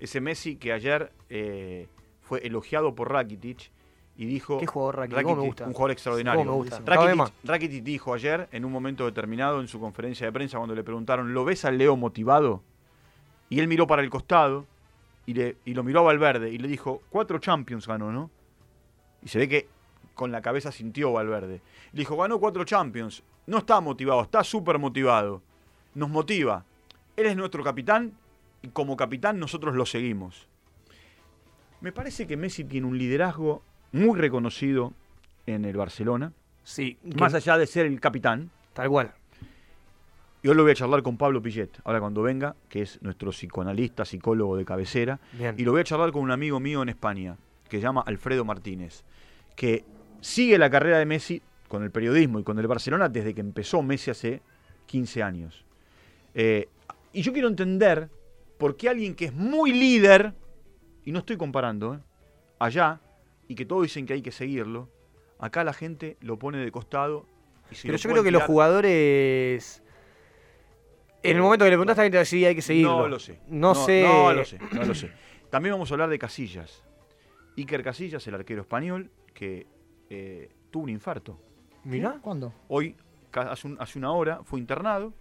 [SPEAKER 7] Ese Messi que ayer eh, fue elogiado por Rakitic y dijo...
[SPEAKER 1] Qué jugador Rakitic, cómo me gusta.
[SPEAKER 7] Un jugador extraordinario.
[SPEAKER 1] Cómo me gusta. Cada
[SPEAKER 7] Rakitic,
[SPEAKER 1] vez más.
[SPEAKER 7] Rakitic dijo ayer, en un momento determinado, en su conferencia de prensa, cuando le preguntaron, ¿lo ves al Leo motivado? Y él miró para el costado y, le, y lo miró a Valverde y le dijo, cuatro Champions ganó, ¿no? Y se ve que con la cabeza sintió Valverde. Le dijo, ganó cuatro Champions. No está motivado, está súper motivado. Nos motiva. Él es nuestro capitán y como capitán nosotros lo seguimos. Me parece que Messi tiene un liderazgo muy reconocido en el Barcelona.
[SPEAKER 1] Sí.
[SPEAKER 7] Más allá de ser el capitán.
[SPEAKER 1] Tal cual.
[SPEAKER 7] Yo lo voy a charlar con Pablo Pillet, ahora cuando venga, que es nuestro psicoanalista, psicólogo de cabecera.
[SPEAKER 1] Bien.
[SPEAKER 7] Y lo voy a charlar con un amigo mío en España, que se llama Alfredo Martínez, que sigue la carrera de Messi con el periodismo y con el Barcelona desde que empezó Messi hace 15 años. Eh, y yo quiero entender por qué alguien que es muy líder, y no estoy comparando, ¿eh? allá, y que todos dicen que hay que seguirlo, acá la gente lo pone de costado. Y se
[SPEAKER 1] Pero
[SPEAKER 7] lo
[SPEAKER 1] yo
[SPEAKER 7] pueden
[SPEAKER 1] creo que los
[SPEAKER 7] tirar.
[SPEAKER 1] jugadores. En el momento que le preguntaste a alguien, te decía, hay que seguirlo.
[SPEAKER 7] No lo sé.
[SPEAKER 1] No, sé.
[SPEAKER 7] No lo sé, no lo sé. También vamos a hablar de Casillas. Iker Casillas, el arquero español, que eh, tuvo un infarto.
[SPEAKER 1] Mirá.
[SPEAKER 11] ¿Cuándo?
[SPEAKER 7] Hoy, ca- hace, un- hace una hora, fue internado.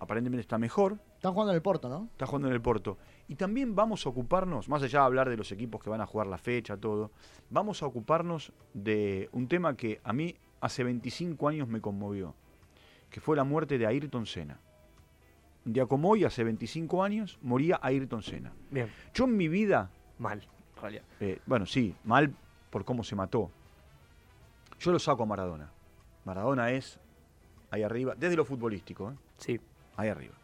[SPEAKER 7] Aparentemente está mejor.
[SPEAKER 11] Están jugando en el Porto, ¿no?
[SPEAKER 7] Está jugando en el Porto. Y también vamos a ocuparnos, más allá de hablar de los equipos que van a jugar la fecha, todo, vamos a ocuparnos de un tema que a mí hace 25 años me conmovió, que fue la muerte de Ayrton Senna. Un día como hoy, hace 25 años, moría Ayrton Senna.
[SPEAKER 1] Bien.
[SPEAKER 7] Yo en mi vida...
[SPEAKER 1] Mal, en realidad.
[SPEAKER 7] eh, bueno, sí, mal por cómo se mató. Yo lo saco a Maradona. Maradona es ahí arriba, desde lo futbolístico. ¿eh?
[SPEAKER 1] Sí.
[SPEAKER 7] Ahí arriba.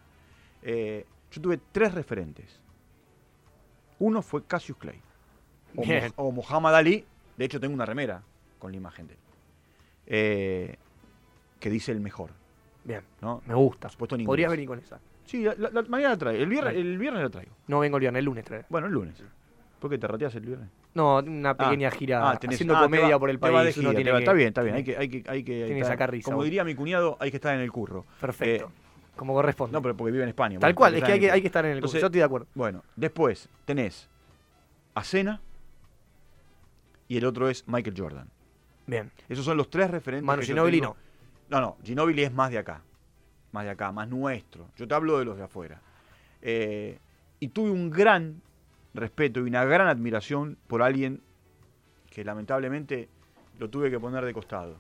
[SPEAKER 7] Eh, yo tuve tres referentes. Uno fue Cassius Clay. O,
[SPEAKER 1] Bien.
[SPEAKER 7] Mo- o Muhammad Ali. De hecho, tengo una remera con la imagen de él. Eh, que dice el mejor.
[SPEAKER 1] Bien.
[SPEAKER 7] ¿no?
[SPEAKER 1] Me gusta.
[SPEAKER 7] Por supuesto, en
[SPEAKER 1] Podrías
[SPEAKER 7] inglés.
[SPEAKER 1] venir con esa.
[SPEAKER 7] Sí, la, la- la- mañana la traigo. El viernes,
[SPEAKER 1] Dale.
[SPEAKER 7] el viernes la traigo.
[SPEAKER 1] No vengo el viernes, el lunes trae.
[SPEAKER 7] Bueno, el lunes. ¿Por qué te rateas el viernes?
[SPEAKER 1] No, una pequeña
[SPEAKER 7] Ah,
[SPEAKER 1] gira
[SPEAKER 7] ah, tenés-
[SPEAKER 1] haciendo
[SPEAKER 7] ah, te
[SPEAKER 1] comedia
[SPEAKER 7] va-
[SPEAKER 1] por el
[SPEAKER 7] te
[SPEAKER 1] país.
[SPEAKER 7] va de gira,
[SPEAKER 1] uno tiene
[SPEAKER 7] te va-
[SPEAKER 1] que-
[SPEAKER 7] está bien, está bien. Hay que, hay que, hay que
[SPEAKER 1] Tiene que
[SPEAKER 7] estar-
[SPEAKER 1] sacar risa,
[SPEAKER 7] Como
[SPEAKER 1] vos.
[SPEAKER 7] diría mi cuñado, hay que estar en el curro. Eh,
[SPEAKER 1] Perfecto. como corresponde.
[SPEAKER 7] No, pero porque vive en España.
[SPEAKER 1] Tal
[SPEAKER 7] bueno,
[SPEAKER 1] cual, es que
[SPEAKER 7] estar
[SPEAKER 1] hay,
[SPEAKER 7] en
[SPEAKER 1] que
[SPEAKER 7] el
[SPEAKER 1] hay que estar en el curso.
[SPEAKER 7] Entonces,
[SPEAKER 1] Yo estoy de acuerdo.
[SPEAKER 7] Bueno, después tenés a Cena y el otro es Michael Jordan.
[SPEAKER 1] Bien.
[SPEAKER 7] Esos son los tres referentes.
[SPEAKER 1] Manu
[SPEAKER 7] que yo
[SPEAKER 1] Ginóbili
[SPEAKER 7] tengo. No, no, Ginóbili es más de acá. Más de acá, más nuestro. Yo te hablo de los de afuera. Eh, y tuve un gran respeto y una gran admiración por alguien que lamentablemente lo tuve que poner de costado.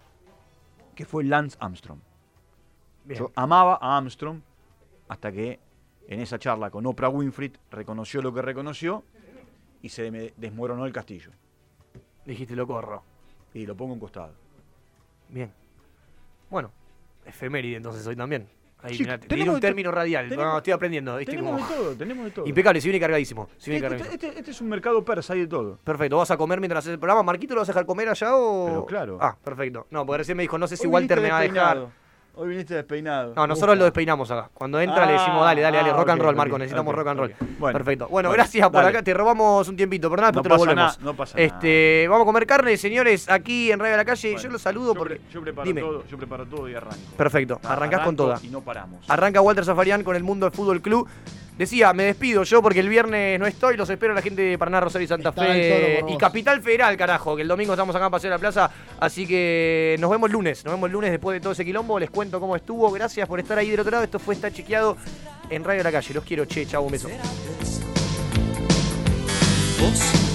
[SPEAKER 7] Que fue Lance Armstrong.
[SPEAKER 1] Bien.
[SPEAKER 7] Yo amaba a Armstrong hasta que en esa charla con Oprah Winfrey reconoció lo que reconoció y se me desmoronó el castillo.
[SPEAKER 1] Dijiste, lo corro.
[SPEAKER 7] Y lo pongo en costado.
[SPEAKER 1] Bien. Bueno, efeméride entonces hoy también. Ahí,
[SPEAKER 7] Sí,
[SPEAKER 1] mirá, te-
[SPEAKER 7] tenemos
[SPEAKER 1] di un
[SPEAKER 7] de to-
[SPEAKER 1] término radial. No,
[SPEAKER 7] tenemos-
[SPEAKER 1] estoy aprendiendo. ¿viste?
[SPEAKER 7] Tenemos
[SPEAKER 1] Como-
[SPEAKER 7] de todo, tenemos de todo.
[SPEAKER 1] Impecable, si viene cargadísimo. Si viene
[SPEAKER 7] Este,
[SPEAKER 1] cargadísimo.
[SPEAKER 7] este- este es un mercado persa, hay de todo.
[SPEAKER 1] Perfecto, ¿vas a comer mientras haces el programa? ¿Marquito lo vas a dejar comer allá o.?
[SPEAKER 7] Pero claro.
[SPEAKER 1] Ah, perfecto. No, porque recién me dijo, no sé si
[SPEAKER 7] Hoy
[SPEAKER 1] Walter
[SPEAKER 7] viniste
[SPEAKER 1] me va a dejar.
[SPEAKER 7] despeinado. Hoy viniste despeinado.
[SPEAKER 1] No, nosotros lo despeinamos acá. Cuando entra le decimos,
[SPEAKER 7] Ah,
[SPEAKER 1] dale, dale, dale,
[SPEAKER 7] ah,
[SPEAKER 1] rock and
[SPEAKER 7] ok,
[SPEAKER 1] roll,
[SPEAKER 7] ok,
[SPEAKER 1] Marco, necesitamos
[SPEAKER 7] ok,
[SPEAKER 1] rock and roll.
[SPEAKER 7] ok. Bueno,
[SPEAKER 1] Perfecto. Bueno,
[SPEAKER 7] bueno,
[SPEAKER 1] gracias por
[SPEAKER 7] dale.
[SPEAKER 1] acá. Te robamos un tiempito, pero nada,
[SPEAKER 7] No
[SPEAKER 1] después te lo
[SPEAKER 7] pasa
[SPEAKER 1] volvemos.
[SPEAKER 7] nada, no pasa nada.
[SPEAKER 1] este, Vamos a comer carne, señores, aquí en Radio de la Calle. yo los saludo porque.
[SPEAKER 7] Yo preparo
[SPEAKER 1] Dime.
[SPEAKER 7] todo, yo preparo todo y arranco.
[SPEAKER 1] Perfecto,
[SPEAKER 7] Ah,
[SPEAKER 1] arrancás con
[SPEAKER 7] arranco
[SPEAKER 1] toda.
[SPEAKER 7] Y no paramos.
[SPEAKER 1] Arranca Walter Zafarian con el Mundo del Fútbol Club. Decía, me despido yo porque el viernes no estoy, los espero la gente de Paraná, Rosario y Santa
[SPEAKER 11] Está el solo
[SPEAKER 1] Fe.
[SPEAKER 11] por vos.
[SPEAKER 1] Y Capital Federal, carajo, que el domingo estamos acá en Paseo de la Plaza. Así que nos vemos lunes, nos vemos lunes después de todo ese quilombo. Les cuento cómo estuvo. Gracias por estar ahí del otro lado. Esto fue Está Chequeado en Radio La Calle. Los quiero, che, chau, un beso.
[SPEAKER 8] Vos